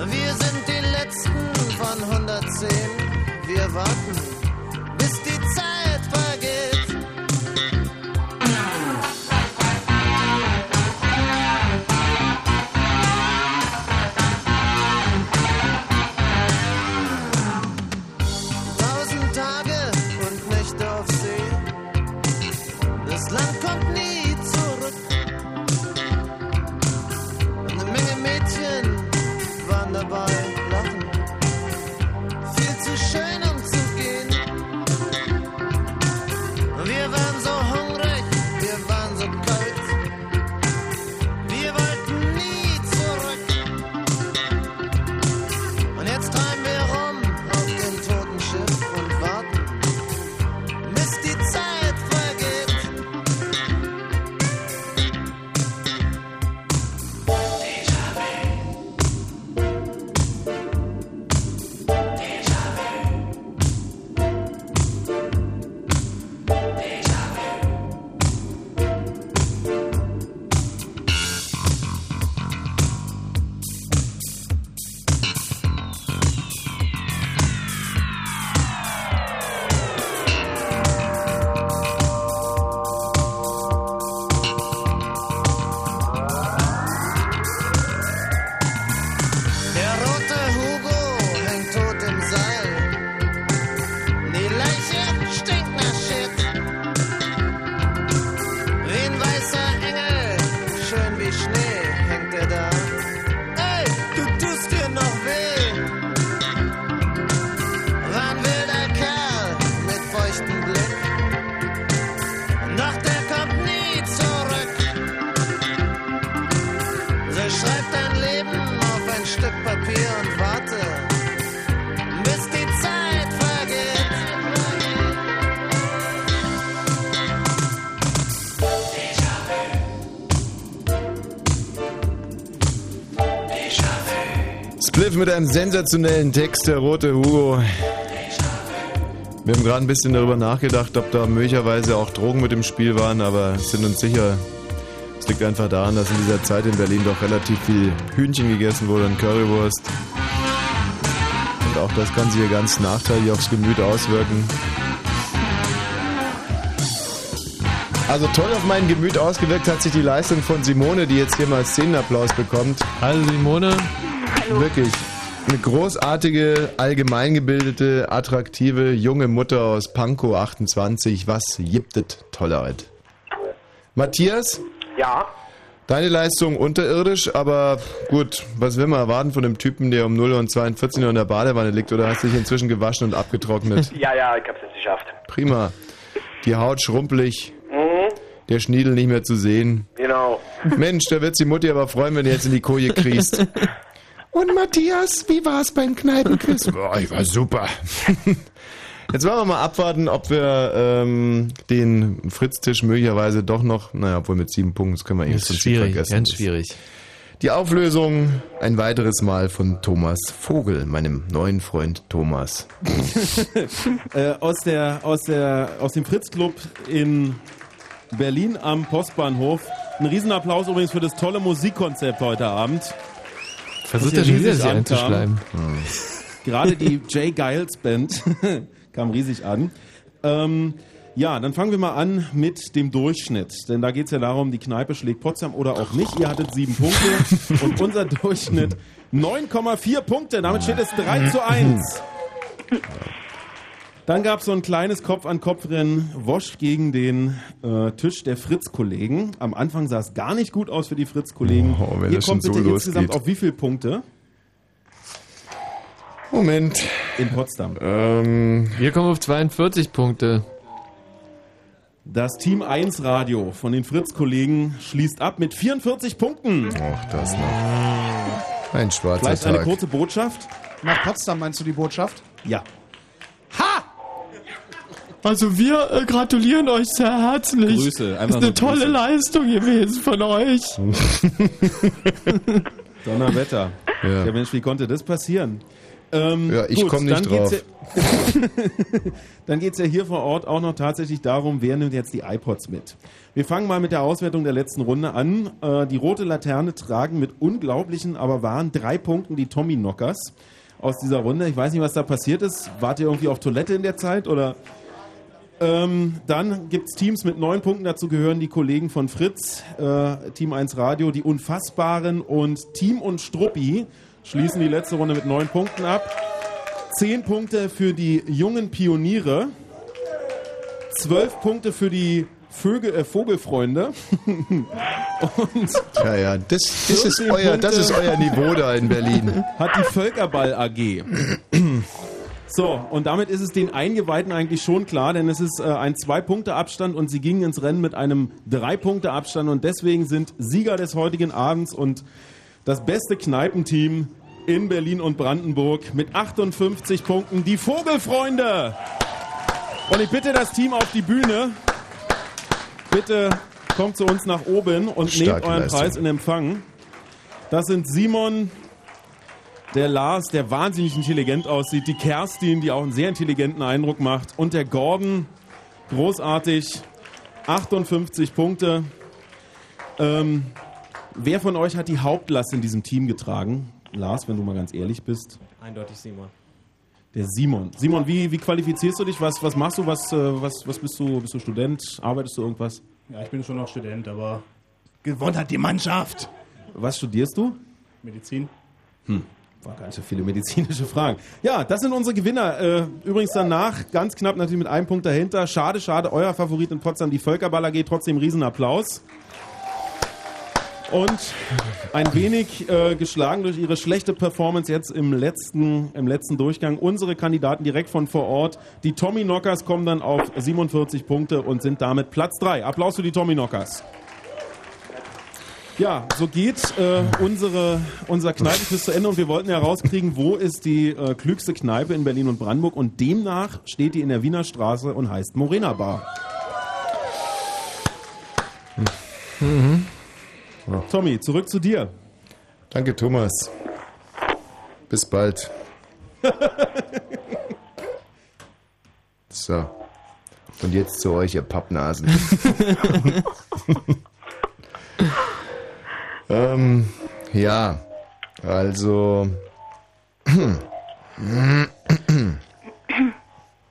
Speaker 22: Wir sind die Letzten von 110. Wir warten, bis die Zeit vergeht. Tausend Tage und Nächte auf See. Das Land kommt nie zurück. Eine Menge Mädchen waren dabei, lachen. Viel zu schön, um zu gehen. Wir waren so hungrig, wir waren so kalt. Wir wollten nie zurück. Und jetzt treiben wir rum auf dem toten Schiff und warten, bis die Zeit vergeht. Der rote Hugo hängt tot im Seil. Die Leiche stinkt nach Shit. Wie ein weißer Engel, schön wie Schnee, hängt er da. Ey, du tust dir noch weh. War ein wilder Kerl mit feuchtem Blick. Doch der kommt nie zurück. So schreib dein Leben auf ein Stück Papier und warte, bis die Zeit vergeht.
Speaker 1: Spliff mit einem sensationellen Text, der rote Hugo. Wir haben gerade ein bisschen darüber nachgedacht, ob da möglicherweise auch Drogen mit im Spiel waren, aber sind uns sicher. Es liegt einfach daran, dass in dieser Zeit in Berlin doch relativ viel Hühnchen gegessen wurde und Currywurst. Und auch das kann sich hier ganz nachteilig aufs Gemüt auswirken. Also toll auf mein Gemüt ausgewirkt hat sich die Leistung von Simone, die jetzt hier mal Szenenapplaus bekommt.
Speaker 2: Also Simone,
Speaker 1: wirklich eine großartige, allgemeingebildete, attraktive junge Mutter aus Pankow 28. Was jiptet tolle Arbeit. Matthias?
Speaker 13: Ja.
Speaker 1: Deine Leistung unterirdisch, aber gut, was will man erwarten von dem Typen, der um 0 und 42 Uhr in der Badewanne liegt oder hast dich inzwischen gewaschen und abgetrocknet?
Speaker 13: Ja, ja, ich hab's jetzt geschafft.
Speaker 1: Prima. Die Haut schrumpelig,
Speaker 13: Mhm.
Speaker 1: der Schniedel nicht mehr zu sehen.
Speaker 13: Genau.
Speaker 1: Mensch, da wird die Mutti aber freuen, wenn du jetzt in die Koje kriegst. Und Matthias, wie war es beim Kneipenquiz? Boah, ich war super. Jetzt wollen wir mal abwarten, ob wir ähm, den Fritztisch möglicherweise doch noch, naja, obwohl mit sieben Punkten, das können wir eh
Speaker 2: Ist
Speaker 1: schon
Speaker 2: schwierig,
Speaker 1: vergessen.
Speaker 2: ganz schwierig.
Speaker 1: Die Auflösung ein weiteres Mal von Thomas Vogel, meinem neuen Freund Thomas.
Speaker 4: äh, aus, der, aus, der, aus dem Fritz Club in Berlin am Postbahnhof. Ein Riesenapplaus übrigens für das tolle Musikkonzept heute Abend.
Speaker 2: Versucht
Speaker 4: Das
Speaker 2: er
Speaker 4: hier
Speaker 2: schon wieder,
Speaker 4: riesig
Speaker 2: sie
Speaker 4: ankam.
Speaker 2: einzuschleimen.
Speaker 4: Gerade die Jay Giles Band kam riesig an. Ähm, ja, dann fangen wir mal an mit dem Durchschnitt. Denn da geht es ja darum, die Kneipe schlägt Potsdam oder auch nicht. Ihr hattet sieben Punkte und unser Durchschnitt 9,4 Punkte. Damit steht es 3 zu 1. Dann gab es so ein kleines Kopf-an-Kopf-Rennen. Wosch gegen den äh, Tisch der Fritz-Kollegen. Am Anfang sah es gar nicht gut aus für die Fritz-Kollegen.
Speaker 1: Oh, wenn
Speaker 4: Ihr
Speaker 1: das
Speaker 4: kommt
Speaker 1: schon so
Speaker 4: bitte insgesamt
Speaker 1: losgeht.
Speaker 4: auf wie viele Punkte?
Speaker 1: Moment.
Speaker 4: In Potsdam.
Speaker 1: Ähm,
Speaker 2: Wir kommen auf 42 Punkte.
Speaker 4: Das Team 1 Radio von den Fritz-Kollegen schließt ab mit 44 Punkten.
Speaker 1: Ach, das noch. Ein schwarzer
Speaker 4: Vielleicht eine
Speaker 1: Tag.
Speaker 4: kurze Botschaft?
Speaker 24: Nach Potsdam meinst du die Botschaft?
Speaker 4: Ja.
Speaker 2: Also wir äh, gratulieren euch sehr herzlich.
Speaker 4: Grüße,
Speaker 2: Ist
Speaker 4: einfach
Speaker 2: eine
Speaker 4: nur
Speaker 2: tolle
Speaker 4: Grüße.
Speaker 2: Leistung gewesen von euch.
Speaker 4: Donnerwetter. Ja. Mensch, wie konnte das passieren? Äh, Ähm,
Speaker 1: Ja, ich
Speaker 4: gut,
Speaker 1: komm nicht
Speaker 4: dann
Speaker 1: drauf.
Speaker 4: Geht's ja, dann geht es ja hier vor Ort auch noch tatsächlich darum, wer nimmt jetzt die iPods mit. Wir fangen mal mit der Auswertung der letzten Runde an. Äh, die rote Laterne tragen mit unglaublichen, aber wahren drei Punkten die Tommy Knockers aus dieser Runde. Ich weiß nicht, was da passiert ist. Wart ihr irgendwie auf Toilette in der Zeit oder? Ähm, dann gibt es Teams mit neun Punkten. Dazu gehören die Kollegen von Fritz, äh, Team 1 Radio, die Unfassbaren und Team und Struppi schließen die letzte Runde mit neun Punkten ab. Zehn Punkte für die jungen Pioniere. Zwölf Punkte für die Vögel, äh, Vogelfreunde. und
Speaker 1: Ja, ja, das, das, ist,
Speaker 4: 14
Speaker 1: euer, das ist
Speaker 4: Punkte.
Speaker 1: euer Niveau da in Berlin.
Speaker 4: hat die Völkerball AG. So, und damit ist es den Eingeweihten eigentlich schon klar, denn es ist äh, ein Zwei-Punkte-Abstand und sie gingen ins Rennen mit einem Drei-Punkte-Abstand und deswegen sind Sieger des heutigen Abends und das beste Kneipenteam in Berlin und Brandenburg mit 58 Punkten, die Vogelfreunde. Und ich bitte das Team auf die Bühne. Bitte kommt zu uns nach oben und nehmt
Speaker 1: Starke
Speaker 4: euren
Speaker 1: Leistung.
Speaker 4: Preis in Empfang. Das sind Simon, der Lars, der wahnsinnig intelligent aussieht, die Kerstin, die auch einen sehr intelligenten Eindruck macht und der Gordon, großartig, 58 Punkte. Ähm, wer von euch hat die Hauptlast in diesem Team getragen? Lars, wenn du mal ganz ehrlich bist.
Speaker 12: Eindeutig Simon.
Speaker 4: Der Simon. Simon, wie, wie qualifizierst du dich? Was, was machst du? Was, äh, was, was bist du? Bist du Student? Arbeitest du irgendwas?
Speaker 12: Ja, ich bin schon noch Student, aber gewonnen hat die Mannschaft.
Speaker 4: Was studierst du?
Speaker 12: Medizin.
Speaker 4: Hm. War gar nicht so viele medizinische Fragen. Ja, das sind unsere Gewinner. Äh, übrigens danach, ganz knapp natürlich mit einem Punkt dahinter. Schade, schade, euer Favorit in Potsdam, die Völkerball AG. Trotzdem Riesenapplaus. Und ein wenig äh, geschlagen durch ihre schlechte Performance jetzt im letzten, im letzten Durchgang. Unsere Kandidaten direkt von vor Ort. Die Tommy Knockers kommen dann auf 47 Punkte und sind damit Platz 3. Applaus für die Tommy Knockers. Ja, so geht äh, unsere, unser Kneipenquiz zu Ende und wir wollten herauskriegen, wo ist die äh, klügste Kneipe in Berlin und Brandenburg und demnach steht die in der Wiener Straße und heißt Morena Bar. Tommy, zurück zu dir.
Speaker 1: Danke, Thomas. Bis bald. So. Und jetzt zu euch, ihr Pappnasen. ähm, ja, also.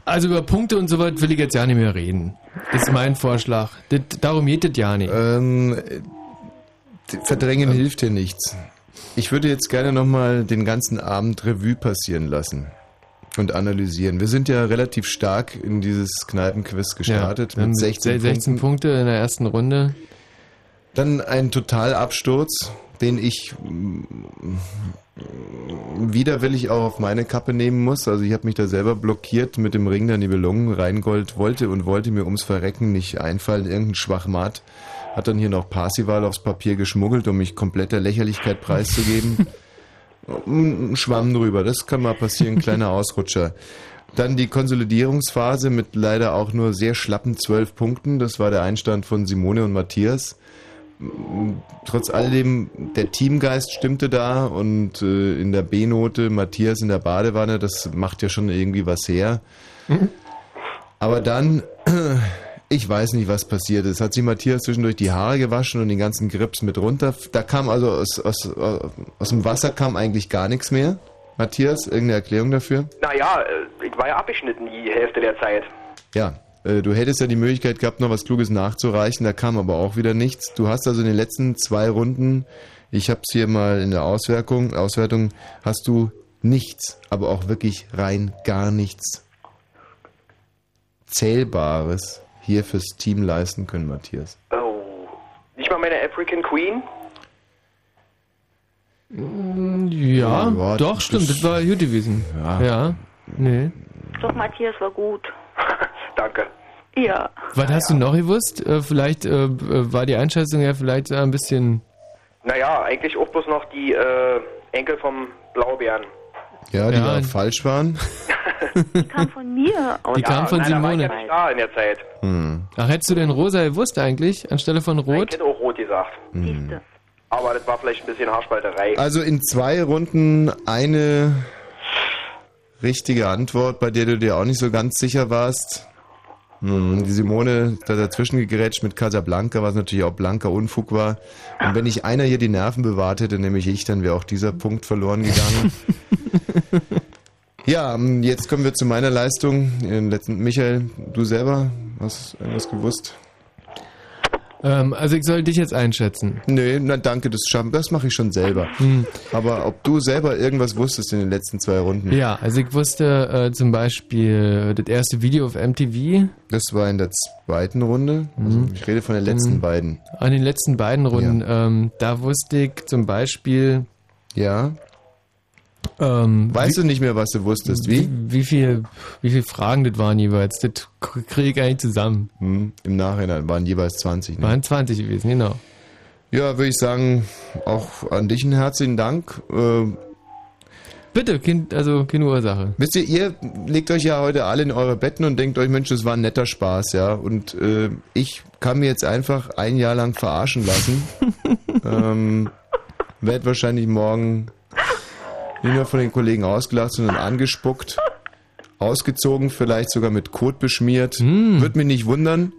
Speaker 2: Also über Punkte und so weit will ich jetzt ja nicht mehr reden. Ist mein Vorschlag. Das, darum geht es ja nicht.
Speaker 1: Ähm, d- verdrängen hilft hier nichts. Ich würde jetzt gerne nochmal den ganzen Abend Revue passieren lassen und analysieren. Wir sind ja relativ stark in dieses Kneipenquiz gestartet
Speaker 2: wir haben
Speaker 1: mit 16,
Speaker 2: 16 Punkte in der ersten Runde.
Speaker 1: Dann ein Totalabsturz, den ich mm, widerwillig auch auf meine Kappe nehmen muss. Also ich habe mich da selber blockiert mit dem Ring der Nibelungen. Reingold wollte und wollte mir ums Verrecken nicht einfallen. Irgendein Schwachmat hat dann hier noch Parsival aufs Papier geschmuggelt, um mich komplett der Lächerlichkeit preiszugeben. Ein Schwamm drüber, das kann mal passieren, kleiner Ausrutscher. Dann die Konsolidierungsphase mit leider auch nur sehr schlappen zwölf Punkten. Das war der Einstand von Simone und Matthias. M- Trotz alledem, der Teamgeist stimmte da und äh, in der B-Note Matthias in der Badewanne, das macht ja schon irgendwie was her. Aber dann, ich weiß nicht, was passiert ist. Hat sich Matthias zwischendurch die Haare gewaschen und den ganzen Grips mit runter. Da kam also aus, aus, aus dem Wasser kam eigentlich gar nichts mehr. Matthias, irgendeine Erklärung dafür?
Speaker 14: Naja, äh, ich war ja abgeschnitten die Hälfte der Zeit.
Speaker 1: Ja, äh, du hättest ja die Möglichkeit gehabt, noch was Kluges nachzureichen, da kam aber auch wieder nichts. Du hast also in den letzten zwei Runden, ich hab's hier mal in der Auswertung, Auswertung, hast du nichts, aber auch wirklich rein gar nichts Zählbares hier fürs Team leisten können, Matthias.
Speaker 14: Oh. Nicht mal meine African Queen?
Speaker 2: Ja,
Speaker 1: Ja,
Speaker 2: doch,
Speaker 1: das-
Speaker 2: stimmt. Das war gut gewesen. Ja. Nee.
Speaker 10: Doch, Matthias war gut.
Speaker 14: Danke.
Speaker 10: Ja.
Speaker 2: Was hast du noch gewusst? Äh, Vielleicht äh, äh, war die Einschätzung ja vielleicht äh, ein bisschen.
Speaker 14: Naja, eigentlich auch bloß noch die äh, Enkel vom Blaubeeren.
Speaker 1: Ja, die waren falsch waren.
Speaker 10: Kam von mir.
Speaker 2: Die kam von Simone.
Speaker 14: Ich war in der Zeit.
Speaker 1: Hm.
Speaker 2: Ach, hättest du den rosa gewusst eigentlich, anstelle von
Speaker 14: Ich
Speaker 2: rot? Hm.
Speaker 14: hätte auch rot gesagt.
Speaker 2: Also
Speaker 14: Aber das war vielleicht ein bisschen Haarspalterei.
Speaker 1: Also in zwei Runden eine richtige Antwort, bei der du dir auch nicht so ganz sicher warst. Hm, die Simone da dazwischen gegrätscht mit Casablanca, was natürlich auch blanker Unfug war. Und wenn nicht einer hier die Nerven bewahrt hätte, nämlich ich, dann wäre auch dieser Punkt verloren gegangen. ja, ähm, jetzt kommen wir zu meiner Leistung. Äh, letzten, Michael, du selber hast irgendwas gewusst?
Speaker 2: Ähm, also ich soll dich jetzt einschätzen. Hm.
Speaker 1: Nee, na danke, das, schaffen- das mache ich schon selber. Aber ob du selber irgendwas wusstest in den letzten zwei Runden?
Speaker 2: Ja, also ich wusste äh, zum Beispiel äh, das erste Video auf MTV.
Speaker 1: Das war in der zweiten Runde. Also
Speaker 2: Mhm.
Speaker 1: ich rede von den letzten
Speaker 2: Mhm.
Speaker 1: beiden.
Speaker 2: An den letzten beiden Runden, ähm, da wusste ich zum Beispiel.
Speaker 1: Ja.
Speaker 2: Ähm,
Speaker 1: Weißt du nicht mehr, was du wusstest? Wie?
Speaker 2: wie, wie, viel, wie viele Fragen das waren jeweils? Das k- kriege ich eigentlich zusammen.
Speaker 1: Hm, Im Nachhinein waren jeweils 20. Ne?
Speaker 2: Waren 20 gewesen, genau.
Speaker 1: Ja, würde ich sagen, auch an dich einen herzlichen Dank. Ähm,
Speaker 2: Bitte, kind, also keine Ursache.
Speaker 1: Wisst ihr, ihr legt euch ja heute alle in eure Betten und denkt euch, Mensch, das war ein netter Spaß, ja. Und äh, ich kann mir jetzt einfach ein Jahr lang verarschen lassen. ähm, werd wahrscheinlich morgen nicht nur von den Kollegen ausgelacht, sondern angespuckt, ausgezogen, vielleicht sogar mit Kot beschmiert. Würde mich nicht wundern.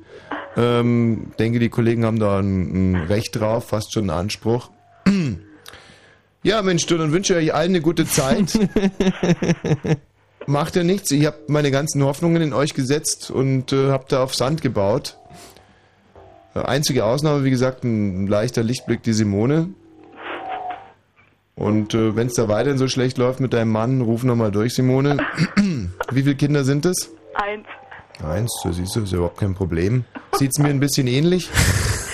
Speaker 1: Ähm, denke, die Kollegen haben da ein, ein Recht drauf, fast schon einen Anspruch. Ja, Mensch, du, dann wünsche ich euch allen eine gute Zeit. Macht ja nichts. Ich habe meine ganzen Hoffnungen in euch gesetzt und äh, habe da auf Sand gebaut. Äh, Einzige Ausnahme, wie gesagt, ein leichter Lichtblick, die Simone. Und äh, wenn es da weiterhin so schlecht läuft mit deinem Mann, ruf nochmal durch, Simone. wie viele Kinder sind es?
Speaker 10: Eins.
Speaker 1: Eins, so siehst du, ist ja überhaupt kein Problem. Sieht's mir ein bisschen ähnlich,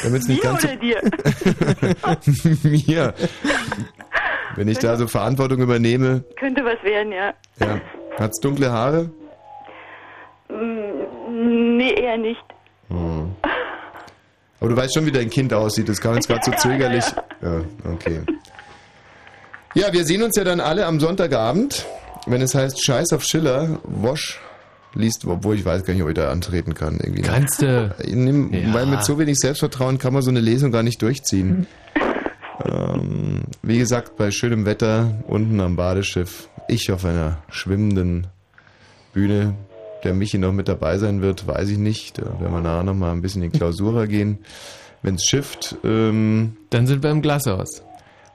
Speaker 1: damit's nicht
Speaker 10: Mir
Speaker 1: ganz so
Speaker 10: oder dir?
Speaker 1: mir. Wenn ich da so Verantwortung übernehme,
Speaker 10: Könnte was werden, ja.
Speaker 1: ja. Hat's dunkle Haare?
Speaker 10: Mm, Nee, eher nicht.
Speaker 1: Hm. Aber du weißt schon, wie dein Kind aussieht. Das kam jetzt gerade so zögerlich. Ja, okay. Ja, wir sehen uns ja dann alle am Sonntagabend, wenn es heißt Scheiß auf Schiller. Wosch liest, obwohl ich weiß gar nicht, ob ich da antreten kann. Irgendwie.
Speaker 2: Kannst du.
Speaker 1: Nimm,
Speaker 2: Ja.
Speaker 1: Weil mit so wenig Selbstvertrauen kann man so eine Lesung gar nicht durchziehen. ähm, wie gesagt, bei schönem Wetter unten am Badeschiff. Ich auf einer schwimmenden Bühne. Der Michi noch mit dabei sein wird, weiß ich nicht. Da werden wir nachher noch mal ein bisschen in die Klausura gehen. Wenn es schifft. Ähm,
Speaker 2: Dann sind wir im Glashaus.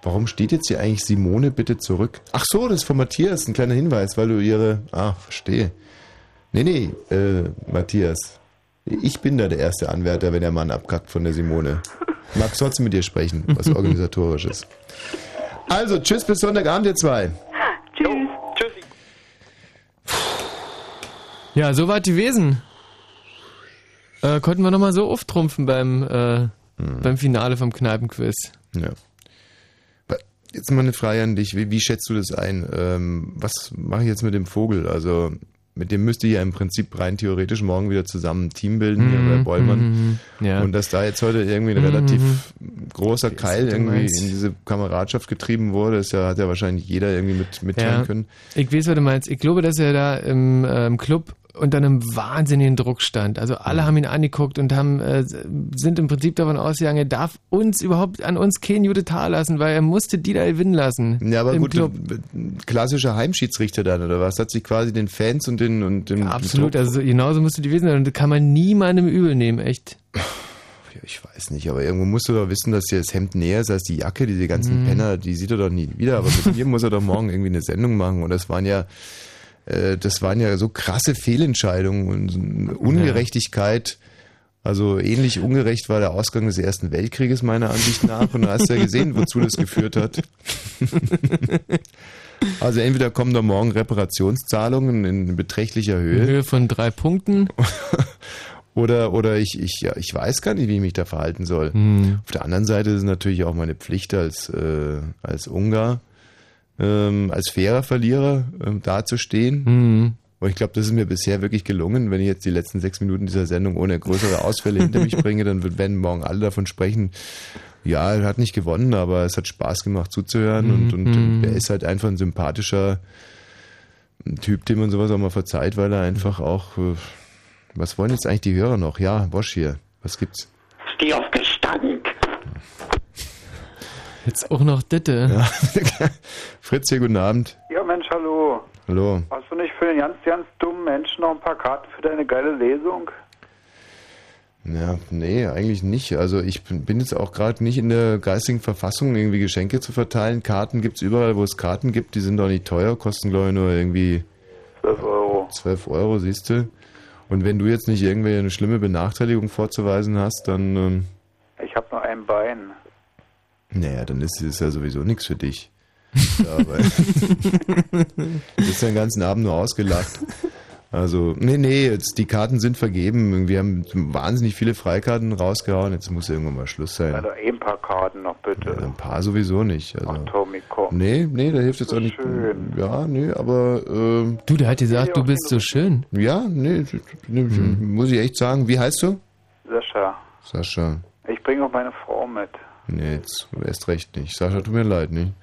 Speaker 1: Warum steht jetzt hier eigentlich Simone bitte zurück? Ach so, das ist von Matthias, ein kleiner Hinweis, weil du ihre. Ah, verstehe. Nee, nee, äh, Matthias. Ich bin da der erste Anwärter, wenn der Mann abkackt von der Simone. Mag trotzdem mit dir sprechen, was organisatorisches. Also, tschüss, bis Sonntagabend, ihr zwei.
Speaker 2: Ja, so war die Wesen. Äh, konnten wir nochmal so auftrumpfen beim, äh,
Speaker 1: Hm.
Speaker 2: beim Finale vom Kneipenquiz.
Speaker 1: Ja. Wa- Jetzt mal eine Frage an dich. Wie, wie schätzt du das ein? Ähm, was mache ich jetzt mit dem Vogel? Also, mit dem müsste ich ja im Prinzip rein theoretisch morgen wieder zusammen ein Team bilden, hier bei
Speaker 2: Mhm,
Speaker 1: Bollmann.
Speaker 2: mhm, ja.
Speaker 1: Und dass da jetzt heute irgendwie ein
Speaker 2: Mhm,
Speaker 1: relativ großer Keil
Speaker 2: du
Speaker 1: irgendwie
Speaker 2: meinst.
Speaker 1: in diese Kameradschaft getrieben wurde, ist ja, hat ja wahrscheinlich jeder irgendwie mit, mitteilen
Speaker 2: Ja.
Speaker 1: können.
Speaker 2: Ich weiß, was du meinst. Ich glaube, dass er da im ähm, Club unter einem wahnsinnigen Druck stand. Also
Speaker 1: Hm.
Speaker 2: alle haben ihn angeguckt und haben äh, sind im Prinzip davon ausgegangen, er darf uns überhaupt an uns kein Jude Tal lassen, weil er musste die da gewinnen lassen.
Speaker 1: Ja, aber
Speaker 2: Im
Speaker 1: gut,
Speaker 2: Club.
Speaker 1: ein klassischer Heimschiedsrichter dann, oder was? Hat sich quasi den Fans und den, und dem
Speaker 2: Absolut, also genauso musst du die wissen. Und das kann man niemandem übel nehmen, echt.
Speaker 1: Ich weiß nicht, aber irgendwo musst du doch wissen, dass dir das Hemd näher ist als die Jacke, diese ganzen
Speaker 2: Mhm.
Speaker 1: Penner, die sieht er doch nie wieder. Aber mit mir muss er doch morgen irgendwie eine Sendung machen. Und das waren ja, äh, das waren ja so krasse Fehlentscheidungen und so eine Ungerechtigkeit. Also ähnlich ungerecht war der Ausgang des Ersten Weltkrieges meiner Ansicht nach. Und da hast du ja gesehen, wozu das geführt hat. Also entweder kommen da morgen Reparationszahlungen in beträchtlicher Höhe.
Speaker 2: In Höhe von drei Punkten.
Speaker 1: Oder, oder ich, ich, ja, ich weiß gar nicht, wie ich mich da verhalten soll.
Speaker 2: Hm.
Speaker 1: Auf der anderen Seite ist es natürlich auch meine Pflicht als, äh, als Ungar, ähm, als fairer Verlierer ähm, dazustehen.
Speaker 2: Hm.
Speaker 1: Und ich glaube, das ist mir bisher wirklich gelungen. Wenn ich jetzt die letzten sechs Minuten dieser Sendung ohne größere Ausfälle hinter mich bringe, dann wird- werden morgen alle davon sprechen, ja, er hat nicht gewonnen, aber es hat Spaß gemacht zuzuhören und, und
Speaker 2: Mhm.
Speaker 1: er ist halt einfach ein sympathischer Typ, dem man sowas auch mal verzeiht, weil er einfach auch, äh, was wollen jetzt eigentlich die Hörer noch? Ja, Bosch hier, was gibt's?
Speaker 21: Steh auf Gestank.
Speaker 2: Jetzt auch noch Ditte.
Speaker 1: Ja. Fritz hier, guten Abend.
Speaker 13: Ja, Mensch, hallo.
Speaker 1: Hallo.
Speaker 13: Hast du nicht für den ganz, ganz dummen Menschen noch ein paar Karten für deine geile Lesung?
Speaker 1: Ja, nee, eigentlich nicht. Also ich bin bin jetzt auch gerade nicht in der geistigen Verfassung, irgendwie Geschenke zu verteilen. Karten gibt's überall, wo es Karten gibt. Die sind doch nicht teuer, kosten glaube ich nur irgendwie
Speaker 13: 12 Euro.
Speaker 1: 12 Euro, siehst du. Und wenn du jetzt nicht irgendwie eine schlimme Benachteiligung vorzuweisen hast, dann, ähm,
Speaker 13: Ich habe nur ein Bein.
Speaker 1: naja, dann ist es ja sowieso nichts für dich. Aber du bist ja den ganzen Abend nur ausgelacht. Also, nee, nee, jetzt, die Karten sind vergeben. Wir haben wahnsinnig viele Freikarten rausgehauen. Jetzt muss irgendwann mal Schluss sein.
Speaker 13: Also eh ein paar Karten noch bitte.
Speaker 1: Ein paar sowieso nicht. Also.
Speaker 13: Tommy, komm.
Speaker 1: Nee, nee, da hilft jetzt auch nicht. Ja, nee, aber. Ähm,
Speaker 2: du, der hat gesagt, du bist so schön. Hm.
Speaker 1: Ja, nee, t- t- nee, muss ich echt sagen. Wie heißt du?
Speaker 13: Sascha,
Speaker 1: Sascha.
Speaker 13: ich bringe auch meine Frau mit.
Speaker 1: Nee, jetzt erst recht nicht. Sascha, tut mir leid, nicht?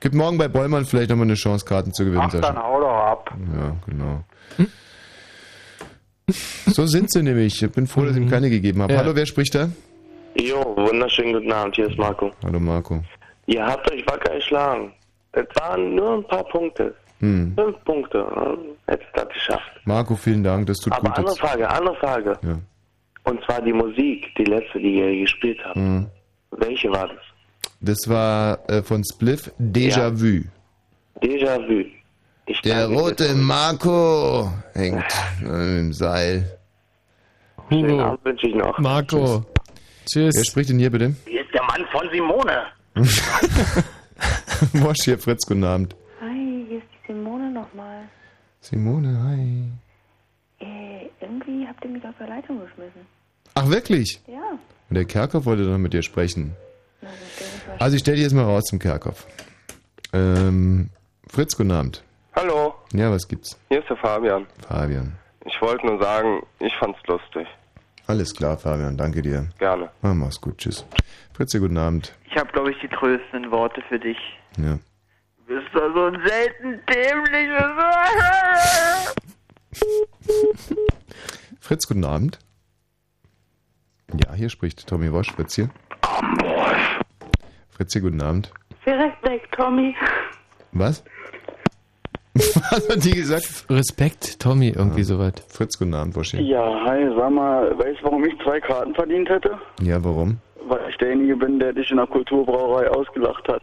Speaker 1: Gib morgen bei Bollmann vielleicht nochmal eine Chance, Karten zu gewinnen,
Speaker 13: Ach, dann
Speaker 1: Sascha.
Speaker 13: hau doch ab.
Speaker 1: Ja, genau.
Speaker 2: Hm?
Speaker 1: So sind sie nämlich. Ich bin froh, dass
Speaker 2: Mhm.
Speaker 1: ich ihm keine gegeben habe.
Speaker 13: Ja.
Speaker 1: Hallo, wer spricht da?
Speaker 22: Jo, wunderschönen guten Abend, hier ist Marco.
Speaker 1: Hallo, Marco.
Speaker 22: Ihr habt euch wacker geschlagen. Es waren nur ein paar Punkte.
Speaker 1: Hm.
Speaker 22: Fünf Punkte. ne? Hättest du das geschafft.
Speaker 1: Marco, vielen Dank, das tut
Speaker 22: Aber
Speaker 1: gut.
Speaker 22: andere
Speaker 1: Jetzt.
Speaker 22: Frage, andere Frage.
Speaker 1: Ja.
Speaker 22: Und zwar die Musik, die letzte, die ihr gespielt habt.
Speaker 1: Hm.
Speaker 22: Welche war das?
Speaker 1: Das war äh, von Spliff Déjà Vu.
Speaker 22: Déjà-vu.
Speaker 1: Der rote Marco hängt an dem Seil.
Speaker 22: Schönen Abend wünsche ich noch.
Speaker 2: Marco. Tschüss.
Speaker 1: Wer spricht denn hier bitte?
Speaker 22: Hier ist der Mann von Simone.
Speaker 1: Mosch hier, Fritz, guten Abend.
Speaker 25: Hi, hier ist die Simone nochmal.
Speaker 1: Simone, hi.
Speaker 25: Äh, irgendwie habt ihr mich aus der Leitung geschmissen.
Speaker 1: Ach, wirklich?
Speaker 25: Ja.
Speaker 1: Und der Kerkhoff wollte doch mit dir sprechen. Also, ich stelle dich jetzt mal raus zum Kerkhoff. Ähm, Fritz, guten Abend.
Speaker 26: Hallo,
Speaker 1: Ja, was gibt's?
Speaker 26: hier ist der Fabian.
Speaker 1: Fabian.
Speaker 26: Ich wollte nur sagen, ich fand's lustig.
Speaker 1: Alles klar, Fabian, danke dir.
Speaker 26: Gerne.
Speaker 1: Ah, mach's gut, tschüss. Fritz, guten Abend.
Speaker 27: Ich habe, glaube ich, die tröstenden Worte für dich.
Speaker 1: Ja.
Speaker 27: Du bist da so ein selten dämliches.
Speaker 1: Fritz, guten Abend. Ja, hier spricht Tommy Wasch. Fritz hier. Fritz hier, guten Abend.
Speaker 25: Direkt weg, Tommy.
Speaker 1: Was? Was hat die gesagt? Ah.
Speaker 2: Respekt, Tommy, irgendwie sowas.
Speaker 1: Fritz, guten Abend, Waschi.
Speaker 28: Ja, hi, sag mal, weißt du, warum ich zwei Karten verdient hätte?
Speaker 1: Ja, warum?
Speaker 28: Weil ich derjenige bin, der dich in der Kulturbrauerei ausgelacht hat.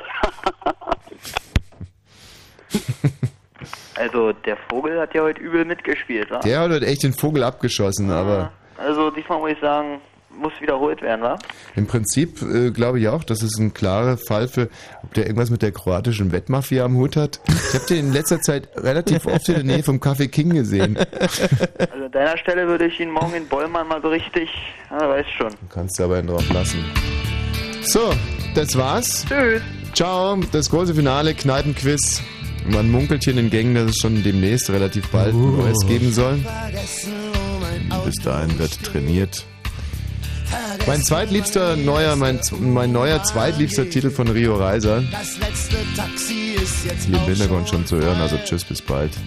Speaker 27: Also, der Vogel hat ja heute übel mitgespielt, wa?
Speaker 1: Der hat heute echt den Vogel abgeschossen, aber
Speaker 27: Also, diesmal muss ich sagen, muss wiederholt werden, wa?
Speaker 1: im Prinzip äh, glaube ich auch, das ist ein klarer Fall für, ob der irgendwas mit der kroatischen Wettmafia am Hut hat. Ich habe den in letzter Zeit relativ oft in der Nähe vom Café King gesehen.
Speaker 27: Also, an deiner Stelle würde ich ihn morgen in Bollmann mal so richtig, ja, weißt schon.
Speaker 1: Kannst du aber drauf lassen. So, das war's.
Speaker 27: Tschüss.
Speaker 1: Ciao. Das große Finale, Kneipenquiz. Man munkelt hier in den Gängen, dass es schon demnächst relativ bald ein
Speaker 19: Oh.
Speaker 1: neues geben soll. Bis dahin wird trainiert. Mein zweitliebster neuer, mein, mein neuer zweitliebster Titel von Rio Reiser.
Speaker 19: Das letzte Taxi ist jetzt
Speaker 1: Hier im
Speaker 19: auch
Speaker 1: Hintergrund schon zu hören, also tschüss, bis bald.